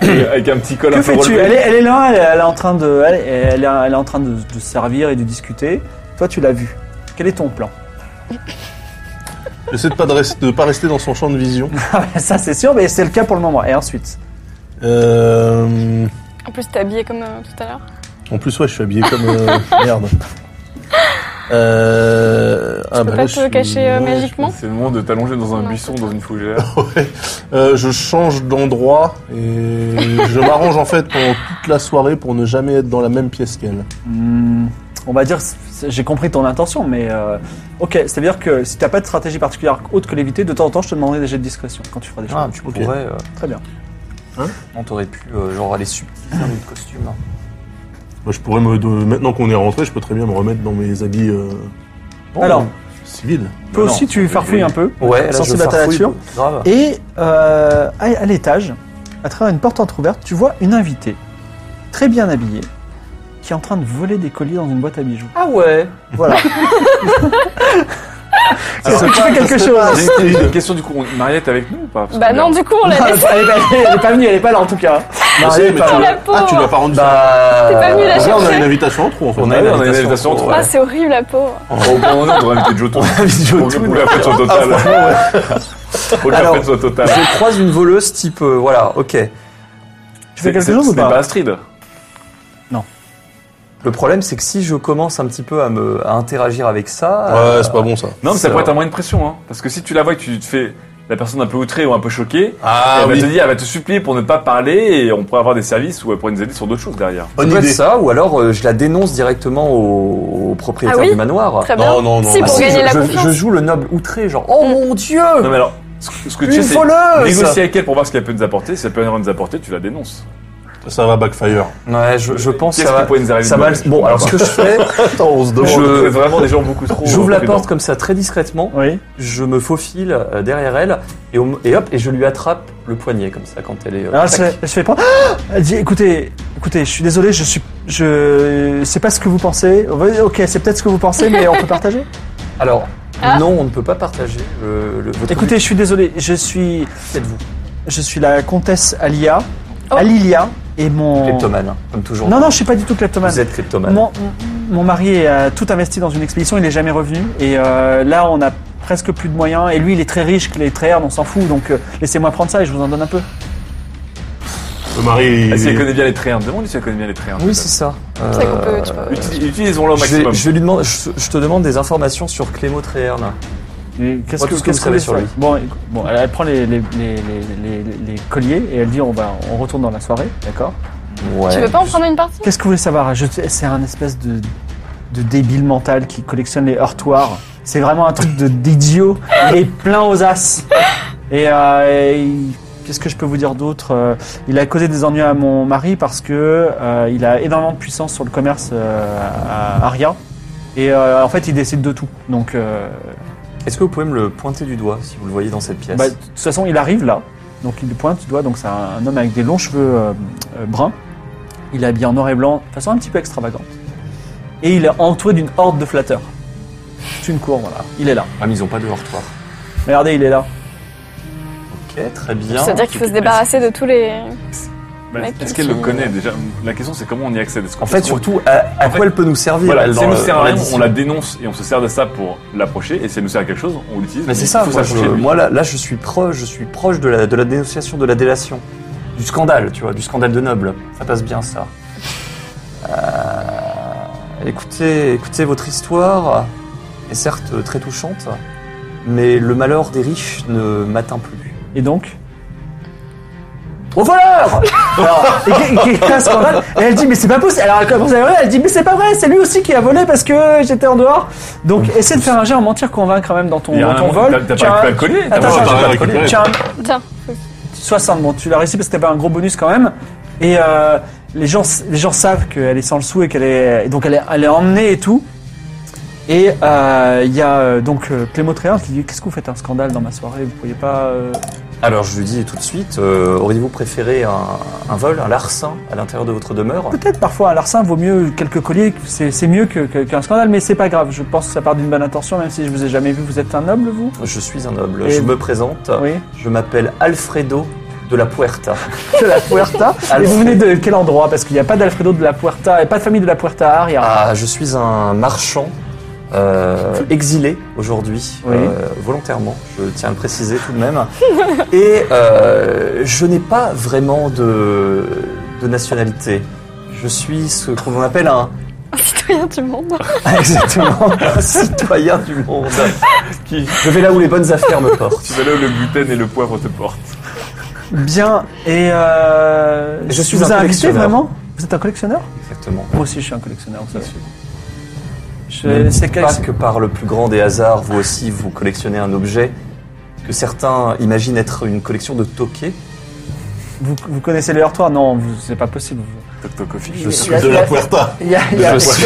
B: Avec un petit col
A: Que
B: un peu
A: fais-tu
B: relevé.
A: elle est, elle est là, elle est, elle est en train de, elle, est- elle est, elle est en train de, de se servir et de discuter. Toi, tu l'as vue. Quel est ton plan
E: J'essaie de pas de, rest- de pas rester dans son champ de vision.
A: Ah, bah, Ça, c'est sûr, mais c'est le cas pour le moment. Et ensuite
E: Euh,
D: En plus, t'es habillé comme euh, tout à l'heure.
E: en plus, ouais, je suis habillé comme euh, merde. Euh, ah,
D: peux
E: bah
D: pas
E: là,
D: te
E: je suis-
D: cacher, euh,
E: ouais, je-
D: magiquement.
B: C'est le moment de t'allonger dans un
D: Non.
B: buisson, dans une fougère.
E: Ouais. Euh, je change d'endroit et je m'arrange en fait pendant toute la soirée pour ne jamais être dans la même pièce qu'elle.
A: Hmm, on va dire, c- c- j'ai compris ton intention, mais euh, ok, c'est-à-dire que si t'as pas de stratégie particulière autre que l'éviter, de temps en temps, je te demanderai des jets de discrétion quand tu feras des choses.
C: Ah, tu
E: Ok.
C: pourrais. euh,
A: Très bien.
C: on t'aurait pu, euh, genre, aller subtiliser le costume.
E: Moi, Bah, je pourrais me de- maintenant qu'on est rentré, je peux très bien me remettre dans mes habits euh, bon,
A: Alors,
E: euh, civils.
A: Toi
B: Non,
A: aussi,
B: non,
A: tu
B: je-
A: farfouilles un peu,
C: Ouais, là, je
A: sensible à ta
C: farfouille,
A: nature.
C: Grave.
A: Et euh, à, à l'étage, à travers une porte entrouverte, tu vois une invitée, très bien habillée, qui est en train de voler des colliers dans une boîte à bijoux.
C: Ah ouais.
A: Voilà. Est-ce que tu fais quelque chose
B: J'ai une- j'ai une question du coup, on- Mariette est avec nous ou pas Parce
D: Bah
B: que,
D: non,
B: merde.
D: du coup, on l'a laissé
A: Ah, elle, est pas, elle est pas venue, elle est pas là en tout cas. Non, elle est
E: Mais
A: pas
E: tu-
A: là.
D: la peau. hein.
E: Ah, tu l'as pas rendu ça.
C: Bah.
D: T'es pas venu la
E: Donc là, on a
D: chercher.
E: une invitation en trop en fait.
C: On a
B: Ah
C: une
B: oui, on a une
C: invitation
B: invitation
C: en
B: en
C: trop,
B: trop.
C: ouais.
D: Ah, c'est horrible la peau.
B: Au bon moment, on devrait inviter Joto. On invite Joto. Pour que la fête soit totale. Pour que la
C: Alors,
B: fête soit totale.
C: Je croise une voleuse type. euh, voilà, ok.
A: Tu fais
B: C'est-
A: quelque
B: c'est-
A: chose ou
B: ce n'est pas
A: pas
B: Astrid.
C: Le problème, c'est que si je commence un petit peu à me à interagir avec ça, euh,
E: Ouais, c'est pas bon ça.
B: Non, mais ça
C: Ça-
B: pourrait être un moyen de pression, hein. Parce que si tu la vois et que tu te fais.
F: la personne un peu outrée ou un peu choquée.
E: Ah
F: elle
E: oui,
F: va te dire, elle va te supplier pour ne pas parler et on pourrait avoir des services ou elle pourrait nous aider sur d'autres choses derrière.
E: bonne
C: peut être
E: idée.
C: ça, ou alors euh, je la dénonce directement au, au propriétaire
D: Ah oui
C: du manoir.
D: Très bien.
E: Non, non, non.
D: Si,
E: non.
D: pour
C: si,
D: gagner
C: bah, je,
D: la
C: je-
D: confiance. Mm.
C: je joue le noble outré, genre oh mon dieu,
F: Non mais alors, ce que, ce que tu
C: une
F: sais, c'est
C: voleuse.
F: négocier avec elle pour voir ce qu'elle peut nous apporter. Si elle peut rien nous apporter, tu la dénonces.
E: Ça va backfire.
C: Ouais, je, je pense que
F: Qu'est-ce
C: ça
F: qui
C: va.
F: pourrait nous arriver
C: Ça
F: de
C: va.
F: mauvais
C: Bon, alors ce que je fais,
E: Attends, on se
C: Je-
F: On est vraiment des gens beaucoup trop.
C: j'ouvre la
F: prudents.
C: porte comme ça très discrètement.
A: Oui.
C: Je me faufile euh, derrière elle et, on- et hop et je lui attrape le poignet comme ça quand elle est. euh,
A: Alors elle
C: tac.
A: se, elle se fait prendre. Ah Elle dit écoutez, écoutez, je suis désolé, je suis, je, c'est pas ce que vous pensez. Ouais, Ok, c'est peut-être ce que vous pensez, mais on peut partager.
C: Alors
D: Ah.
C: non, on ne peut pas partager le, le- votre.
A: Écoutez, je suis désolé, je suis,
C: but, êtes-vous
A: je suis la comtesse Alia,
D: Oh.
A: Alilia, et mon.
C: kleptomane hein, comme toujours.
A: Non non, je suis pas du tout kleptomane.
C: Vous êtes kleptomane.
A: Mon, mon mari a tout investi dans une expédition, il n'est jamais revenu. Et euh, là, on a presque plus de moyens. Et lui, il est très riche, il est très herne, on s'en fout. Donc euh, laissez-moi prendre ça et je vous en donne un peu.
E: Le mari.
F: Ah, si elle
E: il-
F: connaît bien les trains, demande si elle connaît bien les trains.
C: Oui, c'est ça.
D: C'est ça qu'on peut-
C: Euh,
D: tu peux-
F: Uti- Utilisons-le au
C: je, vais,
F: maximum.
C: je vais lui demander. Je, je te demande des informations sur Clémo Tréherne.
A: Qu'est-ce
C: tout ce que vous savez
A: voulez
C: sur
A: faire
C: lui.
A: Bon, écou- bon, elle, elle prend les, les, les, les- les- les colliers et elle dit on, va, on retourne dans la soirée, d'accord
C: Ouais.
D: Tu veux pas en prendre une partie
A: Qu'est-ce que vous voulez savoir Je- C'est un espèce de, de débile mental qui collectionne les heurtoirs. C'est vraiment un truc de- d'idiot et plein aux as. Et, euh, et il- qu'est-ce que je peux vous dire d'autre Euh, Il a causé des ennuis à mon mari parce que euh, il a énormément de puissance sur le commerce euh, à Aria. Et euh, en fait, il décide de tout. Donc, euh,
C: Est-ce que vous pouvez me le pointer du doigt si vous le voyez dans cette pièce
A: bah, de toute façon, il arrive là. Donc il pointe du doigt. Donc c'est un, un homme avec des longs cheveux euh, euh, bruns. Il est habillé en noir et blanc, de façon un petit peu extravagante. Et il est entouré d'une horde de flatteurs. C'est une cour, voilà. Il est là.
C: Ah, mais ils ont pas de hortoir.
A: Regardez, il est là.
C: Ok, très bien.
D: C'est-à-dire qu'il faut se débarrasser de tous les.
F: Bah,
D: Mais
F: Est-ce qu'elle le connaît déjà La question c'est comment on y accède. Est-ce qu'on
C: En fait,
F: est-ce qu'on-
C: surtout, à, à quoi elle peut nous servir
F: Voilà,
C: elle,
F: si
C: dans
F: elle nous
C: le-
F: sert
C: dans
F: à
C: la
F: rien,
C: décision
F: on la dénonce et on se sert de ça pour l'approcher. Et si elle nous sert à quelque chose, on l'utilise.
C: Mais c'est
F: il
C: ça,
F: faut
C: moi, je-
F: s'approcher de lui.
C: moi, là, là, je suis proche, je suis proche de la, de la dénonciation, de la délation, du scandale, tu vois, du scandale de noble. Ça passe bien, ça. Euh, écoutez, écoutez, votre histoire est certes très touchante, mais le malheur des riches ne m'atteint plus.
A: Et donc
C: Au voleur
A: Et qui- qui- qui a un scandale. Et elle dit mais c'est pas possible. Alors elle commence à hurler, elle dit mais c'est pas vrai, c'est lui aussi qui a volé parce que j'étais en dehors. Donc essaie de faire un jet en mentir convaincre quand même dans ton,
F: Il y a
A: dans
F: un
A: ton
F: moment-
A: vol.
F: t'as-
A: Tu
F: T'as pas
A: as
F: pu
A: un-
F: le coller
A: Attends,
E: T'as
A: attends,
E: pas
A: attends,
E: récupéré.
A: attends. Tu as un-
D: Tiens.
A: 60, bon, tu l'as réussi parce que t'avais un gros bonus quand même. Et euh, les, gens, les gens savent qu'elle est sans le sou et qu'elle est. et donc elle est, elle est emmenée et tout. Et euh, il y a euh, donc euh, Clément Tréhard qui dit Qu'est-ce que vous faites un scandale dans ma soirée Vous pourriez pas. euh,
C: Alors je lui dis tout de suite, euh, auriez-vous préféré un, un vol, un larcin à l'intérieur de votre demeure
A: Peut-être parfois un larcin vaut mieux quelques colliers, c'est c'est mieux que- que- qu'un scandale, mais c'est pas grave. Je pense que ça part d'une bonne intention, même si je vous ai jamais vu. Vous êtes un noble, vous
C: Je suis un noble,
A: Et-
C: je me présente,
A: Oui.
C: je m'appelle Alfredo de la Puerta.
A: De la Puerta. et vous venez de quel endroit Parce qu'il n'y a pas d'Alfredo de la Puerta et pas de famille de la Puerta à Aria.
C: Ah, je suis un marchand euh, exilé aujourd'hui,
A: Oui.
C: euh, volontairement, je tiens à le préciser tout de même. Et euh, je n'ai pas vraiment de, de nationalité. Je suis ce qu'on appelle un
D: Citoyen du monde.
C: exactement un citoyen du monde.
F: Qui-
C: Je vais là où les bonnes affaires me portent.
F: Tu vas là où le gluten et le poivre te portent.
A: Bien, et euh,
C: Je suis
A: vous
C: un
A: a invité,
C: collectionneur.
A: vraiment Vous êtes un collectionneur
C: Exactement.
A: Moi aussi, je suis un collectionneur, vous savez.
C: Ne
A: Je, c'est
C: dites
A: quel-
C: pas que par le plus grand des hasards, vous aussi, vous collectionnez un objet que certains imaginent être une collection de toquets.
A: vous, vous connaissez les heurtoirs Non, vous- c'est pas possible.
F: Toc toc au fil.
A: Je suis-
E: De la Puerta.
A: Il y a- il y a-
C: Je suis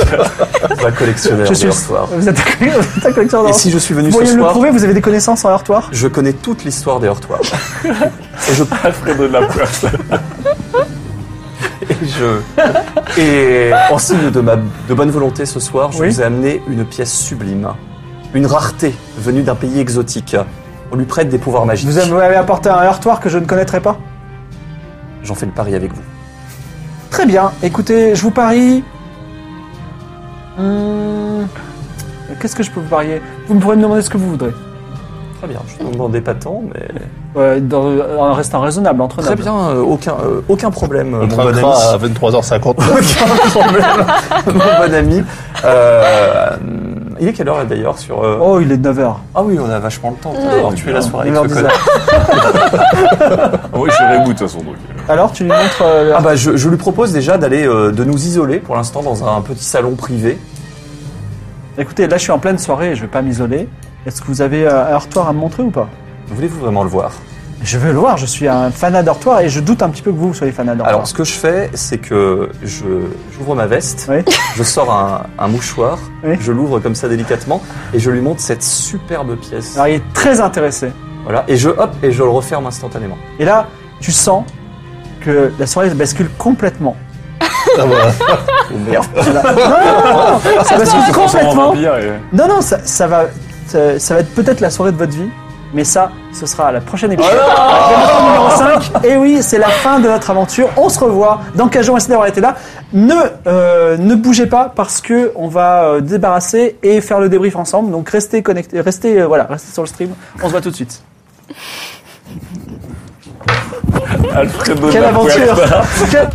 C: un collectionneur
A: Je suis-
C: de heurtoirs.
A: Vous êtes un vous êtes un collectionneur
C: Et
A: d'heurtoirs.
C: si je suis venu
A: Vous
C: ce
A: pourriez me le
C: soir,
A: prouver Vous avez des connaissances en heurtoirs
C: je connais toute l'histoire des heurtoirs. et je,
F: Alfredo de la Puerta.
C: et je- et en signe de ma de bonne volonté ce soir, je
A: Oui.
C: vous ai amené une pièce sublime, une rareté venue d'un pays exotique. On lui prête des pouvoirs magiques.
A: Vous avez apporté un heurtoir que je ne connaîtrais pas
C: J'en fais le pari avec vous.
A: Très bien, écoutez, je vous parie. Hum, Qu'est-ce que je peux vous parier Vous me pourrez me demander ce que vous voudrez.
C: Très bien, je ne demandais pas tant, mais
A: Ouais, Euh, dans, en restant raisonnable, entre
C: très
A: nobles.
C: bien, euh, aucun euh, aucun problème.
E: On
C: mon bon ami.
E: trinquera à 23h50.
C: Aucun problème, mon bon ami. Euh, Il est quelle heure là d'ailleurs sur euh,
A: Oh, il est 9h.
C: Ah oui, on a vachement le temps.
D: Ouais.
C: Alors tu es la soirée. avec ce code.
F: Oui, je reboot de toute façon. Donc.
A: Alors, tu lui montres euh, le-
C: Ah bah je, je lui propose déjà d'aller euh, de nous isoler pour l'instant dans un petit salon privé.
A: bah, Écoutez, là, je suis en pleine soirée, je vais pas m'isoler. Est-ce que vous avez euh, un heurtoir à me montrer ou pas
C: Voulez-vous vraiment le voir
A: Je veux le voir, je suis un fanat d'heurtoir et je doute un petit peu que vous soyez fanat d'heurtoir.
C: Alors ce que je fais, c'est que je j'ouvre ma veste,
A: Oui.
C: je sors un, un mouchoir,
A: Oui.
C: je l'ouvre comme ça délicatement et je lui montre cette superbe pièce.
A: Alors, il est très intéressé.
C: Voilà et je hop et je le referme instantanément.
A: Et là, tu sens que la soirée se bascule complètement. Voilà. Non, non, non, non, bah. Ah, ça bascule complètement. Non, non, ça, ça va, euh, ça, ça va être peut-être la soirée de votre vie, mais ça, ce sera à la prochaine épisode. L'émission numéro 5. Et oui, c'est la fin de notre aventure. On se revoit dans 15 jours. Merci d'avoir été là. Ne, euh, ne bougez pas parce que on va euh, débarrasser et faire le débrief ensemble. Donc restez connectés, restez, euh, voilà, restez sur le stream. On se voit tout de suite.
F: Alfredo
A: Quelle
F: Napoleon.
B: bah,
A: aventure Quelle-